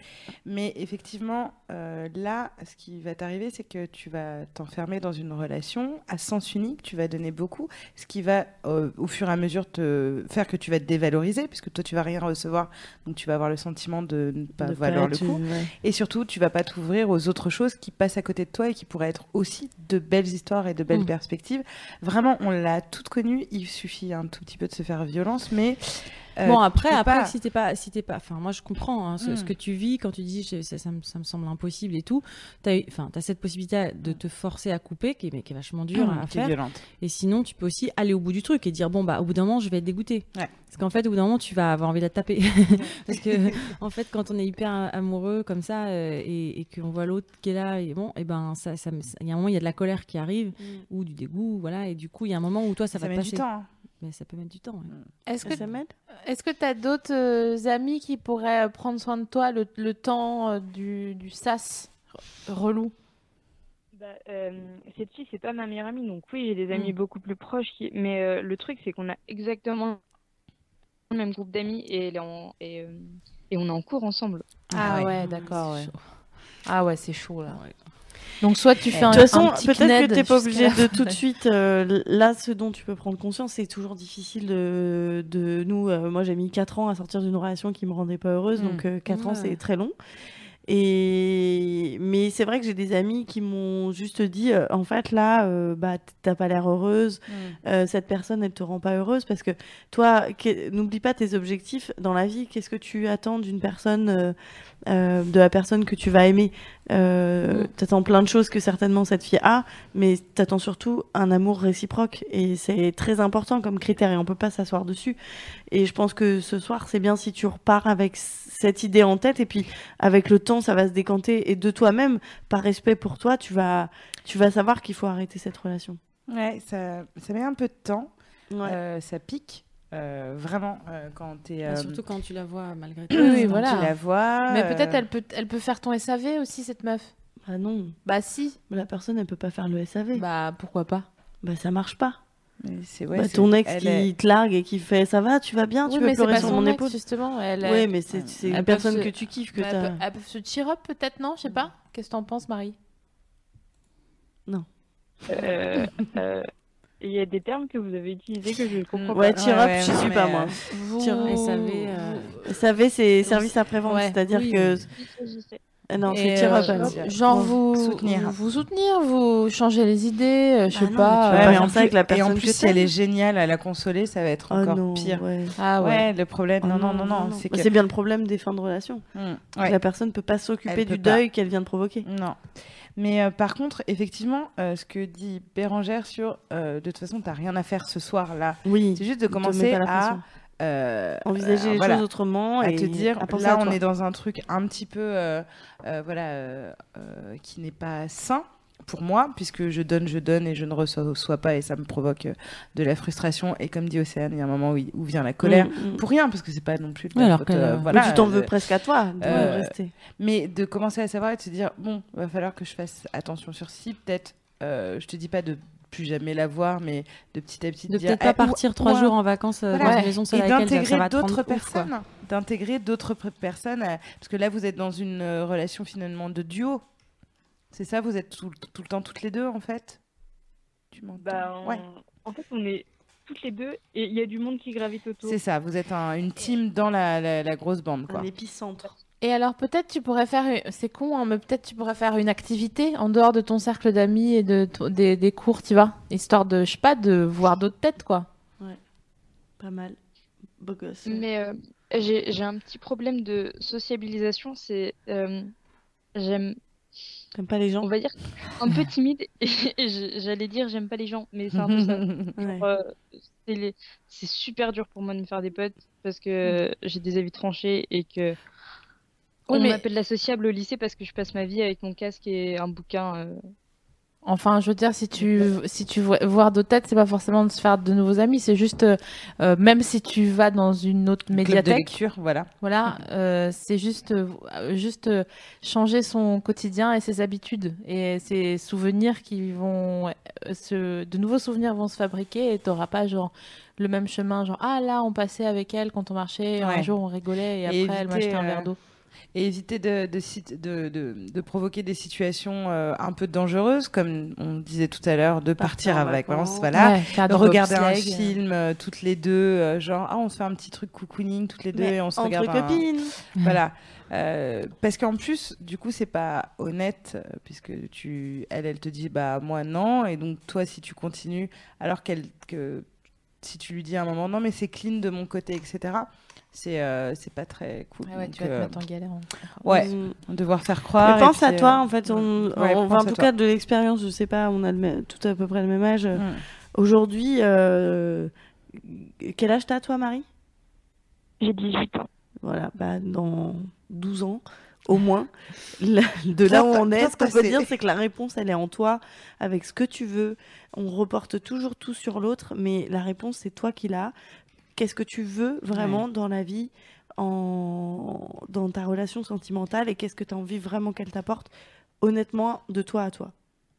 [SPEAKER 2] Mais effectivement, euh, là, ce qui va t'arriver, c'est que tu vas t'enfermer dans une relation à sens unique, tu vas donner beaucoup, ce qui va euh, au fur et à mesure te faire que tu vas te dévaloriser, puisque toi, tu vas rien recevoir, donc tu vas avoir le sentiment de ne pas
[SPEAKER 4] De pas
[SPEAKER 2] valoir le
[SPEAKER 4] être
[SPEAKER 2] coup.
[SPEAKER 4] une- ouais.
[SPEAKER 2] Et surtout, tu vas pas t'ouvrir aux autres choses qui passent à côté de toi et qui pourraient être aussi de belles histoires et de belles
[SPEAKER 4] Mm.
[SPEAKER 2] perspectives. Vraiment, on l'a toutes connue. Il suffit un tout petit peu de se faire violence, mais euh,
[SPEAKER 4] bon
[SPEAKER 2] tu
[SPEAKER 4] après
[SPEAKER 2] peux
[SPEAKER 4] après
[SPEAKER 2] pas-
[SPEAKER 4] si t'es pas si t'es pas enfin moi je comprends hein, ce, ce
[SPEAKER 2] Mm.
[SPEAKER 4] que tu vis quand tu dis je- ça, ça me, ça me semble impossible et tout t'as eu- enfin t'as cette possibilité de te forcer à couper qui est mais qui est vachement dure
[SPEAKER 2] Mm,
[SPEAKER 4] à
[SPEAKER 2] qui est
[SPEAKER 4] faire
[SPEAKER 2] violente.
[SPEAKER 4] et sinon tu peux aussi aller au bout du truc et dire bon bah au bout d'un moment je vais être dégoûté parce qu'en fait au bout d'un moment tu vas avoir envie de la taper parce que en fait quand on est hyper amoureux comme ça euh, et, et qu'on voit l'autre qui est là et bon et ben ça ça me- il y a un moment il y a de la colère qui arrive
[SPEAKER 1] Mm.
[SPEAKER 4] ou du dégoût voilà et du coup il y a un moment où toi ça,
[SPEAKER 2] Ça
[SPEAKER 4] va
[SPEAKER 2] met
[SPEAKER 4] te
[SPEAKER 2] du
[SPEAKER 4] passer
[SPEAKER 2] temps.
[SPEAKER 4] mais ça peut mettre du temps ouais.
[SPEAKER 1] Mm. Est-ce que
[SPEAKER 4] hein. Ça m'aide
[SPEAKER 1] est-ce que t'as d'autres euh, amis qui pourraient euh, prendre soin de toi le, le temps euh, du, du sas relou
[SPEAKER 8] Bah, euh, cette fille, c'est pas ma meilleure amie, donc oui, j'ai des
[SPEAKER 5] Mm.
[SPEAKER 8] amis beaucoup plus proches. qui- Mais euh, le truc, c'est qu'on a exactement le même groupe d'amis et, elle est en- et, euh, et on est en cours ensemble.
[SPEAKER 1] Ah ouais, d'accord. ouais. Ah ouais, c'est chaud là. Donc soit tu fais
[SPEAKER 5] de
[SPEAKER 1] un,
[SPEAKER 5] toute façon,
[SPEAKER 1] un petit
[SPEAKER 5] peut-être
[SPEAKER 1] kned
[SPEAKER 5] que t'es pas
[SPEAKER 1] jusqu'à
[SPEAKER 5] obligé
[SPEAKER 1] la
[SPEAKER 5] de
[SPEAKER 1] fin
[SPEAKER 5] tout de
[SPEAKER 1] la-
[SPEAKER 5] suite. euh, là, ce dont tu peux prendre conscience, c'est toujours difficile de, de nous. euh, moi, j'ai mis 4 ans à sortir d'une relation qui me rendait pas heureuse,
[SPEAKER 4] Mm.
[SPEAKER 5] donc 4 ans,
[SPEAKER 4] Ouais.
[SPEAKER 5] c'est très long. Et mais c'est vrai que j'ai des amis qui m'ont juste dit, euh, en fait, là, euh, bah, t- t'as pas l'air heureuse.
[SPEAKER 4] Mm.
[SPEAKER 5] euh, cette personne, elle te rend pas heureuse parce que toi, que- n'oublie pas tes objectifs dans la vie. Qu'est-ce que tu attends d'une personne, euh, euh, de la personne que tu vas aimer euh,
[SPEAKER 1] Mm.
[SPEAKER 5] T'attends plein de choses que certainement cette fille a, mais t'attends surtout un amour réciproque et c'est très important comme critère et on peut pas s'asseoir dessus. Et je pense que ce soir, c'est bien si tu repars avec c- cette idée en tête et puis avec le temps, ça va se décanter et de toi-même, par respect pour toi, tu vas, tu vas savoir qu'il faut arrêter cette relation.
[SPEAKER 2] Ouais, ça, ça met un peu de temps. Euh, ça pique. euh, vraiment, euh, quand t'es.
[SPEAKER 4] Bah,
[SPEAKER 2] euh,
[SPEAKER 4] surtout quand tu la vois malgré tout.
[SPEAKER 1] Oui, oui,
[SPEAKER 2] Quand
[SPEAKER 1] voilà.
[SPEAKER 2] tu la vois,
[SPEAKER 1] Mais peut-être
[SPEAKER 2] euh,
[SPEAKER 1] elle peut, elle peut faire ton SAV aussi, cette meuf.
[SPEAKER 5] Bah non.
[SPEAKER 1] Bah si.
[SPEAKER 5] La personne, elle peut pas faire le SAV.
[SPEAKER 1] Bah pourquoi pas
[SPEAKER 5] Bah ça marche pas.
[SPEAKER 2] c'est
[SPEAKER 1] ouais,
[SPEAKER 5] Bah,
[SPEAKER 1] c'est-
[SPEAKER 5] ton ex
[SPEAKER 1] elle
[SPEAKER 5] qui
[SPEAKER 1] est-
[SPEAKER 5] te largue et qui fait ça va, tu vas bien,
[SPEAKER 1] Oui,
[SPEAKER 5] tu peux
[SPEAKER 1] mais c'est
[SPEAKER 5] pleurer
[SPEAKER 1] pas
[SPEAKER 5] sur
[SPEAKER 1] son
[SPEAKER 5] mon
[SPEAKER 1] ex,
[SPEAKER 5] épaule.
[SPEAKER 1] justement. Elle,
[SPEAKER 5] Ouais,
[SPEAKER 1] elle-
[SPEAKER 5] mais c'est- c'est
[SPEAKER 1] Elles
[SPEAKER 5] une
[SPEAKER 1] peuvent
[SPEAKER 5] personne
[SPEAKER 1] se-
[SPEAKER 5] que tu kiffes que
[SPEAKER 1] Bah,
[SPEAKER 5] t'as-
[SPEAKER 1] Elles peuvent- elles peuvent se cheer up peut-être, non Je sais pas. Qu'est-ce que t'en penses, Marie
[SPEAKER 8] Euh, euh, Il y a des termes que vous avez utilisés que je comprends
[SPEAKER 5] Ouais, euh,
[SPEAKER 8] pas.
[SPEAKER 5] cheer up, je suis pas moi. Cheer up.
[SPEAKER 1] euh,
[SPEAKER 5] SAV, c'est service après-vente,
[SPEAKER 8] Ouais,
[SPEAKER 5] c'est-à-dire
[SPEAKER 8] oui,
[SPEAKER 5] que.
[SPEAKER 8] Je sais.
[SPEAKER 5] Ah Non,
[SPEAKER 1] Et,
[SPEAKER 5] c'est cheer up.
[SPEAKER 1] euh,
[SPEAKER 5] elle.
[SPEAKER 1] Genre
[SPEAKER 5] Ouais.
[SPEAKER 1] vous
[SPEAKER 2] soutenir.
[SPEAKER 1] vous soutenir, vous changer les idées, euh, je sais pas.
[SPEAKER 2] Ouais,
[SPEAKER 1] euh,
[SPEAKER 2] mais en plus, et en plus, si elle est géniale à la consoler, ça va être
[SPEAKER 5] Oh
[SPEAKER 2] encore
[SPEAKER 5] non,
[SPEAKER 2] pire.
[SPEAKER 5] ouais.
[SPEAKER 1] Ah ouais.
[SPEAKER 2] le problème.
[SPEAKER 5] Oh
[SPEAKER 2] non, non, non, non.
[SPEAKER 5] Bah,
[SPEAKER 2] C'est
[SPEAKER 5] C'est
[SPEAKER 2] que...
[SPEAKER 5] bien le problème des fins de relation.
[SPEAKER 2] Mm,
[SPEAKER 5] Que
[SPEAKER 2] ouais.
[SPEAKER 5] La personne peut pas
[SPEAKER 2] Elle
[SPEAKER 5] s'occuper
[SPEAKER 2] peut
[SPEAKER 5] du
[SPEAKER 2] pas.
[SPEAKER 5] deuil qu'elle vient de provoquer.
[SPEAKER 2] Non. Mais euh, par contre, effectivement, euh, ce que dit Bérangère sur euh, de toute façon, t'as rien à faire ce soir-là.
[SPEAKER 5] Oui.
[SPEAKER 2] C'est juste de
[SPEAKER 5] te
[SPEAKER 2] commencer
[SPEAKER 5] mets pas la
[SPEAKER 2] à
[SPEAKER 5] pression.
[SPEAKER 2] euh,
[SPEAKER 5] Envisager les choses autrement
[SPEAKER 2] à
[SPEAKER 5] et
[SPEAKER 2] te dire
[SPEAKER 5] à penser
[SPEAKER 2] là,
[SPEAKER 5] à
[SPEAKER 2] on
[SPEAKER 5] toi.
[SPEAKER 2] est dans un truc un petit peu euh, euh, voilà euh, euh, qui n'est pas sain. Pour moi, puisque je donne, je donne et je ne reçois reçois pas, et ça me provoque euh, de la frustration. Et comme dit Océane, il y a un moment où, il- où vient la colère
[SPEAKER 5] Mm, mm.
[SPEAKER 2] pour rien, parce que c'est pas non plus de
[SPEAKER 5] Oui,
[SPEAKER 2] ta
[SPEAKER 5] alors
[SPEAKER 2] faute,
[SPEAKER 5] qu'elle,
[SPEAKER 2] euh,
[SPEAKER 5] euh,
[SPEAKER 2] voilà,
[SPEAKER 5] mais tu t'en
[SPEAKER 2] euh,
[SPEAKER 5] veux presque à toi de rester.
[SPEAKER 2] Mais de commencer à savoir et de se dire bon, va falloir que je fasse attention sur ci, peut-être. euh, je te dis pas de plus jamais la voir, mais de petit à petit
[SPEAKER 4] De
[SPEAKER 2] dire,
[SPEAKER 4] peut-être pas
[SPEAKER 2] eh, ou-
[SPEAKER 4] partir
[SPEAKER 2] ou
[SPEAKER 4] trois
[SPEAKER 2] un-
[SPEAKER 4] jours en vacances, euh, dans une maison seule
[SPEAKER 2] et
[SPEAKER 4] avec elle, ça- ça
[SPEAKER 2] d'intégrer
[SPEAKER 4] va te rendre
[SPEAKER 2] d'autres
[SPEAKER 4] ouf, quoi.
[SPEAKER 2] personnes d'intégrer d'autres pr- personnes à- parce que là vous êtes dans une euh, relation finalement de duo c'est ça vous êtes tout, tout le temps toutes les deux en fait tu m'entends
[SPEAKER 8] Bah, on-
[SPEAKER 2] Ouais.
[SPEAKER 8] En fait, on est toutes les deux et il y a du monde qui gravite autour.
[SPEAKER 2] c'est ça vous êtes un- une team dans la, la- la grosse bande quoi
[SPEAKER 5] épicentre.
[SPEAKER 1] Et alors peut-être tu pourrais faire, une- c'est con, hein, mais peut-être tu pourrais faire une activité en dehors de ton cercle d'amis et de ton- des, des cours, tu vois, histoire de, je sais pas, de voir d'autres têtes quoi.
[SPEAKER 5] Ouais. Pas mal. Beau gosse.
[SPEAKER 8] Mais euh, j'ai j'ai un petit problème de sociabilisation, c'est euh, j'aime
[SPEAKER 5] T'aimes pas les gens
[SPEAKER 8] On va dire un peu timide et, et je- j'allais dire j'aime pas les gens, mais c'est un peu ça. Genre,
[SPEAKER 5] Ouais.
[SPEAKER 8] euh, c'est les- c'est super dur pour moi de me faire des potes parce que euh, j'ai des avis tranchés et que on
[SPEAKER 1] Oui, mais-
[SPEAKER 8] m'appelle la sociable au lycée parce que je passe ma vie avec mon casque et un bouquin euh,
[SPEAKER 1] Enfin, je veux dire, si tu, si tu vois voir d'autres têtes, c'est pas forcément de se faire de nouveaux amis. C'est juste, euh, euh, même si tu vas dans une autre médiathèque.
[SPEAKER 2] lecture, voilà.
[SPEAKER 1] Voilà, euh, c'est juste, euh, juste euh, changer son quotidien et ses habitudes et ses souvenirs qui vont, euh, se, de nouveaux souvenirs vont se fabriquer et t'auras pas genre le même chemin. Genre ah là, on passait avec elle quand on marchait, un
[SPEAKER 2] Ouais.
[SPEAKER 1] jour on rigolait et, après elle
[SPEAKER 2] éviter,
[SPEAKER 1] m'achetait un verre
[SPEAKER 2] euh,
[SPEAKER 1] d'eau.
[SPEAKER 2] Et éviter de, de sit- de- de- de provoquer des situations euh, un peu dangereuses, comme on disait tout à l'heure, de partir,
[SPEAKER 1] Partir en
[SPEAKER 2] avec vacances,
[SPEAKER 1] vacances.
[SPEAKER 2] voilà,
[SPEAKER 1] Ouais, faire du
[SPEAKER 2] regarder un
[SPEAKER 1] bobsleigh.
[SPEAKER 2] film euh, toutes les deux, euh, genre ah on se fait un petit truc cocooning toutes les deux
[SPEAKER 5] Mais
[SPEAKER 2] et on se
[SPEAKER 5] entre
[SPEAKER 2] regarde. un-
[SPEAKER 5] copines.
[SPEAKER 2] Voilà, Euh, parce qu'en plus du coup c'est pas honnête euh, puisque tu, elle, elle te dit bah moi non et donc toi si tu continues alors qu'elle que si tu lui dis à un moment non mais c'est clean de mon côté etc c'est euh, c'est pas très cool.
[SPEAKER 1] Ah ouais, tu
[SPEAKER 2] Donc,
[SPEAKER 1] vas te
[SPEAKER 2] euh,
[SPEAKER 1] mettre en galère, en-
[SPEAKER 2] Ouais,
[SPEAKER 5] Mm.
[SPEAKER 2] devoir faire croire.
[SPEAKER 5] Mais
[SPEAKER 2] et
[SPEAKER 5] pense à
[SPEAKER 2] puis,
[SPEAKER 5] toi,
[SPEAKER 2] euh,
[SPEAKER 5] en fait. On,
[SPEAKER 2] ouais,
[SPEAKER 5] on-
[SPEAKER 2] pense
[SPEAKER 5] enfin, en
[SPEAKER 2] à
[SPEAKER 5] tout
[SPEAKER 2] toi.
[SPEAKER 5] cas, de l'expérience, je sais pas, on a le même- tout à peu près le même âge.
[SPEAKER 2] Hum.
[SPEAKER 5] Aujourd'hui, euh, quel âge t'as, toi, Marie
[SPEAKER 8] J'ai 18 ans.
[SPEAKER 5] Voilà, bah, dans 12 ans, au moins, la- de là où on est, ce qu'on peut dire, c'est que la réponse, elle est en toi, avec ce que tu veux. On reporte toujours tout sur l'autre, mais la réponse, c'est toi qui l'as. Qu'est-ce que tu veux vraiment
[SPEAKER 2] Ouais.
[SPEAKER 5] dans la vie, en... dans ta relation sentimentale, et qu'est-ce que tu as envie vraiment qu'elle t'apporte, honnêtement, de toi à toi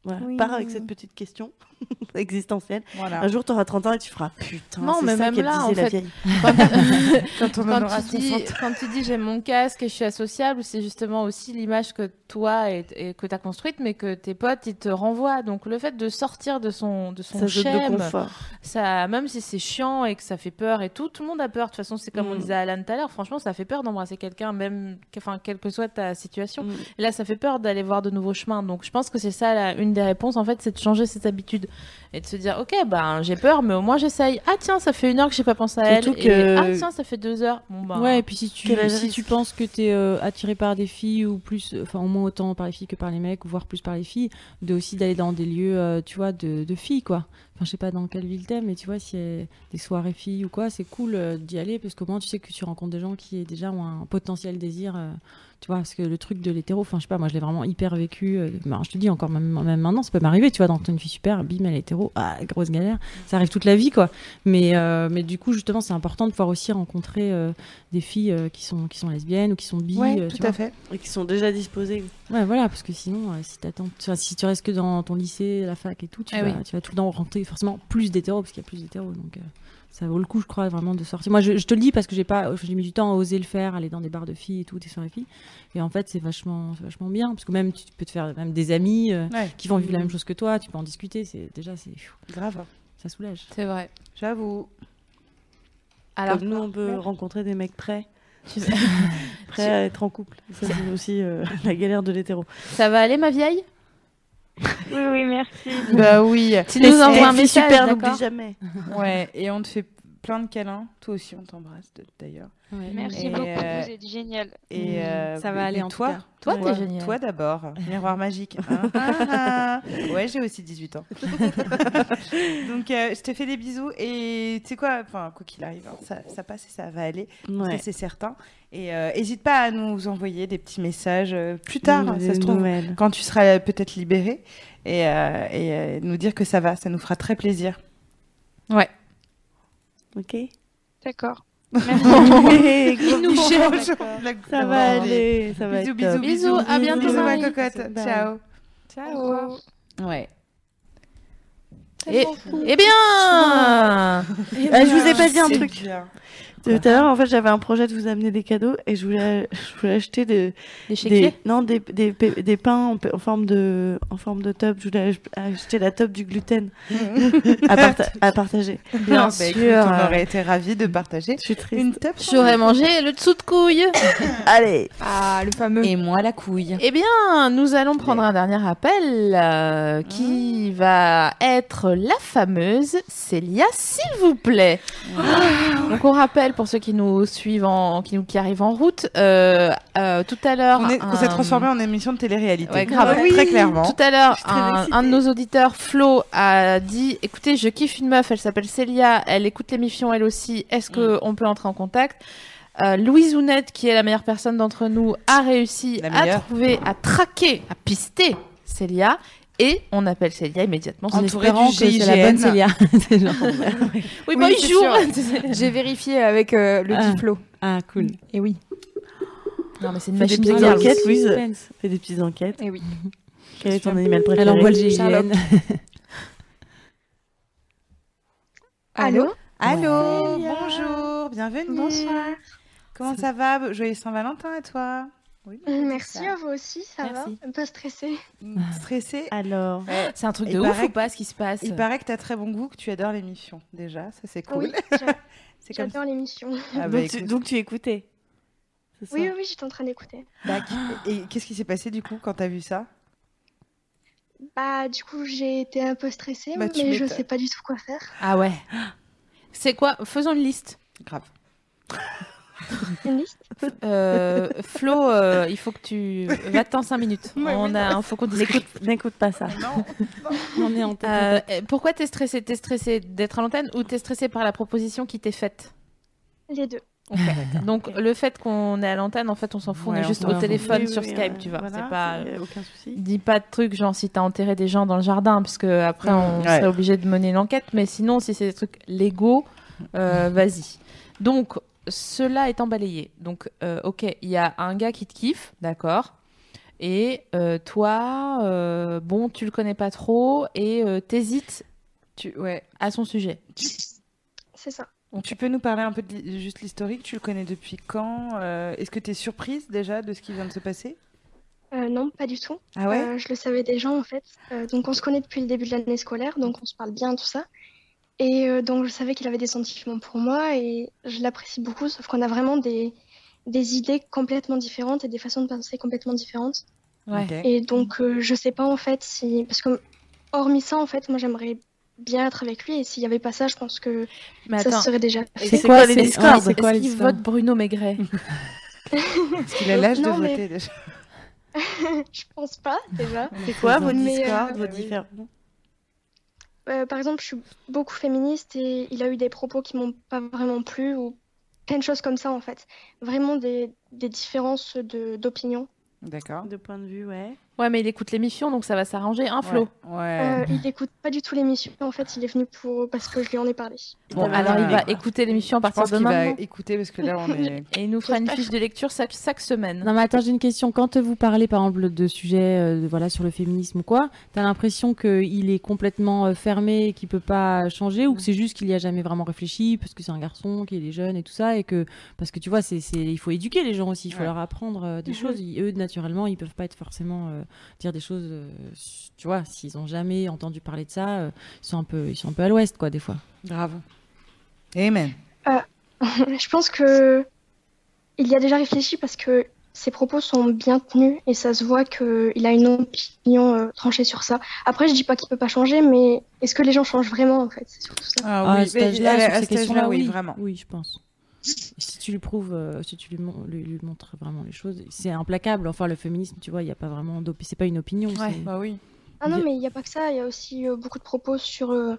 [SPEAKER 5] voilà.
[SPEAKER 1] Oui.
[SPEAKER 5] Pars avec cette petite question existentielle.
[SPEAKER 1] Voilà.
[SPEAKER 5] Un jour, tu auras 30 ans et tu feras putain.
[SPEAKER 1] Non,
[SPEAKER 5] c'est
[SPEAKER 1] mais
[SPEAKER 5] ça
[SPEAKER 1] même
[SPEAKER 5] qu'elle
[SPEAKER 1] là, en
[SPEAKER 5] disait, la
[SPEAKER 1] fait,
[SPEAKER 5] vieille.
[SPEAKER 1] quand,
[SPEAKER 2] Quand on
[SPEAKER 1] quand
[SPEAKER 2] aura
[SPEAKER 1] tu dis,
[SPEAKER 2] 60.
[SPEAKER 1] quand tu dis j'aime mon casque et je suis associable, c'est justement aussi l'image que toi et, et que tu as construite, mais que tes potes ils te renvoient. Donc le fait de sortir de son de son
[SPEAKER 5] Sa zone de
[SPEAKER 1] schème,
[SPEAKER 5] confort.
[SPEAKER 1] ça, même si c'est chiant et que ça fait peur et tout, tout le monde a peur. De toute façon, c'est comme on
[SPEAKER 5] Mm.
[SPEAKER 1] disait à Alan tout à l'heure. Franchement, ça fait peur d'embrasser quelqu'un, même que- enfin quelle que soit ta situation.
[SPEAKER 4] Mm.
[SPEAKER 1] Et là, ça fait peur d'aller voir de nouveaux chemins. Donc je pense que c'est ça la- une des réponses en fait, c'est de changer ses habitudes et de se dire ok ben j'ai peur, mais au moins j'essaye. Ah tiens, ça fait une heure que j'ai pas pensé à elle.
[SPEAKER 4] Surtout
[SPEAKER 1] Et,
[SPEAKER 4] que-
[SPEAKER 1] ah tiens, ça fait deux heures. Bon, bah,
[SPEAKER 4] ouais, et puis si tu,
[SPEAKER 1] quel âge
[SPEAKER 4] si
[SPEAKER 1] risque
[SPEAKER 4] tu penses que tu es attiré par des filles, ou plus, enfin au moins autant par les filles que par les mecs, voire plus par les filles, de aussi d'aller dans des lieux, euh, tu vois, de, de filles, quoi. Enfin, je sais pas dans quelle ville t'es, mais tu vois, s'il y a des soirées filles ou quoi, c'est cool euh, d'y aller, parce qu'au moins tu sais que tu rencontres des gens qui déjà ont un potentiel désir, euh, tu vois, parce que le truc de l'hétéro, enfin, je sais pas, moi je l'ai vraiment hyper vécu. euh, bah, je te dis encore, même, même maintenant, ça peut m'arriver, tu vois, d'entendre une fille super, bim, elle est hétéro, ah, grosse galère. Ça arrive toute la vie, quoi. Mais, euh, mais du coup, justement, c'est important de pouvoir aussi rencontrer euh, des filles euh, qui, sont, qui sont lesbiennes ou qui sont bi. euh, tu vois.
[SPEAKER 5] Et qui sont déjà disposés.
[SPEAKER 4] Ouais, voilà, parce que sinon, euh, si, t'attends- tu vois, si tu restes que dans ton lycée, la fac et tout, tu,
[SPEAKER 5] Ah
[SPEAKER 4] vas,
[SPEAKER 5] oui.
[SPEAKER 4] tu vas tout le temps rentrer forcément plus d'hétéros, parce qu'il y a plus d'hétéros. Donc, euh, ça vaut le coup, je crois, vraiment de sortir. Moi, je, je te le dis parce que j'ai pas, j'ai mis du temps à oser le faire, aller dans des bars de filles et tout, des soirées filles. Et en fait, c'est vachement, c'est vachement bien, parce que même tu peux te faire même des amis euh,
[SPEAKER 2] Ouais.
[SPEAKER 4] qui vont vivre la
[SPEAKER 2] Mhm.
[SPEAKER 4] même chose que toi, tu peux en discuter. C'est déjà, c'est
[SPEAKER 2] Grave.
[SPEAKER 4] Ça soulage.
[SPEAKER 1] C'est vrai.
[SPEAKER 2] J'avoue.
[SPEAKER 5] Alors nous, on peut rencontrer des mecs prêts. prêts
[SPEAKER 1] Tu-
[SPEAKER 5] à être en couple. Ça, c'est aussi euh, la galère de l'hétéro.
[SPEAKER 1] Ça va aller, ma vieille
[SPEAKER 6] Oui, oui, merci.
[SPEAKER 2] Bah oui.
[SPEAKER 1] Tu nous
[SPEAKER 2] Mais
[SPEAKER 1] envoies
[SPEAKER 2] c'est-
[SPEAKER 1] un
[SPEAKER 2] c'est
[SPEAKER 1] message,
[SPEAKER 2] super,
[SPEAKER 1] d'accord
[SPEAKER 2] n'oublie jamais. Ouais, et on te fait plein de câlins. Toi aussi, on t'embrasse de- d'ailleurs.
[SPEAKER 4] Ouais.
[SPEAKER 6] Merci
[SPEAKER 2] Et,
[SPEAKER 6] beaucoup,
[SPEAKER 2] euh,
[SPEAKER 6] vous êtes génial.
[SPEAKER 2] Et euh,
[SPEAKER 4] Ça va
[SPEAKER 2] et-
[SPEAKER 4] aller
[SPEAKER 2] et
[SPEAKER 4] en tout
[SPEAKER 2] toi,
[SPEAKER 4] cas.
[SPEAKER 1] Toi,
[SPEAKER 2] Toi,
[SPEAKER 1] t'es génial.
[SPEAKER 2] Toi d'abord, miroir magique. Hein,
[SPEAKER 1] Ah.
[SPEAKER 2] hein, hein. ouais, j'ai aussi 18 ans. Donc, euh, je te fais des bisous et tu sais quoi, enfin, quoi qu'il arrive, hein, ça, ça passe et ça va aller.
[SPEAKER 5] Ouais.
[SPEAKER 2] Ça, c'est certain. Et n'hésite pas à nous envoyer des petits messages euh, plus tard,
[SPEAKER 5] Mmh,
[SPEAKER 2] ça
[SPEAKER 5] des
[SPEAKER 2] se trouve,
[SPEAKER 5] nouvelles.
[SPEAKER 2] quand tu seras euh, peut-être libéré et, euh, et, euh, nous dire que ça va. Ça nous fera très plaisir.
[SPEAKER 1] Ouais.
[SPEAKER 5] Ok.
[SPEAKER 6] D'accord.
[SPEAKER 5] Merci.
[SPEAKER 2] Il nous
[SPEAKER 5] Gros
[SPEAKER 2] change.
[SPEAKER 5] bisous.
[SPEAKER 2] D'accord.
[SPEAKER 5] Ça va aller, ça va
[SPEAKER 2] Bisous,
[SPEAKER 5] être
[SPEAKER 2] bisous,
[SPEAKER 5] top.
[SPEAKER 2] bisous.
[SPEAKER 5] Bisous, à bientôt,
[SPEAKER 2] Bisous, ma
[SPEAKER 5] Marie.
[SPEAKER 2] cocotte.
[SPEAKER 5] Bye.
[SPEAKER 2] Ciao.
[SPEAKER 6] Ciao.
[SPEAKER 2] Ouais.
[SPEAKER 1] Et,
[SPEAKER 5] Eh
[SPEAKER 1] eh bien
[SPEAKER 5] Eh, je vous ai pas dit un truc. Tout à l'heure, en fait, j'avais un projet de vous amener des cadeaux et je voulais, je voulais acheter de-
[SPEAKER 1] Des
[SPEAKER 5] des,
[SPEAKER 1] chéquiers
[SPEAKER 5] non, des, des, pe- des pains en, pe- en forme de, en forme de top. Je voulais ach- acheter la top du gluten à, parta- à partager.
[SPEAKER 2] Bien sûr. Ah, bah, on
[SPEAKER 5] euh,
[SPEAKER 2] aurait été ravis de partager une top.
[SPEAKER 1] J'aurais mangé le dessous de couille
[SPEAKER 5] Allez
[SPEAKER 6] Ah, le fameux.
[SPEAKER 2] Et moi, la couille.
[SPEAKER 1] Eh bien, nous allons prendre un dernier appel euh, qui
[SPEAKER 6] Ah.
[SPEAKER 1] va être la fameuse Célia, s'il vous plaît.
[SPEAKER 6] Ah.
[SPEAKER 1] Donc on rappelle pour ceux qui nous suivent, en, qui, nous, qui arrivent en route, euh, euh, tout à l'heure...
[SPEAKER 2] On est- on s'est
[SPEAKER 1] un-
[SPEAKER 2] transformé en émission de télé-réalité. Ah bah
[SPEAKER 1] Ouais, grave.
[SPEAKER 2] Très clairement.
[SPEAKER 1] Tout à l'heure,
[SPEAKER 2] très
[SPEAKER 1] un, un de nos auditeurs, Flo, a dit écoutez, je kiffe une meuf, elle s'appelle Célia, elle écoute l'émission elle aussi, est-ce que on peut entrer en contact Euh, Louise Ounette, qui est la meilleure personne d'entre nous, a réussi à
[SPEAKER 2] meilleure.
[SPEAKER 1] trouver, à traquer, à pister Célia. Et on appelle Célia immédiatement. en
[SPEAKER 4] Entourée du GIGN. C'est genre-
[SPEAKER 1] Oui,
[SPEAKER 6] Oui, c'est
[SPEAKER 1] bonjour.
[SPEAKER 6] sûr. J'ai vérifié avec euh, le
[SPEAKER 1] Ah.
[SPEAKER 6] diplôme.
[SPEAKER 5] Ah, cool.
[SPEAKER 6] Et oui.
[SPEAKER 1] Non, mais c'est
[SPEAKER 5] Fais des petites enquêtes, Louise. Fais des petites enquêtes.
[SPEAKER 6] Et oui.
[SPEAKER 5] Quel est ton animal préféré
[SPEAKER 4] Elle envoie le GIGN.
[SPEAKER 6] Allô
[SPEAKER 2] Allô, bonjour, bienvenue. Bonsoir. Comment ça va Joyeux Saint-Valentin à toi Oui.
[SPEAKER 14] Merci à vous aussi, ça va Pas stressé.
[SPEAKER 2] Hmm, Stressé Euh,
[SPEAKER 5] Alors,
[SPEAKER 1] c'est un truc
[SPEAKER 2] Il
[SPEAKER 1] de ouf
[SPEAKER 2] paraît
[SPEAKER 1] ou pas ce qui se passe
[SPEAKER 2] Il paraît que t'as très bon goût, que tu adores l'émission déjà, ça c'est cool.
[SPEAKER 14] Oui,
[SPEAKER 2] c'est comme
[SPEAKER 14] j'adore l'émission.
[SPEAKER 2] Ah bah,
[SPEAKER 5] donc, tu,
[SPEAKER 2] écoute.
[SPEAKER 5] donc tu écoutais. c'est ça
[SPEAKER 14] Oui, oui, oui, j'étais en train d'écouter.
[SPEAKER 2] Bac. Et qu'est-ce qui s'est passé du coup quand t'as vu ça
[SPEAKER 14] Bah, du coup, j'ai été un peu stressée,
[SPEAKER 1] Bah, tu
[SPEAKER 14] mais je
[SPEAKER 1] m'étonnes.
[SPEAKER 14] sais pas du tout quoi faire.
[SPEAKER 1] Ah ouais. C'est quoi Faisons une liste.
[SPEAKER 2] Grave.
[SPEAKER 14] Une liste
[SPEAKER 1] Flo, euh, il faut que tu va-t'en 5 minutes.
[SPEAKER 4] Ouais,
[SPEAKER 1] on
[SPEAKER 4] oui.
[SPEAKER 1] a, faut qu'on discute.
[SPEAKER 5] N'écoute pas ça.
[SPEAKER 4] On est en tête.
[SPEAKER 1] Euh, et pourquoi t'es stressé T'es stressé d'être à l'antenne ou t'es stressé par la proposition qui t'est faite
[SPEAKER 14] Les deux.
[SPEAKER 1] Donc le fait qu'on est à l'antenne, en fait, on s'en fout.
[SPEAKER 4] Ouais,
[SPEAKER 1] on est
[SPEAKER 4] on
[SPEAKER 1] juste
[SPEAKER 4] s'en
[SPEAKER 1] au
[SPEAKER 4] fout.
[SPEAKER 1] téléphone
[SPEAKER 4] Oui,
[SPEAKER 1] sur
[SPEAKER 4] oui,
[SPEAKER 1] Skype,
[SPEAKER 4] ouais.
[SPEAKER 1] tu vois.
[SPEAKER 4] Voilà,
[SPEAKER 1] c'est pas.
[SPEAKER 4] c'est- euh,
[SPEAKER 5] aucun souci.
[SPEAKER 1] Dis pas de trucs genre si t'as enterré des gens dans le jardin, parce que après on
[SPEAKER 4] Ouais.
[SPEAKER 1] serait obligé de mener l'enquête. Mais sinon, si c'est des trucs légaux, euh, vas-y. Donc cela étant balayé, donc euh, ok, il y a un gars qui te kiffe, d'accord. Et euh, toi, euh, bon, tu le connais pas trop et euh, t'hésites,
[SPEAKER 2] tu ouais,
[SPEAKER 1] à son sujet.
[SPEAKER 14] C'est ça.
[SPEAKER 2] Tu peux nous parler un peu de l'hi- juste l'historique Tu le connais depuis quand Euh, Est-ce que tu es surprise déjà de ce qui vient de se passer
[SPEAKER 14] Euh, non, pas du tout.
[SPEAKER 2] Ah ouais
[SPEAKER 14] Euh, je le savais déjà en fait. Euh, donc on se connaît depuis le début de l'année scolaire, donc on se parle bien, tout ça. Et euh, donc je savais qu'il avait des sentiments pour moi et je l'apprécie beaucoup, sauf qu'on a vraiment des, des idées complètement différentes et des façons de penser complètement différentes.
[SPEAKER 1] Ouais.
[SPEAKER 14] Et donc euh, je sais pas en fait si... Parce que hormis ça en fait, moi j'aimerais bien être avec lui et s'il y avait pas ça, je pense que
[SPEAKER 1] Mais
[SPEAKER 14] ça
[SPEAKER 1] attends,
[SPEAKER 14] se serait déjà
[SPEAKER 1] c'est
[SPEAKER 14] fait.
[SPEAKER 1] quoi quoi les les Discord Discord C'est quoi Est-ce qu'il l'histoire vote Bruno Maigret
[SPEAKER 2] Parce qu'il a l'âge de
[SPEAKER 14] Non, mais-
[SPEAKER 2] voter déjà.
[SPEAKER 14] Je pense pas déjà.
[SPEAKER 5] C'est quoi vos
[SPEAKER 14] Mais, euh,
[SPEAKER 5] discords, vos différents
[SPEAKER 14] Euh, par exemple, je suis beaucoup féministe et il a eu des propos qui m'ont pas vraiment plu ou plein de choses comme ça en fait. Vraiment des, des différences de- d'opinion.
[SPEAKER 2] D'accord.
[SPEAKER 5] De point de vue, ouais.
[SPEAKER 1] Ouais, mais il écoute l'émission, donc ça va s'arranger. Un Flo.
[SPEAKER 14] Euh, il n'écoute pas du tout l'émission en fait, il est venu pour... parce que je lui en ai parlé.
[SPEAKER 1] Bon,
[SPEAKER 2] Ah,
[SPEAKER 1] alors il va
[SPEAKER 2] d'accord.
[SPEAKER 1] écouter l'émission à
[SPEAKER 2] Je
[SPEAKER 1] partir
[SPEAKER 2] pense
[SPEAKER 1] de
[SPEAKER 2] qu'il va
[SPEAKER 1] maintenant.
[SPEAKER 2] écouter parce que là on est.
[SPEAKER 1] Et il nous fera une fiche de lecture chaque, chaque semaine.
[SPEAKER 4] Non mais attends, j'ai une question. Quand vous parlez par exemple de sujets euh, voilà, sur le féminisme ou quoi, t'as l'impression qu'il est complètement euh, fermé et qu'il peut pas changer ou que c'est juste qu'il n'y a jamais vraiment réfléchi parce que c'est un garçon, qu'il est jeune et tout ça et que... Parce que tu vois, c'est, c'est... il faut éduquer les gens aussi, il faut
[SPEAKER 1] Ouais.
[SPEAKER 4] leur apprendre euh, des choses. Ils- eux, naturellement, ils peuvent pas être forcément euh, dire des choses, euh, s- tu vois, s'ils ont jamais entendu parler de ça, euh, ils, sont un peu, ils sont un peu à l'ouest quoi des fois.
[SPEAKER 2] Grave. Amen.
[SPEAKER 14] Euh, je pense que il y a déjà réfléchi parce que ses propos sont bien tenus et ça se voit qu'il a une opinion euh, tranchée sur ça. Après, je dis pas qu'il peut pas changer, mais est-ce que les gens changent vraiment en fait C'est surtout ça.
[SPEAKER 4] Ah, à cet
[SPEAKER 2] mais
[SPEAKER 4] âge-là,
[SPEAKER 2] elle-
[SPEAKER 4] sur
[SPEAKER 2] à
[SPEAKER 4] ces
[SPEAKER 2] cet
[SPEAKER 4] questions-là,
[SPEAKER 2] âge-là, oui,
[SPEAKER 4] oui,
[SPEAKER 2] vraiment.
[SPEAKER 4] Oui, je pense. Si tu lui prouves, euh, si tu lui, mon- lui- lui montres vraiment les choses, c'est implacable. Enfin, le féminisme, tu vois, il y a pas vraiment d'op- c'est pas une opinion. c'est-
[SPEAKER 2] bah oui.
[SPEAKER 14] Ah non,
[SPEAKER 4] Bien.
[SPEAKER 14] mais il n'y a pas que ça, il y a aussi euh, beaucoup de propos sur, euh,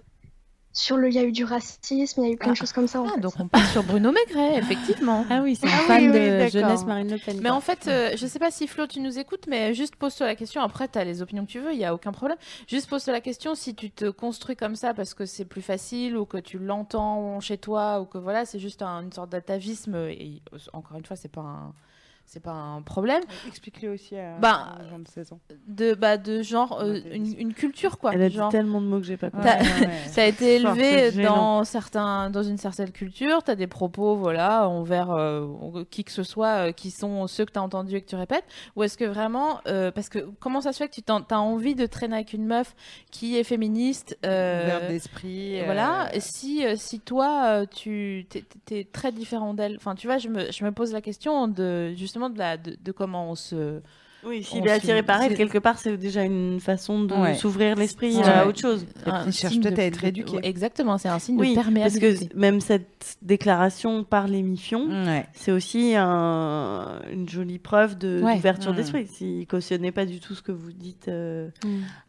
[SPEAKER 14] sur le. Il y a eu du racisme, il y a eu plein de choses comme ça. En fait.
[SPEAKER 1] Ah. donc on parle sur Bruno Maigret, effectivement.
[SPEAKER 4] Ah oui, c'est
[SPEAKER 1] un
[SPEAKER 4] Ah oui, fan oui, de d'accord. jeunesse Marine Le Pen,
[SPEAKER 1] Mais
[SPEAKER 4] quoi.
[SPEAKER 1] en fait, euh, je sais pas si Flo, tu nous écoutes, mais juste pose-toi la question. Après, tu as les opinions que tu veux, il y a aucun problème. Juste pose-toi la question si tu te construis comme ça parce que c'est plus facile ou que tu l'entends chez toi ou que voilà, c'est juste un- une sorte d'atavisme. Et euh, encore une fois, c'est pas un. C'est pas un problème.
[SPEAKER 2] Explique-le aussi à
[SPEAKER 1] Bah,
[SPEAKER 2] aux gens de 16 ans.
[SPEAKER 1] de, bah, de genre euh, une, une culture quoi.
[SPEAKER 5] Elle a dit
[SPEAKER 1] Genre,
[SPEAKER 5] tellement de mots que j'ai pas compris.
[SPEAKER 1] T'as-
[SPEAKER 5] Ouais, ouais.
[SPEAKER 1] T'as été
[SPEAKER 5] Fort,
[SPEAKER 1] élevé
[SPEAKER 5] c'est gênant.
[SPEAKER 1] dans, certains, dans une certaine culture, t'as des propos voilà, envers euh, en- qui que ce soit euh, qui sont ceux que t'as entendus et que tu répètes Ou est-ce que vraiment. euh, parce que comment ça se fait que tu t'en- t'as envie de traîner avec une meuf qui est féministe euh,
[SPEAKER 2] Ouverte d'esprit,
[SPEAKER 1] et
[SPEAKER 2] euh,
[SPEAKER 1] Voilà, et si, euh, si toi, euh, tu t'es- t'es très différent d'elle. Enfin, tu vois, je me, je me pose la question de, justement de, la, de, de comment on se.
[SPEAKER 5] Oui,
[SPEAKER 1] on
[SPEAKER 5] s'il est
[SPEAKER 1] se-
[SPEAKER 5] attiré par elle,
[SPEAKER 1] c'est-
[SPEAKER 5] quelque part, c'est déjà une façon de
[SPEAKER 1] Ouais.
[SPEAKER 5] s'ouvrir l'esprit
[SPEAKER 1] Ouais.
[SPEAKER 5] à autre chose.
[SPEAKER 1] Et puis, Un il cherche signe peut-être de- à être de- éduqué. ouais, exactement, c'est un signe de
[SPEAKER 5] oui, Parce
[SPEAKER 1] perméabilité.
[SPEAKER 5] que même cette déclaration par l'émission,
[SPEAKER 2] Ouais.
[SPEAKER 5] c'est aussi un- une jolie preuve de-
[SPEAKER 2] Ouais.
[SPEAKER 5] d'ouverture
[SPEAKER 2] Mm. Mm.
[SPEAKER 5] d'esprit. S'il cautionnait pas du tout ce que vous dites. euh,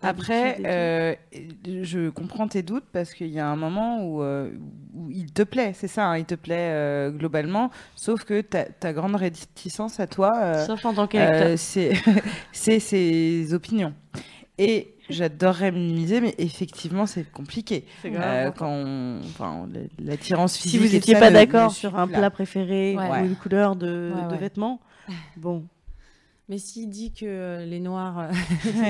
[SPEAKER 2] Après,
[SPEAKER 5] d'habitude et tout.
[SPEAKER 2] euh, je comprends tes doutes parce qu'il y a un moment où, euh, où il te plaît, c'est ça, hein, il te plaît euh, globalement, sauf que ta, ta grande réticence à toi, euh,
[SPEAKER 5] Sauf en tant qu'électeur.
[SPEAKER 2] c'est c'est ses opinions. Et J'adorerais minimiser, mais effectivement, c'est compliqué. Euh,
[SPEAKER 5] C'est grave.
[SPEAKER 2] quand on- enfin, l- l'attirance
[SPEAKER 5] Si
[SPEAKER 2] physique.
[SPEAKER 5] vous
[SPEAKER 2] et tout
[SPEAKER 5] n'étiez
[SPEAKER 2] ça
[SPEAKER 5] pas
[SPEAKER 2] ne-
[SPEAKER 5] d'accord
[SPEAKER 2] ne-
[SPEAKER 5] sur un
[SPEAKER 2] là.
[SPEAKER 5] plat préféré
[SPEAKER 2] Ouais.
[SPEAKER 5] ou une couleur de,
[SPEAKER 4] Ouais,
[SPEAKER 5] de
[SPEAKER 4] ouais.
[SPEAKER 5] vêtements, bon.
[SPEAKER 4] Mais s'il dit que euh, les noirs, euh,
[SPEAKER 2] Ouais.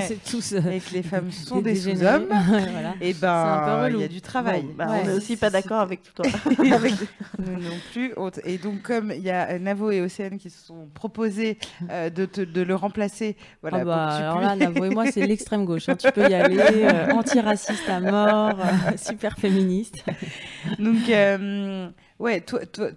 [SPEAKER 4] c'est tous.
[SPEAKER 2] Et que les femmes sont des
[SPEAKER 4] dégénérés.
[SPEAKER 2] sous-hommes,
[SPEAKER 4] Ouais, voilà.
[SPEAKER 2] et
[SPEAKER 4] C'est un peu
[SPEAKER 2] ben il
[SPEAKER 4] relou.
[SPEAKER 2] y a du travail.
[SPEAKER 5] Bon, bah, on est aussi pas d'accord avec toi.
[SPEAKER 2] Avec- nous non plus. On t- Et donc comme il y a euh, Navo et Océane qui se sont proposés euh, de, te- de le remplacer, voilà.
[SPEAKER 4] Ah
[SPEAKER 2] pour
[SPEAKER 4] bah,
[SPEAKER 2] que tu
[SPEAKER 4] alors
[SPEAKER 2] puisses-
[SPEAKER 4] là, Navo et moi, c'est l'extrême gauche. hein. Tu peux y aller, euh, antiraciste à mort, euh, super féministe.
[SPEAKER 2] Donc, euh, ouais, toi, toi,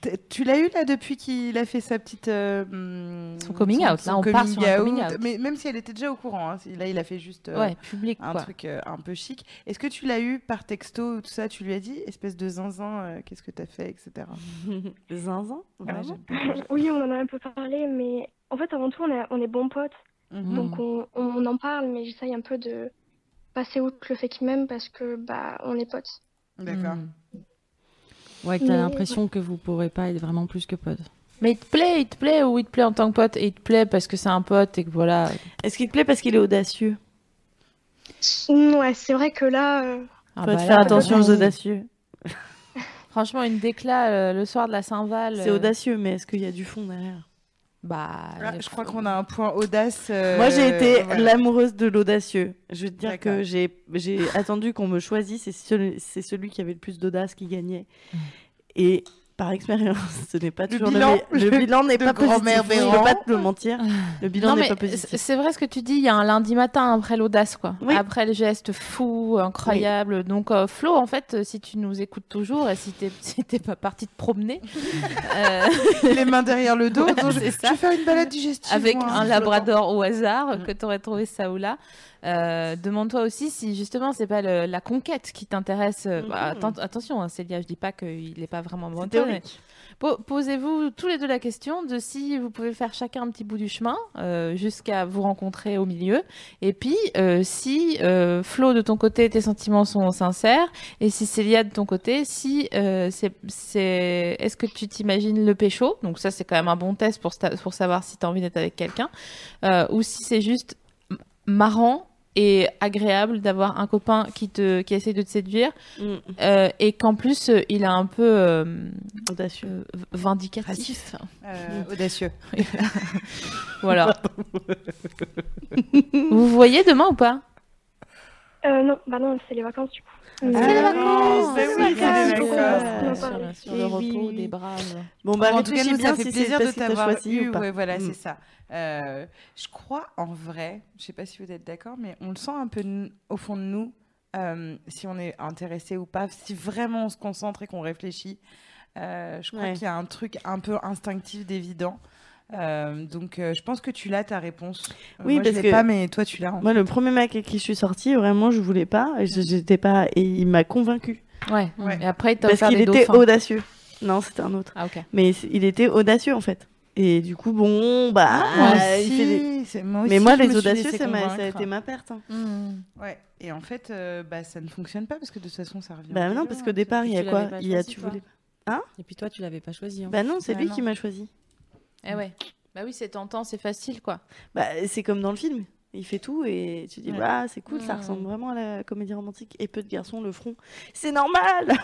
[SPEAKER 2] t- tu l'as eu là depuis qu'il a fait sa petite. euh, hum,
[SPEAKER 1] Son coming out, là, on part sur un coming out.
[SPEAKER 2] Mais même si elle était déjà au courant, hein, là il a fait juste euh,
[SPEAKER 1] Ouais, public,
[SPEAKER 2] un
[SPEAKER 1] quoi.
[SPEAKER 2] truc euh, un peu chic. Est-ce que tu l'as eu par texto ou tout ça Tu lui as dit, espèce de zinzin, euh, qu'est-ce que t'as fait, etc.
[SPEAKER 5] zinzin
[SPEAKER 2] vraiment
[SPEAKER 14] Oui, on en a un peu parlé, mais en fait, avant tout, on, a- on est bons potes.
[SPEAKER 2] Mhm.
[SPEAKER 14] Donc, on, on en parle, mais j'essaye un peu de passer outre le fait qu'il m'aime parce que, bah, on est potes.
[SPEAKER 2] D'accord.
[SPEAKER 4] Mm. Ouais, que t'as
[SPEAKER 14] Mais-
[SPEAKER 4] l'impression que vous pourrez pas être vraiment plus que potes.
[SPEAKER 1] Mais il te plaît, il te plaît, ou il te plaît en tant que pote, et il te plaît parce que c'est un pote et que voilà.
[SPEAKER 5] Est-ce qu'il te plaît parce qu'il est audacieux
[SPEAKER 14] Mm, Ouais, c'est vrai que là. euh,
[SPEAKER 1] Ah
[SPEAKER 5] Faut
[SPEAKER 1] bah
[SPEAKER 5] te
[SPEAKER 1] là,
[SPEAKER 5] faire attention aux
[SPEAKER 1] vas-y.
[SPEAKER 5] audacieux.
[SPEAKER 1] Franchement, une décla euh, le soir de la Saint-Val.
[SPEAKER 5] C'est
[SPEAKER 1] euh,
[SPEAKER 5] audacieux, mais est-ce qu'il y a du fond derrière
[SPEAKER 1] Bah.
[SPEAKER 2] Ah, je crois qu'on a un point audace. euh,
[SPEAKER 5] Moi, j'ai été
[SPEAKER 2] la
[SPEAKER 5] l'amoureuse de l'audacieux. Je veux te dire
[SPEAKER 2] D'accord.
[SPEAKER 5] que j'ai j'ai attendu qu'on me choisisse et celui- c'est celui qui avait le plus d'audace qui gagnait.
[SPEAKER 2] Mm.
[SPEAKER 5] Et par expérience, ce n'est pas toujours le
[SPEAKER 1] bilan
[SPEAKER 5] me- le, bilan n'est
[SPEAKER 1] de
[SPEAKER 5] pas positif.
[SPEAKER 1] grand-mère
[SPEAKER 5] Je ne
[SPEAKER 1] Véran.
[SPEAKER 5] peux pas te le mentir. Le bilan
[SPEAKER 1] non,
[SPEAKER 5] n'est
[SPEAKER 1] mais
[SPEAKER 5] pas positif.
[SPEAKER 1] c- c'est vrai ce que tu dis, il y a un lundi matin après l'audace, quoi. Après le geste fou, incroyable. Donc, euh, Flo, en fait, euh, si tu nous écoutes toujours et si t'es si t'es pas parti te promener. euh,
[SPEAKER 2] Les mains derrière le dos,
[SPEAKER 1] Ouais,
[SPEAKER 2] donc je-
[SPEAKER 1] c'est
[SPEAKER 2] je vais faire une balade digestive,
[SPEAKER 1] Avec
[SPEAKER 2] moi, hein. Mm.
[SPEAKER 1] un
[SPEAKER 2] en
[SPEAKER 1] labrador au hasard que t'aurais trouvé ça ou là. Euh, Demande-toi aussi si justement c'est pas le- la conquête qui t'intéresse.
[SPEAKER 2] Mm.
[SPEAKER 1] Euh, bah,
[SPEAKER 5] Mhm.
[SPEAKER 1] atten- attention, hein, Célia, je dis pas qu'il n'est pas vraiment bon.
[SPEAKER 5] théorique.
[SPEAKER 1] Posez-vous tous les deux la question de si vous pouvez faire chacun un petit bout du chemin euh, jusqu'à vous rencontrer au milieu. Et puis euh, si euh, Flo de ton côté tes sentiments sont sincères et si Célia de ton côté si euh, c'est c'est est-ce que tu t'imagines le pécho donc ça c'est quand même un bon test pour sta- pour savoir si tu as envie d'être avec quelqu'un euh, ou si c'est juste m- marrant et agréable d'avoir un copain qui te qui essaie de te séduire
[SPEAKER 5] Mm.
[SPEAKER 1] euh, et qu'en plus euh, il a un peu euh,
[SPEAKER 5] audacieux
[SPEAKER 1] vindicatif
[SPEAKER 2] Euh, audacieux.
[SPEAKER 1] voilà vous voyez demain ou pas
[SPEAKER 14] euh, non, bah non, c'est les vacances, du coup. Mais-
[SPEAKER 1] c'est les Ah vacances,
[SPEAKER 5] oui, c'est les c'est les vacances. vacances.
[SPEAKER 14] Euh,
[SPEAKER 5] Ouais,
[SPEAKER 14] sur
[SPEAKER 5] sur
[SPEAKER 14] la-
[SPEAKER 5] la-
[SPEAKER 1] sur le repos des braves
[SPEAKER 2] euh.
[SPEAKER 5] Bon, bah,
[SPEAKER 2] en tout cas,
[SPEAKER 5] réfléchis
[SPEAKER 2] nous,
[SPEAKER 5] bien
[SPEAKER 2] ça fait
[SPEAKER 5] si c'est
[SPEAKER 2] plaisir de
[SPEAKER 5] parce que t'as
[SPEAKER 2] t'avoir
[SPEAKER 5] choisi
[SPEAKER 2] eu.
[SPEAKER 5] ou pas.
[SPEAKER 2] Ouais, voilà,
[SPEAKER 5] Mm.
[SPEAKER 2] c'est ça. Euh, je crois, en vrai, je sais pas si vous êtes d'accord, mais on le sent un peu n- au fond de nous, euh, si on est intéressé ou pas, si vraiment on se concentre et qu'on réfléchit. Euh, je crois
[SPEAKER 5] Ouais.
[SPEAKER 2] qu'il y a un truc un peu instinctif d'évident. Euh, donc, euh, je pense que tu l'as ta réponse. Euh,
[SPEAKER 5] Oui,
[SPEAKER 2] moi,
[SPEAKER 5] parce
[SPEAKER 2] je l'ai
[SPEAKER 5] que
[SPEAKER 2] pas, mais toi, tu l'as. en Mm.
[SPEAKER 5] Moi, le premier mec avec qui je suis sortie, vraiment, je voulais pas. et je- J'étais pas. Et il m'a convaincu.
[SPEAKER 1] ouais, mm. et après il t'a
[SPEAKER 5] Parce
[SPEAKER 1] offert
[SPEAKER 5] qu'il
[SPEAKER 1] des
[SPEAKER 5] était
[SPEAKER 1] dauphins.
[SPEAKER 5] audacieux. Non, c'était un autre.
[SPEAKER 1] Ah, ok.
[SPEAKER 5] Mais c- il était audacieux en fait. Et du coup, bon, bah.
[SPEAKER 2] Ah,
[SPEAKER 5] il
[SPEAKER 2] si,
[SPEAKER 5] fait des-
[SPEAKER 2] c'est- moi
[SPEAKER 5] Mais
[SPEAKER 2] aussi,
[SPEAKER 5] moi,
[SPEAKER 2] je me
[SPEAKER 5] les
[SPEAKER 2] suis
[SPEAKER 5] audacieux,
[SPEAKER 2] laissée
[SPEAKER 5] ça m'a- ça a
[SPEAKER 2] convaincre.
[SPEAKER 5] été ma perte. hein.
[SPEAKER 2] Ouais. Et en fait, euh, bah, ça ne fonctionne pas parce que de toute façon, ça revient.
[SPEAKER 5] Bah non,
[SPEAKER 2] toujours,
[SPEAKER 5] parce
[SPEAKER 2] hein,
[SPEAKER 5] qu'au
[SPEAKER 2] ça.
[SPEAKER 5] départ, il y a
[SPEAKER 4] tu
[SPEAKER 5] quoi
[SPEAKER 4] l'avais pas
[SPEAKER 5] Il y a
[SPEAKER 4] choisi,
[SPEAKER 5] tu
[SPEAKER 4] toi.
[SPEAKER 5] voulais. Hein
[SPEAKER 4] Et puis toi, tu l'avais pas choisi. hein.
[SPEAKER 5] Bah non, c'est
[SPEAKER 2] Ah. Bah
[SPEAKER 5] lui
[SPEAKER 2] non.
[SPEAKER 5] qui m'a choisi.
[SPEAKER 1] eh ouais bah oui c'est tentant c'est facile quoi
[SPEAKER 5] Bah, c'est comme dans le film. Il fait tout et tu dis,
[SPEAKER 1] Ouais.
[SPEAKER 5] bah, c'est cool, ça
[SPEAKER 1] Mm.
[SPEAKER 5] ressemble vraiment à la comédie romantique. Et peu de garçons le feront. C'est normal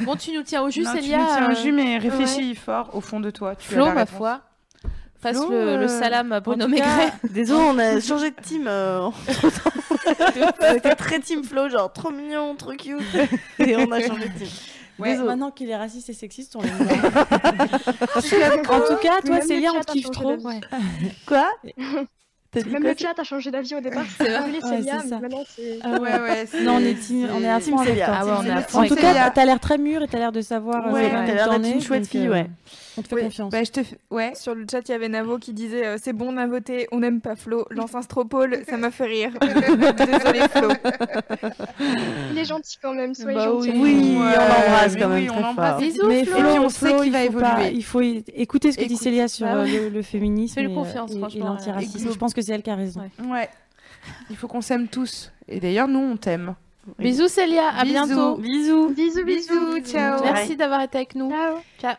[SPEAKER 1] bon tu nous tiens au jus
[SPEAKER 2] Non,
[SPEAKER 1] Célia
[SPEAKER 2] Tu me tiens au
[SPEAKER 1] euh,
[SPEAKER 2] jus, mais réfléchis
[SPEAKER 1] ouais.
[SPEAKER 2] fort au fond de toi. Tu
[SPEAKER 1] Flo,
[SPEAKER 2] as la
[SPEAKER 1] ma
[SPEAKER 2] réponse.
[SPEAKER 1] foi, passe
[SPEAKER 2] Flo,
[SPEAKER 1] le, le
[SPEAKER 2] euh,
[SPEAKER 1] salam à
[SPEAKER 2] en
[SPEAKER 1] Bruno
[SPEAKER 2] tout cas,
[SPEAKER 1] Maigret
[SPEAKER 5] Désolé, on a changé de team. euh, entre-temps. on était très team Flo, genre trop mignon, trop cute. Et on a changé de team. Désolé.
[SPEAKER 4] Maintenant qu'il est raciste et sexiste, on l'a mis dans- En tout cas, toi, Célia, on te kiffe trop.
[SPEAKER 5] Quoi
[SPEAKER 4] T'as dit
[SPEAKER 14] Même
[SPEAKER 4] quoi,
[SPEAKER 14] le chat a changé d'avis au départ.
[SPEAKER 4] C'est vrai.
[SPEAKER 14] On voulait
[SPEAKER 4] Ouais,
[SPEAKER 14] Célia,
[SPEAKER 4] c'est
[SPEAKER 14] mais
[SPEAKER 4] ça.
[SPEAKER 14] maintenant c'est.
[SPEAKER 4] Ah ouais, ouais, c'est-
[SPEAKER 14] Non, on est
[SPEAKER 4] team-
[SPEAKER 14] on est à fond
[SPEAKER 4] Team
[SPEAKER 14] avec
[SPEAKER 4] Célia.
[SPEAKER 14] toi.
[SPEAKER 4] Ah ouais, on est à fond En
[SPEAKER 1] avec
[SPEAKER 4] tout cas,
[SPEAKER 1] Célia.
[SPEAKER 4] t'as l'air très mûre et t'as l'air de savoir. euh,
[SPEAKER 1] Ouais,
[SPEAKER 4] t'as
[SPEAKER 1] t'as l'air d'être
[SPEAKER 4] une
[SPEAKER 1] chouette fille, ouais.
[SPEAKER 4] euh, On te fait confiance.
[SPEAKER 1] Bah,
[SPEAKER 6] Sur le chat, il y avait Navo qui disait euh, C'est bon, on a voté, on n'aime pas Flo, lance un stropole, ça m'a fait rire. Désolé, Flo.
[SPEAKER 14] Il est gentil quand même, soyez
[SPEAKER 6] Bah
[SPEAKER 14] gentil.
[SPEAKER 4] Oui, on l'embrasse quand même.
[SPEAKER 6] oui, on
[SPEAKER 4] très
[SPEAKER 6] l'embrasse.
[SPEAKER 4] fort.
[SPEAKER 6] Bisous,
[SPEAKER 4] Mais
[SPEAKER 6] Flo.
[SPEAKER 4] Flo,
[SPEAKER 6] Et puis on
[SPEAKER 4] Flo,
[SPEAKER 6] sait qu'il
[SPEAKER 4] il
[SPEAKER 6] va
[SPEAKER 4] faut pas-
[SPEAKER 6] évoluer.
[SPEAKER 4] Il faut é- écouter ce que dit
[SPEAKER 6] Écoute.
[SPEAKER 4] Célia sur
[SPEAKER 6] Bah
[SPEAKER 4] euh,
[SPEAKER 6] ouais.
[SPEAKER 4] le, le féminisme
[SPEAKER 6] Fais-lui
[SPEAKER 4] et, euh,
[SPEAKER 6] confiance,
[SPEAKER 4] et- et
[SPEAKER 2] euh,
[SPEAKER 6] franchement,
[SPEAKER 1] euh,
[SPEAKER 4] l'antiracisme.
[SPEAKER 6] écoute.
[SPEAKER 4] Je pense que c'est elle qui a raison.
[SPEAKER 2] Ouais. Il faut qu'on s'aime tous. Et d'ailleurs, nous, on t'aime.
[SPEAKER 1] Bisous Célia, à
[SPEAKER 2] Bisous.
[SPEAKER 1] bientôt.
[SPEAKER 5] Bisous.
[SPEAKER 1] Bisous,
[SPEAKER 2] bisous, ciao.
[SPEAKER 1] Merci d'avoir été avec nous.
[SPEAKER 14] Ciao.
[SPEAKER 1] Ciao.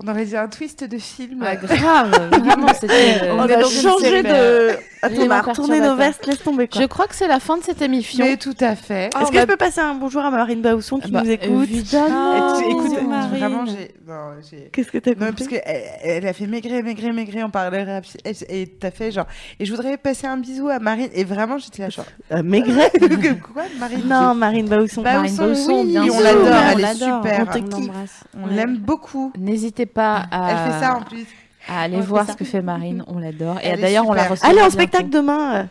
[SPEAKER 2] On aurait dit un twist de film.
[SPEAKER 1] Ah, grave, vraiment, c'était- On
[SPEAKER 2] On
[SPEAKER 1] a
[SPEAKER 2] a
[SPEAKER 1] changé
[SPEAKER 2] changé
[SPEAKER 1] de-
[SPEAKER 2] de.
[SPEAKER 5] Attends, on va retourner Ah, nos vestes, laisse tomber. Quoi.
[SPEAKER 1] Je crois que c'est la fin de cette émission. Oh,
[SPEAKER 5] Mais
[SPEAKER 2] tout à fait.
[SPEAKER 5] Est-ce que je peux passer un bonjour à Marine Bausson qui
[SPEAKER 1] Bah,
[SPEAKER 5] nous écoute
[SPEAKER 1] évidemment.
[SPEAKER 2] Et tu- écoute,
[SPEAKER 5] Bisous, Marine.
[SPEAKER 2] vraiment, j'ai. non, j'ai-
[SPEAKER 5] Qu'est-ce que t'as
[SPEAKER 2] Non,
[SPEAKER 5] compris
[SPEAKER 2] parce que elle, elle a fait maigrer, maigrer, maigrer, on parlait rap. et- Et t'as fait genre. Et je voudrais passer un bisou à Marine. Et vraiment, j'étais là genre.
[SPEAKER 5] Euh, Maigret
[SPEAKER 2] Comme Quoi, Marine
[SPEAKER 5] Non, Marine Bausson.
[SPEAKER 2] Marine Bausson,
[SPEAKER 5] oui,
[SPEAKER 2] bien
[SPEAKER 5] on
[SPEAKER 2] sûr.
[SPEAKER 5] l'adore,
[SPEAKER 2] On
[SPEAKER 5] elle est
[SPEAKER 2] l'adore,
[SPEAKER 5] super.
[SPEAKER 2] on te kiffe. On l'aime beaucoup.
[SPEAKER 1] N'hésitez pas à.
[SPEAKER 2] Elle fait ça, en plus.
[SPEAKER 1] À aller
[SPEAKER 5] Ouais,
[SPEAKER 1] voir
[SPEAKER 5] c'est
[SPEAKER 1] ce
[SPEAKER 5] ça.
[SPEAKER 1] que fait Marine, on l'adore. Et
[SPEAKER 5] Elle est
[SPEAKER 1] d'ailleurs, on la
[SPEAKER 5] super.
[SPEAKER 1] reçoit.
[SPEAKER 5] Allez en
[SPEAKER 1] bientôt.
[SPEAKER 5] spectacle demain euh,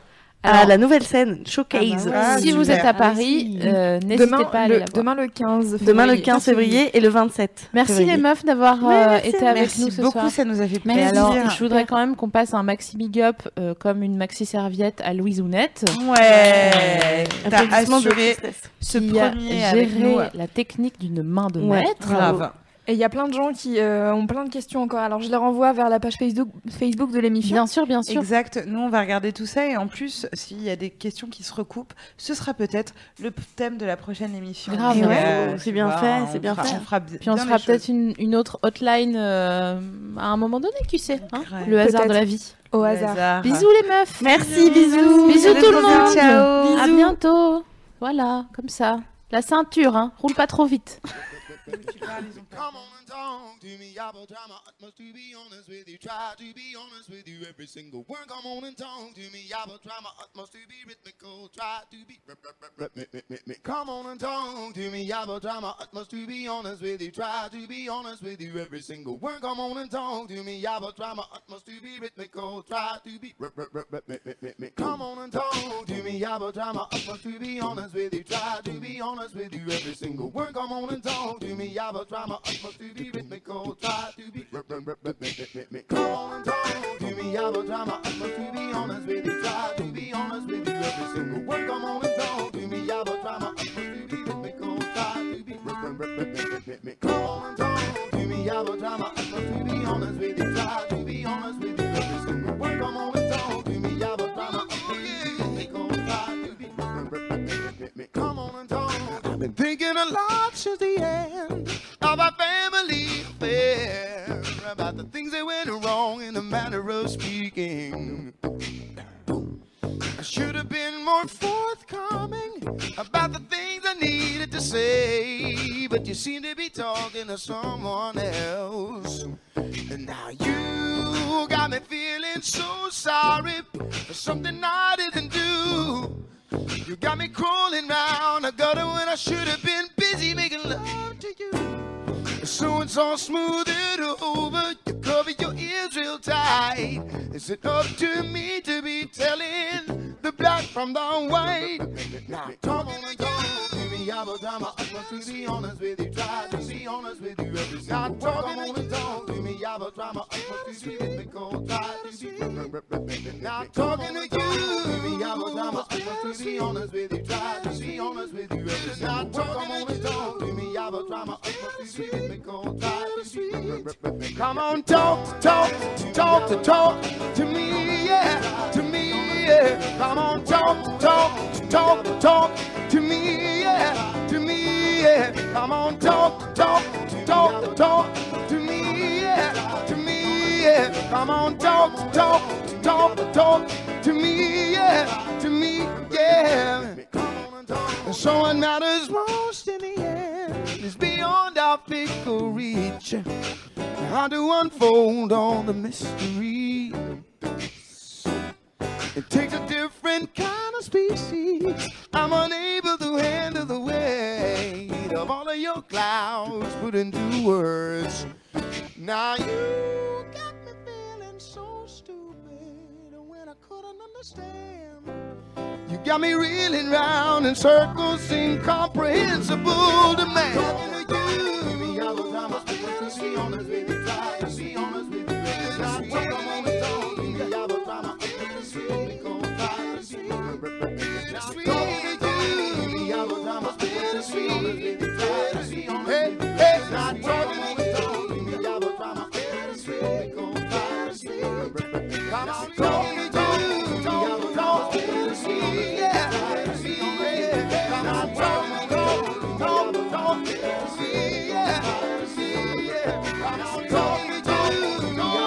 [SPEAKER 5] à la nouvelle scène, Showcase.
[SPEAKER 1] ah bah
[SPEAKER 5] Ah,
[SPEAKER 1] Si vous êtes à Paris, euh, n'hésitez
[SPEAKER 5] bah Demain,
[SPEAKER 1] pas à aller
[SPEAKER 5] le-
[SPEAKER 1] la voir.
[SPEAKER 5] demain, le 15 Demain, le 15 février et le 27.
[SPEAKER 1] Merci les meufs d'avoir
[SPEAKER 5] Ouais,
[SPEAKER 1] euh,
[SPEAKER 5] merci.
[SPEAKER 1] été avec
[SPEAKER 5] Merci
[SPEAKER 1] nous ce
[SPEAKER 5] beaucoup,
[SPEAKER 1] soir.
[SPEAKER 5] ça nous a fait
[SPEAKER 1] Mais
[SPEAKER 5] plaisir.
[SPEAKER 1] alors, je voudrais quand même qu'on passe un maxi big up euh, comme une maxi serviette à Louise Ounette.
[SPEAKER 2] Ouais.
[SPEAKER 1] Euh,
[SPEAKER 2] T'as
[SPEAKER 1] applaudissements de
[SPEAKER 2] assuré
[SPEAKER 1] tristesse.
[SPEAKER 2] ce
[SPEAKER 1] Qui a
[SPEAKER 2] premier
[SPEAKER 1] géré
[SPEAKER 2] avec nous.
[SPEAKER 1] la technique d'une main de
[SPEAKER 2] Ouais,
[SPEAKER 1] maître.
[SPEAKER 2] grave.
[SPEAKER 6] Et il y a plein de gens qui euh, ont plein de questions encore. Alors je les renvoie vers la page Facebook, Facebook de l'émission.
[SPEAKER 1] Bien sûr, bien
[SPEAKER 2] Exact. Nous, on va regarder tout ça. Et en plus, s'il y a des questions qui se recoupent, ce sera peut-être le p- thème de la prochaine émission.
[SPEAKER 1] Grave.
[SPEAKER 2] Et
[SPEAKER 1] Ouais,
[SPEAKER 2] euh,
[SPEAKER 1] c'est
[SPEAKER 2] tu
[SPEAKER 1] bien
[SPEAKER 2] vois,
[SPEAKER 1] fait,
[SPEAKER 2] on
[SPEAKER 1] c'est bien
[SPEAKER 2] fera-
[SPEAKER 1] fait.
[SPEAKER 2] On fera bi-
[SPEAKER 1] Puis on
[SPEAKER 2] bien
[SPEAKER 1] se fera
[SPEAKER 2] les choses.
[SPEAKER 1] peut-être une, une autre hotline euh, à un moment donné, qui sait hein Le
[SPEAKER 6] Peut-être.
[SPEAKER 1] hasard de la vie.
[SPEAKER 6] Au hasard.
[SPEAKER 1] Bisous les meufs.
[SPEAKER 5] Merci, bisous.
[SPEAKER 1] Bisous tout le
[SPEAKER 5] Bisous.
[SPEAKER 1] monde.
[SPEAKER 5] Ciao.
[SPEAKER 1] À
[SPEAKER 5] Bisous.
[SPEAKER 1] bientôt. Voilà, comme ça. La ceinture, hein. roule pas trop vite.
[SPEAKER 15] Come on and talk to me. I will try my utmost to be honest with you. Try to be honest with you. Every single word. Come on and talk to me. I will try my utmost to be rhythmical. Try to be. rhyp- rhyp- rhyp- rhyp- rhyp- rhyp- rhyp- rhyp. Come on and talk to me. I will try my utmost to be honest with you. Try to be honest with you. Every single word. Come on and talk to me. I will try my utmost to be rhythmical. Try to be. rhyp- rhyp- rhyp- rhyp- rhyp- rhyp- rhyp. Come on and talk to me. I will try my utmost to be honest with you. Try to be honest with you. Every single word. Come on and talk to me. I will try my utmost to be rhythmical. Try to be. rhyp- rhyp- rhyp- rhyp- rhyp- rhyp- rhyp. Come on and talk to me. I will try my utmost to be honest with you. Try to be honest with you. Every single word. Come on and talk to me. I will try my utmost to be rhythmical. Try to be. rhyp- rhyp- rhyp- rhyp- rhyp- rhyp- rhyp. Come on and talk to me. I will try my utmost to be honest with you. Try to be honest with you. Every single word. Come on and talk to me. I will try my utmost to be rhythmical. Try to be. rhyp- rhyp- rhyp- rhyp- rhyp- rhyp. Come on and talk. I've been thinking a lot since the end of our family affair about the things that went wrong in the matter of speaking. I should have been more forthcoming about the things I needed to say, but you seem to be talking to someone else. And now you got me feeling so sorry for something I didn't do. You got me crawling round a gutter when I should have been busy making love to you. So it's all smooth it over. You cover your ears real tight. Is it up to me to be telling the black from the white? Now come on and talk to me. I will try my utmost to be honest with you. Try to be honest with you every single word. Come on and talk to me. I will try my utmost to be ethical. Try to be now talking to you. I will try my utmost to be honest with you. Try to be honest with you every single word. Come on and talk to me. I will try my utmost to be ethical. Try to be come on talk, talk, talk to talk to me, yeah, to me, yeah. Come on talk, talk, talk, talk to me, yeah, to me, yeah. Come on talk, talk, talk, talk to me, yeah, to me, yeah. Come on talk, talk, talk, talk to me, yeah, to me, yeah. And so what matters most in the end is beyond our fickle reach. How to unfold all the mystery. It takes a different kind of species. I'm unable to handle the weight of all of your clouds put into words. Now you got me feeling so stupid when I couldn't understand. You got me reeling round in circles incomprehensible to man. Talking to you. I will try my best to be honest with you. Try to be honest with you. It's not what I wanna talk. I will try my best to be honest with you. Try to be honest with you. I will try my best to be honest with you. Try to be honest with you. It's not talking to you. I will try my best to be honest with you. Try to be Come on, talk, talk, talk, talk to me, yeah, to me, yeah. Come on, talk, talk, talk, talk to me, yeah, to me, yeah. Come on, talk,